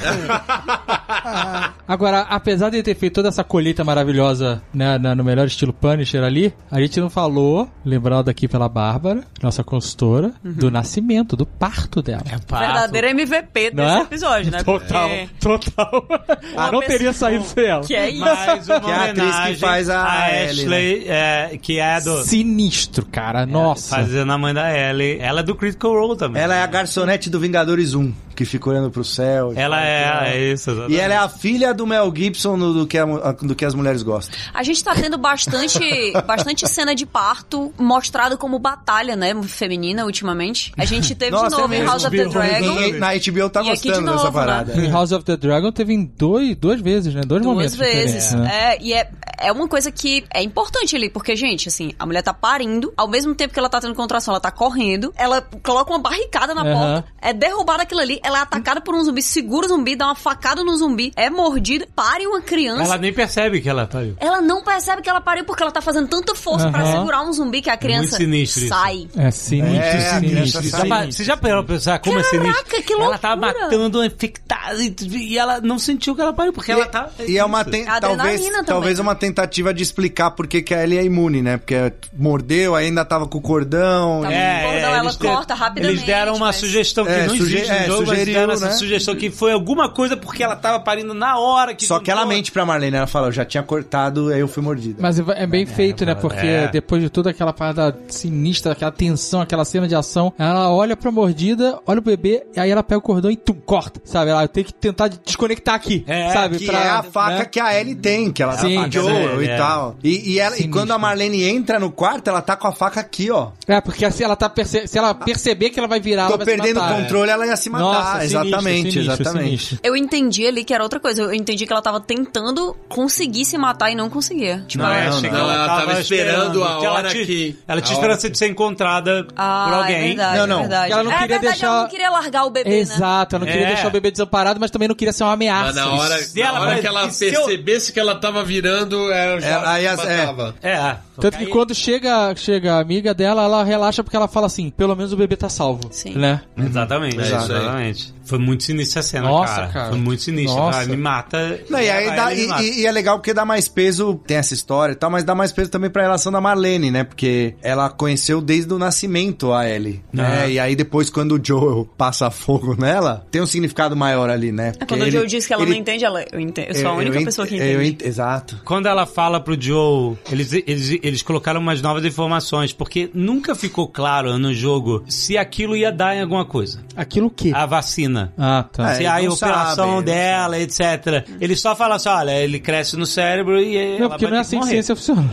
Speaker 6: Agora, apesar de ele ter feito toda essa colheita maravilhosa, né, na- no melhor estilo Punisher ali, a gente não falou, lembrado aqui pela Bárbara, nossa consultora,
Speaker 5: Uhum.
Speaker 6: do nascimento, do parto dela.
Speaker 5: Verdadeiro MVP
Speaker 6: Não
Speaker 5: desse
Speaker 6: é?
Speaker 5: episódio, É, né?
Speaker 6: Total,
Speaker 5: Porque-
Speaker 6: total.
Speaker 5: Uma
Speaker 6: não teria
Speaker 5: pessoa
Speaker 6: saído sem ela.
Speaker 5: Que é isso.
Speaker 2: Mais uma
Speaker 4: Que é a atriz que
Speaker 2: homenagem
Speaker 4: faz a
Speaker 2: à
Speaker 4: Ellie,
Speaker 2: Ashley, é, que é a do...
Speaker 6: Sinistro,
Speaker 5: É,
Speaker 6: cara. Nossa.
Speaker 2: Fazendo a mãe da Ellie. Ela é do Critical Role também.
Speaker 4: Ela é a garçonete do Vingadores 1, que fica olhando pro céu.
Speaker 2: Ela é, é isso.
Speaker 4: E ela é a filha do Mel Gibson no- do, que a mu- do que as mulheres gostam.
Speaker 5: A gente tá tendo bastante, bastante cena de parto mostrado como batalha, né? Feminina, ultimamente. A gente teve de
Speaker 2: é
Speaker 5: novo em
Speaker 4: mesmo.
Speaker 5: House of the Dragon.
Speaker 2: né?
Speaker 4: Ninguém- Na HBO tá
Speaker 5: E aqui de
Speaker 4: gostando dessa
Speaker 5: novo, né?
Speaker 4: parada.
Speaker 6: Em House of the Dragon teve em dois, duas vezes, né? Dois momentos.
Speaker 5: Duas vezes.
Speaker 6: diferentes, né?
Speaker 5: É, e é, é uma coisa que é importante ali, porque, gente, assim, a mulher tá parindo, ao mesmo tempo que ela tá tendo contração, ela tá correndo, ela coloca uma barricada na
Speaker 6: Aham.
Speaker 5: porta, é derrubada aquilo ali, ela é atacada por um zumbi, segura o zumbi, dá uma facada no zumbi, é mordida, pare uma criança.
Speaker 2: Ela nem percebe que ela tá pariu.
Speaker 5: Ela não percebe que ela pariu porque ela tá fazendo tanta força pra
Speaker 2: Aham.
Speaker 5: segurar um zumbi que a criança
Speaker 2: É sinistro isso.
Speaker 5: sai.
Speaker 6: É sinistro, sinistro. é
Speaker 2: Já pa- Você já parou pra pensar como é sinistro?
Speaker 5: que
Speaker 2: Ela tá
Speaker 5: loucura.
Speaker 2: matando uma infectada e, e ela não sentiu que ela pariu, porque ela tá...
Speaker 4: E é uma
Speaker 2: isso.
Speaker 4: ten-
Speaker 5: A
Speaker 4: talvez,
Speaker 5: adrenalina também,
Speaker 4: talvez
Speaker 5: né?
Speaker 4: uma tentativa de explicar por que que a Ellie é imune, né? Porque mordeu, ainda tava com o cordão.
Speaker 5: Tá É, bom, então ela
Speaker 2: eles
Speaker 5: corta rapidamente,
Speaker 2: Eles deram uma
Speaker 5: mas-
Speaker 2: sugestão que
Speaker 4: É,
Speaker 2: não
Speaker 4: suge-
Speaker 2: existe no
Speaker 4: é,
Speaker 2: jogo, mas
Speaker 4: sugeriu,
Speaker 2: deram essa
Speaker 4: né?
Speaker 2: sugestão que foi alguma coisa porque ela tava parindo na hora que...
Speaker 4: Só que ela
Speaker 2: juntou.
Speaker 4: mente pra Marlene, ela fala, eu já tinha cortado, aí eu fui mordida.
Speaker 6: Mas é bem feito, né? Porque
Speaker 2: é.
Speaker 6: depois de toda aquela parada sinistra, aquela tensão, aquela cena de ação, ela olha pra mordida, olha o bebê, e aí ela pega o cordão e tum, corta. Sabe? Ela tem que tentar desconectar aqui.
Speaker 2: É,
Speaker 6: sabe?
Speaker 4: Que
Speaker 6: Pra-
Speaker 4: é a faca
Speaker 6: né?
Speaker 4: que a Ellie tem, que ela
Speaker 6: Sim,
Speaker 4: tá
Speaker 6: que
Speaker 4: Joel
Speaker 2: é,
Speaker 4: e
Speaker 2: é.
Speaker 4: tal. E, e ela, e
Speaker 6: Sinistro.
Speaker 4: quando a Marlene entra no quarto, ela tá com a faca aqui, ó.
Speaker 6: É, porque assim ela tá perce- se ela perceber que ela vai virar, ela
Speaker 4: Tô
Speaker 6: vai se
Speaker 4: perdendo o
Speaker 6: matar. é.
Speaker 4: controle, ela ia se matar. é
Speaker 6: Nossa, sinistro,
Speaker 4: exatamente,
Speaker 6: sinistro,
Speaker 4: exatamente.
Speaker 6: sinistro.
Speaker 5: Eu entendi ali que era outra coisa. Eu entendi que ela tava tentando conseguir se matar e não conseguia.
Speaker 2: Não, é, chega,
Speaker 3: não, ela tava esperando a
Speaker 2: que ela
Speaker 3: hora
Speaker 2: tinha-
Speaker 3: que-
Speaker 2: Ela tinha
Speaker 3: a hora-
Speaker 2: esperança de ser encontrada
Speaker 5: Ah,
Speaker 2: por
Speaker 5: é
Speaker 2: alguém.
Speaker 5: verdade,
Speaker 4: Não, não.
Speaker 5: é verdade.
Speaker 6: Ela não
Speaker 5: É
Speaker 6: queria
Speaker 5: verdade,
Speaker 6: deixar-
Speaker 5: Ela não queria largar o bebê, né?
Speaker 6: Exato, eu não queria
Speaker 2: É.
Speaker 6: deixar o bebê desamparado, mas também não queria ser uma ameaça.
Speaker 3: Mas Ah, na hora,
Speaker 2: Se
Speaker 3: na
Speaker 2: ela
Speaker 3: hora
Speaker 2: vai-
Speaker 3: que ela
Speaker 2: se eu-
Speaker 3: percebesse que ela tava virando, ela já
Speaker 4: Ela ia-
Speaker 3: matava.
Speaker 2: É.
Speaker 6: Tanto que
Speaker 2: Aí-
Speaker 6: quando chega, chega a amiga dela, ela relaxa porque ela fala assim: pelo menos o bebê tá salvo.
Speaker 5: Sim.
Speaker 6: Né?
Speaker 2: Exatamente,
Speaker 3: É isso aí.
Speaker 2: exatamente. Foi muito sinistra essa cena,
Speaker 6: Nossa,
Speaker 2: cara.
Speaker 6: cara.
Speaker 2: Foi muito sinistra.
Speaker 6: Nossa.
Speaker 2: Ela me mata.
Speaker 4: Não, e, aí
Speaker 2: ela-
Speaker 4: dá-
Speaker 2: ela me
Speaker 4: e-
Speaker 2: mata.
Speaker 4: e- e é legal porque dá mais peso, tem essa história e tal, mas dá mais peso também pra relação da Marlene, né? Porque ela conheceu desde o nascimento a Ellie,
Speaker 5: Ah.
Speaker 4: né? E aí depois quando o Joel passa fogo nela, tem um significado maior ali, né?
Speaker 5: É
Speaker 4: Porque
Speaker 5: Quando o
Speaker 4: ele-
Speaker 5: Joe diz que ela
Speaker 4: ele-
Speaker 5: não entende, ela, eu, entendo, eu sou a única
Speaker 4: eu ent-
Speaker 5: pessoa
Speaker 4: eu
Speaker 5: que entende.
Speaker 4: ent- Exato.
Speaker 2: Quando ela fala pro Joe, eles, eles, eles colocaram umas novas informações, porque nunca ficou claro no jogo se aquilo ia dar em alguma coisa.
Speaker 6: Aquilo que?
Speaker 2: A vacina.
Speaker 6: Ah, tá.
Speaker 4: É,
Speaker 2: se
Speaker 4: eles
Speaker 2: a
Speaker 4: não sabem,
Speaker 2: operação
Speaker 4: eles
Speaker 2: dela, etc. Eles só falam assim, olha, ele cresce no cérebro e ela
Speaker 6: Não, porque
Speaker 2: vai
Speaker 6: não é
Speaker 2: ter que
Speaker 6: assim que
Speaker 2: morrer. [laughs]
Speaker 6: ciência funciona.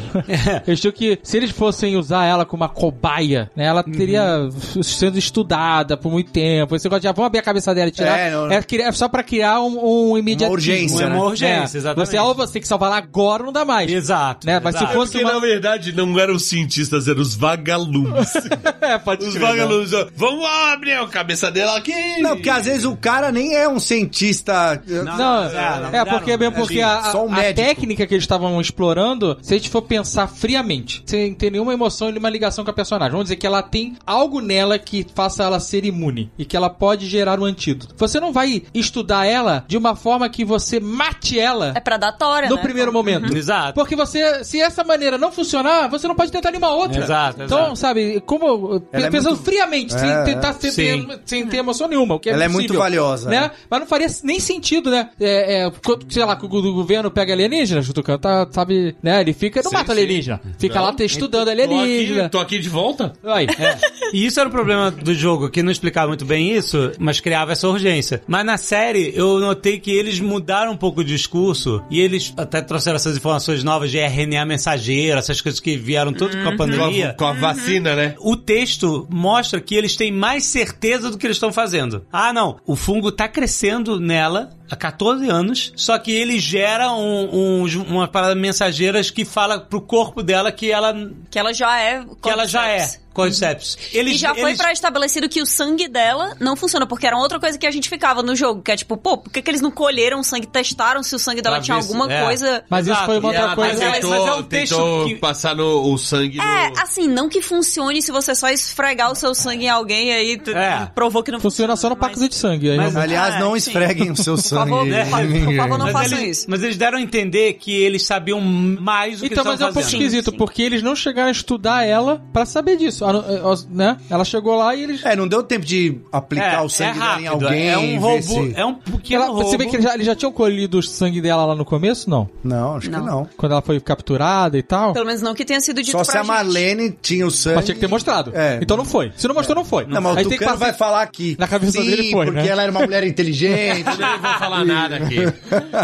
Speaker 6: Eu acho que se eles fossem usar ela como uma cobaia, né,
Speaker 2: Uhum.
Speaker 6: ela teria sendo estudada por muito tempo. Esse negócio de, ah, vamos abrir a cabeça dela e tirar.
Speaker 4: É,
Speaker 6: É,
Speaker 4: não-
Speaker 6: cria- é só pra criar um, um imediatismo.
Speaker 4: urgência,
Speaker 6: né?
Speaker 4: né?
Speaker 2: Uma urgência,
Speaker 6: É.
Speaker 2: exatamente.
Speaker 6: Você, ou você tem que salvar ela agora ou não dá mais.
Speaker 2: Exato.
Speaker 6: Né, mas se
Speaker 2: exato.
Speaker 6: for-
Speaker 3: Porque, na verdade, não eram os cientistas, eram os
Speaker 2: [laughs]
Speaker 3: vagalumes.
Speaker 6: [laughs] É, pode
Speaker 3: os
Speaker 6: crer, né?
Speaker 3: vagalumes. ó, Vamos lá, Gabriel, cabeça dela aqui.
Speaker 4: Não, porque às vezes o cara nem é um cientista. né?
Speaker 2: Não,
Speaker 6: Não,
Speaker 2: não,
Speaker 6: é,
Speaker 2: não, não,
Speaker 6: é porque
Speaker 2: não,
Speaker 6: mesmo
Speaker 2: não,
Speaker 6: porque a,
Speaker 4: só um
Speaker 6: a- a
Speaker 4: médico.
Speaker 6: técnica que eles estavam explorando, se a gente for pensar friamente, sem ter nenhuma emoção e nenhuma ligação com a personagem, vamos dizer que ela tem algo nela que faça ela ser imune e que ela pode gerar um antídoto. Você não vai estudar ela de uma forma que você mate ela
Speaker 5: É predatória,
Speaker 6: no
Speaker 5: né?
Speaker 6: primeiro momento.
Speaker 2: Exato.
Speaker 6: Porque você, se essa maneira não funcionar, você não pode tentar nenhuma outra.
Speaker 2: Exato,
Speaker 6: Então,
Speaker 2: exato.
Speaker 6: sabe, como uh,
Speaker 4: Ela é
Speaker 6: pensando
Speaker 4: muito-
Speaker 6: friamente, sem
Speaker 4: É,
Speaker 6: tentar ter-
Speaker 2: Sim.
Speaker 6: ter- sem ter emoção nenhuma, o que é
Speaker 4: Ela é
Speaker 6: possível,
Speaker 4: muito valiosa,
Speaker 6: né?
Speaker 4: né?
Speaker 6: Mas não faria nem sentido, né? É, é, quando, sei lá, que o go- o governo pega alienígena, Jutucan, tá, sabe, né? Ele fica, não
Speaker 3: Sim,
Speaker 6: mata
Speaker 3: sim.
Speaker 6: alienígena. Fica
Speaker 3: Não.
Speaker 6: lá te- estudando
Speaker 2: é
Speaker 3: Tô aqui,
Speaker 6: alienígena.
Speaker 3: tô aqui de volta?
Speaker 6: Aí, é.
Speaker 2: E isso era o problema do jogo, que não explicava muito bem isso, mas criava essa urgência. Mas na série, eu notei que eles mudaram um pouco o discurso e eles até trouxeram essas informações novas de RNA mensageiro, essas coisas que vieram tudo com a
Speaker 3: Uhum. Com a,
Speaker 2: pandemia.
Speaker 3: com a vacina, né?
Speaker 2: O texto mostra que eles têm mais certeza do que eles estão fazendo. Ah, não. O fungo tá crescendo nela há 14 anos, só que ele gera um, um, uma parada mensageiras que fala pro corpo dela que ela, que
Speaker 5: Que ela já é.
Speaker 2: ela já é.
Speaker 5: cordyceps.
Speaker 2: Cordyceps. Eles,
Speaker 5: e já foi
Speaker 2: eles-
Speaker 5: pra estabelecido que o sangue dela não funciona, porque era outra coisa que a gente ficava no jogo, que é tipo, pô, por que, que eles não colheram o sangue, testaram se o sangue dela
Speaker 2: Pra
Speaker 5: Então tinha
Speaker 2: ver se-
Speaker 5: alguma
Speaker 2: é.
Speaker 5: coisa.
Speaker 6: Mas isso
Speaker 2: Exato.
Speaker 6: foi uma
Speaker 2: E
Speaker 6: outra
Speaker 2: ela
Speaker 6: coisa.
Speaker 2: Mas é-
Speaker 3: tentou,
Speaker 2: mas é um texto
Speaker 3: tentou
Speaker 2: que-
Speaker 3: passar no, o sangue no...
Speaker 5: É, assim, não que funcione se você só esfregar o seu sangue em alguém e aí tu-
Speaker 2: É.
Speaker 5: provou que não
Speaker 6: Funciona só no
Speaker 5: mas-
Speaker 6: pacto de sangue. Aí,
Speaker 2: Mas-
Speaker 6: não-
Speaker 4: Aliás,
Speaker 5: Ah,
Speaker 4: não
Speaker 5: sim.
Speaker 4: esfreguem o seu sangue.
Speaker 5: favor, né? Por
Speaker 4: ninguém. É,
Speaker 5: favor, não
Speaker 2: Mas
Speaker 5: façam
Speaker 2: eles-
Speaker 5: isso.
Speaker 2: Mas eles deram a entender que eles sabiam mais do que eles
Speaker 6: Então, mas é um
Speaker 2: estavam
Speaker 6: pouco
Speaker 2: fazendo.
Speaker 6: esquisito,
Speaker 5: sim.
Speaker 6: porque eles não chegaram a estudar ela pra saber disso. Ah, não, é, ó, Né? Ela chegou lá e eles.
Speaker 4: É, não deu tempo de
Speaker 5: É,
Speaker 4: aplicar o sangue dela em alguém.
Speaker 2: é um
Speaker 4: ver
Speaker 2: roubo,
Speaker 4: se-
Speaker 2: é um pequeno
Speaker 6: Ela-
Speaker 2: roubo.
Speaker 6: você vê que eles já, eles já tinham colhido o sangue dela lá no começo? Não.
Speaker 5: um
Speaker 4: Não, acho
Speaker 5: Não.
Speaker 4: que não.
Speaker 6: Quando ela foi capturada e tal.
Speaker 4: Então,
Speaker 5: Pelo menos não que tenha sido dito
Speaker 4: Só
Speaker 5: pra
Speaker 4: se a
Speaker 5: gente.
Speaker 4: Marlene tinha o sangue.
Speaker 6: Mas tinha que ter mostrado.
Speaker 4: É.
Speaker 6: Então não foi. Se não mostrou, não foi.
Speaker 4: Não, mas
Speaker 6: Aí
Speaker 4: o
Speaker 6: tem que
Speaker 4: Tucano vai
Speaker 6: passar-
Speaker 4: falar aqui.
Speaker 6: Na cabeça
Speaker 4: Sim,
Speaker 6: dele foi,
Speaker 4: porque
Speaker 6: né?
Speaker 4: ela era uma mulher
Speaker 6: [laughs]
Speaker 4: inteligente.
Speaker 3: Eu não vou falar nada aqui.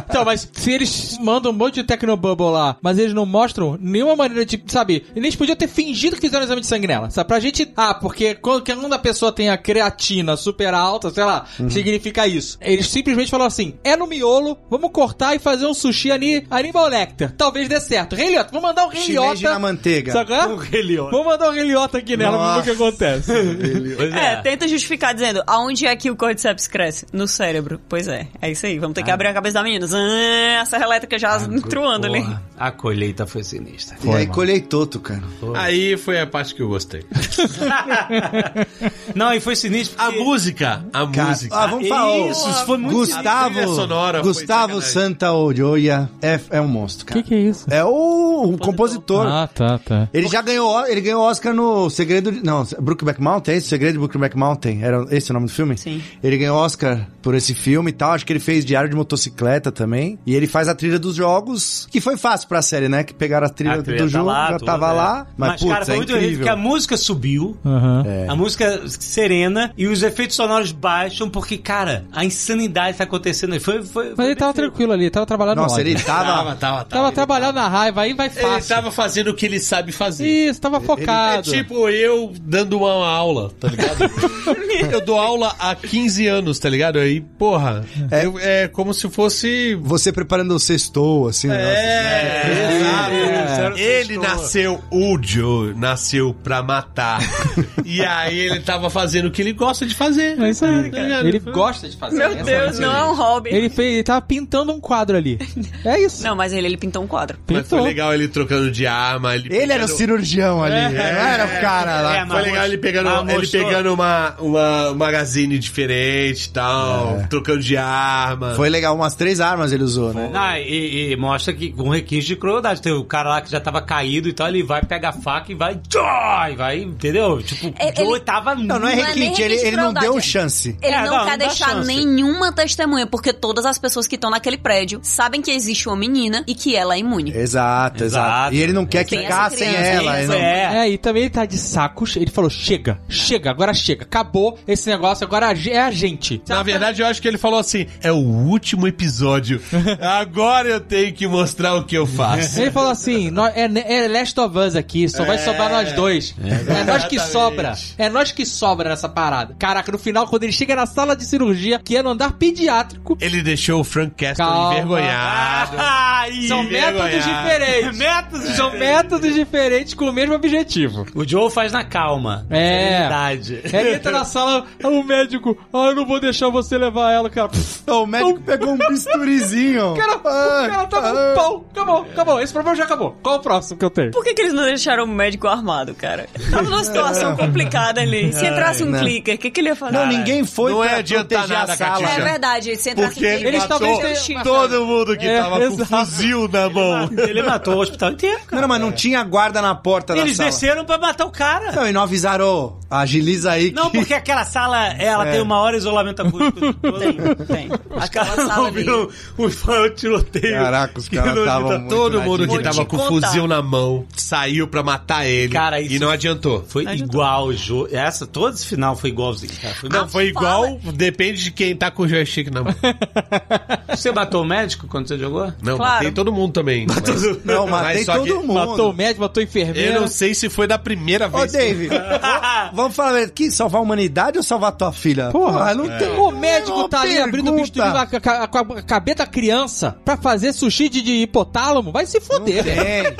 Speaker 6: Então, mas se eles mandam um monte de Tecnobubble lá, mas eles não mostram nenhuma maneira de, sabe? Eles podiam ter fingido que fizeram um exame de sangue nela, sabe? Pra gente. Ah, porque quando quando a pessoa tem a creatina super alta, sei lá,
Speaker 4: Uhum.
Speaker 6: significa isso. Eles simplesmente falaram assim: é no miolo, vamos cortar e fazer um sushi ani, Aníbal Lecter. Talvez dê certo. Rei Liotta, vamos mandar um Rei
Speaker 4: Chinês
Speaker 6: Liotta.
Speaker 4: na manteiga.
Speaker 6: Sabe qual é?
Speaker 2: O Rei Liotta.
Speaker 6: Vamos mandar um Rei Liotta aqui nela, vamos ver o que acontece. [laughs]
Speaker 2: Pois
Speaker 5: É, tenta justificar dizendo aonde é que o cordyceps cresce? No cérebro. Pois é, é isso aí. Vamos ter que abrir a cabeça da menina. Zan, A serra elétrica já [laughs] truando ali.
Speaker 2: Porra, A colheita foi sinistra.
Speaker 4: E aí colhei toto, cara.
Speaker 3: Aí foi a parte que eu gostei.
Speaker 2: Não, e foi sinistro.
Speaker 3: A
Speaker 2: porque-
Speaker 3: música, a música.
Speaker 4: Ah, vamos falar. ó,
Speaker 2: Isso, isso foi muito
Speaker 3: a trilha
Speaker 4: Gustavo,
Speaker 3: sonora foi
Speaker 4: Gustavo
Speaker 3: sacanagem.
Speaker 4: Santaolloia é, é um monstro, cara.
Speaker 6: é isso?
Speaker 4: É o, o compositor.
Speaker 6: Ah, tá, tá.
Speaker 4: Ele já ganhou, ele ganhou Oscar no Segredo de, não, Brookback Mountain, é esse? Segredo de Brookback Mountain, era esse é o nome do filme?
Speaker 5: Sim.
Speaker 4: Ele ganhou Oscar por esse filme e tal, acho que ele fez Diário de Motocicleta também, e ele faz a trilha dos jogos, que foi fácil pra série, né, que pegaram a trilha,
Speaker 2: A trilha
Speaker 4: do
Speaker 2: tá
Speaker 4: jogo,
Speaker 2: lá,
Speaker 4: já
Speaker 2: tudo,
Speaker 4: tava
Speaker 2: é.
Speaker 4: lá, mas, putz,
Speaker 2: cara, foi
Speaker 4: é
Speaker 2: muito horrível,
Speaker 4: incrível.
Speaker 2: porque a música subiu,
Speaker 6: Aham.
Speaker 4: É.
Speaker 2: a música serena e os efeitos sonoros baixam, porque, cara, a insanidade tá acontecendo. Foi, foi,
Speaker 6: Mas
Speaker 2: foi
Speaker 6: ele tava
Speaker 2: perfeito.
Speaker 6: tranquilo ali, tava trabalhando
Speaker 4: Nossa,
Speaker 6: no ódio.
Speaker 4: ele tava,
Speaker 3: Tava, tava,
Speaker 6: Tava
Speaker 3: Ele
Speaker 6: trabalhando na raiva, aí vai
Speaker 3: tava- Ele
Speaker 6: fácil.
Speaker 3: tava fazendo o que ele sabe fazer.
Speaker 6: Isso, tava
Speaker 3: É
Speaker 6: focado.
Speaker 3: tipo eu dando uma aula, tá ligado? eu dou aula há 15 anos, tá ligado? Aí, porra, é, eu, é como se fosse.
Speaker 4: você preparando o sextou, assim, nossa.
Speaker 3: É,
Speaker 2: exato.
Speaker 3: Ele nasceu, o Joe nasceu pra matar. e aí ele tava fazendo o que ele gosta de fazer.
Speaker 6: É isso aí.
Speaker 3: Tá ligado?
Speaker 6: Ele gosta de fazer.
Speaker 5: Meu
Speaker 6: essa
Speaker 5: Deus,
Speaker 6: é a
Speaker 5: não é
Speaker 6: maneira.
Speaker 5: um hobby.
Speaker 6: Ele, fez, ele tava pintando um quadro ali. É isso.
Speaker 5: Não, mas ele, ele pintou um quadro.
Speaker 3: Mas foi
Speaker 6: Pintou.
Speaker 3: legal ele trocando de arma. Ele,
Speaker 4: Ele era assim,
Speaker 3: pegando-
Speaker 4: o cirurgião ali, não era o cara lá.
Speaker 2: É, mas
Speaker 3: Foi legal ele pegando,
Speaker 2: mas
Speaker 3: ele
Speaker 2: mostrou-
Speaker 3: pegando uma, uma, um magazine diferente e tal, trocando de arma.
Speaker 4: Foi legal, umas três armas ele usou, né?
Speaker 2: Ah, e, e mostra que com requinte de crueldade. Tem o cara lá que já tava caído e tal, ele vai, pega a faca e vai. Tchó! E vai, entendeu? Tipo,
Speaker 5: É,
Speaker 2: o Joe
Speaker 5: ele-
Speaker 2: tava.
Speaker 4: Não, não é
Speaker 5: Não é nem
Speaker 4: requinte, ele,
Speaker 5: requinte
Speaker 4: ele não
Speaker 5: crueldade,
Speaker 4: deu
Speaker 5: é.
Speaker 4: chance.
Speaker 5: Ele
Speaker 2: É,
Speaker 5: não,
Speaker 2: não,
Speaker 5: quer
Speaker 2: não dá
Speaker 5: deixar
Speaker 2: chance.
Speaker 5: nenhuma testemunha, porque todas as pessoas que estão naquele prédio sabem que existe uma menina e que ela é imune.
Speaker 4: Exato, exato.
Speaker 2: Exato.
Speaker 4: E ele não quer
Speaker 5: Tem
Speaker 4: que
Speaker 5: essa
Speaker 4: caçem
Speaker 5: criança,
Speaker 4: ela. ele
Speaker 5: tem essa-
Speaker 4: não-
Speaker 2: É.
Speaker 6: É, e também ele tá de saco. che- Ele falou: chega, chega, agora chega. Acabou esse negócio, agora a ge- é a gente.
Speaker 3: Na verdade, eu acho que ele falou assim: é o último episódio. Agora eu tenho que mostrar o que eu
Speaker 6: [laughs]
Speaker 3: faço.
Speaker 6: Ele falou assim: nó- é, ne- é Last of Us aqui, só vai sobrar nós dois. É, nós que
Speaker 3: É. exatamente.
Speaker 6: sobra. É nós que sobra nessa parada. Caraca, no final, quando ele chega na sala de cirurgia, que é no andar pediátrico,
Speaker 3: Ele deixou o Frank Castle
Speaker 6: Calma.
Speaker 3: envergonhado.
Speaker 2: Ai,
Speaker 6: são métodos
Speaker 3: envergonhado. [laughs]
Speaker 6: diferentes.
Speaker 2: métodos
Speaker 6: São métodos diferentes com o mesmo objetivo.
Speaker 2: O Joe faz na calma.
Speaker 6: É.
Speaker 2: Verdade.
Speaker 6: Ele entra na sala, o médico, ah, eu não vou deixar você levar ela, cara. Pff,
Speaker 4: Não, o médico pegou um bisturizinho.
Speaker 6: O cara, o cara tá no pau. Acabou, acabou. Esse problema já acabou. Qual o próximo que eu tenho?
Speaker 5: Por que, que eles não deixaram o médico armado, cara? Tava numa
Speaker 6: [laughs]
Speaker 5: situação complicada
Speaker 6: É,
Speaker 5: ali. Se entrasse um
Speaker 4: Não.
Speaker 5: clicker, o que, que ele ia fazer?
Speaker 4: Não, ninguém foi
Speaker 3: Não
Speaker 4: pra
Speaker 3: é adiantar
Speaker 4: proteger
Speaker 3: nada,
Speaker 4: a sala.
Speaker 5: É
Speaker 3: Catixa.
Speaker 5: verdade, se entrasse
Speaker 3: Porque
Speaker 5: um clicker.
Speaker 3: ele
Speaker 6: Eles talvez
Speaker 3: matou
Speaker 6: tenham-
Speaker 3: todo mundo que
Speaker 6: É,
Speaker 3: tava com
Speaker 6: exato.
Speaker 3: fuzil na mão.
Speaker 2: Ele matou o hospital inteiro, cara.
Speaker 4: Não, não, mas não tinha guarda na porta
Speaker 2: Eles
Speaker 4: da sala.
Speaker 2: desceram pra matar o cara.
Speaker 4: Não, e não avisaram, ô, agiliza aí.
Speaker 2: Não,
Speaker 4: que...
Speaker 2: porque aquela sala, ela tem o maior isolamento acústico do todo.
Speaker 5: Tem, tem.
Speaker 2: Os
Speaker 5: Aquela
Speaker 2: caras
Speaker 5: sala
Speaker 2: não
Speaker 5: ali.
Speaker 2: viram o foi o tiroteio.
Speaker 4: [laughs] Caraca, os
Speaker 2: Que
Speaker 4: caras
Speaker 2: não
Speaker 4: tavam
Speaker 2: ajuda
Speaker 4: muito
Speaker 2: todo mundo
Speaker 4: na
Speaker 3: Todo mundo
Speaker 2: que
Speaker 3: que
Speaker 5: te
Speaker 3: tava com
Speaker 5: contar.
Speaker 3: fuzil na mão saiu pra matar ele.
Speaker 2: Cara,
Speaker 3: E
Speaker 2: isso-
Speaker 3: não adiantou.
Speaker 2: Foi
Speaker 5: Tá
Speaker 2: igual o jogo. Essa, todo esse final foi igualzinho, cara. Foi
Speaker 3: Não,
Speaker 2: igual.
Speaker 3: foi igual, depende de quem tá com o joystick na mão.
Speaker 2: Você matou o médico quando você jogou?
Speaker 3: Não,
Speaker 5: Claro.
Speaker 3: matei todo mundo também. mas-
Speaker 4: Não, matei
Speaker 3: Mas só
Speaker 4: todo
Speaker 3: que-
Speaker 4: mundo.
Speaker 6: Matou o médico, matou a
Speaker 3: Eu
Speaker 6: enfermeira.
Speaker 3: não sei se foi da primeira
Speaker 4: Ô,
Speaker 3: vez. que-
Speaker 4: Dave, vamos falar que salvar a humanidade ou salvar tua filha?
Speaker 6: Porra,
Speaker 4: não tem.
Speaker 6: O médico tá ali abrindo o bisturi
Speaker 4: pergunta.
Speaker 6: na ca- ca- com a cabeta criança pra fazer sushi de, de hipotálamo. Vai se foder, velho.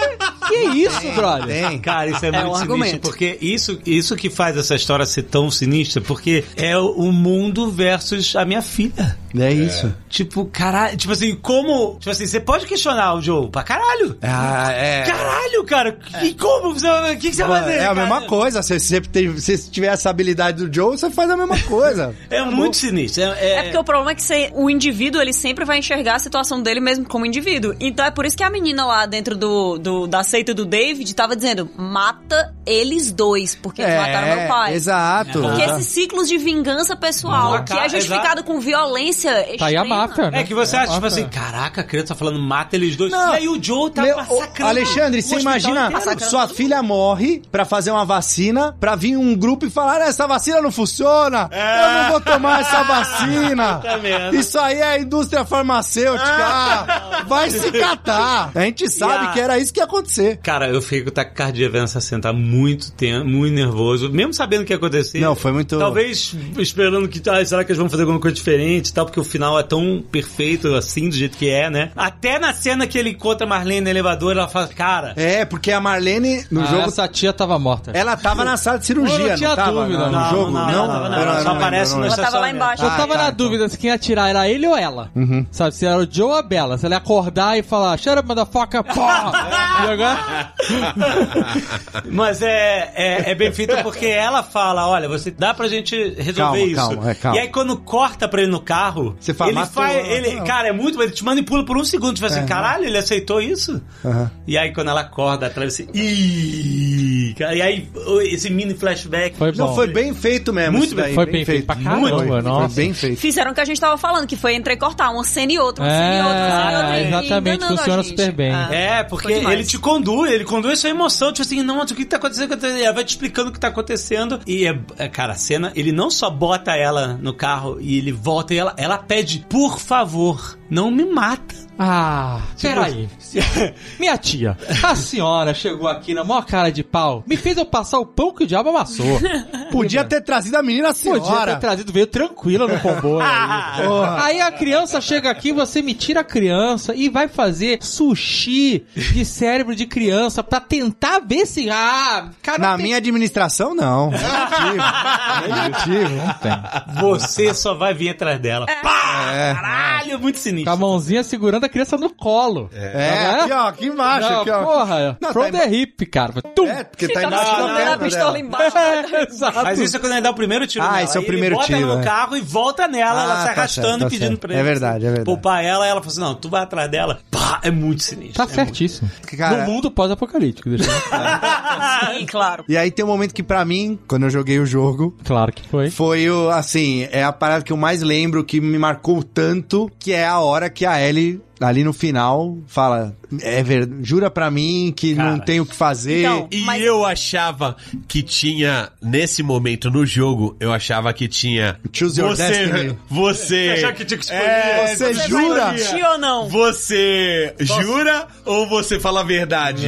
Speaker 4: Tem,
Speaker 6: Que isso, brother?
Speaker 4: tem.
Speaker 2: Cara,
Speaker 5: [laughs]
Speaker 2: isso é,
Speaker 5: um
Speaker 2: muito sinistro,
Speaker 5: argumento.
Speaker 2: porque isso, isso que faz essa história ser tão sinistra, porque é o- o mundo versus a minha filha.
Speaker 4: É isso.
Speaker 2: Tipo, caralho, tipo assim, como, tipo assim, você pode questionar o Joe pra caralho.
Speaker 4: Ah, é.
Speaker 2: Caralho, cara, e como? Você- O que, que você vai fazer?
Speaker 4: É
Speaker 2: cara?
Speaker 4: a mesma coisa. Se você teve- se tiver essa habilidade do Joe, você faz a mesma coisa.
Speaker 2: [laughs] É muito sinistro. É, é-
Speaker 5: É porque o problema é que você- o indivíduo ele sempre vai enxergar a situação dele mesmo como indivíduo. Então é por isso que a menina lá dentro do, do- da seita do David tava dizendo: mata eles dois, porque
Speaker 6: É,
Speaker 5: eles mataram meu pai.
Speaker 4: É, Exato.
Speaker 5: Porque esses ciclos de vingança pessoal,
Speaker 2: Ah,
Speaker 5: que é
Speaker 2: cara,
Speaker 5: justificado com violência violência extrema.
Speaker 6: Tá aí a máfia, né?
Speaker 2: É que você
Speaker 6: É a
Speaker 2: acha, tipo
Speaker 6: máfia.
Speaker 2: assim, caraca, a criança tá falando, mata eles dois.
Speaker 4: Não.
Speaker 2: E aí o Joe tá
Speaker 4: Meu, ô,
Speaker 2: massacrando.
Speaker 4: Alexandre,
Speaker 2: o
Speaker 4: você
Speaker 2: hospital
Speaker 4: imagina
Speaker 2: inteiro.
Speaker 4: a sua filha morre pra fazer uma vacina, pra vir um grupo e falar: "Ah, essa vacina não funciona, eu não vou tomar
Speaker 2: [laughs]
Speaker 4: essa vacina.
Speaker 2: É. Tá vendo?
Speaker 4: Isso aí é a indústria farmacêutica, Ah, [laughs] vai se catar. A gente sabe
Speaker 2: E a-
Speaker 4: que era isso que ia acontecer.
Speaker 2: Cara, eu fiquei com taquicardia vendo essa cena, tá muito tenso, muito nervoso, mesmo sabendo o que ia acontecer.
Speaker 4: Não, foi muito-
Speaker 2: Talvez esperando que, ah, será que eles vão fazer alguma coisa diferente e tal, porque o final é tão perfeito assim, do jeito que é, né? Até na cena que ele encontra a Marlene no elevador, ela fala,
Speaker 4: [laughs]
Speaker 2: cara...
Speaker 4: É, porque a Marlene no
Speaker 6: Ah,
Speaker 4: jogo
Speaker 6: Essa tia tava morta.
Speaker 4: ela tava na sala de cirurgia,
Speaker 6: Eu
Speaker 4: não,
Speaker 6: não tinha
Speaker 4: tava
Speaker 6: dúvida,
Speaker 4: não, no
Speaker 6: não,
Speaker 4: jogo, não.
Speaker 2: ela tava, não,
Speaker 4: Eu
Speaker 2: ela só
Speaker 4: lembro,
Speaker 2: aparece
Speaker 4: eu
Speaker 2: no
Speaker 4: não
Speaker 5: Ela tava lá
Speaker 2: estacionamento.
Speaker 5: embaixo.
Speaker 6: Eu
Speaker 4: Ah,
Speaker 6: tava
Speaker 4: tá,
Speaker 6: na
Speaker 4: então. Uhum.
Speaker 6: dúvida se quem ia atirar era ele ou ela. Sabe, se era o Joe ou a Bela. Se ela ia acordar e falar, shut up,
Speaker 4: [laughs]
Speaker 6: motherfucker, pá! e agora...
Speaker 2: Mas é, é, é bem feito porque ela fala: olha, você dá pra gente resolver
Speaker 4: Calma,
Speaker 2: isso.
Speaker 4: calma, é, calma.
Speaker 2: E aí quando corta pra ele no carro,
Speaker 4: Você fala,
Speaker 2: ele
Speaker 4: "Matou
Speaker 2: faz.
Speaker 4: ela,
Speaker 2: Ele,
Speaker 4: não."
Speaker 2: cara, é muito. Ele te manipula por um segundo, tipo assim,
Speaker 4: É.
Speaker 2: caralho, ele aceitou isso?
Speaker 4: Aham.
Speaker 2: E aí quando ela acorda atrás, assim, Ih, cara, e aí esse mini flashback.
Speaker 6: Foi bom.
Speaker 4: Não, foi bem feito mesmo.
Speaker 2: Muito
Speaker 4: isso
Speaker 2: bem-
Speaker 4: daí,
Speaker 6: foi bem feito pra caramba,
Speaker 4: Foi, foi
Speaker 6: nossa.
Speaker 4: bem feito.
Speaker 5: Fizeram o que a gente tava falando, que foi entrecortar uma cena e outra, uma cena e
Speaker 6: É,
Speaker 5: outra, uma cena e outra. e
Speaker 6: exatamente,
Speaker 5: enganando a
Speaker 6: funciona
Speaker 5: gente.
Speaker 6: super bem.
Speaker 5: Ah,
Speaker 2: É, porque
Speaker 5: foi demais.
Speaker 2: ele te conduz, ele conduz sua emoção, tipo assim, não, mas o que tá acontecendo? Ele vai te explicando o que tá acontecendo. E, é, é, cara, a cena, ele não só bota ela no carro e ele volta e ela, ela pede, por favor, não me
Speaker 5: [laughs]
Speaker 2: mata.
Speaker 6: Ah,
Speaker 4: assim.
Speaker 6: peraí. Minha tia, a senhora chegou aqui na maior cara de pau, me fez eu passar o pão que o diabo
Speaker 4: [laughs]
Speaker 6: amassou.
Speaker 4: Podia ter trazido a menina senhora.
Speaker 6: Podia ter trazido, veio tranquila no comboio.
Speaker 4: [laughs]
Speaker 6: aí.
Speaker 4: Porra.
Speaker 6: Aí a criança chega aqui, você me tira a criança e vai fazer sushi de cérebro de criança pra tentar ver se. Ah, cara,
Speaker 4: Na
Speaker 6: não tem-
Speaker 4: minha administração, não.
Speaker 9: Negativo, não tem.
Speaker 2: Você só vai vir atrás dela.
Speaker 5: É.
Speaker 2: Pá!
Speaker 4: É.
Speaker 2: Caralho, é muito
Speaker 6: Com a
Speaker 2: sinistro.
Speaker 6: mãozinha segurando a criança no colo.
Speaker 4: É,
Speaker 6: Não é?
Speaker 4: aqui, ó, aqui embaixo,
Speaker 6: Não,
Speaker 4: aqui, ó.
Speaker 6: Porra,
Speaker 4: Não,
Speaker 6: from
Speaker 4: tá em-
Speaker 6: the hip, cara. Tum.
Speaker 4: É,
Speaker 6: [laughs]
Speaker 4: porque tá
Speaker 5: Ele tava
Speaker 4: embaixo da
Speaker 5: segurando a
Speaker 4: perna
Speaker 5: pistola
Speaker 4: dela.
Speaker 5: embaixo.
Speaker 6: Exato.
Speaker 2: Mas isso é quando ele dá o primeiro tiro
Speaker 4: Ah,
Speaker 2: nela.
Speaker 4: esse é o
Speaker 2: Aí
Speaker 4: primeiro
Speaker 2: ele
Speaker 4: tiro,
Speaker 2: bota
Speaker 4: é.
Speaker 2: no carro e volta nela,
Speaker 4: Ah,
Speaker 2: ela se
Speaker 4: tá
Speaker 2: arrastando
Speaker 4: certo, tá
Speaker 2: e pedindo
Speaker 4: certo.
Speaker 2: pra ele
Speaker 4: É verdade, é verdade.
Speaker 2: poupar ela. E ela fala assim, não, tu vai atrás dela. Pá, é muito sinistro.
Speaker 6: Tá certíssimo.
Speaker 4: Cara-
Speaker 6: No mundo pós-apocalíptico, deixa
Speaker 4: [laughs]
Speaker 6: eu-
Speaker 2: [laughs]
Speaker 5: Sim, claro.
Speaker 4: E aí tem um momento que pra mim, quando eu joguei o jogo,
Speaker 6: Claro que foi.
Speaker 4: foi o, assim, é a parada que eu mais lembro, que me marcou tanto, que é a hora que a Ellie, ali no final, fala, é ver... jura pra mim que
Speaker 2: Cara.
Speaker 4: não tem o que fazer.
Speaker 5: Então,
Speaker 3: E
Speaker 5: Mas-
Speaker 3: eu achava que tinha, nesse momento no jogo, eu achava que tinha.
Speaker 4: Choose your destiny.
Speaker 3: Você. Você.
Speaker 2: achava que tinha que escolher?
Speaker 3: É,
Speaker 4: Você
Speaker 5: Você
Speaker 4: jura?
Speaker 5: vai mentir
Speaker 3: [laughs]
Speaker 5: ou não?
Speaker 3: Você jura ou você fala a verdade?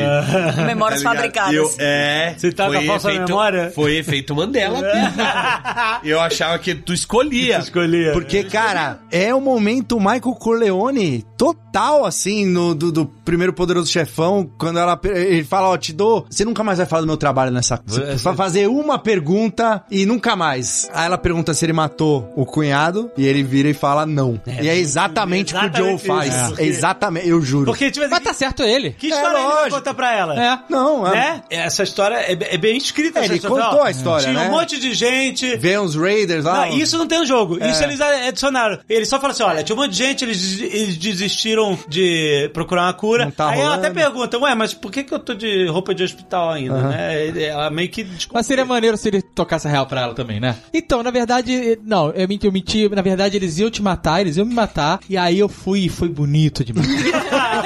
Speaker 5: Memórias
Speaker 3: Tá ligado?
Speaker 5: fabricadas.
Speaker 3: Eu, é.
Speaker 2: Você tá com a
Speaker 3: foi
Speaker 2: falsa
Speaker 3: efeito-
Speaker 2: memória?
Speaker 3: Foi efeito Mandela. bicho. [laughs] eu achava que tu escolhia.
Speaker 2: Escolher.
Speaker 4: Porque, cara, é o momento Michael Corleone total, assim, no, do, do primeiro Poderoso Chefão, quando ela, ele fala, ó, te dou, você nunca mais vai falar do meu trabalho
Speaker 2: É,
Speaker 4: nessa... Você vai fazer uma pergunta e nunca mais. Aí ela pergunta se ele matou o cunhado e ele vira e fala não. e é exatamente o que o Joe
Speaker 2: exatamente
Speaker 4: faz.
Speaker 2: isso, porque-
Speaker 4: Exatamente, eu juro.
Speaker 2: Porque, tipo assim,
Speaker 6: Mas tá certo ele.
Speaker 2: que história ele vai
Speaker 4: É lógico.
Speaker 2: contar pra ela?
Speaker 6: É.
Speaker 4: Não, é...
Speaker 2: Né? Essa história é, é bem escrita.
Speaker 4: É,
Speaker 2: essa
Speaker 4: ele contou a história,
Speaker 2: Tinha
Speaker 4: né?
Speaker 2: um monte de gente,
Speaker 4: Vê uns Raiders lá.
Speaker 2: Não, isso não tem no jogo.
Speaker 4: É.
Speaker 2: Isso eles adicionaram. Eles só falam assim: olha, tinha um monte de gente, eles, des- eles desistiram de procurar uma cura.
Speaker 4: Não tá
Speaker 2: Aí ela
Speaker 4: rolando.
Speaker 2: até pergunta: ué, mas por que, que eu tô de roupa de hospital ainda, né? Ela meio que. desconfia.
Speaker 4: é-
Speaker 6: Mas seria maneiro se ele tocasse a real pra ela também, né? Então, na verdade, não, eu menti, eu menti. Na verdade, eles iam te matar, eles iam me matar. E aí eu fui e foi bonito demais.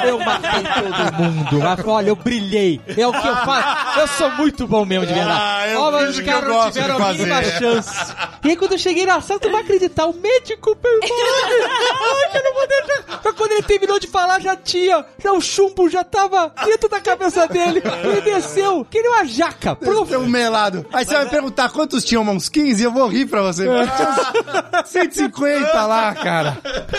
Speaker 6: eu matei todo mundo. Mas, olha, eu brilhei. É o que eu faço. Eu sou muito bom mesmo de verdade.
Speaker 4: Ah, eu
Speaker 6: Ó, mas
Speaker 4: fiz
Speaker 6: os
Speaker 4: o que eu
Speaker 6: caras não
Speaker 4: gosto de
Speaker 6: tiveram a mínima
Speaker 4: fazer.
Speaker 6: chance. E aí, quando eu cheguei na sala, tu vai acreditar, o médico perguntou. Ai, que eu não vou deixar. Mas quando ele terminou de falar, já tinha. Já o chumbo já tava dentro da cabeça dele. Ele desceu, que nem uma jaca. Pro
Speaker 4: Seu melado. Aí você
Speaker 2: é
Speaker 4: vai perguntar quantos tinham, uns 15? Eu vou rir
Speaker 2: [laughs]
Speaker 4: pra você. Tinha uns 150 lá, cara.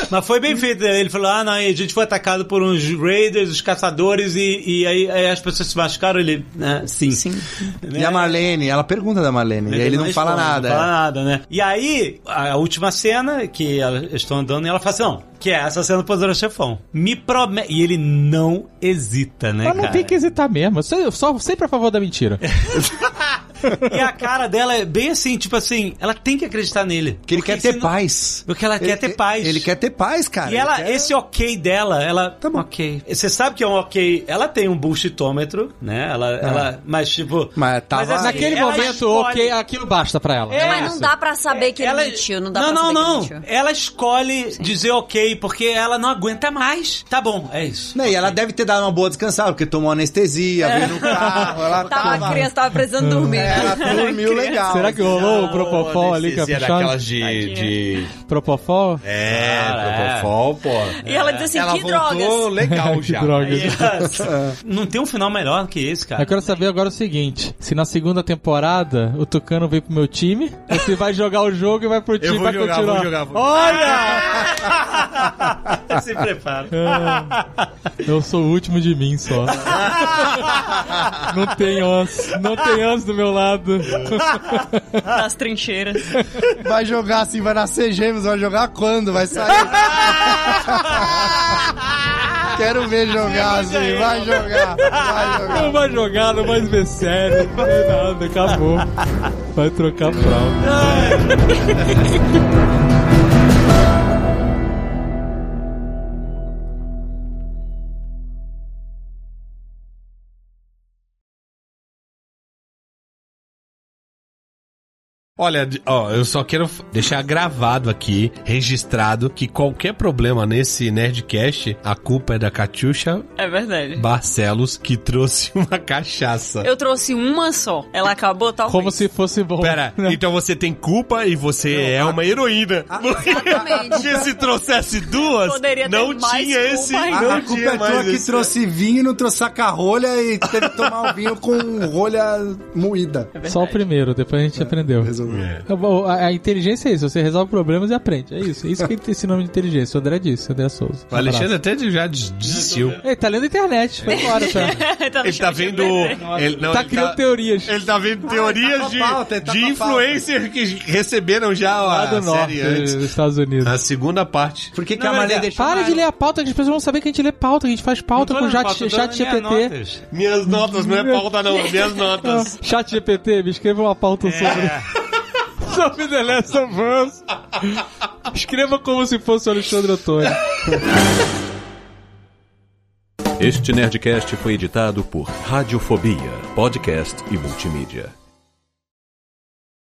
Speaker 2: Mas foi bem feito. né? Ele falou: ah, não, a gente foi atacado por uns raiders, os caçadores, e, e aí, aí as pessoas se machucaram. Ele, né? Sim.
Speaker 5: Sim.
Speaker 4: E a Marlene, ela pergunta da Marlene, e aí ele não fala
Speaker 2: responde,
Speaker 4: nada.
Speaker 2: Não É. fala
Speaker 4: é.
Speaker 2: nada, né? E aí, a última cena que elas estão andando e ela fala assim: não, que é essa cena do Poderoso Chefão. Me promete. E ele não hesita, né?
Speaker 6: Mas não
Speaker 2: cara?
Speaker 3: É.
Speaker 6: tem que hesitar mesmo. Eu sou- eu sou sempre a favor da mentira.
Speaker 2: E a cara dela é bem assim, tipo assim, ela tem que acreditar nele.
Speaker 4: Porque ele quer ter
Speaker 2: senão-
Speaker 4: paz.
Speaker 2: Porque ela quer
Speaker 4: Ele-
Speaker 2: ter paz.
Speaker 4: Ele quer ter paz, cara.
Speaker 2: E ela, é-
Speaker 4: Ele quer-
Speaker 2: esse ok dela, ela. Tá bom. Ok. Você sabe que é um ok. Ela tem um bullshitômetro, né? Ela. ela mas, tipo.
Speaker 4: Ah. Mas tá tava-
Speaker 2: assim,
Speaker 6: Naquele
Speaker 2: ela
Speaker 6: momento,
Speaker 2: escolhe-
Speaker 6: ok, aquilo basta pra ela.
Speaker 2: É,
Speaker 5: Mas não dá pra saber que
Speaker 2: Ela-
Speaker 5: ele mentiu, não dá
Speaker 2: não,
Speaker 5: pra
Speaker 2: não,
Speaker 5: saber que
Speaker 2: não.
Speaker 5: ele mentiu.
Speaker 2: Ela escolhe dizer ok, porque ela não aguenta mais. Tá bom, é isso.
Speaker 4: Né, e ela deve ter dado uma boa descansada, porque tomou anestesia, veio no carro, ela
Speaker 5: Tava,
Speaker 4: tava...
Speaker 5: a criança tava precisando dormir. né?
Speaker 4: Ela dormiu legal.
Speaker 6: Será que rolou o Propofol ali,
Speaker 3: Se era
Speaker 6: caprichado?
Speaker 3: aquelas de, de...
Speaker 6: Propofol?
Speaker 3: É, Propofol, pô.
Speaker 5: E ela diz assim,
Speaker 3: Ela
Speaker 5: que
Speaker 3: voltou
Speaker 5: drogas.
Speaker 3: legal
Speaker 6: que
Speaker 3: já.
Speaker 6: droga.
Speaker 2: Aí, [laughs] ela- não tem um final melhor que esse,
Speaker 3: É.
Speaker 2: cara.
Speaker 6: Eu quero saber agora o seguinte: se na segunda temporada o Tucano vem pro meu time, ou se vai jogar o jogo e vai pro time
Speaker 3: vou
Speaker 6: pra
Speaker 3: jogar,
Speaker 6: continuar.
Speaker 3: vou jogar, vou-
Speaker 6: Olha!
Speaker 2: Se prepara.
Speaker 6: É. Eu sou o último de
Speaker 3: [laughs]
Speaker 6: mim só. Não tem ans, não tem ans do meu lado.
Speaker 5: Das trincheiras.
Speaker 4: Vai jogar assim, vai nascer gêmeos, vai jogar quando? Vai sair. Quero ver jogar assim, vai jogar, vai jogar.
Speaker 6: Não vai jogar, não vai ver sério, não vai nada, acabou. Vai trocar fralda.
Speaker 3: Olha, d- ó, eu só quero f- deixar gravado aqui, registrado, que qualquer problema nesse Nerdcast, a culpa é da Catiuxa
Speaker 5: É verdade.
Speaker 3: Barcelos, que trouxe [laughs] uma cachaça.
Speaker 5: Eu trouxe uma só. Ela acabou, talvez.
Speaker 6: Como se fosse bom.
Speaker 3: Pera, então você tem culpa e você é uma heroína. [laughs]
Speaker 5: Exatamente.
Speaker 3: Porque se trouxesse duas,
Speaker 5: Poderia ter
Speaker 3: não
Speaker 5: mais
Speaker 3: tinha
Speaker 5: culpa
Speaker 3: esse.
Speaker 5: ainda.
Speaker 3: não
Speaker 4: A culpa
Speaker 3: tinha
Speaker 4: é
Speaker 3: mais
Speaker 4: tua que
Speaker 3: esse.
Speaker 4: trouxe vinho e não trouxe saca-rolha e teve que tomar o vinho com rolha moída.
Speaker 6: É Só o primeiro, depois a gente aprendeu.
Speaker 4: Resolveu.
Speaker 6: É bom, A, a inteligência é isso, você resolve problemas e aprende. É isso, é isso que tem esse nome de inteligência. O André disse, o André Souza.
Speaker 3: O Alexandre até de- já des- desistiu.
Speaker 6: Ele tá lendo a internet, foi embora, tá?
Speaker 5: Então,
Speaker 3: Ele tá vendo.
Speaker 5: né?
Speaker 3: Ele, não,
Speaker 6: tá
Speaker 3: ele
Speaker 6: criando teorias.
Speaker 3: Ele tá vendo
Speaker 5: Ah,
Speaker 3: teorias de,
Speaker 4: pauta, ele tá
Speaker 3: de
Speaker 4: com a
Speaker 3: influencer que receberam já
Speaker 6: Lá do
Speaker 3: a
Speaker 6: norte
Speaker 3: tá série antes. Tá.
Speaker 6: dos Estados Unidos.
Speaker 3: Na segunda parte.
Speaker 4: Por que, que
Speaker 2: Não,
Speaker 4: a
Speaker 2: mas é,
Speaker 4: Marlene deixou...
Speaker 6: Para de ler a pauta, que as pessoas vão saber que a gente lê pauta, que a gente faz pauta
Speaker 2: Não
Speaker 6: com
Speaker 2: tô
Speaker 6: chat,
Speaker 2: dando pauta, tô
Speaker 6: chat
Speaker 2: dando minhas
Speaker 6: GPT.
Speaker 2: notas.
Speaker 3: Minhas notas, não é pauta não, é minhas notas.
Speaker 6: Chat GPT, me escreva uma pauta sobre. [laughs] sobre The Last of Us. Escreva como se fosse o Alexandre Antônio.
Speaker 1: Este Nerdcast foi editado por Radiofobia, podcast e multimídia.